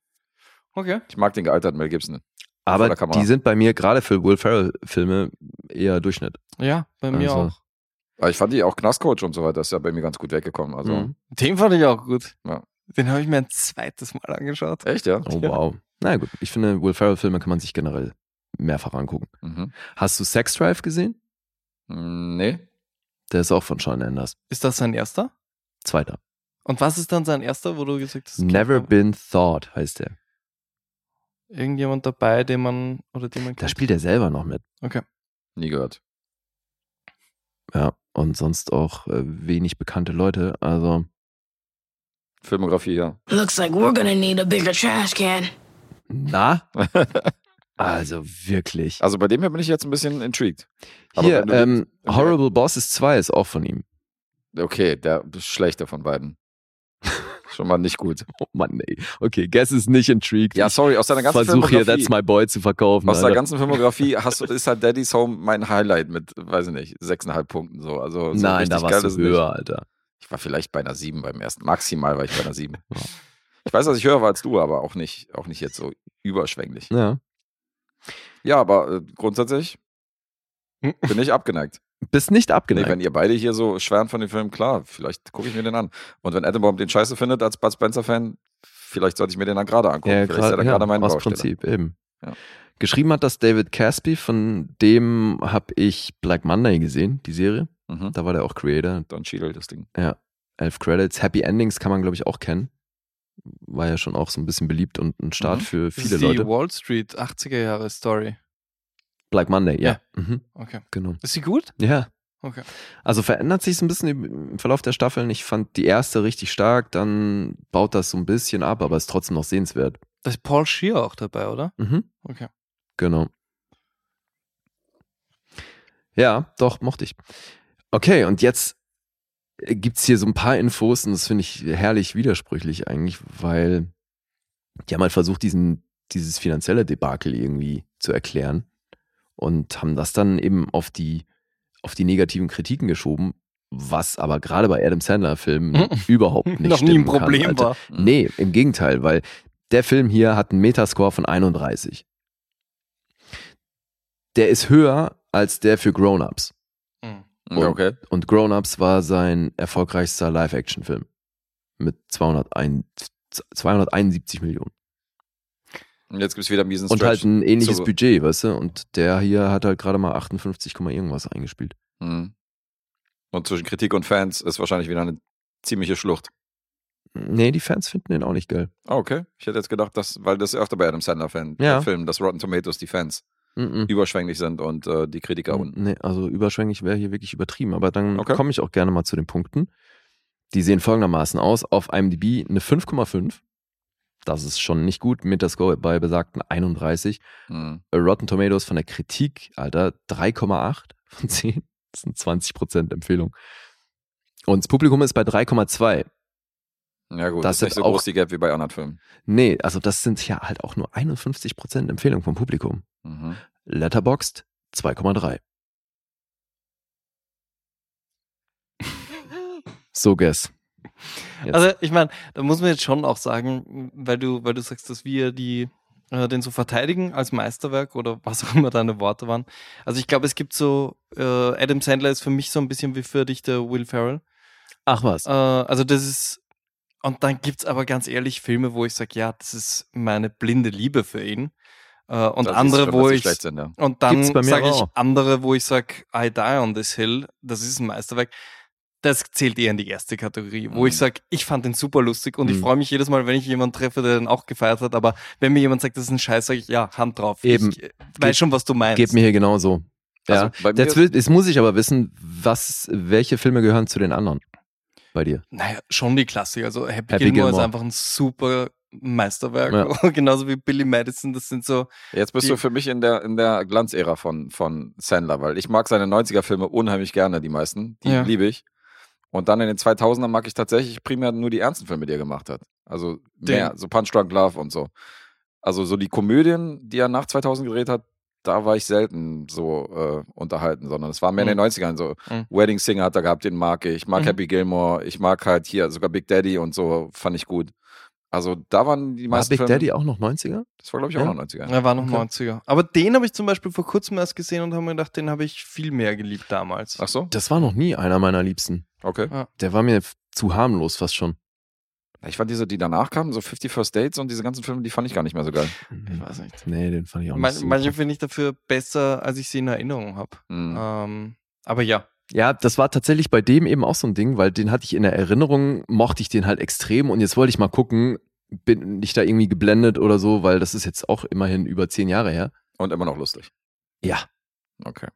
[SPEAKER 4] Okay.
[SPEAKER 3] Ich mag den gealterten Mel Gibson.
[SPEAKER 2] Aber
[SPEAKER 3] der Kamera.
[SPEAKER 2] die sind bei mir gerade für Will Ferrell-Filme eher Durchschnitt.
[SPEAKER 4] Ja, bei mir
[SPEAKER 2] Also-
[SPEAKER 4] auch.
[SPEAKER 3] Aber ich fand die auch Knastcoach und so weiter, ist ja bei mir ganz gut weggekommen. Also,
[SPEAKER 2] Mhm.
[SPEAKER 4] Den fand ich auch gut.
[SPEAKER 3] Ja.
[SPEAKER 4] Den habe ich mir ein zweites Mal angeschaut.
[SPEAKER 3] echt, ja?
[SPEAKER 2] Oh,
[SPEAKER 4] Ja.
[SPEAKER 2] wow. Na gut, ich finde, Will Ferrell-Filme kann man sich generell mehrfach angucken.
[SPEAKER 3] Mhm.
[SPEAKER 2] Hast du Sex Drive gesehen?
[SPEAKER 3] Mm, Nee.
[SPEAKER 2] Der ist auch von Sean Anders.
[SPEAKER 4] Ist das sein erster?
[SPEAKER 2] Zweiter.
[SPEAKER 4] Und was ist dann sein erster, wo du gesagt hast?
[SPEAKER 2] Never
[SPEAKER 4] okay,
[SPEAKER 2] Been Thought heißt der.
[SPEAKER 4] Irgendjemand dabei, den man oder den man
[SPEAKER 2] Da
[SPEAKER 4] kennt?
[SPEAKER 2] spielt er selber noch mit.
[SPEAKER 3] Nie gehört.
[SPEAKER 2] Ja, und sonst auch äh, wenig bekannte Leute. Also,
[SPEAKER 3] Filmografie, ja.
[SPEAKER 11] Looks like we're gonna need a bigger trash can.
[SPEAKER 2] na? also wirklich.
[SPEAKER 3] Also bei dem hier bin ich jetzt ein bisschen intrigued. Aber
[SPEAKER 2] Hier,
[SPEAKER 3] wenn du-
[SPEAKER 2] ähm,
[SPEAKER 3] okay.
[SPEAKER 2] Horrible Bosses 2 ist auch von ihm.
[SPEAKER 3] Okay, der schlechter von beiden. Schon mal nicht gut.
[SPEAKER 2] Oh Mann, ey. Okay, Guess ist nicht intrigued.
[SPEAKER 3] Ja,
[SPEAKER 2] Ich
[SPEAKER 3] sorry, aus deiner ganzen
[SPEAKER 2] Versuch hier
[SPEAKER 3] Filmografie.
[SPEAKER 2] That's My Boy zu verkaufen.
[SPEAKER 3] aus der
[SPEAKER 2] Alter.
[SPEAKER 3] ganzen Filmografie hast du, ist halt Daddy's Home mein Highlight mit, weiß ich nicht, sechseinhalb Punkten so. Also so
[SPEAKER 2] Nein, da
[SPEAKER 3] richtig geil
[SPEAKER 2] warst
[SPEAKER 3] ist
[SPEAKER 2] du
[SPEAKER 3] es nicht.
[SPEAKER 2] höher, Alter.
[SPEAKER 3] Ich war vielleicht bei einer 7 beim ersten. Maximal war ich bei einer 7. Ich weiß, dass ich höher war als du, aber auch nicht, auch nicht jetzt so überschwänglich.
[SPEAKER 2] Ja.
[SPEAKER 3] Ja, aber äh, grundsätzlich
[SPEAKER 2] Hm.
[SPEAKER 3] bin ich abgeneigt.
[SPEAKER 2] Bist nicht
[SPEAKER 3] Nee,
[SPEAKER 2] abgeneigt.
[SPEAKER 3] wenn ihr beide hier so schwärmt von dem Film, klar, vielleicht gucke ich mir den an. Und wenn Attenbaum den scheiße findet als Bud Spencer-Fan, vielleicht sollte ich mir den dann gerade angucken. vielleicht
[SPEAKER 2] grad-
[SPEAKER 3] ist er dann gerade mein
[SPEAKER 2] aus
[SPEAKER 3] Baustelle.
[SPEAKER 2] Prinzip, eben.
[SPEAKER 3] Ja.
[SPEAKER 2] Geschrieben hat das David Caspi, von dem habe ich Black Monday gesehen, die Serie.
[SPEAKER 3] Mhm.
[SPEAKER 2] Da war der auch Creator.
[SPEAKER 3] Don Cheadle, das Ding.
[SPEAKER 2] Elf Credits. Happy Endings kann man, glaube ich, auch kennen. War ja schon auch so ein bisschen beliebt und ein Start
[SPEAKER 3] Mhm.
[SPEAKER 2] für
[SPEAKER 4] das
[SPEAKER 2] viele
[SPEAKER 4] ist die
[SPEAKER 2] Leute.
[SPEAKER 4] Wall Street 80er Jahre Story.
[SPEAKER 2] Black Monday, ja. Mhm,
[SPEAKER 4] Okay.
[SPEAKER 2] genau.
[SPEAKER 4] Ist sie gut?
[SPEAKER 2] Ja.
[SPEAKER 4] Okay.
[SPEAKER 2] Also verändert sich es ein bisschen im Verlauf der Staffeln. Ich fand die erste richtig stark, dann baut das so ein bisschen ab, aber ist trotzdem noch sehenswert.
[SPEAKER 4] Da ist Paul Scheer auch dabei, oder?
[SPEAKER 2] Mhm.
[SPEAKER 4] Okay.
[SPEAKER 2] Genau. Ja, doch, mochte ich. Okay, und jetzt gibt es hier so ein paar Infos und das finde ich herrlich widersprüchlich eigentlich, weil die haben halt versucht, diesen, dieses finanzielle Debakel irgendwie zu erklären und haben das dann eben auf die, auf die negativen Kritiken geschoben, was aber gerade bei Adam Sandler-Filmen überhaupt nicht
[SPEAKER 4] Noch nie ein
[SPEAKER 2] stimmen
[SPEAKER 4] Problem
[SPEAKER 2] kann, Also Alter.
[SPEAKER 3] Mhm.
[SPEAKER 4] war.
[SPEAKER 3] Hm.
[SPEAKER 2] Nee, im Gegenteil, weil der Film hier hat einen Metascore von 31. Der ist höher als der für Grown-Ups.
[SPEAKER 4] Hm.
[SPEAKER 3] Ja, Okay.
[SPEAKER 2] Und Grown-Ups war sein erfolgreichster Live-Action-Film. Mit 201, 271 Millionen.
[SPEAKER 3] Und jetzt gibt es wieder einen miesen
[SPEAKER 2] Und halt ein ähnliches
[SPEAKER 3] So.
[SPEAKER 2] Budget, weißt du? Und der hier hat halt gerade mal 58, Komma irgendwas eingespielt.
[SPEAKER 3] Mhm. Und zwischen Kritik und Fans ist wahrscheinlich wieder eine ziemliche Schlucht.
[SPEAKER 2] Nee, die Fans finden den auch nicht geil.
[SPEAKER 3] Ah, okay. Ich hätte jetzt gedacht, dass, weil das öfter bei Adam Sandler-Filmen,
[SPEAKER 2] Ja.
[SPEAKER 3] äh, Filmen, dass Rotten Tomatoes die Fans
[SPEAKER 2] Mhm.
[SPEAKER 3] überschwänglich sind und äh, die Kritiker unten.
[SPEAKER 2] Nee, also überschwänglich wäre hier wirklich übertrieben, aber dann
[SPEAKER 3] Okay.
[SPEAKER 2] komme ich auch gerne mal zu den Punkten. Die sehen folgendermaßen aus. Auf IMDb eine 5,5. Das ist schon nicht gut. Metascore bei besagten 31.
[SPEAKER 3] Mhm.
[SPEAKER 2] Rotten Tomatoes von der Kritik, Alter, 3,8 von 10. Das sind 20% Empfehlung. Und das Publikum ist bei 3,2.
[SPEAKER 3] Ja, gut.
[SPEAKER 2] Das
[SPEAKER 3] Das ist nicht
[SPEAKER 2] sind
[SPEAKER 3] so
[SPEAKER 2] auch-
[SPEAKER 3] groß die Gap wie bei anderen Filmen.
[SPEAKER 2] Nee, also das sind ja halt auch nur 51% Empfehlung vom Publikum.
[SPEAKER 3] Mhm.
[SPEAKER 2] Letterboxd 2,3. So, Guess. Jetzt.
[SPEAKER 4] Also ich meine, da muss man jetzt schon auch sagen, weil du, weil du sagst, dass wir die äh, den so verteidigen als Meisterwerk oder was auch immer deine Worte waren. Also ich glaube, es gibt so, äh, Adam Sandler ist für mich so ein bisschen wie für dich der Will Ferrell.
[SPEAKER 2] Ach was.
[SPEAKER 4] Äh, also das ist, und dann gibt es aber ganz ehrlich Filme, wo ich sage, ja, das ist meine blinde Liebe für ihn. Äh, und
[SPEAKER 3] Da siehst du
[SPEAKER 4] andere,
[SPEAKER 3] schon,
[SPEAKER 4] wo
[SPEAKER 3] dass sie
[SPEAKER 4] ich,
[SPEAKER 3] schlecht sind, ja.
[SPEAKER 4] und dann
[SPEAKER 2] Gibt's bei mir
[SPEAKER 4] sage
[SPEAKER 2] aber
[SPEAKER 4] ich
[SPEAKER 2] auch.
[SPEAKER 4] andere, wo ich sage, I die on this hill, das ist ein Meisterwerk. das zählt eher in die erste Kategorie, wo
[SPEAKER 2] Mhm.
[SPEAKER 4] ich sage, ich fand den super lustig und ich freue mich jedes Mal, wenn ich jemanden treffe, der den auch gefeiert hat. Aber wenn mir jemand sagt, das ist ein Scheiß, sage ich, ja, Hand drauf.
[SPEAKER 2] Eben.
[SPEAKER 4] Ich äh, weiß schon, was du meinst.
[SPEAKER 2] Geht mir hier genauso. Ja.
[SPEAKER 3] Also bei mir-
[SPEAKER 2] Jetzt, will, jetzt muss ich aber wissen, was, welche Filme gehören zu den anderen bei dir.
[SPEAKER 4] Naja, schon die Klassiker. Also Happy,
[SPEAKER 2] Happy
[SPEAKER 4] Gilmore, ist
[SPEAKER 2] Gilmore.
[SPEAKER 4] einfach ein super Meisterwerk. Genauso wie Billy Madison, das sind so,
[SPEAKER 3] Jetzt bist
[SPEAKER 4] Die-
[SPEAKER 3] du für mich in der, in der Glanzära von, von Sandler, weil ich mag seine 90er-Filme unheimlich gerne, die meisten. Die
[SPEAKER 4] Ja.
[SPEAKER 3] liebe ich. Und dann in den 2000ern mag ich tatsächlich primär nur die ernsten Filme, die er gemacht hat. Also
[SPEAKER 4] Den-
[SPEAKER 3] mehr, so Punch Drunk Love und so. Also so die Komödien, die er nach 2000 gedreht hat, da war ich selten so äh, unterhalten, sondern es war mehr in den 90ern so.
[SPEAKER 4] Mhm.
[SPEAKER 3] Wedding Singer hat er gehabt, den mag ich. Ich mag
[SPEAKER 4] Mhm.
[SPEAKER 3] Happy Gilmore, ich mag halt hier sogar Big Daddy und so, fand ich gut. Also da waren die
[SPEAKER 2] War
[SPEAKER 3] meisten
[SPEAKER 2] Big
[SPEAKER 3] Filme,
[SPEAKER 2] Daddy auch noch 90er?
[SPEAKER 3] das war glaube ich auch
[SPEAKER 2] Ja.
[SPEAKER 3] noch 90er.
[SPEAKER 4] er war noch 90er. Aber den habe ich zum Beispiel vor kurzem erst gesehen und habe mir gedacht, den habe ich viel mehr geliebt damals.
[SPEAKER 3] Ach so?
[SPEAKER 2] Das war noch nie einer meiner Liebsten.
[SPEAKER 3] Okay.
[SPEAKER 2] Der war mir f- zu harmlos fast schon.
[SPEAKER 3] Ich fand diese, die danach kamen, so 50 First Dates und diese ganzen Filme, die fand ich gar nicht mehr so geil.
[SPEAKER 2] hm.
[SPEAKER 4] Ich weiß nicht.
[SPEAKER 2] Nee, den fand ich auch
[SPEAKER 4] Man,
[SPEAKER 2] nicht. so
[SPEAKER 4] manche
[SPEAKER 2] gut. Hm.
[SPEAKER 4] finde ich dafür besser, als ich sie in Erinnerung habe.
[SPEAKER 3] Mhm.
[SPEAKER 4] Ähm, aber ja,
[SPEAKER 2] Ja, das war tatsächlich bei dem eben auch so ein Ding, weil den hatte ich in der Erinnerung, mochte ich den halt extrem und jetzt wollte ich mal gucken, bin ich da irgendwie geblendet oder so, weil das ist jetzt auch immerhin über zehn Jahre her.
[SPEAKER 3] Und immer noch lustig.
[SPEAKER 2] Ja.
[SPEAKER 3] Okay.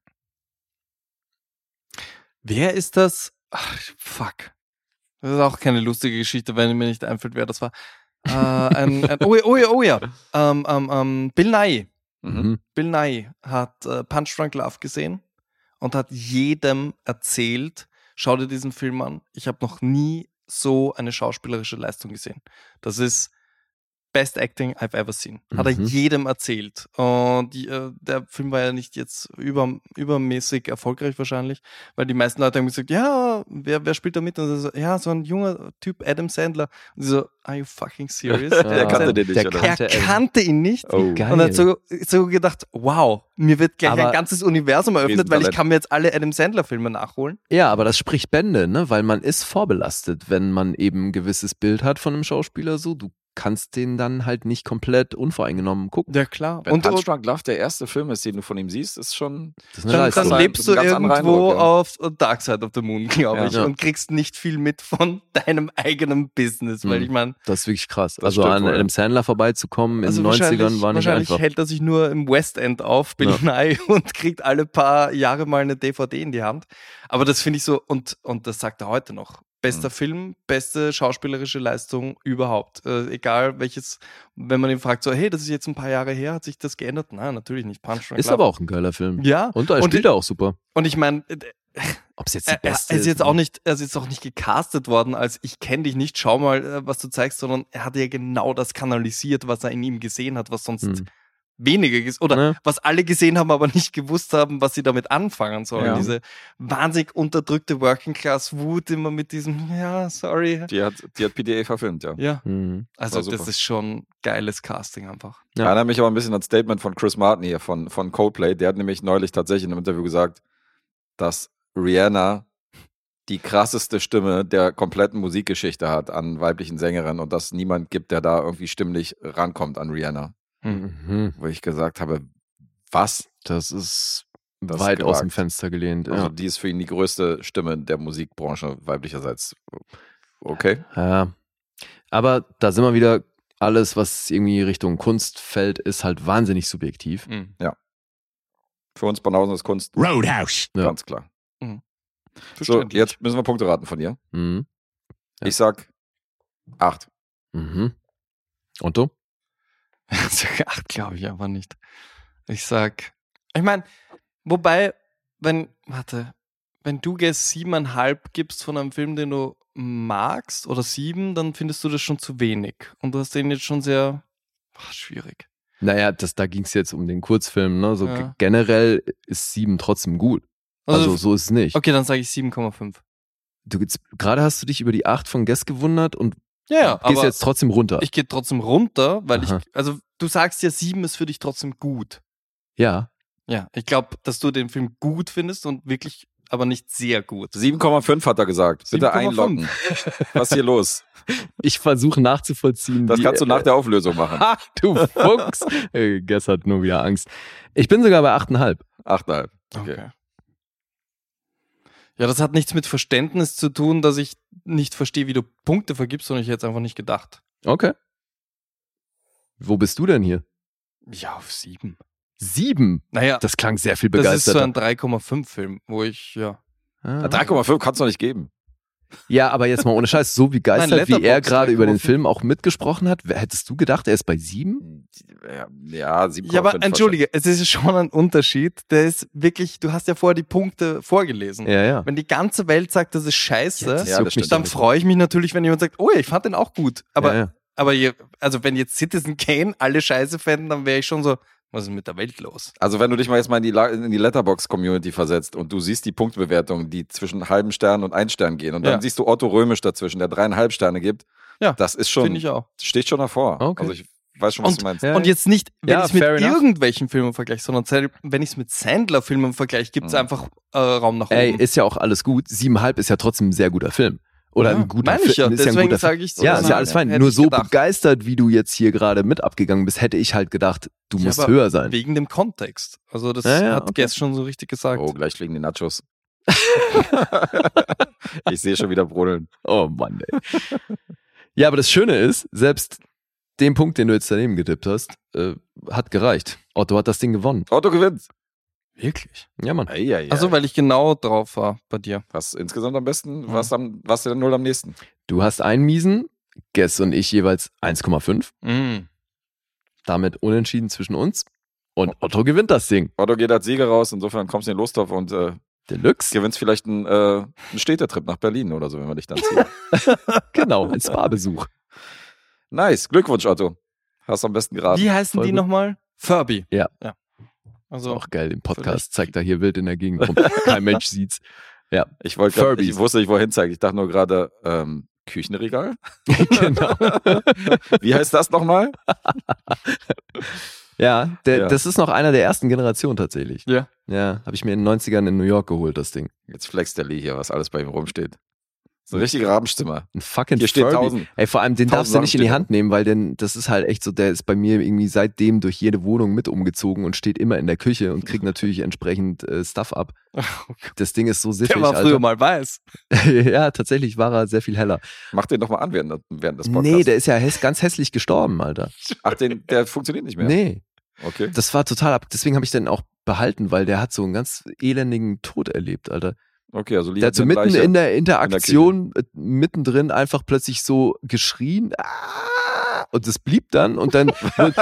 [SPEAKER 4] wer ist das? Ach, fuck. Das ist auch keine lustige Geschichte, wenn mir nicht einfällt, wer das war. Äh, ein, ein, oh, ja, oh ja, oh ja. Ähm, ähm, ähm, Bill Nye.
[SPEAKER 3] Mhm.
[SPEAKER 4] Bill Nye hat äh, Punch Drunk Love gesehen und hat jedem erzählt, schau dir diesen Film an. Ich habe noch nie so eine schauspielerische Leistung gesehen. Das ist Best Acting I've ever seen. Hat er
[SPEAKER 2] Mhm.
[SPEAKER 4] jedem erzählt. Und die, äh, der Film war ja nicht jetzt über, übermäßig erfolgreich wahrscheinlich, weil die meisten Leute haben gesagt, ja, wer, wer spielt da mit? Und er so, ja, so ein junger Typ, Adam Sandler. Und sie so, are you fucking serious?
[SPEAKER 3] Der kannte den nicht,
[SPEAKER 2] Äh, Der
[SPEAKER 3] oder?
[SPEAKER 2] kannte,
[SPEAKER 4] er kannte ihn nicht.
[SPEAKER 3] Oh.
[SPEAKER 2] Geil.
[SPEAKER 4] Und hat so, so gedacht, wow, mir wird gleich
[SPEAKER 2] Aber-
[SPEAKER 4] ein ganzes Universum eröffnet, weil ich
[SPEAKER 3] Riesentalent.
[SPEAKER 4] kann mir jetzt alle Adam Sandler-Filme nachholen.
[SPEAKER 2] Ja, aber das spricht Bände, ne? Weil man ist vorbelastet, wenn man eben ein gewisses Bild hat von einem Schauspieler so. Du kannst den dann halt nicht komplett unvoreingenommen gucken.
[SPEAKER 4] Ja, klar.
[SPEAKER 3] Wenn
[SPEAKER 4] Und,
[SPEAKER 3] Punch
[SPEAKER 4] und
[SPEAKER 3] Drunk Love der erste Film ist, den du von ihm siehst, ist schon.
[SPEAKER 2] Das ist eine
[SPEAKER 4] dann,
[SPEAKER 2] Leistung.
[SPEAKER 4] dann
[SPEAKER 3] sein.
[SPEAKER 4] lebst
[SPEAKER 3] Das
[SPEAKER 4] du
[SPEAKER 3] ist ein ganz anderer
[SPEAKER 4] irgendwo
[SPEAKER 3] Eindruck, ja.
[SPEAKER 4] auf Dark Side of the Moon, glaube
[SPEAKER 3] Ja.
[SPEAKER 4] ich,
[SPEAKER 2] Ja.
[SPEAKER 4] und kriegst nicht viel mit von deinem eigenen Business, weil
[SPEAKER 3] Hm.
[SPEAKER 2] Mhm.
[SPEAKER 4] ich meine,
[SPEAKER 2] Das ist wirklich krass.
[SPEAKER 3] Das
[SPEAKER 2] also
[SPEAKER 3] stimmt
[SPEAKER 2] an
[SPEAKER 3] wohl.
[SPEAKER 2] Adam Sandler vorbeizukommen
[SPEAKER 4] also
[SPEAKER 2] in den 90ern
[SPEAKER 4] wahrscheinlich,
[SPEAKER 2] war nicht
[SPEAKER 4] wahrscheinlich
[SPEAKER 2] einfach.
[SPEAKER 4] hält er sich nur im West End auf, Bill Nye, und kriegt alle paar Jahre mal eine DVD in die Hand. Aber das finde ich so, und, und das sagt er heute noch. Bester
[SPEAKER 2] Hm.
[SPEAKER 4] Film, beste schauspielerische Leistung überhaupt. Äh, egal welches, wenn man ihn fragt, so, hey, das ist jetzt ein paar Jahre her, hat sich das geändert? Nein, natürlich nicht. Punch Drunk
[SPEAKER 2] Ist
[SPEAKER 4] Love.
[SPEAKER 2] aber auch ein geiler Film.
[SPEAKER 4] Ja,
[SPEAKER 2] Und da
[SPEAKER 4] Und
[SPEAKER 2] spielt
[SPEAKER 4] die-
[SPEAKER 2] er auch super.
[SPEAKER 4] und ich meine,
[SPEAKER 2] Ob es jetzt die
[SPEAKER 4] er, er
[SPEAKER 2] beste ne?
[SPEAKER 4] ist jetzt auch nicht, er ist jetzt auch nicht gecastet worden als ich kenne dich nicht, schau mal, äh, was du zeigst, sondern er hat ja genau das kanalisiert, was er in ihm gesehen hat, was sonst
[SPEAKER 2] Hm.
[SPEAKER 4] wenige ges- oder
[SPEAKER 2] Ne?
[SPEAKER 4] was alle gesehen haben, aber nicht gewusst haben, was sie damit anfangen sollen.
[SPEAKER 3] Ja.
[SPEAKER 4] Diese wahnsinnig unterdrückte Working Class Wut immer mit diesem, ja, sorry.
[SPEAKER 3] Die hat, die hat PDA verfilmt, ja.
[SPEAKER 4] Ja,
[SPEAKER 2] Mhm.
[SPEAKER 4] also
[SPEAKER 3] War super.
[SPEAKER 4] das ist schon geiles Casting einfach.
[SPEAKER 2] Ja.
[SPEAKER 3] Erinnert mich aber ein bisschen an das Statement von Chris Martin hier von, von Coldplay. Der hat nämlich neulich tatsächlich in einem Interview gesagt, dass Rihanna die krasseste Stimme der kompletten Musikgeschichte hat an weiblichen Sängerinnen und dass niemand gibt, der da irgendwie stimmlich rankommt an Rihanna.
[SPEAKER 2] Mhm.
[SPEAKER 3] Wo ich gesagt habe, was?
[SPEAKER 2] Das ist
[SPEAKER 3] Das ist
[SPEAKER 2] weit aus
[SPEAKER 3] gewagt.
[SPEAKER 2] dem Fenster gelehnt.
[SPEAKER 3] Also
[SPEAKER 2] Ja.
[SPEAKER 3] die ist für ihn die größte Stimme der Musikbranche weiblicherseits. Okay.
[SPEAKER 2] Ja. Aber da sind wir wieder, alles, was irgendwie Richtung Kunst fällt, ist halt wahnsinnig subjektiv.
[SPEAKER 4] Mhm.
[SPEAKER 3] Für uns Banausen ist Kunst,
[SPEAKER 10] Roadhouse.
[SPEAKER 2] Ja.
[SPEAKER 3] ganz klar. So,
[SPEAKER 4] Verständlich.
[SPEAKER 3] jetzt müssen wir Punkte raten von dir.
[SPEAKER 2] Mhm. Ja.
[SPEAKER 3] Ich sag acht.
[SPEAKER 2] Mhm. Und du?
[SPEAKER 4] Sag acht glaube also, ich einfach nicht. Ich sag, ich meine, wobei, wenn, warte, wenn du Guess siebeneinhalb gibst von einem Film, den du magst, oder sieben, dann findest du das schon zu wenig. Und du hast den jetzt schon sehr ach, schwierig.
[SPEAKER 2] Naja, das, da ging es jetzt um den Kurzfilm. Ne? So
[SPEAKER 4] Ja.
[SPEAKER 2] ge- generell ist sieben trotzdem gut. Also, so ist es nicht.
[SPEAKER 4] okay, dann sage ich 7,5.
[SPEAKER 2] Du jetzt- Gerade hast du dich über die acht von Guess gewundert und
[SPEAKER 4] Ja, ja,
[SPEAKER 2] gehst
[SPEAKER 4] aber
[SPEAKER 2] jetzt trotzdem runter.
[SPEAKER 4] ich gehe trotzdem runter, weil
[SPEAKER 2] Aha.
[SPEAKER 4] ich, also du sagst ja, sieben ist für dich trotzdem gut.
[SPEAKER 2] ja.
[SPEAKER 4] Ja, ich glaube, dass du den Film gut findest und wirklich, aber nicht sehr gut.
[SPEAKER 3] 7,5 hat er gesagt. Bitte
[SPEAKER 4] 7,5.
[SPEAKER 3] einloggen. Was ist hier los?
[SPEAKER 2] Ich versuche nachzuvollziehen.
[SPEAKER 3] Das
[SPEAKER 2] wie-
[SPEAKER 3] kannst du
[SPEAKER 4] äh,
[SPEAKER 3] nach der Auflösung machen.
[SPEAKER 2] Ha, Ah, du Fuchs. äh, Guess hat nur wieder Angst. Ich bin sogar bei 8,5.
[SPEAKER 3] 8,5. Okay.
[SPEAKER 4] Ja, das hat nichts mit Verständnis zu tun, dass ich nicht verstehe, wie du Punkte vergibst, sondern ich hätte es einfach nicht gedacht.
[SPEAKER 2] Okay. Wo bist du denn hier?
[SPEAKER 4] Ja, auf sieben.
[SPEAKER 2] Sieben?
[SPEAKER 4] Naja,
[SPEAKER 2] Das klang sehr viel
[SPEAKER 4] das ist so
[SPEAKER 2] begeisterter.
[SPEAKER 4] ein 3,5-Film, wo ich, ja.
[SPEAKER 2] Ah.
[SPEAKER 3] 3,5 kannst du doch nicht geben.
[SPEAKER 2] Ja, aber jetzt mal ohne Scheiß, so
[SPEAKER 4] Nein,
[SPEAKER 2] begeistert, wie er
[SPEAKER 4] Letterboxd
[SPEAKER 2] gerade über den
[SPEAKER 4] 3,5.
[SPEAKER 2] Film auch mitgesprochen hat, wer- hättest du gedacht, er ist bei sieben?
[SPEAKER 3] Ja, ja 7,5.
[SPEAKER 4] Hm, Ja, aber entschuldige, es ist schon ein Unterschied. Der ist wirklich, du hast ja vorher die Punkte vorgelesen.
[SPEAKER 2] Ja, ja.
[SPEAKER 4] Wenn die ganze Welt sagt, das ist scheiße,
[SPEAKER 3] Ja, das
[SPEAKER 2] juckt mich
[SPEAKER 3] stimmt.
[SPEAKER 4] dann freue ich mich natürlich, wenn jemand sagt, oh ja, ich fand den auch gut. Aber,
[SPEAKER 2] ja, ja.
[SPEAKER 4] aber je, also wenn jetzt Citizen Kane alle scheiße fänden, dann wäre ich schon so, was ist mit der Welt los?
[SPEAKER 3] Also wenn du dich mal jetzt mal in die, La- in die Letterbox-Community versetzt und du siehst die Punktbewertungen, die zwischen halben Stern und ein Stern gehen und dann
[SPEAKER 4] Ja.
[SPEAKER 3] siehst du Otto Römisch dazwischen, der dreieinhalb Sterne gibt,
[SPEAKER 4] Ja,
[SPEAKER 3] das ist schon,
[SPEAKER 4] Finde ich auch.
[SPEAKER 3] steht schon hervor.
[SPEAKER 2] Okay.
[SPEAKER 3] Also ich weiß schon, was du meinst.
[SPEAKER 2] Ja,
[SPEAKER 4] Und
[SPEAKER 2] ja.
[SPEAKER 4] jetzt nicht, wenn
[SPEAKER 2] Ja,
[SPEAKER 4] ich es mit
[SPEAKER 2] fair enough.
[SPEAKER 4] irgendwelchen Filmen vergleiche, sondern sel- wenn ich es mit Sandler-Filmen vergleiche, gibt es
[SPEAKER 3] Mhm.
[SPEAKER 4] einfach äh, Raum nach oben.
[SPEAKER 2] Ey, ist ja auch alles gut. Siebenhalb ist ja trotzdem ein sehr guter Film. Oder
[SPEAKER 4] Ja,
[SPEAKER 2] ein guter
[SPEAKER 4] meine ich ja.
[SPEAKER 2] Film. Ist ein
[SPEAKER 4] Deswegen
[SPEAKER 2] guter Film.
[SPEAKER 4] sage ich so.
[SPEAKER 2] ja, ist ja
[SPEAKER 4] Nein,
[SPEAKER 2] alles fein.
[SPEAKER 4] hätte
[SPEAKER 2] Nur
[SPEAKER 4] ich
[SPEAKER 2] so
[SPEAKER 4] gedacht.
[SPEAKER 2] begeistert, wie du jetzt hier gerade mit abgegangen bist, hätte ich halt gedacht, du
[SPEAKER 4] Ja,
[SPEAKER 2] musst
[SPEAKER 4] aber
[SPEAKER 2] höher sein.
[SPEAKER 4] Wegen dem Kontext. Also das
[SPEAKER 2] Ja, ja,
[SPEAKER 4] hat
[SPEAKER 2] okay.
[SPEAKER 4] Guess schon so richtig gesagt.
[SPEAKER 3] Oh, gleich fliegen die Nachos. ich sehe schon wieder brodeln.
[SPEAKER 2] Oh Mann, ey. ja, aber das Schöne ist, selbst den Punkt, den du jetzt daneben getippt hast, äh, hat gereicht. Otto hat das Ding gewonnen.
[SPEAKER 3] Otto gewinnt.
[SPEAKER 4] Wirklich?
[SPEAKER 2] Ja, Mann.
[SPEAKER 3] Eieiei.
[SPEAKER 4] Also weil Mhm. ich genau drauf war bei dir.
[SPEAKER 3] was insgesamt am besten, was am, was der Null am nächsten?
[SPEAKER 2] Du hast einen miesen, Guess und ich jeweils 1,5.
[SPEAKER 4] Mm.
[SPEAKER 2] Damit unentschieden zwischen uns. Und Otto gewinnt das Ding.
[SPEAKER 3] Otto geht als Sieger raus, insofern kommst du in den Lostopf und äh,
[SPEAKER 2] Deluxe.
[SPEAKER 3] gewinnst vielleicht einen, äh, einen Städtetrip nach Berlin oder so, wenn wir dich dann ziehen.
[SPEAKER 2] Genau, ein Spa-Besuch.
[SPEAKER 3] nice, Glückwunsch, Otto. Hast am besten geraten.
[SPEAKER 4] Wie heißen
[SPEAKER 2] voll
[SPEAKER 4] die
[SPEAKER 2] gut.
[SPEAKER 4] nochmal? Furby.
[SPEAKER 2] Ja.
[SPEAKER 4] ja. Also
[SPEAKER 2] Auch geil, im Podcast
[SPEAKER 4] Vielleicht.
[SPEAKER 2] zeigt er hier wild in der Gegend rum. Kein Mensch sieht's.
[SPEAKER 3] Ich wollte, grad,
[SPEAKER 2] Furbies.
[SPEAKER 3] ich wusste nicht, wohin zeigen. Ich dachte nur gerade ähm, Küchenregal.
[SPEAKER 2] genau.
[SPEAKER 3] Wie heißt das nochmal?
[SPEAKER 2] Ja, der,
[SPEAKER 3] Ja.
[SPEAKER 2] das ist noch einer der ersten Generation tatsächlich.
[SPEAKER 4] Ja.
[SPEAKER 2] Ja, habe ich mir in den 90ern in New York geholt, das Ding.
[SPEAKER 3] Jetzt flext der Lee hier, was alles bei ihm rumsteht. So ein richtiger Rabenstimme.
[SPEAKER 2] Hm. Ein fucking
[SPEAKER 3] Hier steht
[SPEAKER 2] Furby.
[SPEAKER 3] 1000.
[SPEAKER 2] Ey, vor allem den
[SPEAKER 3] 1000
[SPEAKER 2] darfst du nicht in die
[SPEAKER 3] Sachen
[SPEAKER 2] Hand nehmen, weil denn das ist halt echt so, der ist bei mir irgendwie seitdem durch jede Wohnung mit umgezogen und steht immer in der Küche und kriegt natürlich entsprechend äh, Stuff ab. Das Ding ist so siffig,
[SPEAKER 4] Oh der war früher
[SPEAKER 2] Alter.
[SPEAKER 4] mal weiß.
[SPEAKER 2] ja, tatsächlich war er sehr viel heller.
[SPEAKER 3] Mach den nochmal an während, während des Podcasts.
[SPEAKER 2] Nee, der ist ja häss, ganz hässlich gestorben, Alter.
[SPEAKER 3] Ach, den, der funktioniert nicht mehr.
[SPEAKER 2] Nee.
[SPEAKER 3] Okay.
[SPEAKER 2] Das war total ab. Deswegen habe ich den auch behalten, weil der hat so einen ganz elendigen Tod erlebt, Alter.
[SPEAKER 3] Okay, also Lee
[SPEAKER 2] Der hat
[SPEAKER 3] hat
[SPEAKER 2] so
[SPEAKER 3] den
[SPEAKER 2] mitten
[SPEAKER 3] Leiche.
[SPEAKER 2] in der Interaktion, äh, mittendrin einfach plötzlich so geschrien. "Ah!" Und das blieb dann und dann wurde,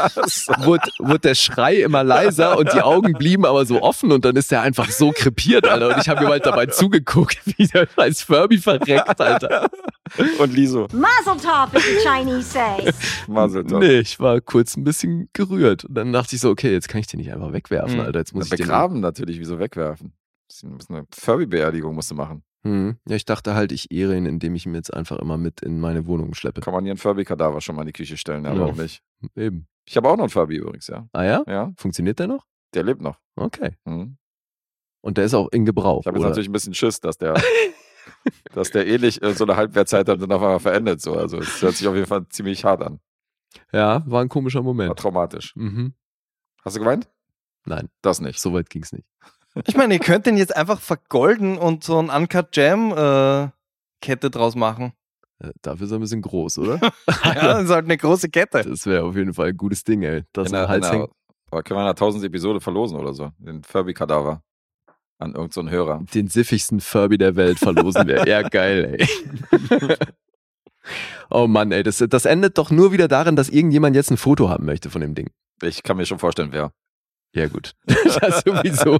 [SPEAKER 2] wurde, wurde der Schrei immer leiser und die Augen blieben aber so offen und dann ist der einfach so krepiert, Alter. Und ich habe mir halt dabei zugeguckt, wie der scheiß Furby verreckt, Alter.
[SPEAKER 3] Und Lee so,
[SPEAKER 12] Mazel tov, as the Chinese say.
[SPEAKER 3] Maseltop.
[SPEAKER 2] Nee, ich war kurz ein bisschen gerührt. Und dann dachte ich so, okay, jetzt kann ich den nicht einfach wegwerfen,
[SPEAKER 4] Mhm.
[SPEAKER 2] Alter. Jetzt muss
[SPEAKER 3] Na,
[SPEAKER 2] ich den
[SPEAKER 3] begraben natürlich, wieso wegwerfen? Das ist eine Furby-Beerdigung musst du machen.
[SPEAKER 2] Hm. Ja, ich dachte halt, ich ehre ihn, indem ich ihn jetzt einfach immer mit in meine Wohnung schleppe.
[SPEAKER 3] Kann man hier einen Furby-Kadaver schon mal in die Küche stellen, aber
[SPEAKER 2] Ja.
[SPEAKER 3] auch nicht.
[SPEAKER 2] Eben.
[SPEAKER 3] Ich habe auch noch einen Furby übrigens, ja.
[SPEAKER 2] Ah ja?
[SPEAKER 3] Ja,
[SPEAKER 2] Funktioniert der noch?
[SPEAKER 3] der lebt noch.
[SPEAKER 2] Okay.
[SPEAKER 3] Mhm.
[SPEAKER 2] Und der ist auch in Gebrauch.
[SPEAKER 3] Ich habe jetzt
[SPEAKER 2] oder?
[SPEAKER 3] natürlich ein bisschen Schiss, dass der, dass der ähnlich äh, so eine Halbwertszeit hat und dann auf einmal verendet. So. Also es hört sich auf jeden Fall ziemlich hart an.
[SPEAKER 2] ja, war ein komischer
[SPEAKER 3] War
[SPEAKER 2] Moment.
[SPEAKER 3] traumatisch.
[SPEAKER 2] Mhm.
[SPEAKER 3] Hast du geweint?
[SPEAKER 2] Nein,
[SPEAKER 3] Das nicht.
[SPEAKER 2] so weit ging's nicht.
[SPEAKER 4] Ich meine, ihr könnt den jetzt einfach vergolden und so ein Uncut Jam äh, Kette draus machen.
[SPEAKER 2] Äh, dafür ist er ein bisschen groß, oder?
[SPEAKER 4] Ja, das ist halt eine große Kette.
[SPEAKER 2] Das wäre auf jeden Fall ein gutes Ding, ey. Das
[SPEAKER 3] Genau,
[SPEAKER 2] am Hals hängt.
[SPEAKER 3] aber können wir in einer 1000 Episode verlosen oder so? Den Furby-Kadaver an irgendeinen so einen Hörer.
[SPEAKER 2] Den siffigsten Furby der Welt verlosen wir. ja, geil, ey. oh Mann, ey. Das, das endet doch nur wieder darin, dass irgendjemand jetzt ein Foto haben möchte von dem Ding.
[SPEAKER 3] Ich kann mir schon vorstellen, wer.
[SPEAKER 2] Ja, gut. das sowieso.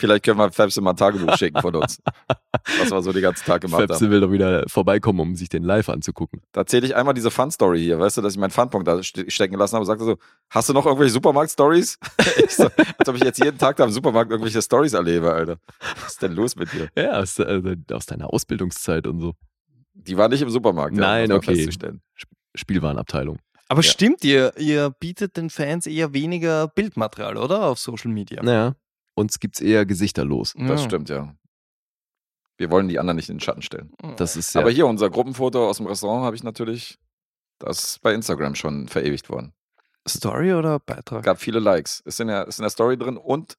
[SPEAKER 3] Vielleicht können wir Fabs immer ein Tagebuch schicken von uns. Was wir so den ganzen Tag gemacht haben.
[SPEAKER 2] Fepse will doch wieder vorbeikommen, um sich den live anzugucken.
[SPEAKER 3] Da zähle ich einmal diese Fun-Story hier, weißt du, dass ich meinen Fun-Punkt da ste stecken lassen habe und sagte so, hast du noch irgendwelche Supermarkt-Stories? Ich so, als ob ich jetzt jeden Tag da im Supermarkt irgendwelche Stories erlebe, Alter. Was ist denn los mit dir?
[SPEAKER 2] Ja, aus, also aus deiner Ausbildungszeit und so.
[SPEAKER 3] Die war nicht im Supermarkt.
[SPEAKER 2] Nein,
[SPEAKER 3] um das mal
[SPEAKER 2] okay.
[SPEAKER 3] Festzustellen.
[SPEAKER 2] Spielwarenabteilung.
[SPEAKER 4] Aber
[SPEAKER 3] Ja.
[SPEAKER 4] stimmt, ihr, ihr bietet den Fans eher weniger Bildmaterial, oder? Auf Social Media.
[SPEAKER 2] Naja, uns gibt's eher gesichterlos.
[SPEAKER 4] Ja.
[SPEAKER 3] Das stimmt, ja. Wir wollen die anderen nicht in den Schatten stellen.
[SPEAKER 4] Hm.
[SPEAKER 2] Das ist ja.
[SPEAKER 3] Aber hier unser Gruppenfoto aus dem Restaurant habe ich natürlich, das ist bei Instagram schon verewigt worden.
[SPEAKER 4] Story oder Beitrag?
[SPEAKER 3] Gab viele Likes. Ist in der, ist in der Story drin und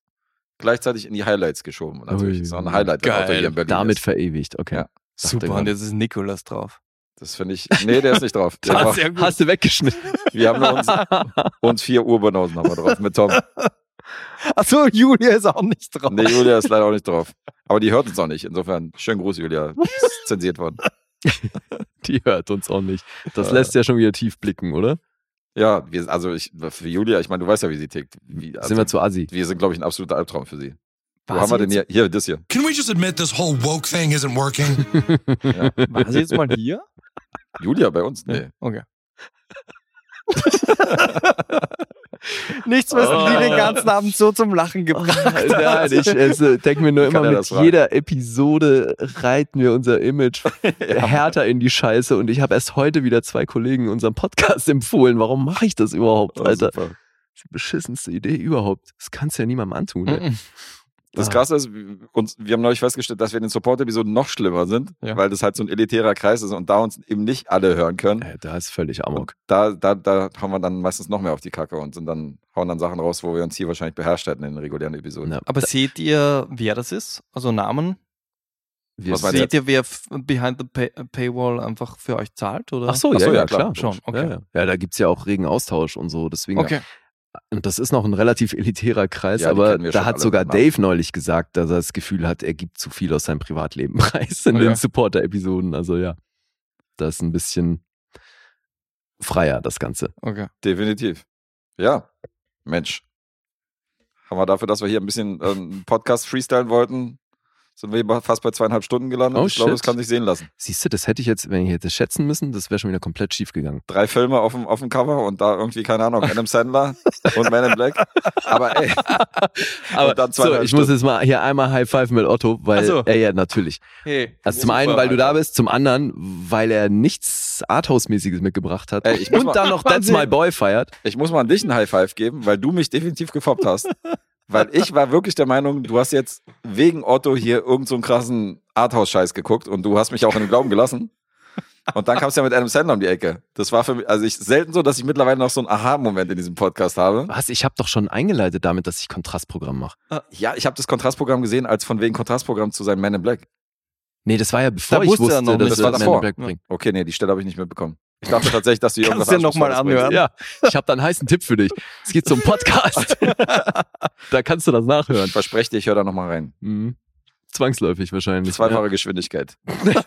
[SPEAKER 3] gleichzeitig in die Highlights geschoben. Und Natürlich.
[SPEAKER 2] Ui.
[SPEAKER 3] Das ist auch ein Highlight, wenn
[SPEAKER 4] Geil.
[SPEAKER 3] Otto hier in Berlin
[SPEAKER 2] Damit
[SPEAKER 3] ist.
[SPEAKER 2] verewigt, okay.
[SPEAKER 3] Ja.
[SPEAKER 2] Dachte
[SPEAKER 4] Super,
[SPEAKER 2] ich
[SPEAKER 4] und
[SPEAKER 2] mir.
[SPEAKER 4] jetzt ist Nikolas drauf.
[SPEAKER 3] Das finde ich. Nee, der ist nicht drauf. Der
[SPEAKER 4] Ah,
[SPEAKER 3] drauf.
[SPEAKER 4] sehr gut.
[SPEAKER 2] Hast du weggeschnitten.
[SPEAKER 3] Wir haben nur uns, uns vier Urbanosen haben wir drauf mit Tom.
[SPEAKER 4] Achso, Julia ist auch nicht drauf.
[SPEAKER 3] Nee, Julia ist leider auch nicht drauf. Aber die hört uns auch nicht. Insofern, schönen Gruß, Julia. Ist zensiert worden.
[SPEAKER 2] Die hört uns auch nicht. Das
[SPEAKER 3] Äh.
[SPEAKER 2] lässt ja schon wieder tief blicken, oder?
[SPEAKER 3] Ja, wir, also ich, für Julia, ich meine, du weißt ja, wie sie tickt. Wie, also,
[SPEAKER 2] Sind wir zu assi.
[SPEAKER 3] wir sind, glaube ich, ein absoluter Albtraum für sie. Wo
[SPEAKER 4] Was
[SPEAKER 3] haben wir denn hier?
[SPEAKER 4] jetzt?
[SPEAKER 3] Hier, das hier.
[SPEAKER 10] Can we just admit this whole woke thing isn't working?
[SPEAKER 4] War sie jetzt mal hier?
[SPEAKER 3] Julia bei uns?
[SPEAKER 2] Äh,
[SPEAKER 3] Nee.
[SPEAKER 4] Okay. Nichts, was die den ganzen Abend so zum Lachen gebracht hat.
[SPEAKER 2] Oh. Äh, Nein, ich denke mir nur
[SPEAKER 3] Wie kann
[SPEAKER 2] immer,
[SPEAKER 3] er
[SPEAKER 2] mit
[SPEAKER 3] das sagen?
[SPEAKER 2] jeder Episode reiten wir unser Image härter in die Scheiße und ich habe erst heute wieder zwei Kollegen unseren Podcast empfohlen. Warum mache ich das überhaupt,
[SPEAKER 3] Oh,
[SPEAKER 2] Alter?
[SPEAKER 3] super.
[SPEAKER 2] Das ist die beschissenste Idee überhaupt. Das kannst du ja niemandem antun. Ne?
[SPEAKER 3] Das
[SPEAKER 2] Ah.
[SPEAKER 3] Krasse ist, uns, wir haben neulich festgestellt, dass wir in den Support-Episoden noch schlimmer sind,
[SPEAKER 4] Ja.
[SPEAKER 3] weil das halt so ein elitärer Kreis ist und da uns eben nicht alle hören können.
[SPEAKER 2] Äh, Da ist völlig
[SPEAKER 3] Und
[SPEAKER 2] Amok.
[SPEAKER 3] da, da, da hauen wir dann meistens noch mehr auf die Kacke und sind dann, hauen dann Sachen raus, wo wir uns hier wahrscheinlich beherrscht hätten in den regulären Episoden.
[SPEAKER 2] Na,
[SPEAKER 4] Aber seht ihr, wer das ist? Also Namen?
[SPEAKER 2] wir
[SPEAKER 3] was meinst
[SPEAKER 2] sind-
[SPEAKER 4] Seht ihr, wer f- behind the pay Paywall einfach für euch zahlt? Oder?
[SPEAKER 2] Ach so,
[SPEAKER 3] Ach
[SPEAKER 2] ja,
[SPEAKER 3] so,
[SPEAKER 2] ja,
[SPEAKER 3] ja,
[SPEAKER 2] klar.
[SPEAKER 3] klar.
[SPEAKER 4] Schon, okay.
[SPEAKER 2] ja, ja. ja, da gibt es ja auch regen Austausch und so. Deswegen
[SPEAKER 4] Okay.
[SPEAKER 2] Und das ist noch ein relativ elitärer Kreis,
[SPEAKER 3] Ja, die
[SPEAKER 2] aber
[SPEAKER 3] kennen wir
[SPEAKER 2] da
[SPEAKER 3] schon
[SPEAKER 2] hat
[SPEAKER 3] alle
[SPEAKER 2] sogar
[SPEAKER 3] mit Namen.
[SPEAKER 2] Dave neulich gesagt, dass er das Gefühl hat, er gibt zu viel aus seinem Privatleben preis in
[SPEAKER 4] Okay.
[SPEAKER 2] den Supporter-Episoden. Also ja, das ist ein bisschen freier, das Ganze.
[SPEAKER 4] Okay.
[SPEAKER 3] Definitiv. Ja, Mensch. Haben wir dafür, dass wir hier ein bisschen ähm, Podcast freestylen wollten, sind wir hier fast bei zweieinhalb Stunden gelandet.
[SPEAKER 2] Oh,
[SPEAKER 3] ich glaube,
[SPEAKER 2] shit.
[SPEAKER 3] das kann sich sehen lassen.
[SPEAKER 2] Siehst du, das hätte ich jetzt, wenn ich hätte schätzen müssen, das wäre schon wieder komplett schief gegangen.
[SPEAKER 3] Drei Filme auf dem, auf dem Cover und da irgendwie, keine Ahnung, Adam Sandler und Man in Black. Aber ey,
[SPEAKER 2] Aber
[SPEAKER 3] Und dann
[SPEAKER 2] so,
[SPEAKER 3] zweieinhalb
[SPEAKER 2] ich muss jetzt mal hier einmal High Five mit Otto, weil
[SPEAKER 4] Ach so.
[SPEAKER 2] er ja natürlich.
[SPEAKER 4] Hey,
[SPEAKER 2] Also zum einen, weil du da bist, zum anderen, weil er nichts Arthouse-mäßiges mitgebracht hat
[SPEAKER 3] Ey, ich muss
[SPEAKER 2] und
[SPEAKER 3] mal-
[SPEAKER 2] dann noch That's My Boy feiert.
[SPEAKER 3] ich muss mal an dich einen High Five geben, weil du mich definitiv gefoppt hast. Weil ich war wirklich der Meinung, du hast jetzt wegen Otto hier irgendeinen so einen krassen Arthouse-Scheiß geguckt und du hast mich auch in den Glauben gelassen. Und dann kam es ja mit Adam Sandler um die Ecke. Das war für mich, also ich selten so, dass ich mittlerweile noch so einen Aha-Moment in diesem Podcast habe.
[SPEAKER 2] Was? Ich habe doch schon eingeleitet damit, dass ich Kontrastprogramm mache.
[SPEAKER 3] Ja, ich habe das Kontrastprogramm gesehen, als von wegen Kontrastprogramm zu seinem Man in Black.
[SPEAKER 2] Nee, das war ja bevor ich
[SPEAKER 4] wusste er
[SPEAKER 2] wusste,
[SPEAKER 4] noch
[SPEAKER 2] dass
[SPEAKER 4] nicht,
[SPEAKER 2] er
[SPEAKER 3] das war
[SPEAKER 2] Man in
[SPEAKER 3] davor.
[SPEAKER 2] Black bringt.
[SPEAKER 3] Okay, nee, die Stelle habe ich nicht mitbekommen. Ich dachte tatsächlich, dass du hier
[SPEAKER 4] Kannst
[SPEAKER 3] irgendwas
[SPEAKER 4] du dir noch mal
[SPEAKER 3] Anspruchsvolles
[SPEAKER 4] anhören?
[SPEAKER 2] Ja, ich habe da einen heißen Tipp für dich. Es geht zum Podcast. da kannst du das
[SPEAKER 3] bringst.
[SPEAKER 2] nachhören.
[SPEAKER 3] Ich verspreche dir, ich höre da nochmal rein.
[SPEAKER 2] Mhm. Zwangsläufig wahrscheinlich.
[SPEAKER 3] Zweifache Geschwindigkeit.
[SPEAKER 2] Ja,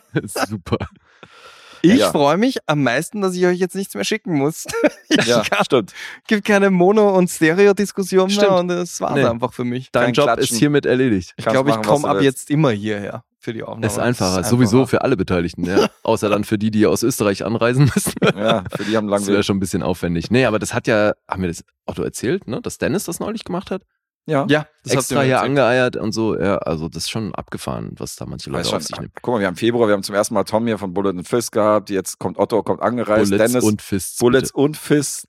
[SPEAKER 2] super.
[SPEAKER 4] Ich
[SPEAKER 3] Ja.
[SPEAKER 4] freue mich am meisten, dass ich euch jetzt nichts mehr schicken muss. Ich
[SPEAKER 3] Ja,
[SPEAKER 4] kann,
[SPEAKER 3] stimmt.
[SPEAKER 4] gibt keine Mono- und Stereo-Diskussion mehr
[SPEAKER 2] Stimmt.
[SPEAKER 4] und das war's
[SPEAKER 2] Nee.
[SPEAKER 4] einfach für mich.
[SPEAKER 2] Dein
[SPEAKER 3] Kein
[SPEAKER 2] Job
[SPEAKER 3] Klatschen.
[SPEAKER 2] ist hiermit erledigt.
[SPEAKER 4] Ich
[SPEAKER 3] Kannst
[SPEAKER 4] glaube, ich
[SPEAKER 3] machen, was
[SPEAKER 4] komme
[SPEAKER 3] du
[SPEAKER 4] ab
[SPEAKER 3] willst.
[SPEAKER 4] jetzt immer hierher für die Aufnahme.
[SPEAKER 2] ist einfacher,
[SPEAKER 4] Genau, Das ist
[SPEAKER 2] sowieso für alle Beteiligten, ja. Außer dann für die, die aus Österreich anreisen müssen.
[SPEAKER 3] Ja, für die haben
[SPEAKER 2] Das
[SPEAKER 3] lange
[SPEAKER 2] wäre schon ein bisschen aufwendig. Nee, aber das hat ja, haben wir das Otto erzählt, ne? Dass Dennis das neulich gemacht hat?
[SPEAKER 3] Ja.
[SPEAKER 4] Ja, das habt ihr
[SPEAKER 2] Extra
[SPEAKER 4] mir
[SPEAKER 2] hier
[SPEAKER 4] erzählt.
[SPEAKER 2] angeeiert und so. Ja, also das ist schon abgefahren, was da manche Leute auf
[SPEAKER 3] Weiß schon, äh, Ah,
[SPEAKER 2] sich nehmen.
[SPEAKER 3] guck mal, wir haben Februar, wir haben zum ersten Mal Tom hier von Bullet and Fist gehabt. Jetzt kommt Otto, kommt angereist.
[SPEAKER 2] Bullets
[SPEAKER 3] Dennis,
[SPEAKER 2] und Fists.
[SPEAKER 3] Bullets und Fist.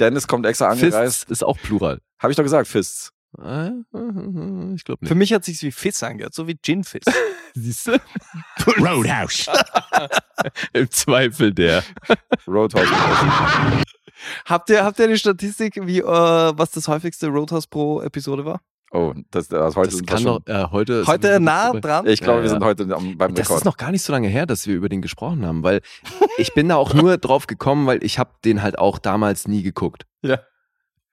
[SPEAKER 3] Dennis kommt extra
[SPEAKER 2] bitte.
[SPEAKER 3] angereist.
[SPEAKER 2] Fists ist auch Plural.
[SPEAKER 3] Habe ich doch gesagt, Fists.
[SPEAKER 2] Äh, Ich glaube nicht.
[SPEAKER 4] Für mich hat sich's wie Fizz angehört, so wie Gin-Fizz.
[SPEAKER 2] Siehst du?
[SPEAKER 10] Roadhouse.
[SPEAKER 2] Im Zweifel der.
[SPEAKER 3] Roadhouse.
[SPEAKER 4] habt, ihr, habt ihr eine Statistik, wie, äh, was das häufigste Roadhouse pro Episode war?
[SPEAKER 3] Oh, das, das heute
[SPEAKER 2] Das
[SPEAKER 3] sind wir
[SPEAKER 2] kann
[SPEAKER 3] schon-
[SPEAKER 2] doch äh, heute.
[SPEAKER 4] Heute nah dran.
[SPEAKER 3] Ich glaube,
[SPEAKER 2] Ja,
[SPEAKER 3] wir
[SPEAKER 2] ja.
[SPEAKER 3] sind heute am, beim
[SPEAKER 2] Das
[SPEAKER 3] Rekord.
[SPEAKER 2] ist noch gar nicht so lange her, dass wir über den gesprochen haben, weil ich bin da auch nur drauf gekommen, weil ich habe den halt auch damals nie geguckt.
[SPEAKER 4] Ja.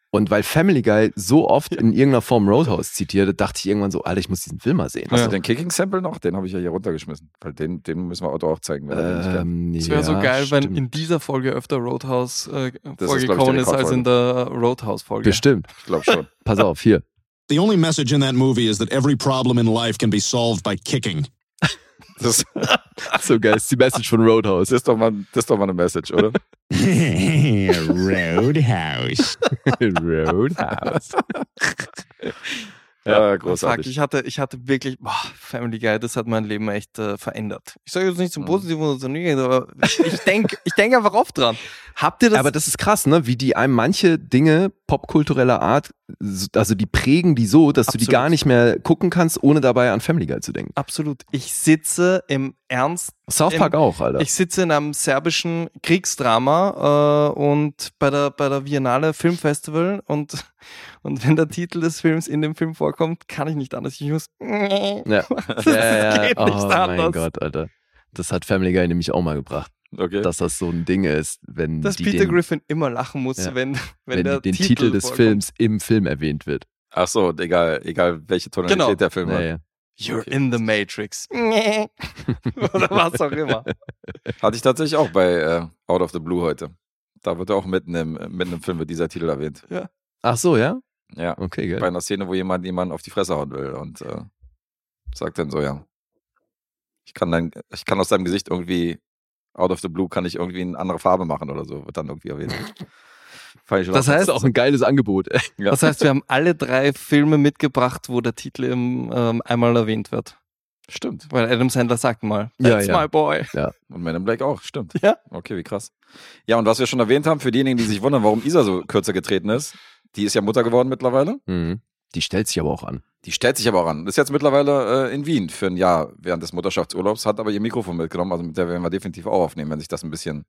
[SPEAKER 2] Und weil Family Guy so oft in irgendeiner Form Roadhouse zitierte, dachte ich irgendwann so, Alter, ich muss diesen Film mal sehen. Also,
[SPEAKER 3] Hast
[SPEAKER 4] Ja.
[SPEAKER 3] du den Kicking-Sample noch? Den habe ich ja hier runtergeschmissen. Weil den, den müssen wir Otto auch zeigen. Wenn er den nicht kennt.
[SPEAKER 2] Ähm,
[SPEAKER 4] Es wäre so
[SPEAKER 2] ja,
[SPEAKER 4] geil, wenn
[SPEAKER 2] stimmt.
[SPEAKER 4] in dieser Folge öfter Roadhouse äh,
[SPEAKER 3] die
[SPEAKER 4] vorgekommen ist, als in der Roadhouse-Folge.
[SPEAKER 2] Bestimmt.
[SPEAKER 3] Ich glaube schon.
[SPEAKER 2] Pass auf, hier.
[SPEAKER 10] The only message in that movie is that every problem in life can be solved by kicking.
[SPEAKER 3] Das,
[SPEAKER 2] So geil ist die Message von
[SPEAKER 3] das,
[SPEAKER 2] Roadhouse.
[SPEAKER 3] ist doch mal, das ist doch mal eine Message, oder?
[SPEAKER 10] Roadhouse.
[SPEAKER 2] Roadhouse.
[SPEAKER 3] ja,
[SPEAKER 4] Fuck,
[SPEAKER 3] großartig.
[SPEAKER 4] ich hatte, ich hatte wirklich, boah, Family Guy, das hat mein Leben
[SPEAKER 2] Mhm.
[SPEAKER 4] echt äh, verändert. Ich sage jetzt nicht zum Positiven oder zum Negativen, aber ich denke ich denk einfach oft dran. Habt ihr das?
[SPEAKER 2] Aber das ist krass, ne? Wie die einem manche Dinge popkultureller Art, so- also die prägen die so, dass du die
[SPEAKER 4] Absolut.
[SPEAKER 2] gar nicht mehr gucken kannst, ohne dabei an Family Guy zu denken.
[SPEAKER 4] Absolut. Ich sitze im Ernst.
[SPEAKER 2] South
[SPEAKER 4] im-
[SPEAKER 2] Park auch, Alter.
[SPEAKER 4] Ich sitze in einem serbischen Kriegsdrama äh, und bei der, bei der Viennale Filmfestival und, und wenn der Titel des Films in dem Film vorkommt, kann ich nicht anders. Ich muss.
[SPEAKER 2] Ja.
[SPEAKER 4] Das
[SPEAKER 2] Ja, ja,
[SPEAKER 4] geht
[SPEAKER 2] ja.
[SPEAKER 4] nicht
[SPEAKER 2] oh mein
[SPEAKER 4] anders.
[SPEAKER 2] Gott, Alter. Das hat Family Guy nämlich auch mal gebracht.
[SPEAKER 3] Okay.
[SPEAKER 2] Dass das so ein Ding ist, wenn
[SPEAKER 4] Dass
[SPEAKER 2] die
[SPEAKER 4] Peter
[SPEAKER 2] den,
[SPEAKER 4] Griffin immer lachen muss,
[SPEAKER 2] Ja.
[SPEAKER 4] wenn, wenn,
[SPEAKER 2] wenn,
[SPEAKER 4] der
[SPEAKER 2] die den Titel,
[SPEAKER 4] Titel
[SPEAKER 2] des
[SPEAKER 4] vorkommt.
[SPEAKER 2] Films im Film erwähnt wird.
[SPEAKER 3] Ach so, und egal, egal welche Tonalität
[SPEAKER 4] Genau.
[SPEAKER 3] der Film
[SPEAKER 2] Ja,
[SPEAKER 3] hat.
[SPEAKER 2] ja.
[SPEAKER 4] You're in the Matrix. Oder was auch immer.
[SPEAKER 3] Hatte ich tatsächlich auch bei äh, Out of the Blue heute. Da wird auch mitten im, mitten im Film wird dieser Titel erwähnt.
[SPEAKER 2] Ach so, ja?
[SPEAKER 3] Ja.
[SPEAKER 2] Okay, geil.
[SPEAKER 3] Bei einer Szene, wo jemand jemanden auf die Fresse hauen will und äh, sagt dann so, ja. Ich kann dann, ich kann aus deinem Gesicht irgendwie, out of the blue, kann ich irgendwie eine andere Farbe machen oder so, wird dann irgendwie erwähnt. Fand ich schon
[SPEAKER 2] Das
[SPEAKER 3] auch-
[SPEAKER 2] heißt auch ein geiles Angebot.
[SPEAKER 3] ja.
[SPEAKER 4] Das heißt, wir haben alle drei Filme mitgebracht, wo der Titel im, ähm, einmal erwähnt wird.
[SPEAKER 3] Stimmt.
[SPEAKER 4] Weil Adam Sandler sagt mal,
[SPEAKER 2] Ja,
[SPEAKER 4] that's
[SPEAKER 2] ja.
[SPEAKER 4] my boy.
[SPEAKER 2] Ja.
[SPEAKER 3] Und Men in Black auch, stimmt.
[SPEAKER 4] Ja.
[SPEAKER 3] Okay, wie krass. Ja, und was wir schon erwähnt haben, für diejenigen, die sich wundern, warum Isa so kürzer getreten ist, die ist ja Mutter geworden mittlerweile.
[SPEAKER 2] Mhm. Die stellt sich aber auch an.
[SPEAKER 3] Die stellt sich aber auch an. Ist jetzt mittlerweile äh, in Wien für ein Jahr während des Mutterschaftsurlaubs, hat aber ihr Mikrofon mitgenommen. Also mit der werden wir definitiv auch aufnehmen, wenn sich das ein bisschen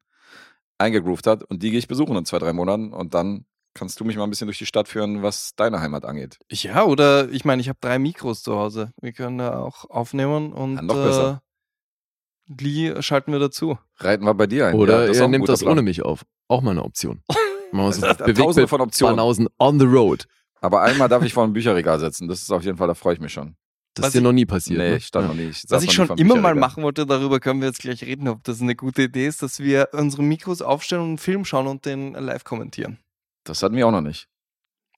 [SPEAKER 3] eingegroovt hat. Und die gehe ich besuchen in zwei, drei Monaten. Und dann kannst du mich mal ein bisschen durch die Stadt führen, was deine Heimat angeht.
[SPEAKER 4] Ja, oder ich meine, ich habe drei Mikros zu Hause. Wir können da auch aufnehmen und
[SPEAKER 3] Ja, noch besser.
[SPEAKER 4] Äh, Lee schalten wir dazu.
[SPEAKER 3] Reiten wir bei dir ein.
[SPEAKER 2] Oder
[SPEAKER 3] Ja, das ist auch
[SPEAKER 2] ihr
[SPEAKER 3] ein
[SPEAKER 2] nehmt
[SPEAKER 3] guter
[SPEAKER 2] das
[SPEAKER 3] Plan. Also
[SPEAKER 2] ohne mich auf. Auch mal eine Option. Man muss
[SPEAKER 3] Tausende von Optionen.
[SPEAKER 2] Banausen on the road.
[SPEAKER 3] Aber einmal darf ich vor ein Bücherregal setzen. Das ist auf jeden Fall, da freue ich mich schon.
[SPEAKER 2] Das
[SPEAKER 4] Was
[SPEAKER 2] ist dir
[SPEAKER 4] ich-
[SPEAKER 2] noch nie passiert.
[SPEAKER 3] nee,
[SPEAKER 2] ne?
[SPEAKER 3] ich stand
[SPEAKER 2] Ja.
[SPEAKER 3] noch nie. Ich saß
[SPEAKER 4] Was
[SPEAKER 3] noch
[SPEAKER 4] ich
[SPEAKER 3] nie
[SPEAKER 4] schon
[SPEAKER 3] vor einem
[SPEAKER 4] immer mal
[SPEAKER 3] Bücherregal.
[SPEAKER 4] machen wollte, darüber können wir jetzt gleich reden, ob das eine gute Idee ist, dass wir unsere Mikros aufstellen und einen Film schauen und den live kommentieren.
[SPEAKER 3] Das hatten wir auch noch nicht.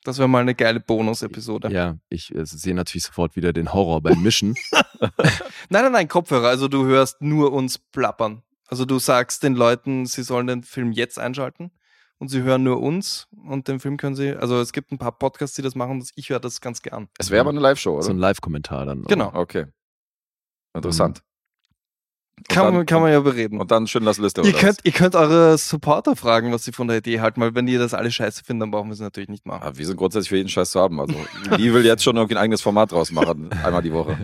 [SPEAKER 4] Das wäre mal eine geile Bonus-Episode.
[SPEAKER 2] Ja, ich äh, sehe natürlich sofort wieder den Horror beim Mischen.
[SPEAKER 4] Nein, nein, nein, Kopfhörer. Also du hörst nur uns plappern. Also du sagst den Leuten, sie sollen den Film jetzt einschalten und sie hören nur uns und den Film können sie. Also es gibt ein paar Podcasts, die das machen. dass- Ich höre das ganz gern.
[SPEAKER 3] Es wäre aber eine Live-Show, oder?
[SPEAKER 2] so ein Live-Kommentar dann.
[SPEAKER 3] Oh,
[SPEAKER 4] Genau.
[SPEAKER 3] Okay. Interessant. Und
[SPEAKER 4] Kann,
[SPEAKER 3] dann-
[SPEAKER 4] man, kann man ja
[SPEAKER 2] Mhm.
[SPEAKER 4] bereden.
[SPEAKER 3] Und dann Schindlers Liste.
[SPEAKER 4] Ihr
[SPEAKER 3] oder was?
[SPEAKER 4] könnt, ihr könnt eure Supporter fragen, was sie von der Idee halten, weil wenn die das alle scheiße finden, dann brauchen wir es natürlich nicht machen.
[SPEAKER 3] Ah, wir sind grundsätzlich für jeden Scheiß zu haben. Also, die will jetzt schon irgendwie ein eigenes Format draus machen, einmal die Woche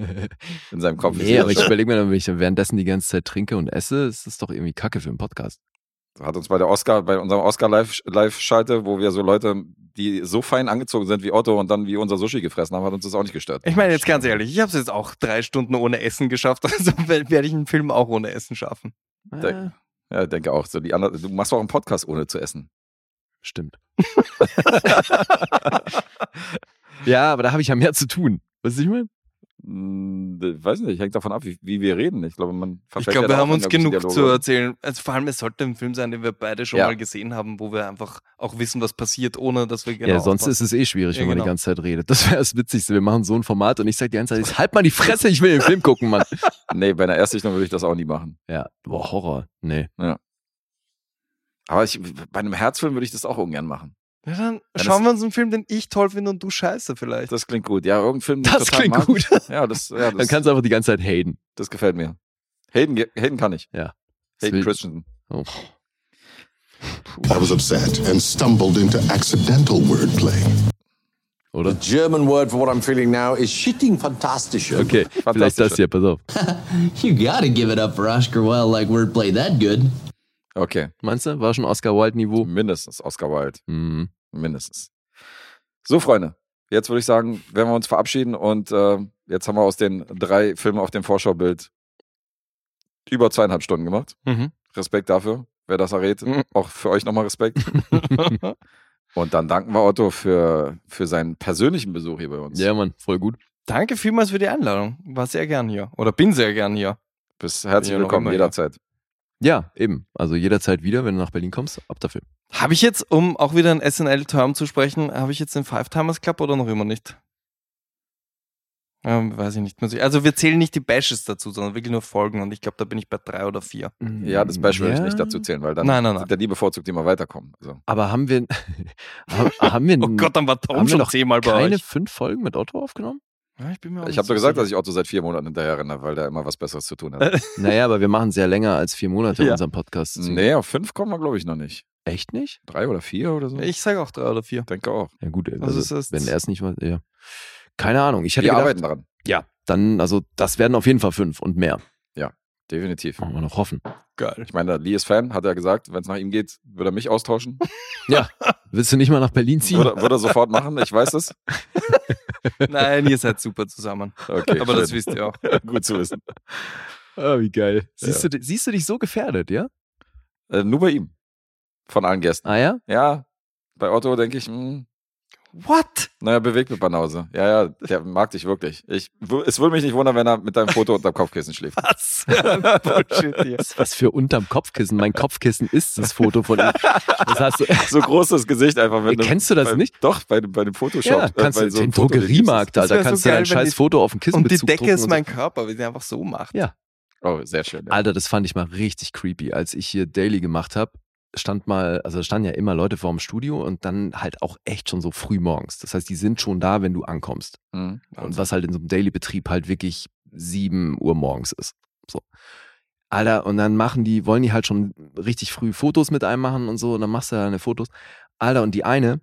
[SPEAKER 3] in seinem Kopf. Ich
[SPEAKER 2] Nee,
[SPEAKER 3] sehe
[SPEAKER 2] aber
[SPEAKER 3] das
[SPEAKER 2] ich
[SPEAKER 3] schon.
[SPEAKER 2] überlege mir, dann, wenn ich währenddessen die ganze Zeit trinke und esse, ist das doch irgendwie Kacke für einen Podcast.
[SPEAKER 3] Hat uns bei der Oscar, bei unserem Oscar-Live-Schalte, wo wir so Leute, die so fein angezogen sind wie Otto und dann wie unser Sushi gefressen haben, hat uns das auch nicht gestört.
[SPEAKER 4] Ich meine jetzt ganz ehrlich, ich habe es jetzt auch drei Stunden ohne Essen geschafft, also wer- werde ich einen Film auch ohne Essen schaffen.
[SPEAKER 3] Da- Ja, ich denke auch. So die andere, du machst auch einen Podcast ohne zu essen.
[SPEAKER 2] Stimmt. ja, aber da habe ich ja mehr zu tun. Weißt du, was ich meine?
[SPEAKER 3] Hm, das- weiß nicht, hängt davon ab, wie, wie wir reden. Ich glaube, man
[SPEAKER 4] Ich
[SPEAKER 3] verfällt
[SPEAKER 4] glaube,
[SPEAKER 3] ja
[SPEAKER 4] wir
[SPEAKER 3] da
[SPEAKER 4] haben
[SPEAKER 3] auch
[SPEAKER 4] uns
[SPEAKER 3] in der guten
[SPEAKER 4] genug zu
[SPEAKER 3] Dialoge.
[SPEAKER 4] erzählen. Also vor allem, es sollte ein Film sein, den wir beide schon
[SPEAKER 3] Ja.
[SPEAKER 4] mal gesehen haben, wo wir einfach auch wissen, was passiert, ohne dass wir genau.
[SPEAKER 2] ja, sonst ist es eh schwierig,
[SPEAKER 4] Ja,
[SPEAKER 2] wenn man
[SPEAKER 4] genau.
[SPEAKER 2] die ganze Zeit redet. Das wäre das Witzigste. Wir machen so ein Format und ich sage die ganze Zeit, halt mal die Fresse, ich will den Film gucken, Mann.
[SPEAKER 3] Nee, bei einer Erstsichtung würde ich das auch nie machen.
[SPEAKER 2] Ja, boah, Horror. Nee.
[SPEAKER 3] Aber ich, bei einem Herzfilm würde ich das auch ungern machen.
[SPEAKER 4] Ja, dann
[SPEAKER 3] das-
[SPEAKER 4] schauen wir uns einen Film, den ich toll finde und du scheiße vielleicht.
[SPEAKER 3] Das klingt gut. Ja, irgendein Film, den ich
[SPEAKER 2] Das
[SPEAKER 3] total
[SPEAKER 2] klingt
[SPEAKER 3] mag.
[SPEAKER 2] gut.
[SPEAKER 3] Ja, das, ja,
[SPEAKER 2] Dann
[SPEAKER 3] das,
[SPEAKER 2] kannst du einfach die ganze Zeit haten.
[SPEAKER 3] das gefällt mir. Hayden, ge- Hayden kann ich.
[SPEAKER 2] Ja.
[SPEAKER 3] Hayden
[SPEAKER 2] Das will-
[SPEAKER 3] Christensen.
[SPEAKER 2] Oh.
[SPEAKER 8] I was upset and stumbled into accidental wordplay.
[SPEAKER 2] Oder?
[SPEAKER 13] German word for what I'm feeling now is shitting fantastische.
[SPEAKER 2] Okay, vielleicht das hier, pass auf.
[SPEAKER 14] You gotta give it up for Oscar Wilde, like wordplay that good.
[SPEAKER 3] Okay,
[SPEAKER 2] Meinst du, war schon
[SPEAKER 4] Oh.
[SPEAKER 2] Oscar-Wilde-Niveau?
[SPEAKER 3] mindestens Oscar Wilde.
[SPEAKER 2] Mhm.
[SPEAKER 3] Mindestens. So, Freunde, jetzt würde ich sagen, werden wir uns verabschieden und äh, jetzt haben wir aus den drei Filmen auf dem Vorschaubild über zweieinhalb Stunden gemacht.
[SPEAKER 4] Mhm.
[SPEAKER 3] Respekt dafür, wer das errät.
[SPEAKER 4] Mhm.
[SPEAKER 3] Auch für euch nochmal Respekt. und dann danken wir Otto für, für seinen persönlichen Besuch hier bei uns.
[SPEAKER 2] Ja, Mann, voll gut.
[SPEAKER 4] Danke vielmals für die Einladung. War sehr gern hier. Oder bin sehr gern hier.
[SPEAKER 3] Bist herzlich
[SPEAKER 4] Ja, noch
[SPEAKER 3] willkommen
[SPEAKER 4] immer, ja.
[SPEAKER 3] jederzeit.
[SPEAKER 2] Ja, eben. Also jederzeit wieder, wenn du nach Berlin kommst, ab dafür.
[SPEAKER 4] Habe ich jetzt, um auch wieder einen SNL-Term zu sprechen, habe ich jetzt den Five-Timers Club oder noch immer nicht? Ähm, weiß ich nicht mehr. sicher. Also wir zählen nicht die Bashes dazu, sondern wirklich nur Folgen und ich glaube, da bin ich bei drei oder vier.
[SPEAKER 3] Ja, das Beispiel würde
[SPEAKER 2] Mm, Ja.
[SPEAKER 3] ich nicht dazu zählen, weil dann
[SPEAKER 4] Nein, nein, nein.
[SPEAKER 3] sind ja die bevorzugt, die immer weiterkommen. Also.
[SPEAKER 2] Aber haben wir, haben, haben wir,
[SPEAKER 4] Oh Gott, dann war Tom
[SPEAKER 2] Hm. haben wir
[SPEAKER 4] schon
[SPEAKER 2] noch
[SPEAKER 4] zehnmal bei
[SPEAKER 2] keine
[SPEAKER 4] euch.
[SPEAKER 2] fünf Folgen mit Otto aufgenommen?
[SPEAKER 4] Ja, ich bin mir auch
[SPEAKER 3] Ich
[SPEAKER 4] nicht
[SPEAKER 3] habe
[SPEAKER 4] so
[SPEAKER 3] doch gesagt,
[SPEAKER 4] sicher.
[SPEAKER 3] dass ich Otto seit vier Monaten hinterher renne, weil der immer was Besseres
[SPEAKER 2] Äh,
[SPEAKER 3] zu tun hat.
[SPEAKER 2] Naja, aber wir machen es ja länger als vier Monate in
[SPEAKER 4] Ja.
[SPEAKER 2] unserem Podcast.
[SPEAKER 3] nee, auf fünf um kommen wir, glaube ich, noch nicht.
[SPEAKER 2] Echt nicht?
[SPEAKER 3] Drei oder vier oder so?
[SPEAKER 4] Ich sage auch drei oder vier.
[SPEAKER 3] Denke auch.
[SPEAKER 2] Ja, gut, also,
[SPEAKER 4] Also es ist-
[SPEAKER 2] wenn er es nicht mal. Ja. Keine Ahnung. Ich
[SPEAKER 3] Wir
[SPEAKER 2] hätte gedacht,
[SPEAKER 3] arbeiten daran.
[SPEAKER 2] Ja, dann, also das werden auf jeden Fall fünf und mehr.
[SPEAKER 3] Definitiv.
[SPEAKER 2] Wollen wir noch hoffen.
[SPEAKER 4] Geil.
[SPEAKER 3] Ich meine, der Lee ist Fan, hat er gesagt, wenn es nach ihm geht, würde er mich austauschen.
[SPEAKER 2] Ja. Willst du nicht mal nach Berlin ziehen?
[SPEAKER 3] Würde, würde er sofort machen, ich weiß es.
[SPEAKER 4] Nein, ihr seid super zusammen.
[SPEAKER 3] Okay,
[SPEAKER 4] Aber das
[SPEAKER 3] schön.
[SPEAKER 4] wisst ihr auch.
[SPEAKER 3] Gut zu wissen.
[SPEAKER 2] Ah, wie geil. Siehst, du, di- siehst du dich so gefährdet, ja?
[SPEAKER 3] Äh, nur bei ihm. Von allen Gästen.
[SPEAKER 2] Ah ja?
[SPEAKER 3] Ja, bei Otto denke ich, hm,
[SPEAKER 4] What?
[SPEAKER 3] naja, bewegt mit Banause. Ja, ja, der mag dich wirklich. Ich, w- es würde mich nicht wundern, wenn er mit deinem Foto unterm Kopfkissen schläft.
[SPEAKER 4] Was? Bullshit hier.
[SPEAKER 2] Was für unterm Kopfkissen? Mein Kopfkissen ist das Foto von ihm. Das hast du.
[SPEAKER 3] So groß das Gesicht einfach. Wenn
[SPEAKER 2] Ey, kennst du das
[SPEAKER 3] bei,
[SPEAKER 2] nicht?
[SPEAKER 3] Doch, bei, dem- bei dem Photoshop.
[SPEAKER 2] Ja,
[SPEAKER 3] äh,
[SPEAKER 2] kannst
[SPEAKER 3] bei
[SPEAKER 2] du
[SPEAKER 3] so einem
[SPEAKER 2] den
[SPEAKER 3] Foto, den
[SPEAKER 2] Drogeriemarkt,
[SPEAKER 4] Das
[SPEAKER 2] Alter,
[SPEAKER 4] wär so
[SPEAKER 2] kannst du dein
[SPEAKER 4] geil, wenn
[SPEAKER 2] scheiß
[SPEAKER 4] die-
[SPEAKER 2] Foto auf dem Kissen
[SPEAKER 4] Und die Decke ist mein
[SPEAKER 2] so.
[SPEAKER 4] Körper, weil sie einfach so macht.
[SPEAKER 2] Ja.
[SPEAKER 3] gibst. Oh, sehr schön. Ja.
[SPEAKER 2] Alter, das fand ich mal richtig creepy. Als ich hier Daily gemacht habe, stand mal, also standen ja immer Leute vor dem Studio und dann halt auch echt schon so früh morgens. Das heißt, die sind schon da, wenn du ankommst.
[SPEAKER 3] Mhm.
[SPEAKER 2] Und was halt in so einem Daily-Betrieb halt wirklich 7 Uhr morgens ist. So. Alter, und dann machen die, wollen die halt schon richtig früh Fotos mit einem machen und so, und dann machst du da deine Fotos. Alter, und die eine,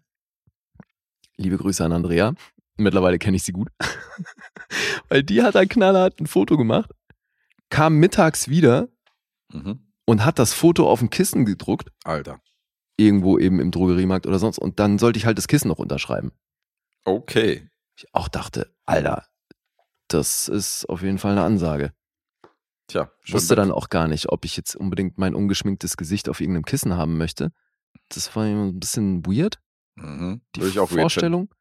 [SPEAKER 2] liebe Grüße an Andrea, mittlerweile kenne ich sie gut, weil die hat ein knallhart ein Foto gemacht, kam mittags wieder
[SPEAKER 3] Mhm.
[SPEAKER 2] und hat das Foto auf ein Kissen gedruckt,
[SPEAKER 3] Alter.
[SPEAKER 2] irgendwo eben im Drogeriemarkt oder sonst, und dann sollte ich halt das Kissen noch unterschreiben.
[SPEAKER 3] Okay.
[SPEAKER 2] ich auch dachte, Alter, das ist auf jeden Fall eine Ansage.
[SPEAKER 3] Tja,
[SPEAKER 2] Ich
[SPEAKER 3] schön.
[SPEAKER 2] wusste dann auch gar nicht, ob ich jetzt unbedingt mein ungeschminktes Gesicht auf irgendeinem Kissen haben möchte. Das war immer ein bisschen weird,
[SPEAKER 3] Mhm.
[SPEAKER 2] die
[SPEAKER 3] Würde ich auch weird
[SPEAKER 2] Vorstellung.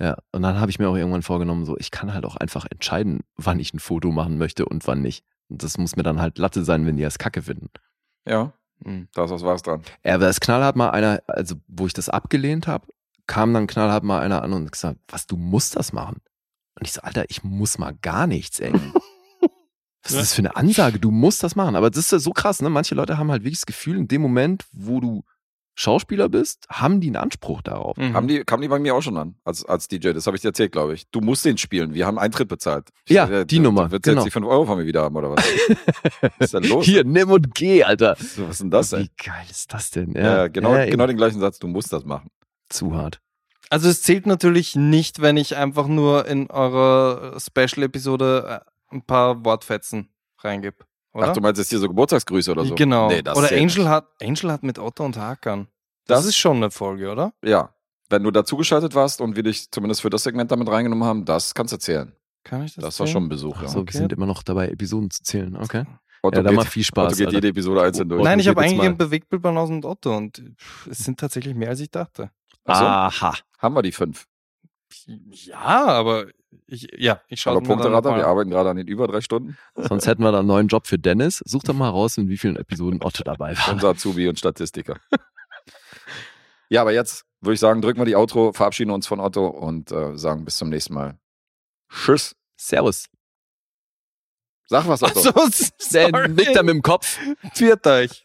[SPEAKER 2] Ja, und dann habe ich mir auch irgendwann vorgenommen, so, ich kann halt auch einfach entscheiden, wann ich ein Foto machen möchte und wann nicht. Und das muss mir dann halt Latte sein, wenn die das Kacke finden.
[SPEAKER 3] finden. Ja,
[SPEAKER 2] Mhm.
[SPEAKER 3] da ist was Wahres dran.
[SPEAKER 2] Ja, aber das knallhart mal einer, also wo ich das abgelehnt habe, kam dann knallhart mal einer an und gesagt, was, du musst das machen? Und ich so, Alter, ich muss mal gar nichts, ey. Was ist das für eine Ansage? Du musst das machen. Aber das ist ja so krass, ne? Manche Leute haben halt wirklich das Gefühl, in dem Moment, wo du Schauspieler bist, haben die einen Anspruch darauf.
[SPEAKER 4] Mhm.
[SPEAKER 3] Haben die, kamen die bei mir auch schon an, als, als DJ. Das habe ich dir erzählt, glaube ich. Du musst den spielen. Wir haben Eintritt bezahlt. Ich
[SPEAKER 2] Ja,
[SPEAKER 3] sag,
[SPEAKER 2] die
[SPEAKER 3] du-
[SPEAKER 2] Nummer,
[SPEAKER 3] Du willst
[SPEAKER 2] genau.
[SPEAKER 3] jetzt die 5 Euro von mir wieder haben, oder was? was ist denn los?
[SPEAKER 2] Hier, nimm und geh, Alter.
[SPEAKER 3] Was ist denn das, ey?
[SPEAKER 2] Wie geil ist das denn?
[SPEAKER 3] Ja, genau,
[SPEAKER 2] ja,
[SPEAKER 3] genau
[SPEAKER 2] eben.
[SPEAKER 3] den gleichen Satz. Du musst das machen.
[SPEAKER 2] Zu hart.
[SPEAKER 4] Also es zählt natürlich nicht, wenn ich einfach nur in eurer Special-Episode äh, ein paar Wortfetzen reingebe. Oder?
[SPEAKER 3] Ach, du meinst jetzt hier so Geburtstagsgrüße oder so?
[SPEAKER 4] Genau.
[SPEAKER 3] Nee, das
[SPEAKER 4] oder
[SPEAKER 3] zählt
[SPEAKER 4] Angel
[SPEAKER 3] nicht.
[SPEAKER 4] hat, Angel hat mit Otto und Hakan. Das,
[SPEAKER 3] Das-
[SPEAKER 4] ist schon eine Folge, oder?
[SPEAKER 3] Ja. Wenn du dazugeschaltet warst und wir dich zumindest für das Segment damit reingenommen haben, das kannst du zählen.
[SPEAKER 4] Kann ich das?
[SPEAKER 3] Das, war
[SPEAKER 4] sehen?
[SPEAKER 3] schon ein Besuch.
[SPEAKER 2] Ach
[SPEAKER 3] Ja.
[SPEAKER 2] so,
[SPEAKER 4] okay.
[SPEAKER 2] wir sind immer noch dabei, Episoden zu zählen. Okay.
[SPEAKER 3] Otto
[SPEAKER 2] ja, dann mal
[SPEAKER 3] geht,
[SPEAKER 2] viel
[SPEAKER 3] Otto
[SPEAKER 2] Spaß.
[SPEAKER 3] geht
[SPEAKER 2] Alter.
[SPEAKER 3] jede Episode einzeln durch.
[SPEAKER 4] Nein, ich habe
[SPEAKER 2] jedes Mal.
[SPEAKER 4] eingegeben Bewegtbild bei und Otto und pff, es sind tatsächlich mehr, als ich dachte.
[SPEAKER 3] Ach so.
[SPEAKER 2] Aha.
[SPEAKER 3] Haben wir die fünf. Hm.
[SPEAKER 4] Ja, aber ich, ja, ich schaue
[SPEAKER 3] Aber
[SPEAKER 4] es mir dann
[SPEAKER 3] Punkterater,
[SPEAKER 4] nochmal
[SPEAKER 3] wir
[SPEAKER 4] an.
[SPEAKER 3] arbeiten gerade an den über drei Stunden.
[SPEAKER 2] Sonst hätten wir da einen neuen Job für Dennis. Such doch mal raus, in wie vielen Episoden Otto dabei war.
[SPEAKER 3] Unser Azubi und Statistiker. ja, aber jetzt würde ich sagen, drücken wir die Outro, verabschieden uns von Otto und äh, sagen bis zum nächsten Mal. Tschüss.
[SPEAKER 2] Servus.
[SPEAKER 3] Sag was, Otto.
[SPEAKER 4] Ach so,
[SPEAKER 2] Der
[SPEAKER 4] sorry.
[SPEAKER 2] nickt da mit dem Kopf.
[SPEAKER 4] Pfiat euch.